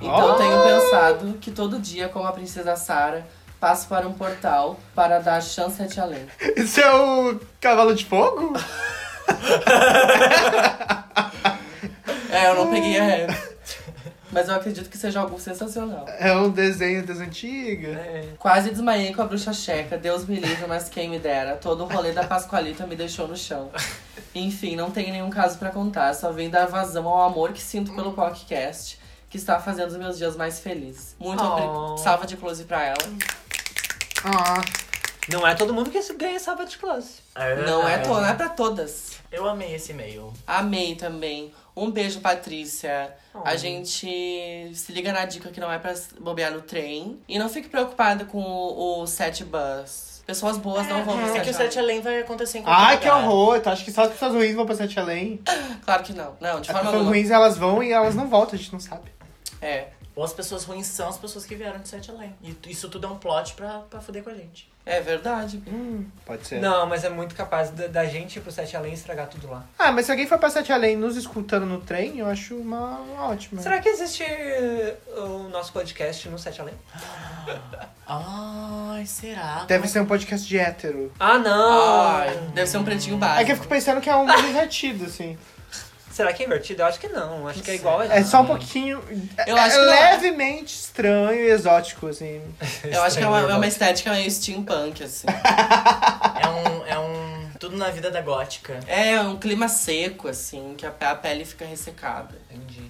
[SPEAKER 11] Então
[SPEAKER 1] Oh!
[SPEAKER 11] tenho pensado que todo dia, como a princesa Sara, passo para um portal para dar chance a te além.
[SPEAKER 3] Isso é o cavalo de fogo?
[SPEAKER 11] É, eu não peguei a rap. Mas eu acredito que seja algo sensacional.
[SPEAKER 3] É um desenho das antigas.
[SPEAKER 11] É, Quase desmaiei com a bruxa checa, Deus me livre, mas quem me dera. Todo o rolê da Pascoalita me deixou no chão. Enfim, não tenho nenhum caso pra contar, só vim dar vazão ao amor que sinto
[SPEAKER 1] Hum.
[SPEAKER 11] pelo podcast, que está fazendo os meus dias mais felizes. Muito
[SPEAKER 15] Oh.
[SPEAKER 11] obri- salva de close pra ela.
[SPEAKER 15] Não é todo mundo que se ganha salva de classe.
[SPEAKER 3] Ah.
[SPEAKER 11] Não é to- não
[SPEAKER 1] né?
[SPEAKER 11] é pra todas.
[SPEAKER 1] Eu amei esse e-mail.
[SPEAKER 11] Amei também. Um beijo, Patrícia.
[SPEAKER 1] Oh.
[SPEAKER 11] A gente se liga na dica que não é pra se bobear no trem. E não fique preocupado com o, o set bus. Pessoas boas não vão
[SPEAKER 1] É
[SPEAKER 11] pro
[SPEAKER 1] que o
[SPEAKER 11] set
[SPEAKER 1] Sete Além vai acontecer em qualquer
[SPEAKER 3] Ai, que
[SPEAKER 1] lugar.
[SPEAKER 3] horror! Tu acha que só as pessoas ruins vão pra Sete Além?
[SPEAKER 1] é-
[SPEAKER 11] Claro que não. Não,
[SPEAKER 3] As
[SPEAKER 11] de forma
[SPEAKER 3] pessoas
[SPEAKER 11] alguma.
[SPEAKER 3] ruins elas vão e elas não voltam, a gente não sabe.
[SPEAKER 11] É.
[SPEAKER 1] Ou as pessoas ruins são as pessoas que vieram de Sete Além. E t- isso tudo é um plot pra, pra fuder com a gente.
[SPEAKER 11] É verdade.
[SPEAKER 3] Pode ser.
[SPEAKER 15] Não, mas é muito capaz da, da gente ir pro Sete Além e estragar tudo lá.
[SPEAKER 3] Ah, mas se alguém for pra Sete Além nos escutando no trem, eu acho uma, uma ótima.
[SPEAKER 15] Será que existe eh, o nosso podcast no Sete Além?
[SPEAKER 1] Ai, será?
[SPEAKER 3] Deve ser um podcast de hétero.
[SPEAKER 15] Ah, não!
[SPEAKER 11] Ai, deve ser um pretinho básico.
[SPEAKER 3] É que eu fico pensando que é um mundo invertido, assim.
[SPEAKER 15] Será que é invertido? Eu acho que não. Acho que é igual a
[SPEAKER 3] É só um pouquinho.
[SPEAKER 11] Eu
[SPEAKER 3] é
[SPEAKER 11] acho que não é.
[SPEAKER 3] levemente estranho e exótico, assim.
[SPEAKER 11] Eu acho que é uma, é uma estética meio steampunk, assim.
[SPEAKER 1] É um. É um. Tudo na vida da gótica.
[SPEAKER 11] É um clima seco, assim, que a, pe- a pele fica ressecada.
[SPEAKER 15] Entendi.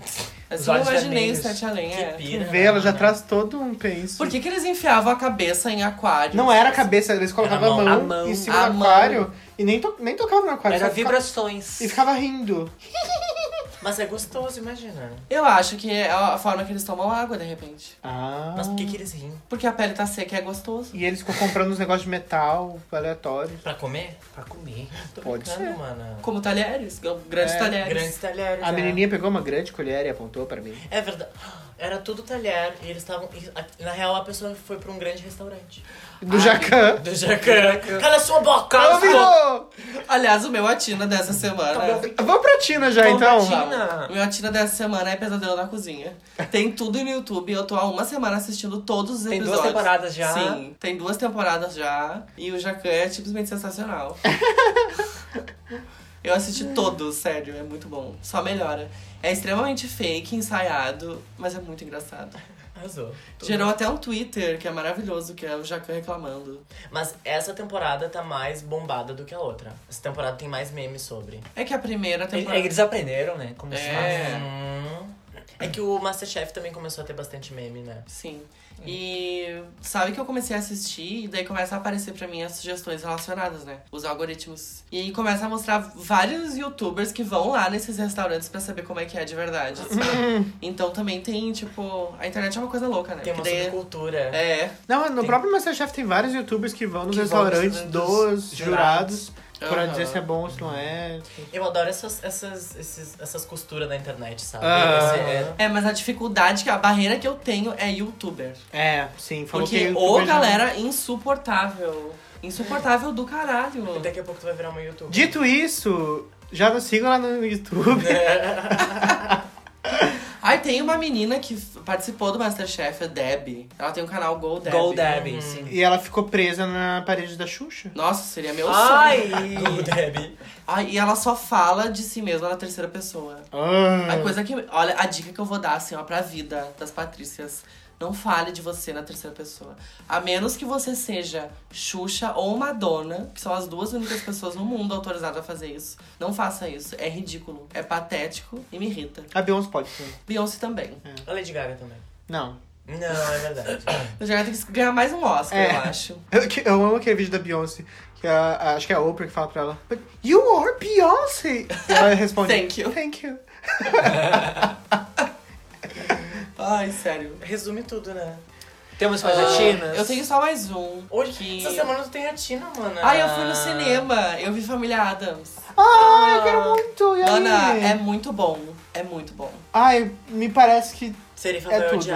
[SPEAKER 11] Assim,
[SPEAKER 15] Os
[SPEAKER 11] eu
[SPEAKER 15] olhos
[SPEAKER 11] imaginei o
[SPEAKER 15] vermelhos.
[SPEAKER 11] Sete Além,
[SPEAKER 1] Que
[SPEAKER 11] é.
[SPEAKER 1] pira.
[SPEAKER 3] Vê, ela já traz todo um penso.
[SPEAKER 11] Por que, que eles enfiavam a cabeça em aquário?
[SPEAKER 3] Não era a cabeça, eles colocavam
[SPEAKER 11] Era
[SPEAKER 3] a
[SPEAKER 11] a
[SPEAKER 3] mão,
[SPEAKER 11] mão. A mão.
[SPEAKER 3] em cima
[SPEAKER 11] A
[SPEAKER 3] do
[SPEAKER 11] mão.
[SPEAKER 3] aquário e nem, to nem tocavam no aquário.
[SPEAKER 15] Era
[SPEAKER 3] só ficava-
[SPEAKER 15] vibrações.
[SPEAKER 3] E ficava rindo.
[SPEAKER 1] Mas é gostoso, imagina.
[SPEAKER 11] Eu acho que é a forma que eles tomam água, de repente.
[SPEAKER 3] Ah.
[SPEAKER 1] Mas por que, que eles riem?
[SPEAKER 11] Porque a pele tá seca e é gostoso.
[SPEAKER 3] E eles ficam comprando uns negócios de metal aleatórios.
[SPEAKER 1] Pra comer?
[SPEAKER 15] Pra comer.
[SPEAKER 1] Tô
[SPEAKER 3] Pode
[SPEAKER 1] brincando,
[SPEAKER 3] ser.
[SPEAKER 1] mana.
[SPEAKER 11] Como talheres, grandes
[SPEAKER 3] É,
[SPEAKER 11] talheres.
[SPEAKER 1] Grandes talheres.
[SPEAKER 3] A
[SPEAKER 1] é.
[SPEAKER 3] menininha pegou uma grande colher e apontou pra mim.
[SPEAKER 1] É verdade. Era tudo talher e eles estavam. e a- Na real, a pessoa foi pra um grande restaurante.
[SPEAKER 3] Do Jacan.
[SPEAKER 1] Do Jacan. Cala sua boca!
[SPEAKER 3] Ela virou!
[SPEAKER 11] Aliás, o meu Atina dessa semana.
[SPEAKER 3] Vamos pra Tina já, então.
[SPEAKER 11] Vamos. O meu Atina dessa semana é Pesadelo na Cozinha. Tem tudo no YouTube. Eu tô há uma semana assistindo todos os
[SPEAKER 15] Tem
[SPEAKER 11] episódios.
[SPEAKER 15] duas temporadas já.
[SPEAKER 11] Sim, tem duas temporadas já. E o Jacan é simplesmente sensacional. Eu assisti todos, sério, é muito bom. Só melhora. É extremamente fake, ensaiado, mas é muito engraçado.
[SPEAKER 1] Arrasou. Tudo.
[SPEAKER 11] Gerou até um Twitter, que é maravilhoso, que é o Jacan reclamando.
[SPEAKER 1] Mas essa temporada tá mais bombada do que a outra. Essa temporada tem mais memes sobre.
[SPEAKER 11] É que a primeira temporada.
[SPEAKER 15] Eles aprenderam, né? Como se
[SPEAKER 11] É.
[SPEAKER 15] faz.
[SPEAKER 1] Hum. É que o Masterchef também começou a ter bastante meme, né?
[SPEAKER 11] Sim. E sabe que eu comecei a assistir e daí começa a aparecer pra mim as sugestões relacionadas, né? Os algoritmos. E aí começa a mostrar vários youtubers que vão lá nesses restaurantes pra saber como é que é de verdade. assim. então também tem, tipo, a internet é uma coisa louca, né?
[SPEAKER 1] Tem uma
[SPEAKER 11] Porque daí-
[SPEAKER 1] subcultura.
[SPEAKER 11] É.
[SPEAKER 3] Não, no próprio Masterchef tem vários youtubers que vão nos
[SPEAKER 15] Que vão
[SPEAKER 3] restaurantes
[SPEAKER 15] nos jurados.
[SPEAKER 3] dos jurados Pra
[SPEAKER 1] Aham.
[SPEAKER 3] dizer se é bom ou se não é.
[SPEAKER 1] Eu adoro essas, essas, esses- essas costuras da internet, sabe?
[SPEAKER 3] Ah.
[SPEAKER 1] Esse- é-
[SPEAKER 11] É, mas a dificuldade, que a barreira que eu tenho é youtuber.
[SPEAKER 3] É, sim, falou que
[SPEAKER 11] Porque, ô
[SPEAKER 3] youtuber já-
[SPEAKER 11] galera, insuportável. Insuportável do caralho.
[SPEAKER 1] Daqui a pouco tu vai virar uma youtuber.
[SPEAKER 3] Dito isso, já nos sigam lá no YouTube.
[SPEAKER 11] Aí tem uma menina que f- participou do Masterchef, a Deb. Ela tem um canal Go Deb.
[SPEAKER 3] Go Deb,
[SPEAKER 11] Uhum.
[SPEAKER 3] E ela ficou presa na parede da Xuxa.
[SPEAKER 11] Nossa, seria meu
[SPEAKER 3] Ai!
[SPEAKER 11] sonho.
[SPEAKER 3] Go
[SPEAKER 1] Deb.
[SPEAKER 11] Ai, e ela só fala de si mesma na terceira pessoa.
[SPEAKER 3] Ah.
[SPEAKER 11] A coisa que. Olha, a dica que eu vou dar, assim, ó, pra vida das Patrícias. Não fale de você na terceira pessoa. A menos que você seja Xuxa ou Madonna, que são as duas únicas pessoas no mundo autorizadas a fazer isso. Não faça isso. É ridículo, é patético e me irrita.
[SPEAKER 3] A Beyoncé pode sim.
[SPEAKER 11] Beyoncé também.
[SPEAKER 3] Hum.
[SPEAKER 1] A Lady Gaga também.
[SPEAKER 3] Não.
[SPEAKER 1] Não, é verdade.
[SPEAKER 11] Eu já tem que ganhar mais um Oscar,
[SPEAKER 3] É.
[SPEAKER 11] eu acho.
[SPEAKER 3] Eu, que- eu amo aquele vídeo da Beyoncé, que a- a- acho que é a Oprah que fala pra ela, But you are Beyoncé! E ela responde,
[SPEAKER 11] Thank you.
[SPEAKER 3] Thank you.
[SPEAKER 11] Ai, sério.
[SPEAKER 1] Resume tudo, né?
[SPEAKER 2] Temos
[SPEAKER 11] Ah,
[SPEAKER 2] mais latinas?
[SPEAKER 11] Eu tenho só mais um.
[SPEAKER 1] Hoje,
[SPEAKER 11] que...
[SPEAKER 1] Essa semana tu tem a Tina, mano.
[SPEAKER 3] Ah.
[SPEAKER 11] Ai, eu fui no cinema. Eu vi Família Adams.
[SPEAKER 3] Ai, "Ah, eu quero muito! E aí?
[SPEAKER 11] Ah. Ana, é muito bom. É muito bom.
[SPEAKER 3] Ai, me parece que
[SPEAKER 1] Seria
[SPEAKER 3] é tudo.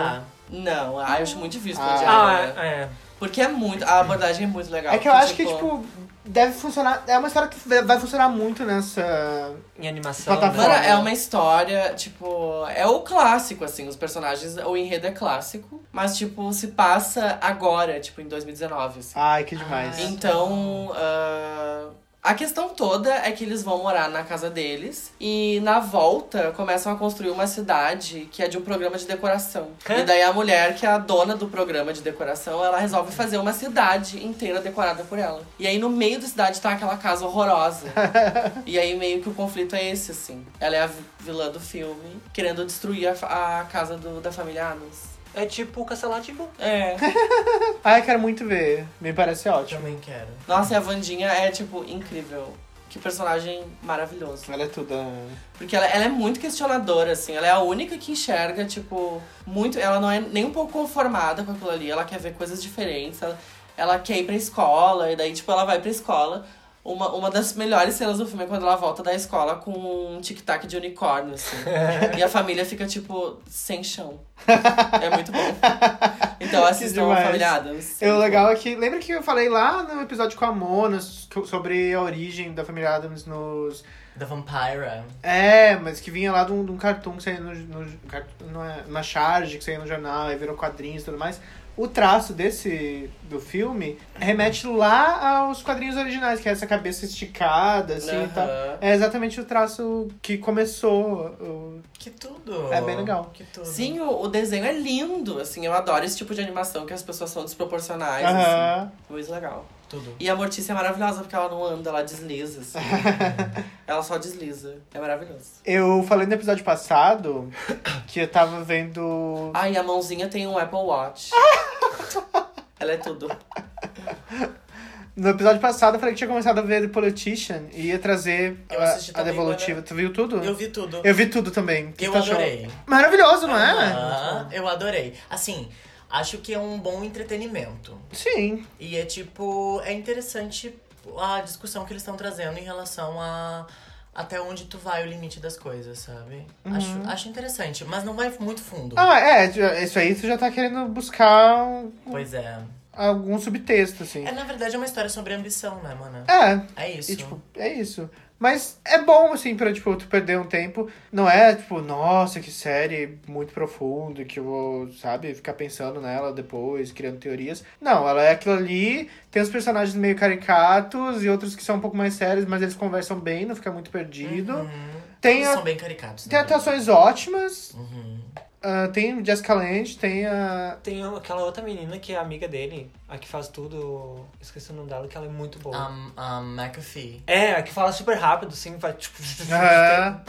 [SPEAKER 11] Não, ah, eu acho muito difícil
[SPEAKER 3] Ah.
[SPEAKER 11] pra odiar.
[SPEAKER 3] Ah,
[SPEAKER 11] né? Porque é muito... A abordagem é muito legal.
[SPEAKER 3] É que eu acho que, tipo, deve funcionar... É uma história que vai funcionar muito nessa...
[SPEAKER 11] Em
[SPEAKER 3] animação,
[SPEAKER 11] Mano,
[SPEAKER 1] né?
[SPEAKER 3] Plataforma.
[SPEAKER 11] é uma história, tipo... É o clássico, assim. Os personagens... O enredo é clássico. Mas, tipo, se passa agora. Tipo, em 2019, assim.
[SPEAKER 3] Ai, que demais.
[SPEAKER 11] Então, ah, a questão toda é que eles vão morar na casa deles e na volta começam a construir uma cidade que é de um programa de decoração. E daí a mulher, que é a dona do programa de decoração, ela resolve fazer uma cidade inteira decorada por ela. E aí no meio da cidade tá aquela casa horrorosa. e aí meio que o conflito é esse, assim. Ela é a vi- vilã do filme, querendo destruir a, fa- a casa do- da família Adams.
[SPEAKER 2] É tipo cancelativo.
[SPEAKER 11] É.
[SPEAKER 3] Ai, eu quero muito ver. Me parece ótimo.
[SPEAKER 1] Também quero.
[SPEAKER 11] Nossa, e a Vandinha é, tipo, incrível. Que personagem maravilhoso.
[SPEAKER 3] Ela é tudo... né?
[SPEAKER 11] Porque ela, ela é muito questionadora, assim. Ela é a única que enxerga, tipo, muito. Ela não é nem um pouco conformada com aquilo ali. Ela quer ver coisas diferentes. Ela, ela quer ir pra escola. E daí, tipo, ela vai pra escola. Uma, uma das melhores cenas do filme é quando ela volta da escola com um tic-tac de unicórnio, assim. e a família fica, tipo, sem chão. É muito bom. Então assistam a
[SPEAKER 3] demais.
[SPEAKER 11] Família Adams.
[SPEAKER 3] É, o legal é que. Lembra que eu falei lá no episódio com a Mona so- sobre a origem da família Adams nos.
[SPEAKER 1] Da Vampira.
[SPEAKER 3] É, mas que vinha lá de um, de um cartoon que saía no, no- cartoon, não é, uma charge que saía no jornal, aí virou quadrinhos e tudo mais. O traço desse do filme remete lá aos quadrinhos originais, que é essa cabeça esticada, assim e tal.
[SPEAKER 1] Aham.
[SPEAKER 3] É exatamente o traço que começou. o-
[SPEAKER 1] Que tudo.
[SPEAKER 3] É bem legal.
[SPEAKER 1] Que tudo.
[SPEAKER 11] Sim, o, o desenho é lindo, assim, eu adoro esse tipo de animação que as pessoas são desproporcionais,
[SPEAKER 3] Aham.
[SPEAKER 11] assim. Muito legal.
[SPEAKER 1] Tudo.
[SPEAKER 11] E a Mortícia é maravilhosa porque ela não anda, ela desliza, assim. ela só desliza. É maravilhoso.
[SPEAKER 3] Eu falei no episódio passado que eu tava vendo.
[SPEAKER 11] Ah, e a mãozinha tem um Apple Watch. ela é tudo.
[SPEAKER 3] No episódio passado eu falei que tinha começado a ver The Politician e ia trazer
[SPEAKER 1] Eu
[SPEAKER 3] a,
[SPEAKER 1] assisti
[SPEAKER 3] a
[SPEAKER 1] também,
[SPEAKER 3] devolutiva.
[SPEAKER 1] mas-
[SPEAKER 3] Tu viu tudo?
[SPEAKER 1] Eu vi tudo.
[SPEAKER 3] Eu vi tudo também. O que
[SPEAKER 1] Eu
[SPEAKER 3] tu achou?
[SPEAKER 1] adorei.
[SPEAKER 3] Maravilhoso, não é?
[SPEAKER 1] Aham, eu adorei. Assim, acho que é um bom entretenimento.
[SPEAKER 3] Sim.
[SPEAKER 1] E é tipo, é interessante a discussão que eles estão trazendo em relação a até onde tu vai o limite das coisas, sabe?
[SPEAKER 3] Uhum.
[SPEAKER 1] Acho, acho interessante, mas não vai muito fundo.
[SPEAKER 3] Ah, é, já- isso aí tu já tá querendo buscar um-
[SPEAKER 1] Pois é.
[SPEAKER 3] algum subtexto, assim.
[SPEAKER 1] É, na verdade, é uma história sobre ambição, né, mana?
[SPEAKER 3] É.
[SPEAKER 1] É isso.
[SPEAKER 3] E, tipo, é isso. Mas é bom, assim, pra, tipo, tu perder um tempo. Não é, tipo, nossa, que série muito profunda, que eu vou, sabe, ficar pensando nela depois, criando teorias. Não, ela é aquilo ali, tem os personagens meio caricatos e outros que são um pouco mais sérios, mas eles conversam bem, não fica muito perdido. Tem,
[SPEAKER 1] Uhum. Eles
[SPEAKER 3] a-
[SPEAKER 1] são bem caricatos. né?
[SPEAKER 3] tem atuações ótimas.
[SPEAKER 1] Uhum.
[SPEAKER 3] Ah, tem Jessica Lange, tem a...
[SPEAKER 2] Tem aquela outra menina que é amiga dele, a que faz tudo. Esqueci o nome dela, que ela é muito boa.
[SPEAKER 11] Ah.
[SPEAKER 1] A, a Um, McAfee.
[SPEAKER 2] É, a que fala super rápido, assim, vai tipo.
[SPEAKER 3] Aham.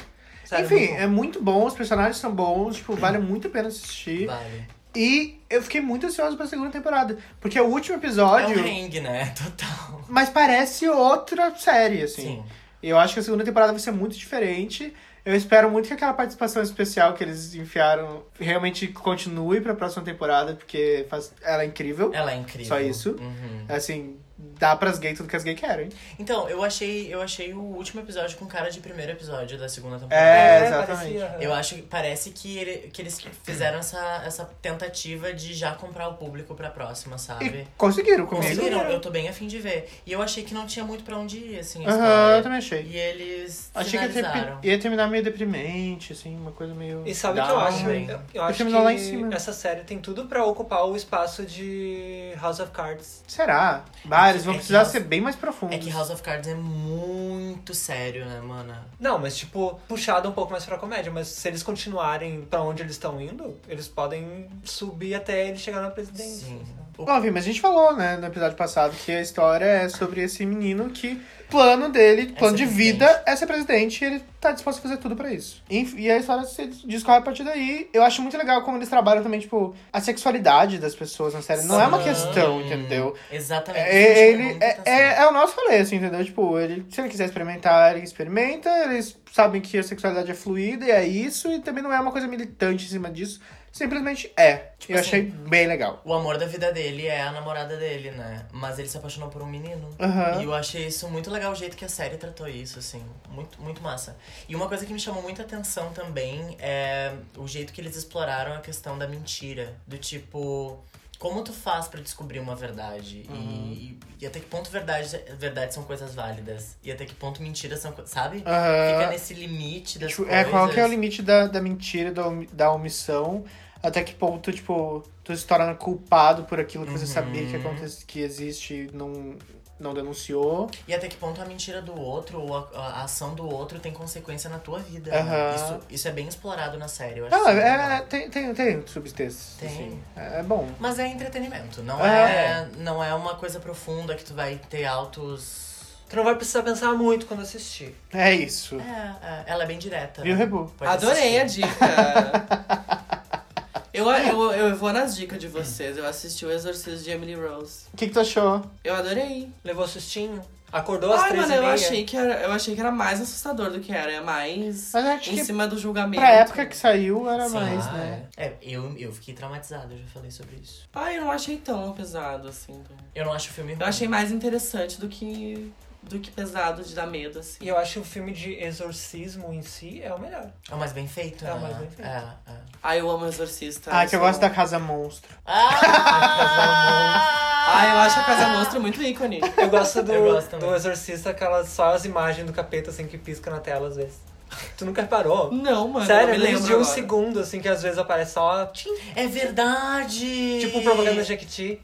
[SPEAKER 2] Sério,
[SPEAKER 3] Enfim,
[SPEAKER 2] muito bom.
[SPEAKER 3] é muito bom, os personagens são bons, tipo, vale muito a pena assistir.
[SPEAKER 1] Uhum. Vale.
[SPEAKER 3] E eu fiquei muito ansioso pra segunda temporada. Porque o último
[SPEAKER 1] É
[SPEAKER 3] episódio.
[SPEAKER 1] um hang, né? Total.
[SPEAKER 3] mas parece outra série, assim.
[SPEAKER 1] Sim.
[SPEAKER 3] E eu acho que a segunda temporada vai ser muito diferente. Eu espero muito que aquela participação especial que eles enfiaram realmente continue pra próxima temporada, porque faz... ela é incrível.
[SPEAKER 1] Ela é incrível.
[SPEAKER 3] Só isso.
[SPEAKER 1] Uhum.
[SPEAKER 3] Assim, dá pras gays tudo que as gays querem.
[SPEAKER 1] Então, eu achei, eu achei o último episódio com cara de primeiro episódio da segunda temporada.
[SPEAKER 3] É, É, exatamente. parecia.
[SPEAKER 1] Eu acho que parece que, ele- que eles fizeram essa, essa tentativa de já comprar o público pra próxima, sabe?
[SPEAKER 3] E conseguiram comigo.
[SPEAKER 1] Conseguiram, eu tô bem afim de ver. E eu achei que não tinha muito pra onde ir, assim, a
[SPEAKER 3] Aham,
[SPEAKER 1] história.
[SPEAKER 3] eu também achei.
[SPEAKER 1] E eles
[SPEAKER 3] Achei que ia, ter-
[SPEAKER 1] finalizaram.
[SPEAKER 3] ia terminar meio deprimente, assim, uma coisa meio.
[SPEAKER 2] E sabe o que eu
[SPEAKER 3] down,
[SPEAKER 2] acho?
[SPEAKER 3] bem.
[SPEAKER 2] Eu, eu acho que
[SPEAKER 3] terminou lá em cima.
[SPEAKER 2] essa série tem tudo pra ocupar o espaço de House of Cards.
[SPEAKER 3] Será? Bah,
[SPEAKER 1] É
[SPEAKER 3] eles vão
[SPEAKER 1] que
[SPEAKER 3] precisar
[SPEAKER 1] House-
[SPEAKER 3] ser bem mais profundos.
[SPEAKER 1] É que House of Cards é muito sério, né, mana?
[SPEAKER 2] Não, mas tipo, puxado um pouco mais pra comédia. Mas se eles continuarem pra onde eles estão indo, eles podem subir até ele chegar na presidência.
[SPEAKER 3] Ó, Vi, mas a gente falou, né, no episódio passado, que a história é sobre esse menino que plano dele, plano de vida é ser presidente e ele tá disposto a fazer tudo pra isso. E, e a história se discorre a partir daí. Eu acho muito legal como eles trabalham também, tipo, a sexualidade das pessoas na série. Não é uma
[SPEAKER 1] Sim.
[SPEAKER 3] questão, entendeu?
[SPEAKER 1] Exatamente.
[SPEAKER 3] É, ele,
[SPEAKER 1] assim.
[SPEAKER 3] é, é, é o nosso rolê, assim, entendeu? Tipo, ele, se ele quiser experimentar, ele experimenta. Eles sabem que a sexualidade é fluida e é isso. E também não é uma coisa militante em cima disso. Simplesmente é.
[SPEAKER 1] Tipo
[SPEAKER 3] eu
[SPEAKER 1] assim,
[SPEAKER 3] achei bem legal.
[SPEAKER 1] O amor da vida dele é a namorada dele, né? Mas ele se apaixonou por um menino.
[SPEAKER 3] Aham.
[SPEAKER 1] E eu achei isso muito legal, o jeito que a série tratou isso, assim. Muito, muito massa. E uma coisa que me chamou muita atenção também é o jeito que eles exploraram a questão da mentira. Do tipo, como tu faz pra descobrir uma verdade? E-
[SPEAKER 3] Uhum.
[SPEAKER 1] E, e até que ponto verdade, verdade são coisas válidas? E até que ponto mentiras são coisas. Sabe?
[SPEAKER 3] Aham.
[SPEAKER 1] Fica nesse limite das
[SPEAKER 3] É, Tipo,
[SPEAKER 1] coisas.
[SPEAKER 3] é, qual que é o limite da, da mentira, da, om- da omissão? Até que ponto, tipo, tu se torna culpado por aquilo que você sabia que, acontece, que existe e não, não denunciou.
[SPEAKER 1] E até que ponto a mentira do outro ou a, a ação do outro tem consequência na tua vida.
[SPEAKER 3] Aham.
[SPEAKER 1] né? Isso, isso é bem explorado na série, eu acho.
[SPEAKER 3] Não,
[SPEAKER 1] isso bem legal.
[SPEAKER 3] é, é- tem, tem, tem subtextos.
[SPEAKER 1] né? Tem.
[SPEAKER 3] assim. É, é bom.
[SPEAKER 1] Mas é entretenimento, não
[SPEAKER 3] É.
[SPEAKER 1] é. não é uma coisa profunda que tu vai ter altos.
[SPEAKER 2] Tu não vai precisar pensar muito quando assistir.
[SPEAKER 3] É isso.
[SPEAKER 1] É, é, ela é bem direta.
[SPEAKER 3] Viu,
[SPEAKER 1] né?
[SPEAKER 3] Rebu?
[SPEAKER 1] Pode
[SPEAKER 11] Adorei
[SPEAKER 1] assistir.
[SPEAKER 11] a dica. eu, eu, eu vou nas dicas de vocês. Eu assisti o Exorcismo de Emily Rose.
[SPEAKER 3] O que, que tu achou?
[SPEAKER 11] Eu adorei.
[SPEAKER 2] Levou sustinho? Acordou às
[SPEAKER 11] Ai,
[SPEAKER 2] três
[SPEAKER 11] mano,
[SPEAKER 2] e
[SPEAKER 11] eu
[SPEAKER 2] meia?
[SPEAKER 11] achei, que era, eu achei que era mais assustador do que era. É mais em
[SPEAKER 3] que
[SPEAKER 11] cima do julgamento.
[SPEAKER 3] Pra época que saiu, era
[SPEAKER 1] Sim.
[SPEAKER 3] mais,
[SPEAKER 1] Ah,
[SPEAKER 3] né?
[SPEAKER 1] É, É, eu, eu fiquei traumatizada, eu já falei sobre isso.
[SPEAKER 11] Ai, eu não achei tão pesado assim.
[SPEAKER 1] Eu não acho o filme.
[SPEAKER 11] Eu achei mais interessante do que, do que pesado de dar medo, assim.
[SPEAKER 2] E eu acho que o filme de exorcismo em si é o melhor.
[SPEAKER 1] É o mais bem feito,
[SPEAKER 2] É o
[SPEAKER 1] né?
[SPEAKER 2] mais bem feito.
[SPEAKER 1] É, é.
[SPEAKER 11] Ai, eu amo Exorcista.
[SPEAKER 1] Tá,
[SPEAKER 3] Ah, que eu
[SPEAKER 11] sou-
[SPEAKER 3] gosto da Casa Monstro.
[SPEAKER 1] Ah!
[SPEAKER 11] Ai, Ah, eu acho a Casa Monstro muito ícone.
[SPEAKER 2] Eu gosto do,
[SPEAKER 11] Eu gosto também.
[SPEAKER 2] do exorcista, aquelas só as imagens do capeta assim que pisca na tela às vezes. Tu nunca reparou?
[SPEAKER 11] Não, mano,
[SPEAKER 2] Sério,
[SPEAKER 11] eu me
[SPEAKER 2] menos
[SPEAKER 11] lembro
[SPEAKER 2] de um
[SPEAKER 11] agora.
[SPEAKER 2] segundo, assim, que às vezes aparece só.
[SPEAKER 1] É verdade!
[SPEAKER 3] um
[SPEAKER 2] Tipo propaganda Jequiti.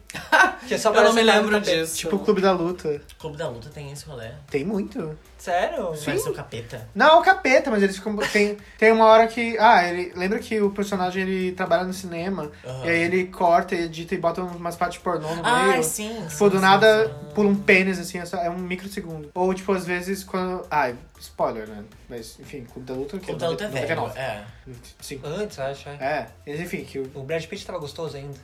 [SPEAKER 2] Que só aparece
[SPEAKER 11] Eu não me
[SPEAKER 2] a cara do
[SPEAKER 11] lembro
[SPEAKER 2] capeta.
[SPEAKER 11] disso.
[SPEAKER 3] Tipo o Clube da Luta.
[SPEAKER 1] Clube da Luta tem esse rolê.
[SPEAKER 3] Tem muito.
[SPEAKER 2] Sério?
[SPEAKER 3] Sim.
[SPEAKER 1] Parece o capeta.
[SPEAKER 3] Não, é o capeta, mas eles ficam. Tem, tem uma hora que. Ah, ele. Lembra que o personagem ele trabalha no cinema.
[SPEAKER 1] Aham.
[SPEAKER 3] E aí ele corta, edita e bota umas partes pornô no
[SPEAKER 1] Ah,
[SPEAKER 3] meio.
[SPEAKER 1] sim,
[SPEAKER 3] Tipo,
[SPEAKER 1] sim,
[SPEAKER 3] do
[SPEAKER 1] sim,
[SPEAKER 3] nada pula um pênis, assim, é, só- é um microsegundo. Ou, tipo, às vezes quando. Ai, spoiler, né? Mas, enfim, Clube da Luta.
[SPEAKER 1] Clube da Luta é velho. É.
[SPEAKER 3] Sim.
[SPEAKER 2] Antes, eu acho. É.
[SPEAKER 3] É, mas enfim, que o
[SPEAKER 2] O Brad Pitt tava gostoso ainda.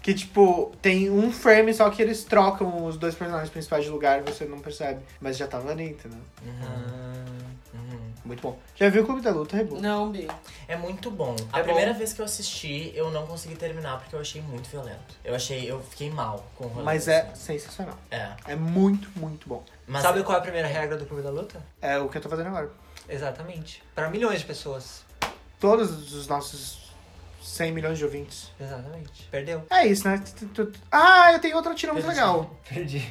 [SPEAKER 3] Que, tipo, tem um frame só que eles trocam os dois personagens principais de lugar você não percebe. Mas já tava ali, entendeu?
[SPEAKER 1] Uhum.
[SPEAKER 3] Ah. Muito bom. Já viu o Clube da Luta, Rebu?
[SPEAKER 11] Não, Bi.
[SPEAKER 1] É muito bom. A
[SPEAKER 3] É
[SPEAKER 1] primeira
[SPEAKER 3] bom.
[SPEAKER 1] vez que eu assisti, eu não consegui terminar porque eu achei muito violento. Eu achei, eu fiquei mal com o rolê.
[SPEAKER 3] Mas é sensacional.
[SPEAKER 1] É. um
[SPEAKER 3] É muito, muito bom.
[SPEAKER 2] Sabe qual é a primeira regra do Clube da Luta?
[SPEAKER 3] É o que eu tô fazendo agora.
[SPEAKER 2] Exatamente. Pra milhões de pessoas.
[SPEAKER 3] Todos os nossos 100 milhões de ouvintes.
[SPEAKER 2] Exatamente. Perdeu.
[SPEAKER 3] É isso, né? Tu- tu- tu- Ah, eu tenho outra tira muito legal.
[SPEAKER 2] Perdi.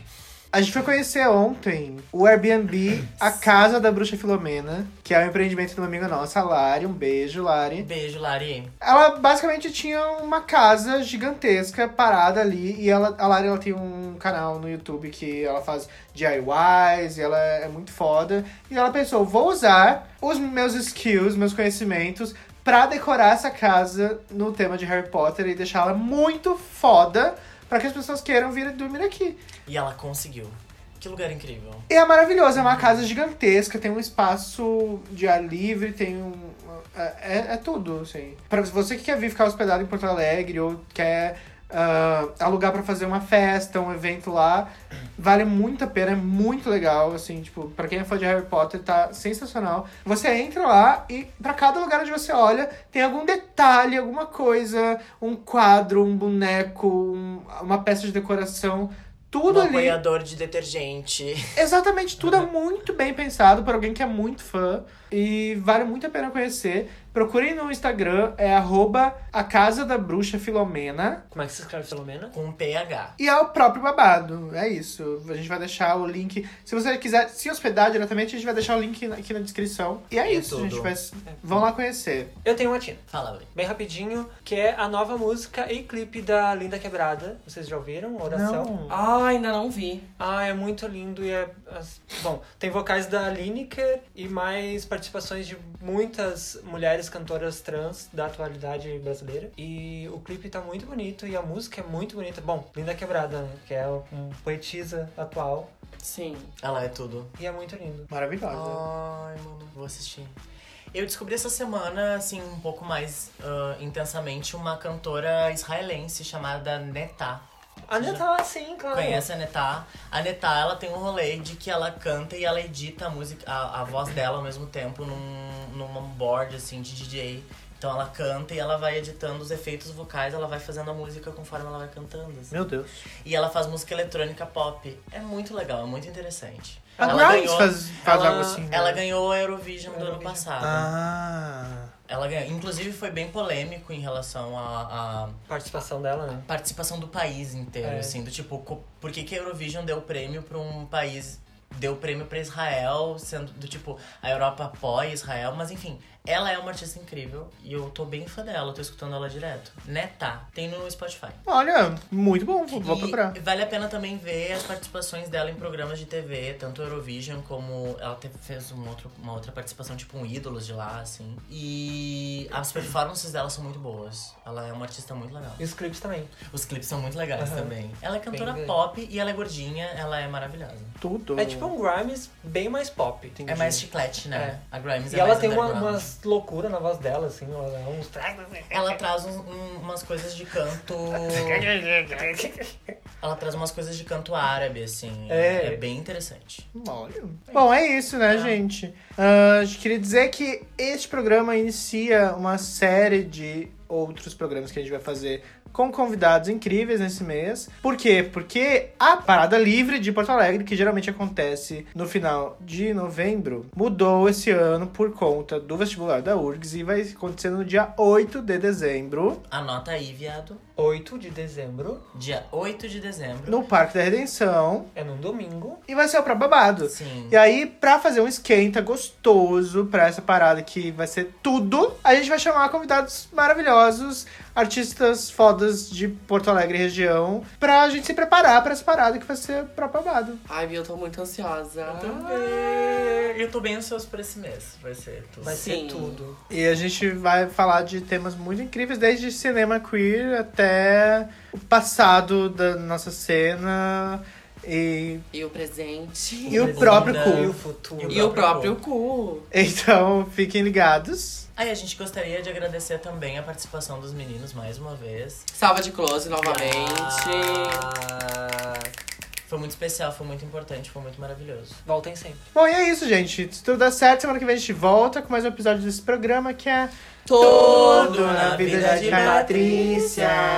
[SPEAKER 3] A gente foi conhecer ontem o Airbnb, a casa da bruxa Filomena, que é o empreendimento de uma amiga nossa, a Lari. Um beijo, Lari.
[SPEAKER 1] Beijo, Lari.
[SPEAKER 3] Ela basicamente tinha uma casa gigantesca parada ali. E ela, a Lari ela tem um canal no YouTube que ela faz DIYs e ela é muito foda. E ela pensou: vou usar os meus skills, meus conhecimentos, pra decorar essa casa no tema de Harry Potter e deixá-la muito foda pra que as pessoas queiram vir dormir aqui.
[SPEAKER 1] E ela conseguiu. Que lugar incrível.
[SPEAKER 3] E é maravilhoso, é uma casa gigantesca, tem um espaço de ar livre, tem um. É, é- é tudo, assim. Pra você que quer vir ficar hospedado em Porto Alegre ou quer ah, alugar pra fazer uma festa, um evento lá. Vale muito a pena, é muito legal, assim, tipo, pra quem é fã de Harry Potter, tá sensacional. Você entra lá e pra cada lugar onde você olha, tem algum detalhe, alguma coisa, um quadro, um boneco, um- uma peça de decoração, tudo
[SPEAKER 1] um
[SPEAKER 3] ali.
[SPEAKER 1] apoiador de detergente.
[SPEAKER 3] Exatamente, tudo é
[SPEAKER 18] Uhum.
[SPEAKER 3] muito bem pensado por alguém que é muito fã e vale muito a pena conhecer. Procurem no Instagram, é arroba a casa da bruxa Filomena.
[SPEAKER 18] Como é que se escreve Filomena?
[SPEAKER 1] Com PH.
[SPEAKER 3] E é o próprio babado, é isso. A gente vai deixar o link. Se você quiser se hospedar diretamente, a gente vai deixar o link na- aqui na descrição. E é
[SPEAKER 18] E
[SPEAKER 3] isso,
[SPEAKER 18] tudo.
[SPEAKER 3] gente. Vai... Vão lá conhecer.
[SPEAKER 2] Eu tenho uma tina.
[SPEAKER 1] Fala, Bri.
[SPEAKER 2] Bem rapidinho, que é a nova música e clipe da Linda Quebrada. Vocês já ouviram? Oração?
[SPEAKER 3] Não.
[SPEAKER 2] Ah, ainda não vi. Ah, é muito lindo e é. as- Bom, tem vocais da Lineker e mais participações de muitas mulheres cantoras trans da atualidade brasileira. E o clipe tá muito bonito e a música é muito bonita. Bom, Linda Quebrada, né? Que é um poetisa atual.
[SPEAKER 1] Sim. Ela é tudo.
[SPEAKER 2] E é muito lindo.
[SPEAKER 1] Ah. Ai, mano, vou assistir. Eu descobri essa semana, assim, um pouco mais ah, intensamente, uma cantora israelense chamada Netá.
[SPEAKER 2] A Netá, sim, claro.
[SPEAKER 1] Conhece a Netá? A Netá, ela tem um rolê de que ela canta e ela edita a música, a, a voz dela ao mesmo tempo num, numa board, assim, de DJ. Então ela canta e ela vai editando os efeitos vocais, ela vai fazendo a música conforme ela vai cantando. assim.
[SPEAKER 18] Meu Deus.
[SPEAKER 1] E ela faz música eletrônica pop. É muito legal, é muito interessante.
[SPEAKER 3] A
[SPEAKER 1] ela
[SPEAKER 3] Grimes faz- faz
[SPEAKER 1] ela-
[SPEAKER 3] algo assim, né?
[SPEAKER 1] Ela ganhou a Eurovision do ano passado.
[SPEAKER 3] Ah.
[SPEAKER 1] Ela ganhou. Inclusive foi bem polêmico em relação à à
[SPEAKER 2] Participação dela, né?
[SPEAKER 1] participação do país inteiro,
[SPEAKER 2] É.
[SPEAKER 1] assim, do tipo, co- por que, que a Eurovision deu prêmio pra um país. Deu prêmio pra Israel, sendo do tipo, a Europa apoia Israel, mas enfim, ela é uma artista incrível e eu tô bem fã dela, eu tô escutando ela direto. Netá, tem no Spotify.
[SPEAKER 3] Olha, muito bom, vou, vou
[SPEAKER 1] E
[SPEAKER 3] procurar.
[SPEAKER 1] Vale a pena também ver as participações dela em programas de TV, tanto Eurovision como ela te- fez um outro- uma outra participação, tipo um ídolos de lá, assim. E as performances dela são muito boas. Ela é uma artista muito legal.
[SPEAKER 2] E os clipes também.
[SPEAKER 1] Os clipes são muito legais
[SPEAKER 2] Aham.
[SPEAKER 1] também. Ela é cantora
[SPEAKER 2] Bem-
[SPEAKER 1] pop e ela é gordinha, ela é maravilhosa.
[SPEAKER 3] Tudo.
[SPEAKER 2] É tipo um Grimes bem mais pop.
[SPEAKER 1] É mais chiclete, né? A Grimes
[SPEAKER 2] e
[SPEAKER 1] é
[SPEAKER 2] ela
[SPEAKER 1] mais
[SPEAKER 2] tem uma,
[SPEAKER 1] underground.
[SPEAKER 2] umas loucuras na voz dela, assim, ela é uns
[SPEAKER 1] Ela traz um- um- umas coisas de canto. ela traz umas coisas de canto árabe, assim.
[SPEAKER 3] É.
[SPEAKER 1] É, bem interessante.
[SPEAKER 3] Olha. Bom, é isso, né, gente? Ah, gente? Queria dizer que este programa inicia uma série de outros programas que a gente vai fazer com convidados incríveis nesse mês. Por quê? Porque a Parada Livre de Porto Alegre, que geralmente acontece no final de novembro, mudou esse ano por conta do vestibular da URGS e vai acontecer no dia 8 de dezembro.
[SPEAKER 1] Anota aí, viado.
[SPEAKER 2] 8 de dezembro.
[SPEAKER 1] Dia 8 de dezembro.
[SPEAKER 3] No Parque da Redenção.
[SPEAKER 2] É num domingo.
[SPEAKER 3] E vai ser o pró babado.
[SPEAKER 1] Sim.
[SPEAKER 3] E aí, pra fazer um esquenta gostoso pra essa parada que vai ser tudo, a gente vai chamar convidados maravilhosos, artistas fodas de Porto Alegre e região, pra gente se preparar pra essa parada que vai ser o pró babado.
[SPEAKER 11] Ai, Bia, eu tô muito ansiosa. Eu
[SPEAKER 1] também. Eu tô bem ansioso por esse mês. Vai ser tudo.
[SPEAKER 2] Vai ser tudo.
[SPEAKER 3] E a gente vai falar de temas muito incríveis, desde cinema queer até o passado da nossa cena e
[SPEAKER 11] E o presente.
[SPEAKER 3] E o próprio cu.
[SPEAKER 11] E o
[SPEAKER 2] futuro.
[SPEAKER 1] tá
[SPEAKER 11] E o próprio cu.
[SPEAKER 3] Então, fiquem ligados.
[SPEAKER 1] Aí a gente gostaria de agradecer também a participação dos meninos mais uma vez.
[SPEAKER 11] Salva de close novamente.
[SPEAKER 1] Ah, foi muito especial, foi muito importante, foi muito maravilhoso.
[SPEAKER 2] Voltem sempre.
[SPEAKER 3] Bom, e é isso, gente. Se tudo der certo, semana que vem a gente volta com mais um episódio desse programa que é
[SPEAKER 11] Todo na vida de Patrícia.